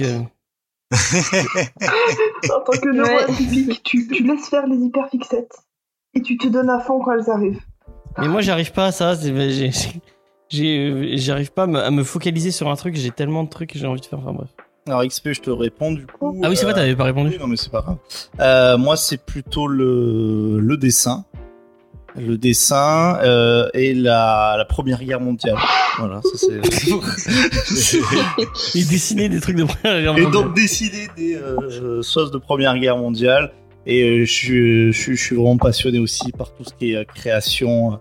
donc, euh, En tant que neuroatypique, tu, tu laisses faire les hyperfixettes. Et tu te donnes à fond quand elles arrivent. Mais moi, j'arrive pas à ça. c'est- bah, j'ai- j'ai- j'ai- J'arrive pas à me- à me focaliser sur un truc. J'ai tellement de trucs que j'ai envie de faire. Enfin, bref. Alors XP, je te réponds du coup. Ah oui, c'est vrai, Euh, t'avais pas répondu. Oui, non, mais c'est pas grave. Euh, moi, c'est plutôt le, le dessin. Le dessin euh, et la, la Première Guerre mondiale. Voilà, ça c'est. Et dessiner des trucs de première et donc décider des euh, sauces de Première Guerre mondiale. Et euh, je, suis- je, suis- je suis vraiment passionné aussi par tout ce qui est euh, création, euh,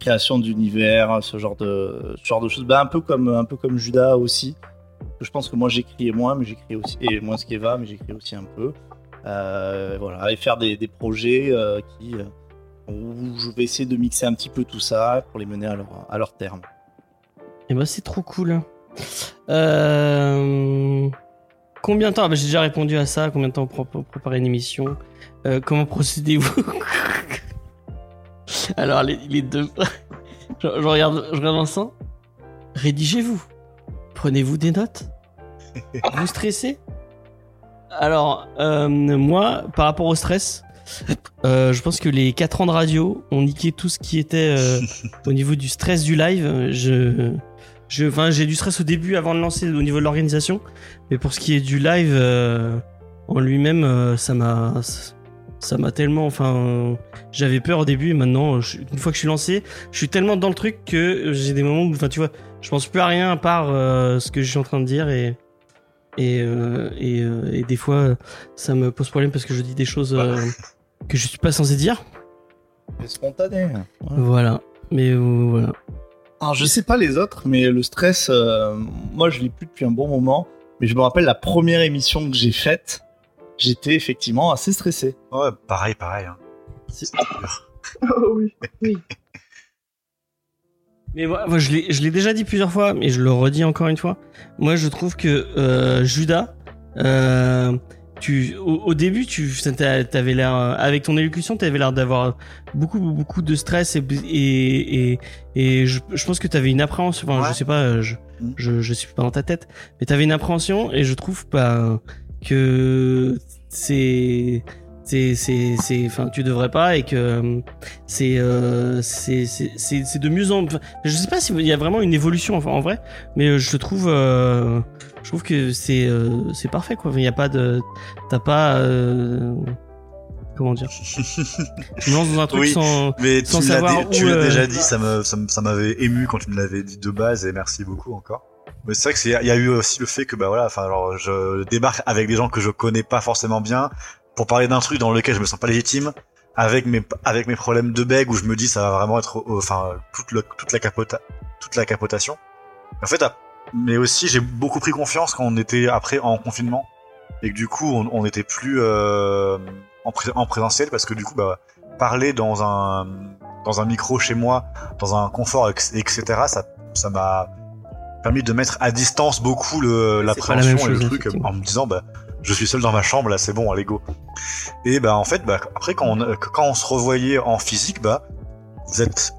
création d'univers, ce genre de, ce genre de choses. Bah, un peu comme, un peu comme Judas aussi. Je pense que moi j'écris moins, mais j'écris aussi et moins ce qu'Eva, mais j'écris aussi un peu. Euh, voilà, et faire des, des projets euh, qui euh, où je vais essayer de mixer un petit peu tout ça pour les mener à leur, à leur terme. Et bah c'est trop cool. Euh, Combien de temps ah bah, J'ai déjà répondu à ça. Combien de temps pour pour préparer une émission Euh, Comment procédez-vous Alors les, les deux. je, je regarde, je regarde Vincent. Rédigez-vous. Prenez-vous des notes. Vous stressez Alors euh, moi, par rapport au stress, euh, je pense que les 4 ans de radio ont niqué tout ce qui était. euh, au niveau du stress du live, euh, je, je, enfin, j'ai du stress au début avant de lancer au niveau de l'organisation, mais pour ce qui est du live euh, en lui-même, euh, ça m'a, ça m'a tellement, enfin, euh, j'avais peur au début, et maintenant, je- une fois que je suis lancé, je suis tellement dans le truc que j'ai des moments où, enfin, tu vois, je pense plus à rien à part euh, ce que je suis en train de dire et et euh, et, euh, et des fois, ça me pose problème parce que je dis des choses euh, que je suis pas censé dire. C'est spontané. hein. Voilà. Voilà. Mais euh, voilà. Alors, je sais pas les autres, mais le stress, euh, moi, je l'ai plus depuis un bon moment. Mais je me rappelle la première émission que j'ai faite, j'étais effectivement assez stressé. Ouais, pareil, pareil. hein. Oh oui. Mais moi, moi, je l'ai je l'ai déjà dit plusieurs fois, mais je le redis encore une fois. Moi, je trouve que euh, Judas, euh, tu, au, au début, tu t'as- t'avais l'air, euh, avec ton élocution, t'avais l'air d'avoir beaucoup, beaucoup de stress et, et, et, et je, je pense que t'avais une appréhension. Enfin, Ouais. je sais pas, euh, je, Mm. je, je suis pas dans ta tête, mais t'avais une appréhension et je trouve pas que c'est, c'est, c'est, c'est, enfin, tu devrais pas et que euh, c'est, euh, c'est, c'est, c'est c'est de mieux en, enfin, je sais pas s'il y a vraiment une évolution enfin, en vrai, mais euh, je trouve, euh, je trouve que c'est, euh, c'est parfait quoi. Il y a pas de, t'as pas, euh, comment dire, je me lance dans un truc Oui. sans, Mais Sans tu l'as savoir dé- tu où, l'as euh, déjà dit, ça me- ça me- ça m'avait ému quand tu me l'avais dit de base, et merci beaucoup encore. Mais c'est vrai que c'est- il y a eu aussi le fait que bah voilà, enfin alors je débarque avec des gens que je connais pas forcément bien pour parler d'un truc dans lequel je me sens pas légitime, avec mes avec mes problèmes de bègue où je me dis ça va vraiment être euh, enfin toute le- toute la capota, toute la capotation. En fait, à- mais aussi j'ai beaucoup pris confiance quand on était après en confinement et que du coup on, on était plus euh, en, pré- en présentiel parce que du coup bah parler dans un dans un micro chez moi, dans un confort, ex- etc. Ça ça m'a permis de mettre à distance beaucoup le l'appréhension pas la et même le chose, truc effectivement. en me disant bah je suis seul dans ma chambre là, c'est bon, allez go. Et bah en fait bah après quand on euh, quand on se revoyait en physique bah vous êtes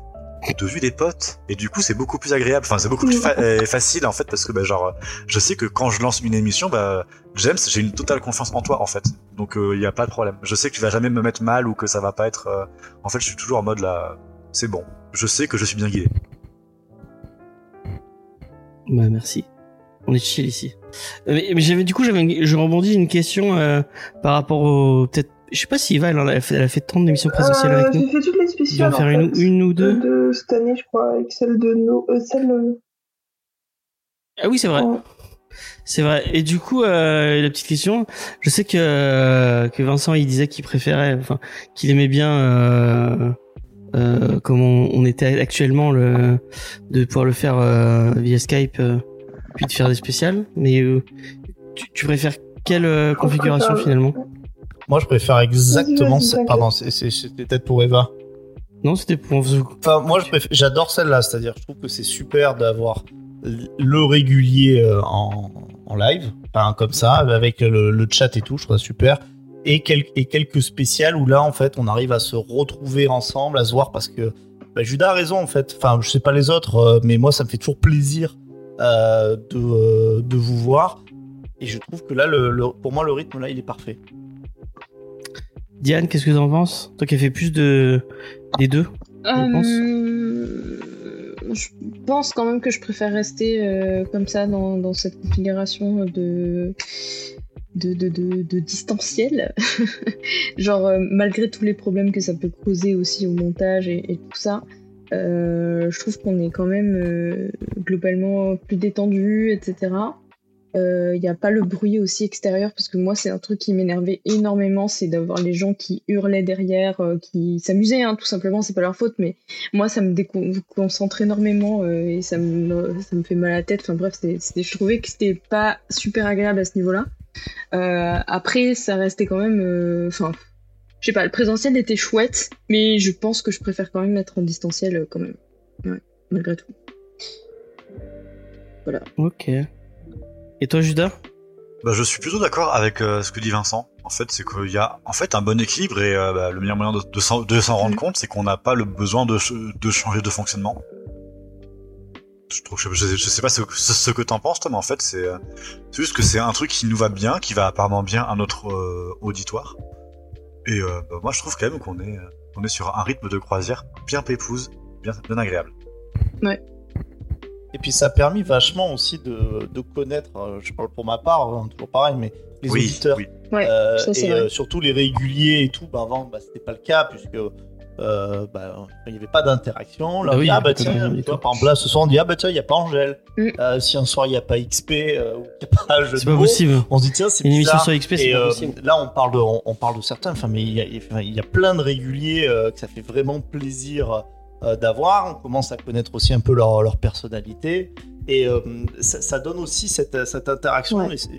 devenu des potes et du coup c'est beaucoup plus agréable enfin c'est beaucoup plus fa- euh, facile en fait parce que bah, genre je sais que quand je lance une émission, bah, James, j'ai une totale confiance en toi, en fait. Donc, euh, il n'y a pas de problème. Je sais que tu vas jamais me mettre mal ou que ça va pas être. euh, En fait, je suis toujours en mode là, c'est bon. Je sais que je suis bien guidé. Bah merci. On est chill ici. Euh, Mais, mais j'avais du coup j'avais une- je rebondis une question euh, par rapport au peut-être je sais pas si Eva elle, en a fait, elle a fait tant d'émissions présentielles Euh, avec J'ai nous. fait toutes les Tu vas spéciales. en faire en une, fait. une ou de, deux de cette année, je crois, avec celle de nos. euh, celle de- Ah oui c'est vrai. Ouais. C'est vrai. Et du coup euh, la petite question, je sais que euh, que Vincent il disait qu'il préférait enfin qu'il aimait bien euh, euh, comment on était actuellement le de pouvoir le faire euh, via Skype euh, puis de faire des spéciales. Mais euh, tu, tu préfères quelle euh, configuration préfère- finalement Moi, je préfère exactement Vas-y, vas-y, ça. t'inquiète. Pardon, c'est- c'est- c'était peut-être pour Eva. Non c'était pour Enfin, moi, je préfère- j'adore celle-là. C'est-à-dire, je trouve que c'est super d'avoir le régulier euh, en, en live, enfin, comme ça, avec le, le chat et tout. Je trouve ça super. Et, quel- et quelques spéciales où là, en fait, on arrive à se retrouver ensemble, à se voir parce que bah, Judas a raison, en fait. Enfin, je sais pas les autres, euh, mais moi, ça me fait toujours plaisir euh, de, euh, de vous voir. Et je trouve que là, le- le- pour moi, le rythme, là, il est parfait. Diane, qu'est-ce que t'en penses Toi qui as fait plus de des deux. Je pense. Euh, je pense quand même que je préfère rester euh, comme ça dans, dans cette configuration de, de, de, de, de distanciel. Genre, euh, malgré tous les problèmes que ça peut causer aussi au montage et, et tout ça, euh, je trouve qu'on est quand même euh, globalement plus détendu, etc. Il n'y Euh, a pas le bruit aussi extérieur parce que moi c'est un truc qui m'énervait énormément, c'est d'avoir les gens qui hurlaient derrière, euh, qui s'amusaient hein, tout simplement, c'est pas leur faute, mais moi ça me déconcentre énormément euh, et ça me, ça me fait mal à la tête. Enfin bref, c'est- c'est- je trouvais que c'était pas super agréable à ce niveau-là. Euh, après, ça restait quand même. euh, Enfin, je sais pas, le présentiel était chouette, mais je pense que je préfère quand même être en distanciel euh, quand même. Ouais, malgré tout. Ok. Et toi, Judas Bah, je suis plutôt d'accord avec euh, ce que dit Vincent. En fait, c'est qu'il y a en fait un bon équilibre et euh, bah, le meilleur moyen de, de s'en de s'en rendre compte, c'est qu'on n'a pas le besoin de, ch- de changer de fonctionnement. Je, trouve, je, je- je sais pas ce, que- ce, ce que t'en penses, toi, mais en fait, c'est euh, c'est juste que c'est un truc qui nous va bien, qui va apparemment bien à notre euh, auditoire. Et euh, bah, moi, je trouve quand même qu'on est, euh, on est sur un rythme de croisière bien pépouse, bien, bien agréable. Et puis ça a permis vachement aussi de, de connaître, euh, je parle pour ma part, hein, toujours pareil, mais les oui, auditeurs. oui. Ouais, Euh, ça, c'est et vrai. euh, surtout les réguliers et tout, bah, avant bah, c'était pas le cas puisque euh, bah, il n'y avait pas d'interaction. Là, Ah on oui, dit, il y ah avait bah pas tiens, d'interaction du tu vois, tout. par exemple là ce soir on dit ah bah tiens, il n'y a pas Angèle. Mm. Euh, si un soir il n'y a pas XP euh, ou qu'il n'y a pas un jeu C'est de pas mots, possible. on se dit tiens, c'est Une émission bizarre. sur XP, c'est Et, pas euh, possible. là, on parle de, on, on parle de certains, enfin, mais il y, a- il y a- enfin, il y a plein de réguliers euh, que ça fait vraiment plaisir euh, d'avoir. On commence à connaître aussi un peu leur, leur personnalité. Et euh, ça, ça donne aussi cette, cette interaction. Ouais. Et c'est-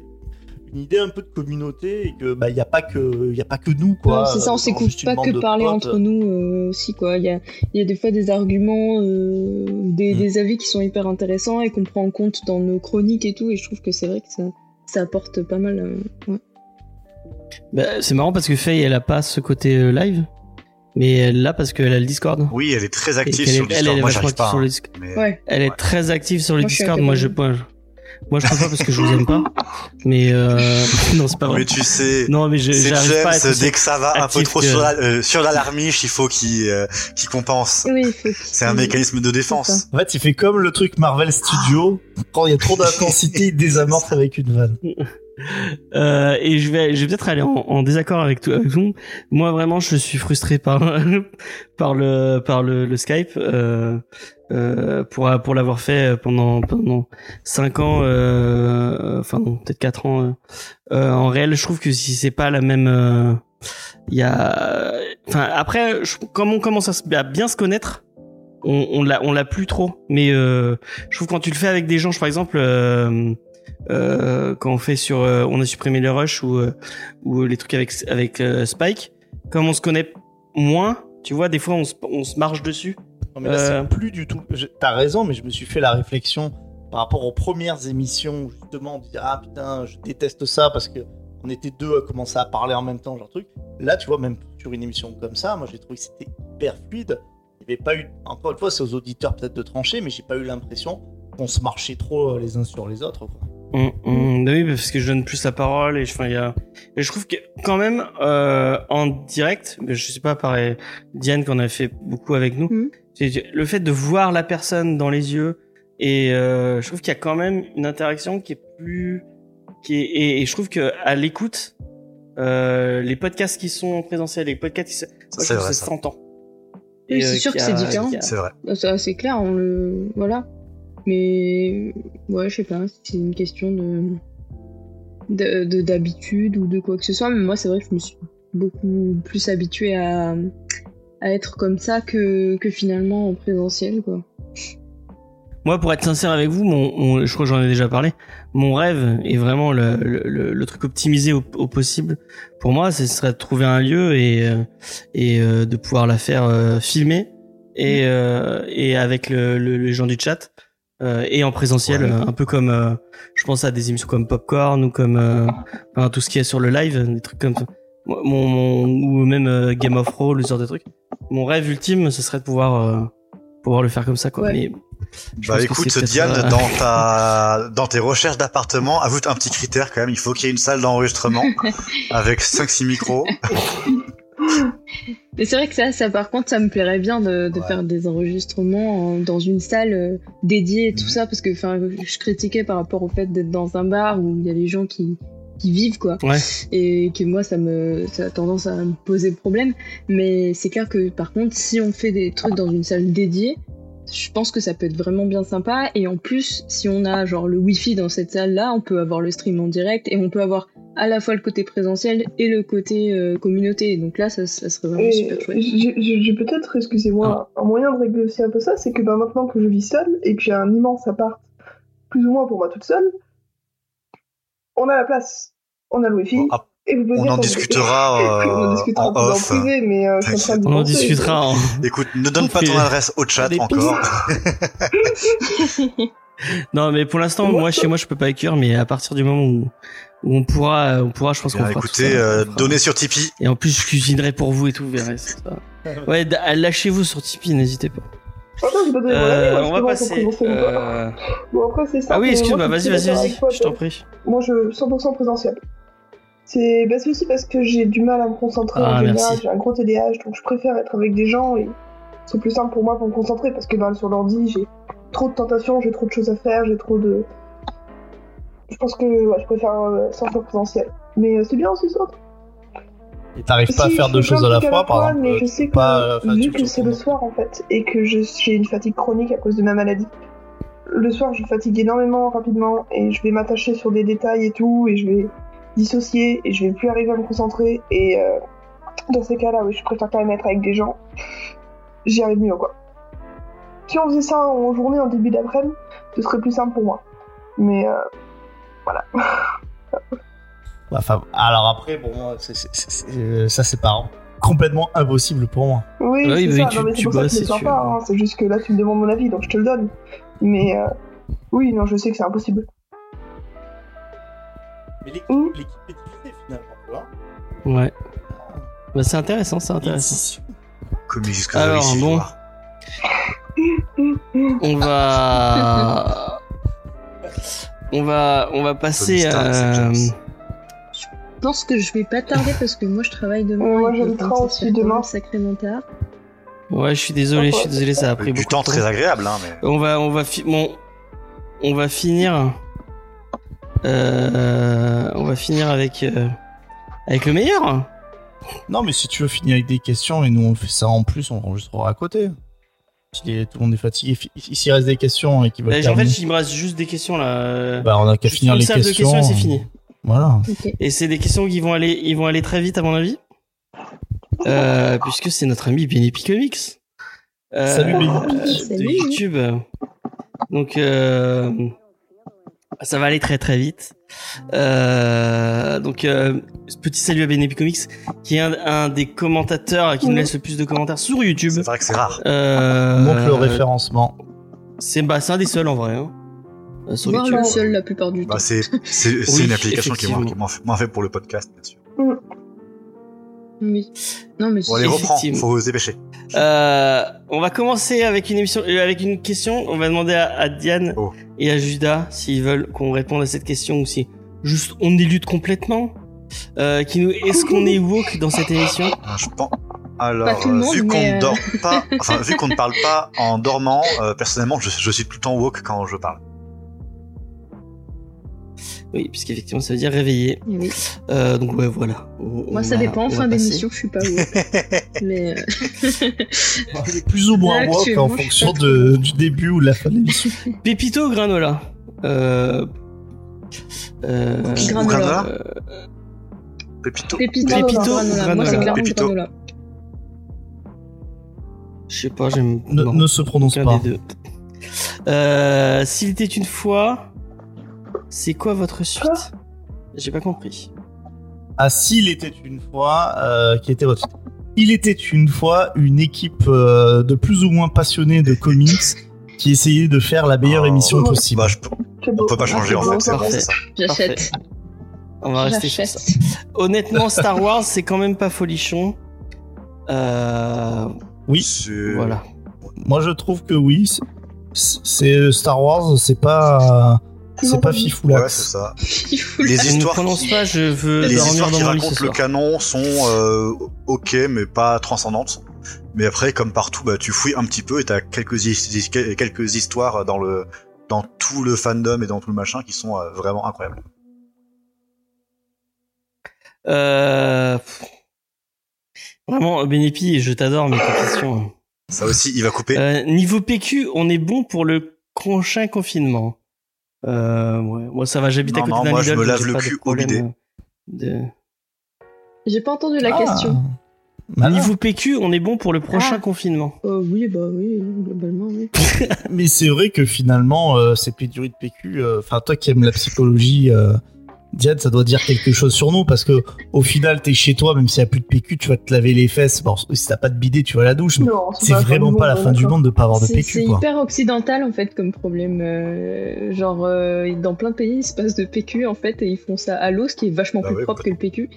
une idée un peu de communauté et que bah il y a pas que il y a pas que nous quoi. Ouais, c'est ça, on Genre, s'écoute juste une pas bande que de parler potes. entre nous euh, aussi, quoi. Il y a, il y a des fois des arguments, euh, ou des, Mm. des avis qui sont hyper intéressants et qu'on prend en compte dans nos chroniques et tout, et je trouve que c'est vrai que ça, ça apporte pas mal. euh, ouais. Bah, c'est marrant parce que Faye, elle a pas ce côté euh, live, mais elle l'a parce qu'elle a le Discord. Oui, elle est très Et active qu'elle sur est- elle, elle Discord. est vachement Moi, j'arrive active pas. sur le hein. Discord. Mais- Ouais. Elle est très active sur le Moi, je suis Discord. à Moi, je côté. moi, je, moi, je peux pas parce que je vous aime pas. Mais euh, non, c'est pas vrai. Mais tu sais, Non, mais je- c'est j'arrive pas à être James, aussi- dès que ça va un peu actif trop que- sur la- euh, sur l'alarmiche, il faut qu'il euh, qu'il compense. Oui, il faut que- C'est un mécanisme de défense. En fait, il fait comme le truc Marvel Studio. Quand il y a trop d'intensité, il désamorce avec une vanne. Euh, et je vais, je vais peut-être aller en, en désaccord avec tout, avec tout le monde. Moi, vraiment, je suis frustré par par le par le, le Skype euh, euh, pour pour l'avoir fait pendant pendant cinq ans, euh, enfin non, peut-être quatre ans euh, euh, en réel. Je trouve que si c'est pas la même, euh, il y a, enfin après, je- comme on commence à, se- à bien se connaître. On, on l'a, on l'a plus trop, mais euh, je trouve quand tu le fais avec des gens, je par exemple, euh, euh, quand on fait sur euh, on a supprimé les rushs ou euh, ou les trucs avec avec euh, Spike comme on se connaît moins tu vois des fois on se, on se marche dessus Non, mais là, c'est Euh. plus du tout. je- T'as raison, mais je me suis fait la réflexion par rapport aux premières émissions où justement on dit Ah putain, je déteste ça parce que on était deux à commencer à parler en même temps, genre truc. Là, tu vois, même sur une émission comme ça, moi j'ai trouvé que c'était hyper fluide. Il n'y avait pas eu, encore une fois, c'est aux auditeurs peut-être de trancher, mais j'ai pas eu l'impression qu'on se marchait trop euh, les uns sur les autres. quoi. Hum, hum, bah oui parce que je donne plus la parole et je enfin, il y a- et je trouve que quand même euh, en direct mais je sais pas pareil Diane qu'on a fait beaucoup avec nous Mhm. c'est- le fait de voir la personne dans les yeux et euh, je trouve qu'il y a quand même une interaction qui est plus qui est, et, et je trouve que à l'écoute euh, les podcasts qui sont en présentiel les podcasts qui se Moi, je C'est trouve vrai, que ça. ça s'entend. Oui, Et, c'est euh, sûr qu'il que y a- c'est différent. qu'il y a- C'est vrai. Ça, Bah, c'est clair, on le. Voilà. Mais. Ouais, je sais pas, c'est une question de. de- de- d'habitude ou de quoi que ce soit. Mais moi, c'est vrai que je me suis beaucoup plus habituée à. à être comme ça que, que finalement en présentiel, quoi. Moi, pour être sincère avec vous, mon, mon- je crois que j'en ai déjà parlé. Mon rêve est vraiment le, le, le- le truc optimisé au, au possible. Pour moi, ce serait de trouver un lieu et, euh, et euh, de pouvoir la faire euh, filmer et, euh, et avec le, le- les gens du chat euh, et en présentiel, Ouais. euh, un peu comme euh, je pense à des émissions comme Popcorn ou comme euh, enfin, tout ce qui est sur le live, des trucs comme ça. Mon, mon- ou même euh, Game of Thrones, ce genre de trucs. Mon rêve ultime, ce serait de pouvoir euh, pouvoir le faire comme ça, quoi. Ouais. Mais Je Bah pense que écoute, c'est peut-être, Diane, euh, dans, ta, dans tes recherches d'appartement, ajoute un petit critère quand même. Il faut qu'il y ait une salle d'enregistrement avec 5-6 micros. Mais c'est vrai que ça, ça, par contre, ça me plairait bien de, de Ouais. faire des enregistrements en- dans une salle euh, dédiée et tout Mhm. ça, parce que enfin, je critiquais par rapport au fait d'être dans un bar où il y a les gens qui, qui vivent, quoi. Ouais. Et que moi, ça, me, ça a tendance à me poser problème. Mais c'est clair que, par contre, si on fait des trucs dans une salle dédiée, je pense que ça peut être vraiment bien sympa. Et en plus, si on a genre le wifi dans cette salle-là, on peut avoir le stream en direct et on peut avoir à la fois le côté présentiel et le côté euh, communauté. Donc là, ça, ça serait vraiment Et super chouette. j'ai- j'ai j'ai peut-être, excusez-moi, Ah. un moyen de régler aussi un peu ça, c'est que bah, maintenant que je vis seule et que j'ai un immense appart, plus ou moins pour moi toute seule, on a la place, on a le wifi, Bon, ap- et vous pouvez Ah, on dire en qu'on- discutera, on en euh, discutera en plus off. en privé, mais euh, je suis en train de on en penser. discutera. hein. en- Écoute, ne donne pas ton Privé. adresse au chat Des encore. Non, mais pour l'instant, moi, chez moi, je peux pas accueillir, mais à partir du moment où, où on pourra, euh, on pourra, je pense qu'on Bien, fera. tout écoutez, ça, euh, on fera. donnez sur Tipeee. Et en plus, je cuisinerai pour vous et tout, vous verrez. c'est ça. Ouais, d- euh, lâchez-vous sur Tipeee, n'hésitez pas. Ah non, j'ai pas donné mon avis, Euh, moi, je on peux va voir passer. son présentiel ou pas. euh, Bon, après, c'est ça. Ah oui, excuse-moi, vas-y, vas-y, vas-y, je t'en prie. prie. Moi, je 100% présentiel. C'est bah, c'est aussi parce que j'ai du mal à me concentrer Ah, en général, merci. j'ai un gros TDAH, donc je préfère être avec des gens et c'est plus simple pour moi pour me concentrer parce que bah, sur l'ordi, j'ai trop de tentations, j'ai trop de choses à faire, j'ai trop de. Je pense que ouais, je préfère euh, 100% présentiel. Mais euh, c'est bien aussi ça. Et t'arrives pas à Si, faire je deux fais plein choses de à la trucs fois, par exemple. Mais euh, je sais que pas, euh, enfin, tu vu peux que c'est le tourner. soir en fait et que je- j'ai une fatigue chronique à cause de ma maladie, le soir je fatigue énormément rapidement et je vais m'attacher sur des détails et tout et je vais dissocier et je vais plus arriver à me concentrer et euh, dans ces cas-là, oui, je préfère quand même être avec des gens. J'y arrive mieux quoi. Si on faisait ça en journée, en début d'après-midi, ce serait plus simple pour moi. Mais euh, Bah, Enfin, alors après, bon, moi, c'est- c'est- c'est- c'est- euh, ça c'est pas complètement impossible pour moi. Oui, Ah Oui, c'est mais ça. tu- non, mais tu c'est pour ça que bosses c'est et sympa. tu- hein. C'est juste que là, tu me demandes mon avis, donc je te le donne. Mais euh, oui, non, je sais que c'est impossible. Mais Ouh. finalement, Ouais. Bah, c'est intéressant, c'est intéressant. Commis jusqu'à Alors, ici, bon. Edouard. On va. On va, on va passer euh, Tony Stark, à- c'est James. Je pense que je vais pas tarder parce que moi je travaille demain. Ouais, moi, et j'ai le donc, train ça aussi fait quand même demain. Sacrément tard. Ouais, je suis désolé, je suis désolé, ça a pris Du beaucoup temps de temps. très agréable, hein, mais. On va, on va, fi- bon, on va finir. euh, on va finir avec euh, avec le meilleur. Non, mais si tu veux finir avec des questions, et nous on fait ça en plus, on enregistrera à côté. Si les- tout le monde est fatigué, fi- s'il reste des questions hein, et qu'ils veulent Bah, en fait, terminer, il me reste juste des questions là. euh, bah, on a qu'à Juste finir une les salve questions. de questions et c'est fini. Voilà. Ok. Et c'est des questions qui vont aller, ils vont aller très vite à mon avis, Euh, puisque c'est notre ami Benny Picomix. Euh, Salut, Benny euh, de Salut. YouTube. Donc euh, ça va aller très très vite. Euh, donc euh, ce petit salut à Benny Picomix, qui est un, un des commentateurs qui nous laisse le plus de commentaires sur YouTube. C'est vrai que c'est rare. Euh, Montre le référencement. C'est bah, c'est un des seuls en vrai. hein, euh, sur Voir YouTube. le seul la plupart du Bah, temps. c'est c'est- c'est Oui, une application qui est moins- effectivement. qui est moins fait- moins faite pour le podcast, bien sûr. Oui. Non mais Bon, allez, reprends, Effectivement. faut se dépêcher. Euh, on va commencer avec une émission, euh, avec une question. On va demander à, à Diane Oh. et à Judas s'ils veulent qu'on réponde à cette question ou si juste on élude complètement. Euh, qui nous, est-ce qu'on est woke dans cette émission Euh, Je pense. Alors, Pas tout le euh, monde, vu qu'on mais, ne euh, dort pas, enfin, vu qu'on ne parle pas en dormant, euh, personnellement, je, je suis tout le temps woke quand je parle. Oui, puisqu'effectivement ça veut dire réveillé. Eh Oui. Euh, donc ouais, voilà. On- on Moi ça va- dépend. on va Fin passer. d'émission, je suis pas où. mais euh, Plus ou moins Là, woke hein, en actuellement, je suis fonction pas de, du début ou de la fin de l'émission. Pépito ou granola. Euh, euh, Cookie Ou granola. granola, Pépito. Pépito, Pépito, granola. Moi c'est granola. clairement Pépito. granola. Je sais pas, j'aime. Ne, non. ne se prononce Aucun pas. des deux. Euh, S'il était une fois, c'est quoi votre suite J'ai pas compris. Ah, s'il était une fois, euh, qui était votre Il était une fois une équipe euh, de plus ou moins passionnés de comics qui essayait de faire la meilleure Oh. émission possible. Bah, je peux- C'est on beau. peut pas changer Ah, en c'est fait, beau, c'est ça. bon, Parfait. c'est J'achète. ça. On va rester sur ça. J'achète. Honnêtement, Star Wars, c'est quand même pas folichon. Euh, C'est- voilà. Moi, je trouve que oui. c'est- C'est euh, Star Wars, c'est pas, c'est pas Ouais, c'est fifoulax. ça. Il fout le- Les ne histoires prononce qui, pas, je veux les dormir histoires dans qui mon lit ce racontent le soir. canon sont euh, ok, mais pas transcendantes. Mais après, comme partout, bah, tu fouilles un petit peu et t'as quelques, his- his- quelques histoires dans le dans tout le fandom et dans tout le machin qui sont euh, vraiment incroyables. Euh, pff. Vraiment, Benepi, je t'adore, mais tes questions. Ça aussi, il va couper. Euh, niveau PQ, on est bon pour le prochain confinement. Euh, ouais. Moi, ça va, j'habite à Non, côté non, d'un moi, je Lidl, me donc lave j'ai le pas cul de au problème, bidet. euh, de- J'ai pas entendu Ah. la question. Niveau PQ, on est bon pour le prochain Ah. confinement. Euh, oui bah oui globalement oui. Mais c'est vrai que finalement, euh, ces péduries de PQ, euh, enfin, toi qui aimes la psychologie, euh, Diane, ça doit dire quelque chose sur nous parce que au final, t'es chez toi, même s'il n'y a plus de PQ, tu vas te laver les fesses. Bon, si t'as pas de bidet, tu vas à la douche. mais Non, bah, C'est la fin vraiment du hein. pas la on est fin du d'accord. monde de pas avoir de C'est PQ, c'est quoi. hyper occidental en fait comme problème. Euh, genre euh, dans plein de pays il se passe de PQ en fait et ils font ça à l'eau, ce qui est vachement Bah plus ouais, propre que le PQ.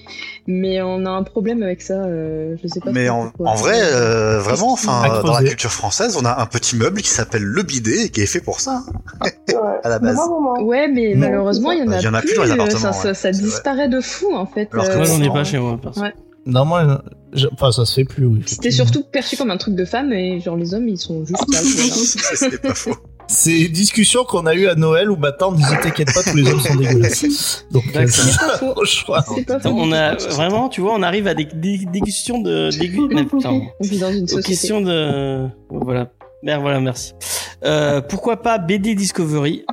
Mais on a un problème avec ça. euh, je sais pas. Mais trop en, pourquoi. en vrai, euh, vraiment, enfin, À dans la creuser. culture française, on a un petit meuble qui s'appelle le bidet et qui est fait pour ça. hein. Ouais. à la base. Non, non, non. Ouais, mais Non. malheureusement il y en a, Bah, Il y en a plus plus. dans les euh, appartements, ça, ça- ouais, ça c'est disparaît de fou en fait. Alors que Moi, Ouais, j'en ai c'est pas vrai. chez moi. perso. Ouais. Non, moi, hein. je- enfin, ça se fait plus, oui. C'était surtout perçu comme un truc de femme et genre les hommes ils sont juste là. voilà. C'est pas faux. C'est une discussion qu'on a eue à Noël où bah, ma tante disait t'inquiète pas, tous les hommes sont dégueulasses. Donc, euh, D'accord. c'est C'est pas faux. un choix. C'est pas Attends, faux. on a vraiment, tu vois, on arrive à des dé- dégustations de dégu- mais putain, On vit dans une aux société. questions de voilà. Merde, voilà, merci. Euh, pourquoi pas BD Discovery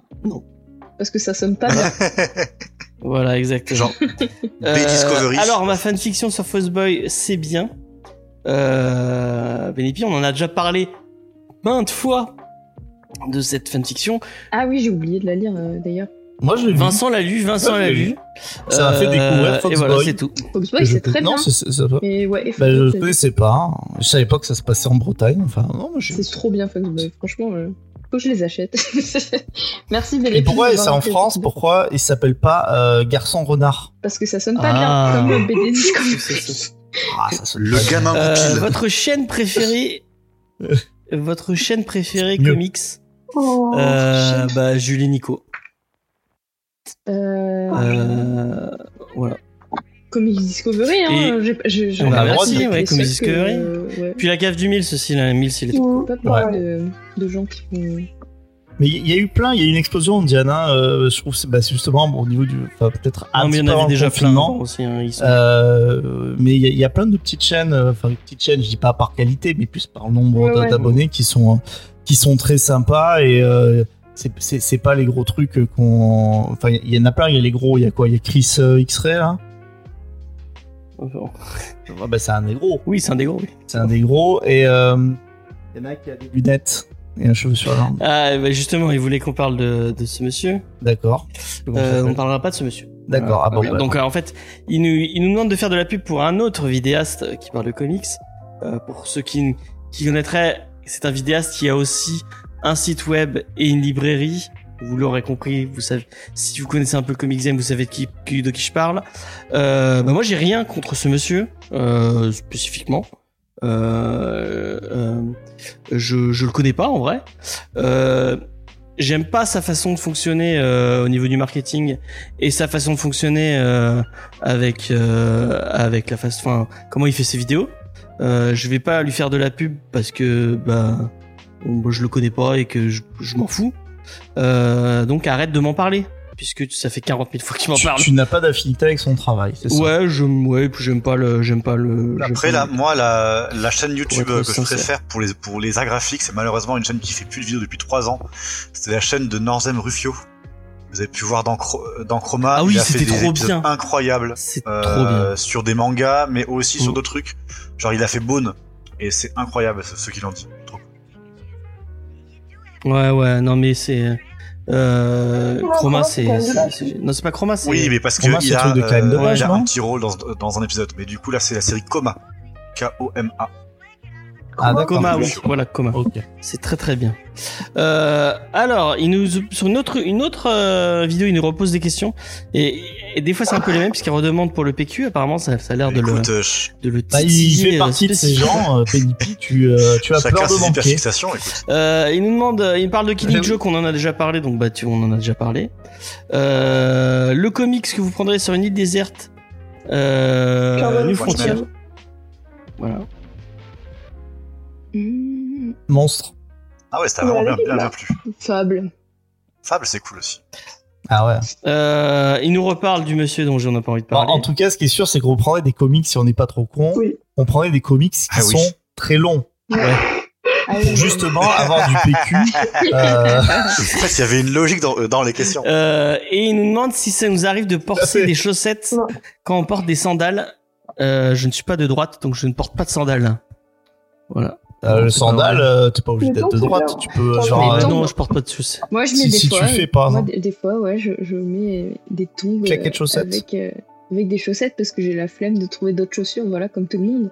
Parce que ça sonne pas bien. Voilà, exactement. Genre, Euh, des Discovery. alors, ma fanfiction sur Fuzzboy, c'est bien. Euh, Benepi, on en a déjà parlé maintes fois de cette fanfiction. Ah oui, j'ai oublié de la lire euh, d'ailleurs. Moi, je l'ai vu. Vincent l'a lu, Vincent Ouais, l'a je l'ai lu. Mhm. Ah, Ça m'a fait découvrir Euh, Fox Et voilà, Boy. c'est tout. Fox Boy, Je- c'est très non, bien. c'est- c'est- ça va. Mais euh, ouais, Bah, je Fox Boy, connaissais pas. Je savais pas que ça se passait en Bretagne. Enfin, non, moi, je... c'est trop bien Fox Boy. Franchement, euh, faut que je les achète. Merci Bélé. Et pourquoi d'avoir c'est en rappelé France Fox Boy. Pourquoi il s'appelle pas euh, Garçon Renard Parce que ça sonne pas Ah. bien comme le BD C'est- Discovery. c'est- c'est- Ah, ça sonne Le pas gamin Euh, goupil. votre chaîne préférée. votre chaîne préférée Mieux. comics Oh. euh, bah, Jules et Nico. Euh, Euh, voilà. Comics Discovery, hein. Et- j'ai- j'ai- j'ai- On a j'ai- le droit de j'ai- dire, ouais, j'ai- Comics j'ai- Discovery. euh, ouais. Puis la cave du mille, ceci, la mille, Ah, c'est les. Mmh. Pas pas de, de gens qui font. Mais il y a eu plein, il y a eu une explosion en Diana, euh, je trouve, que c'est bah, c'est justement au niveau du. enfin, peut-être un Non, Ah, mais petit il y peu en avant avait le déjà plein confinement. avant aussi. hein, ils sont- Euh, mais il y, a- il y a plein de petites chaînes, euh, enfin, des petites chaînes, je dis pas par qualité, mais plus par nombre Ouais, d- ouais. d'abonnés qui sont, qui sont très sympas et. euh, c'est- c'est c'est pas les gros trucs qu'on. Enfin, il y en a plein, il y a les gros, il y a quoi Il y a Chris euh, X-Ray là Ah, bah, C'est un des gros. Oui, c'est un des gros. oui. C'est un des gros. Et euh, il y en a qui a des lunettes et un cheveu sur la langue. Ah, bah, justement, il voulait qu'on parle de, de ce monsieur. D'accord. Comment ça Euh, on s'appelle parlera pas de ce monsieur. D'accord. Ah bon, Voilà. bah, Donc euh, en fait, il nous, il nous demande de faire de la pub pour un autre vidéaste euh, qui parle de comics. Euh, pour ceux qui, qui connaîtraient, c'est un vidéaste qui a aussi un site web et une librairie. Vous l'aurez compris, vous savez, si vous connaissez un peu le Comics Game, vous savez de qui, qui- de qui je parle. Euh, bah, moi, j'ai rien contre ce monsieur, euh, spécifiquement. Euh, euh, je, je le connais pas en vrai. Euh, J'aime pas sa façon de fonctionner euh, au niveau du marketing et sa façon de fonctionner euh, avec euh, avec la façon enfin comment il fait ses vidéos euh, je vais pas lui faire de la pub parce que bah moi, je le connais pas et que je, je m'en fous Euh, donc arrête de m'en parler puisque ça fait 40 000 fois qu'il m'en tu, parle tu n'as pas d'affinité avec son travail, c'est ça ouais je ouais puis j'aime pas le j'aime pas le j'aime Après, pas là, le- moi, la, la chaîne YouTube être euh, que je sincère. préfère pour les, pour les agraphiques, c'est malheureusement une chaîne qui fait plus de vidéos depuis 3 ans. C'était la chaîne de Norzem Ruffio. Vous avez pu voir dans, Cro- dans Chroma. Ah oui, il a fait c'était des trop épisodes bien. incroyables. c'est euh, trop bien Sur des mangas, mais aussi sur Mm. d'autres trucs. Genre, il a fait Bone. Et c'est incroyable ce, ce qu'il en dit. Trop cool. ouais ouais non mais c'est euh, Non, Chroma Chroma, c'est c'est quand même c'est- dommage. c'est- non c'est pas Chroma c'est Oui, mais parce que Chroma, c'est il le a, truc de euh, Clan Dommage, il a non un petit rôle dans, dans un épisode. Mais du coup, là, c'est la série Coma. K-O-M-A. Ah, d'accord. Coma oui voilà Coma Ok. C'est très très bien. Euh, alors, il nous sur une autre une autre euh, vidéo, il nous repose des questions et, et des fois c'est un peu les mêmes puisqu'il redemande pour le PQ. Apparemment, ça, ça a l'air de le Écoute, euh, ch- de le Bah, il titiller, fait euh, partie de ces spécifiquement. gens, euh, Pénipi, tu, euh, tu as chacun peur de ses manquer. hyperfixations. Écoute. Euh, il nous demande, euh, il parle de Killing Ah, oui. Joe qu'on en a déjà parlé, donc bah tu, on en a déjà parlé. Euh, le comics que vous prendrez sur une île déserte, euh, Carole New Watchmen. Frontier. Voilà. Mm. Mmh, Monstre. Ah ouais, c'était Ouais, vraiment bien, oui, bien, bah. bien plu. Fable. Fable, c'est cool aussi. Ah ouais. Euh, il nous reparle du monsieur dont j'en ai pas envie de Bon, parler. en tout cas, ce qui est sûr, c'est qu'on prendrait des comics si on n'est pas trop con. Oui. On prendrait des comics qui Ah oui. sont très longs. Ah, Pour oui. justement avoir du PQ. euh, En fait, il y avait une logique dans, euh, dans les questions. Euh, et il nous demande si ça nous arrive de Tout à fait. porter des chaussettes Non. quand on porte des sandales. Euh, je ne suis pas de droite, donc je ne porte pas de sandales. Voilà. euh, le C'est pas sandal, vrai. euh, t'es pas obligé Mais d'être donc, de c'est droite. bien. Tu peux, Attends, genre, Mais euh, non. non, je porte pas de chaussettes. Moi, je mets si, des si fois. tu fais, par Moi, exemple. des, des fois, ouais, je, je mets des tongs euh, Claquettes chaussettes. avec, euh, avec des chaussettes parce que j'ai la flemme de trouver d'autres chaussures, voilà, comme tout le monde.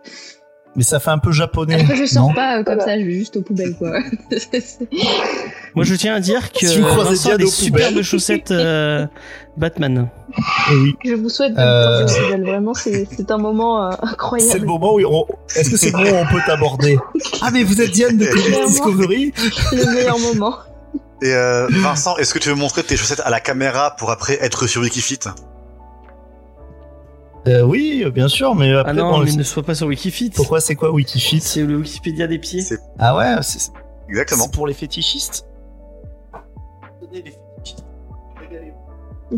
Mais ça fait un peu japonais. Après, je sors Eh, non pas euh, comme Voilà. ça, je vais juste aux poubelles, quoi. Moi, je tiens à dire que Si vous croisez Vincent bien ben. a des nos superbes poubelles. chaussettes euh, Batman. Eh oui. je vous souhaite bonne Euh. chance, les poubelles. Vraiment, c'est c'est un moment euh, C'est le incroyable. moment où on... est-ce que c'est bon on peut t'aborder Ah mais vous êtes Diane de Comics Clairement. Discovery Le meilleur moment. Et euh, Vincent, est-ce que tu veux montrer tes chaussettes à la caméra pour après être sur Wikifit euh, Oui, euh, bien sûr, mais après Ah non, bon, mais le- ne sois pas sur Wikifit. pourquoi c'est quoi Wikifit C'est le Wikipédia des pieds. C'est- Ah ouais, c'est Exactement. c'est pour les fétichistes.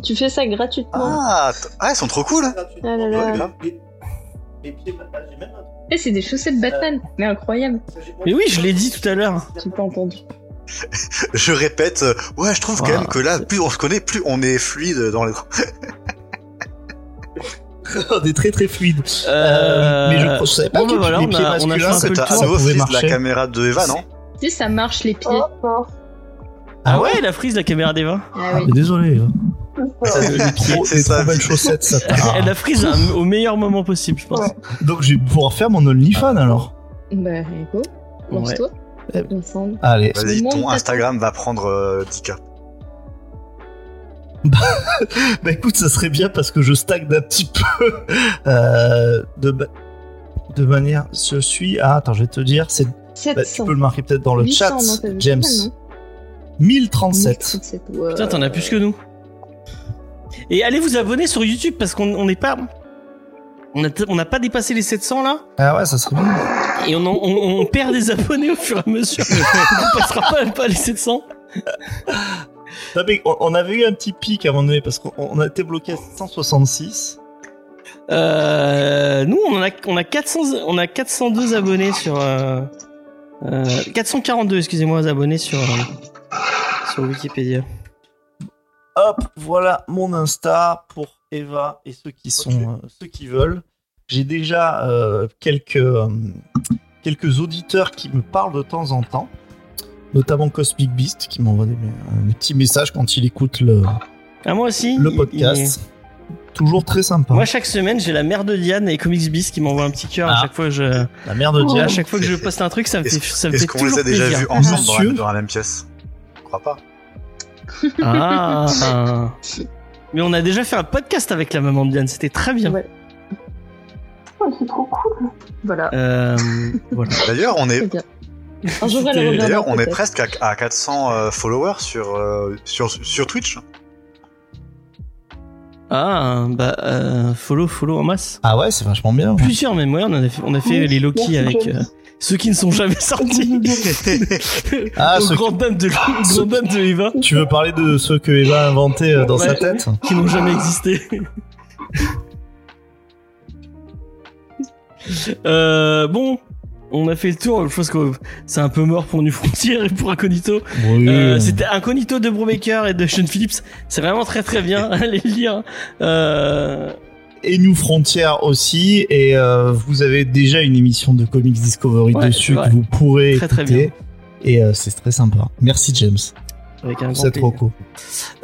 Tu fais ça gratuitement. Ah, t- ah, elles sont trop cool. Ah là là. Eh, c'est des chaussettes Batman, mais incroyable. Mais oui, je l'ai dit tout à l'heure. J'ai pas entendu. Je répète, euh, ouais, je trouve Voilà. quand même que là, plus on se connaît, plus on est fluide dans les. On est très très fluide. Euh, Euh, mais je crois- je savais pas bon, que bah voilà, les on pieds a- on a masculins, fait un peu C'est le à tour. ça à nouveau pouvait frise de la marcher. caméra de Eva, non Tu sais, ça marche les pieds. Oh, oh. Ah ouais, la frise, la caméra des vins. Ah Ah, oui. mais désolé. hein. Oh, Ça devient trop, C'est des ça. trop belles chaussettes, ça part. Elle a prise un- au meilleur moment possible, je pense. Ouais. Donc je vais pouvoir faire mon OnlyFans alors. Bah, Rico, lance-toi. Ah. Ouais. Ensemble. Allez, Vas-y, Monte ton ta- Instagram va prendre euh, 10K. bah écoute, ça serait bien parce que je stagne d'un petit peu. Euh, de, ba- de manière, je suis. Ah, attends, je vais te dire, c'est. bah, tu 700. peux le marquer peut-être dans le 800, chat, non, t'as vu, James. c'est pas mal, 1037. 1037, ouais. Putain, t'en as plus que nous. Et allez vous abonner sur YouTube parce qu'on on n'est pas. On n'a on n'a pas dépassé les 700 là Ah ouais, ça serait bien. et on, en- on, on perd des abonnés au fur et à mesure. on passera pas, pas les 700. Non, mais on, on avait eu un petit pic à un moment donné parce qu'on on a été bloqué à 166. Euh, nous, on en a, on a 400, on a 402 abonnés sur, euh, euh, 442, excusez-moi, abonnés sur, euh, sur Wikipédia. Hop, voilà mon Insta pour Eva et ceux qui sont euh, ceux qui veulent. J'ai déjà euh, quelques euh, quelques auditeurs qui me parlent de temps en temps, notamment Cosmic Beast qui m'envoie des, euh, des petits messages quand il écoute le, Ah, moi aussi. le il- podcast. Toujours très il- sympa. moi, chaque semaine, j'ai la mère de Diane et Comics Beast qui m'envoie un petit cœur à Ah. chaque fois que je, La mère de à Diane. chaque fois que je poste un truc, ça me fait, ça me fait Oh. Est-ce qu'on les toujours a déjà plaisir. vus ensemble dans Monsieur la, dans la même pièce Je crois pas. Ah. Mais on a déjà fait un podcast avec la maman de Diane, c'était très bien. Ouais. Oh, c'est trop cool. Voilà. Euh, voilà. D'ailleurs, on est, Très bien. Un jour, elle C'était- reviendra d'ailleurs, on est peut-être. presque à, à 400 euh, followers sur, euh, sur, sur Twitch. Ah, bah, euh, follow, follow en masse. Ah ouais, c'est vachement bien. Plusieurs même, ouais, on en a fait, on a fait Oui, les Loki merci, avec James. euh, ceux qui ne sont jamais sortis. Ah, Au ceux grand dame de, au grand dame de Eva, Tu veux parler de ceux que Eva a inventé euh, dans Ouais. sa tête qui n'ont jamais Ah. existé. euh, bon, on a fait le tour. Je pense que c'est un peu mort pour New Frontier et pour Incognito. Oui. Euh, C'était Incognito de Brubaker et de Sean Phillips. C'est vraiment très très bien. Allez le lire. Euh, et New Frontier aussi. Et euh, vous avez déjà une émission de Comics Discovery Ouais, c'est dessus vrai. que vous pourrez Très, très écouter. bien. Et euh, c'est très sympa. Merci James avec un pour grand cette plaisir. reco.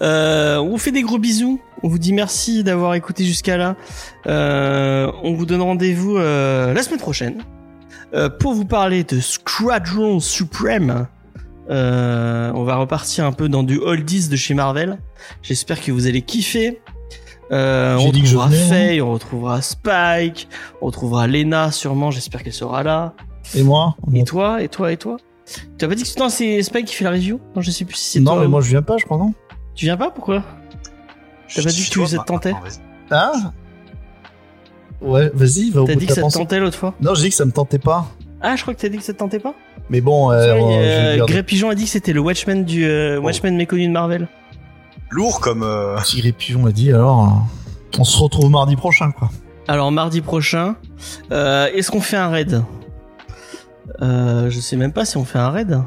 Euh, on vous fait des gros bisous. On vous dit merci d'avoir écouté jusqu'à là. Euh, on vous donne rendez-vous euh, la semaine prochaine euh, pour vous parler de Squadron Supreme. Euh, on va repartir un peu dans du oldies de chez Marvel. J'espère que vous allez kiffer. Euh, J'ai on dit que je retrouvera venais, hein. Faye, on retrouvera Spike, on retrouvera Lena sûrement. J'espère qu'elle sera là. Et moi Et toi, et toi, et toi. T'as pas dit que non, c'est Spike qui fait la review Non, je sais plus si c'est Non, toi. mais ou- moi je viens pas, je crois, non Tu viens pas Pourquoi T'as pas dit que tu les as tentés Ah Ouais, vas-y, va au T'as bout dit de que ta ça te pensée. tentait l'autre fois Non, j'ai dit que ça me tentait pas. Ah, je crois que t'as dit que ça te tentait pas Mais bon, euh, Tu vois, il y euh, a- je Oh. vais garder. Grey Pigeon a dit que c'était le Watchman du euh, Watchman méconnu de Marvel. Lourd comme. euh, Tigre et Pigeon l'a dit, alors euh, on se retrouve mardi prochain, quoi. Alors mardi prochain, euh, est-ce qu'on fait un raid euh, Je sais même pas si on fait un raid.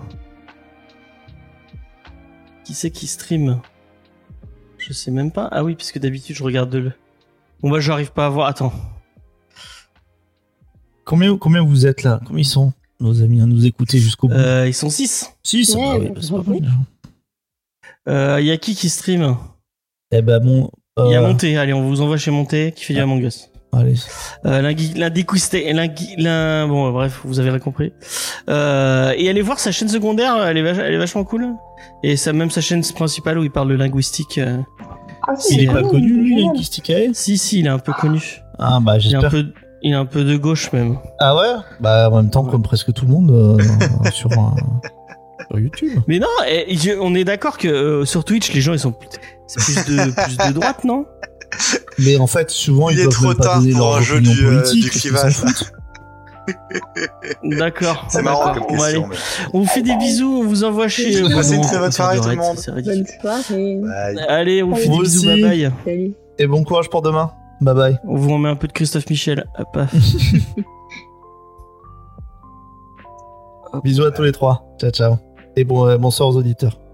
Qui c'est qui stream Je sais même pas. Ah oui, puisque d'habitude je regarde le. Bon bah j'arrive pas à voir. Attends. Combien, combien vous êtes là Combien ils sont, nos amis, à nous écouter jusqu'au bout Euh, ils sont 6 Si, ça ouais, va, oui, bah, bah, c'est pas bravo. mal. Euh, y a qui qui stream Eh ben bon. Il y a euh, Ah. Monté. Allez, on vous envoie chez Monté qui fait du Among Us. Allez. Euh, l'ingui- l'indécousté- l'ingui- l'in- bon, euh, bref, vous avez rien compris. Euh, et allez voir sa chaîne secondaire, elle est, vach- elle est vachement cool. Et sa, même sa chaîne principale où il parle de linguistique. euh, Ah, Il si, est j'ai pas connu, c'est génial. Linguisticae Si, si, il est un peu connu. Ah bah Il est un j'espère. peu, il est un peu de gauche même. Ah ouais Bah en même temps comme presque tout le monde euh, sur, euh, sur YouTube. Mais non, eh, je- on est d'accord que euh, sur Twitch, les gens ils sont plus, c'est plus de, plus de droite, non Mais en fait souvent Il ils est peuvent trop même pas tard donner pour leur un jeu opinion du, euh, politique, du parce qu'ils clivage. s'en foutent. D'accord. C'est marrant d'accord. comme Bon, allez. question. mais- on vous fait des bisous, on vous envoie chez. Passez Bon, une non, très on bonne va faire soirée, du tout le raid, monde. c'est ridicule. Bonne soirée. Bye. Allez, on vous fait des Vous bisous, bye aussi. bye. Salut. Et bon courage pour demain. Bye bye. On vous remet un peu de Christophe Michel. Hop, paf. Bisous à tous les trois. Ciao ciao. Et bon, euh, bonsoir aux auditeurs.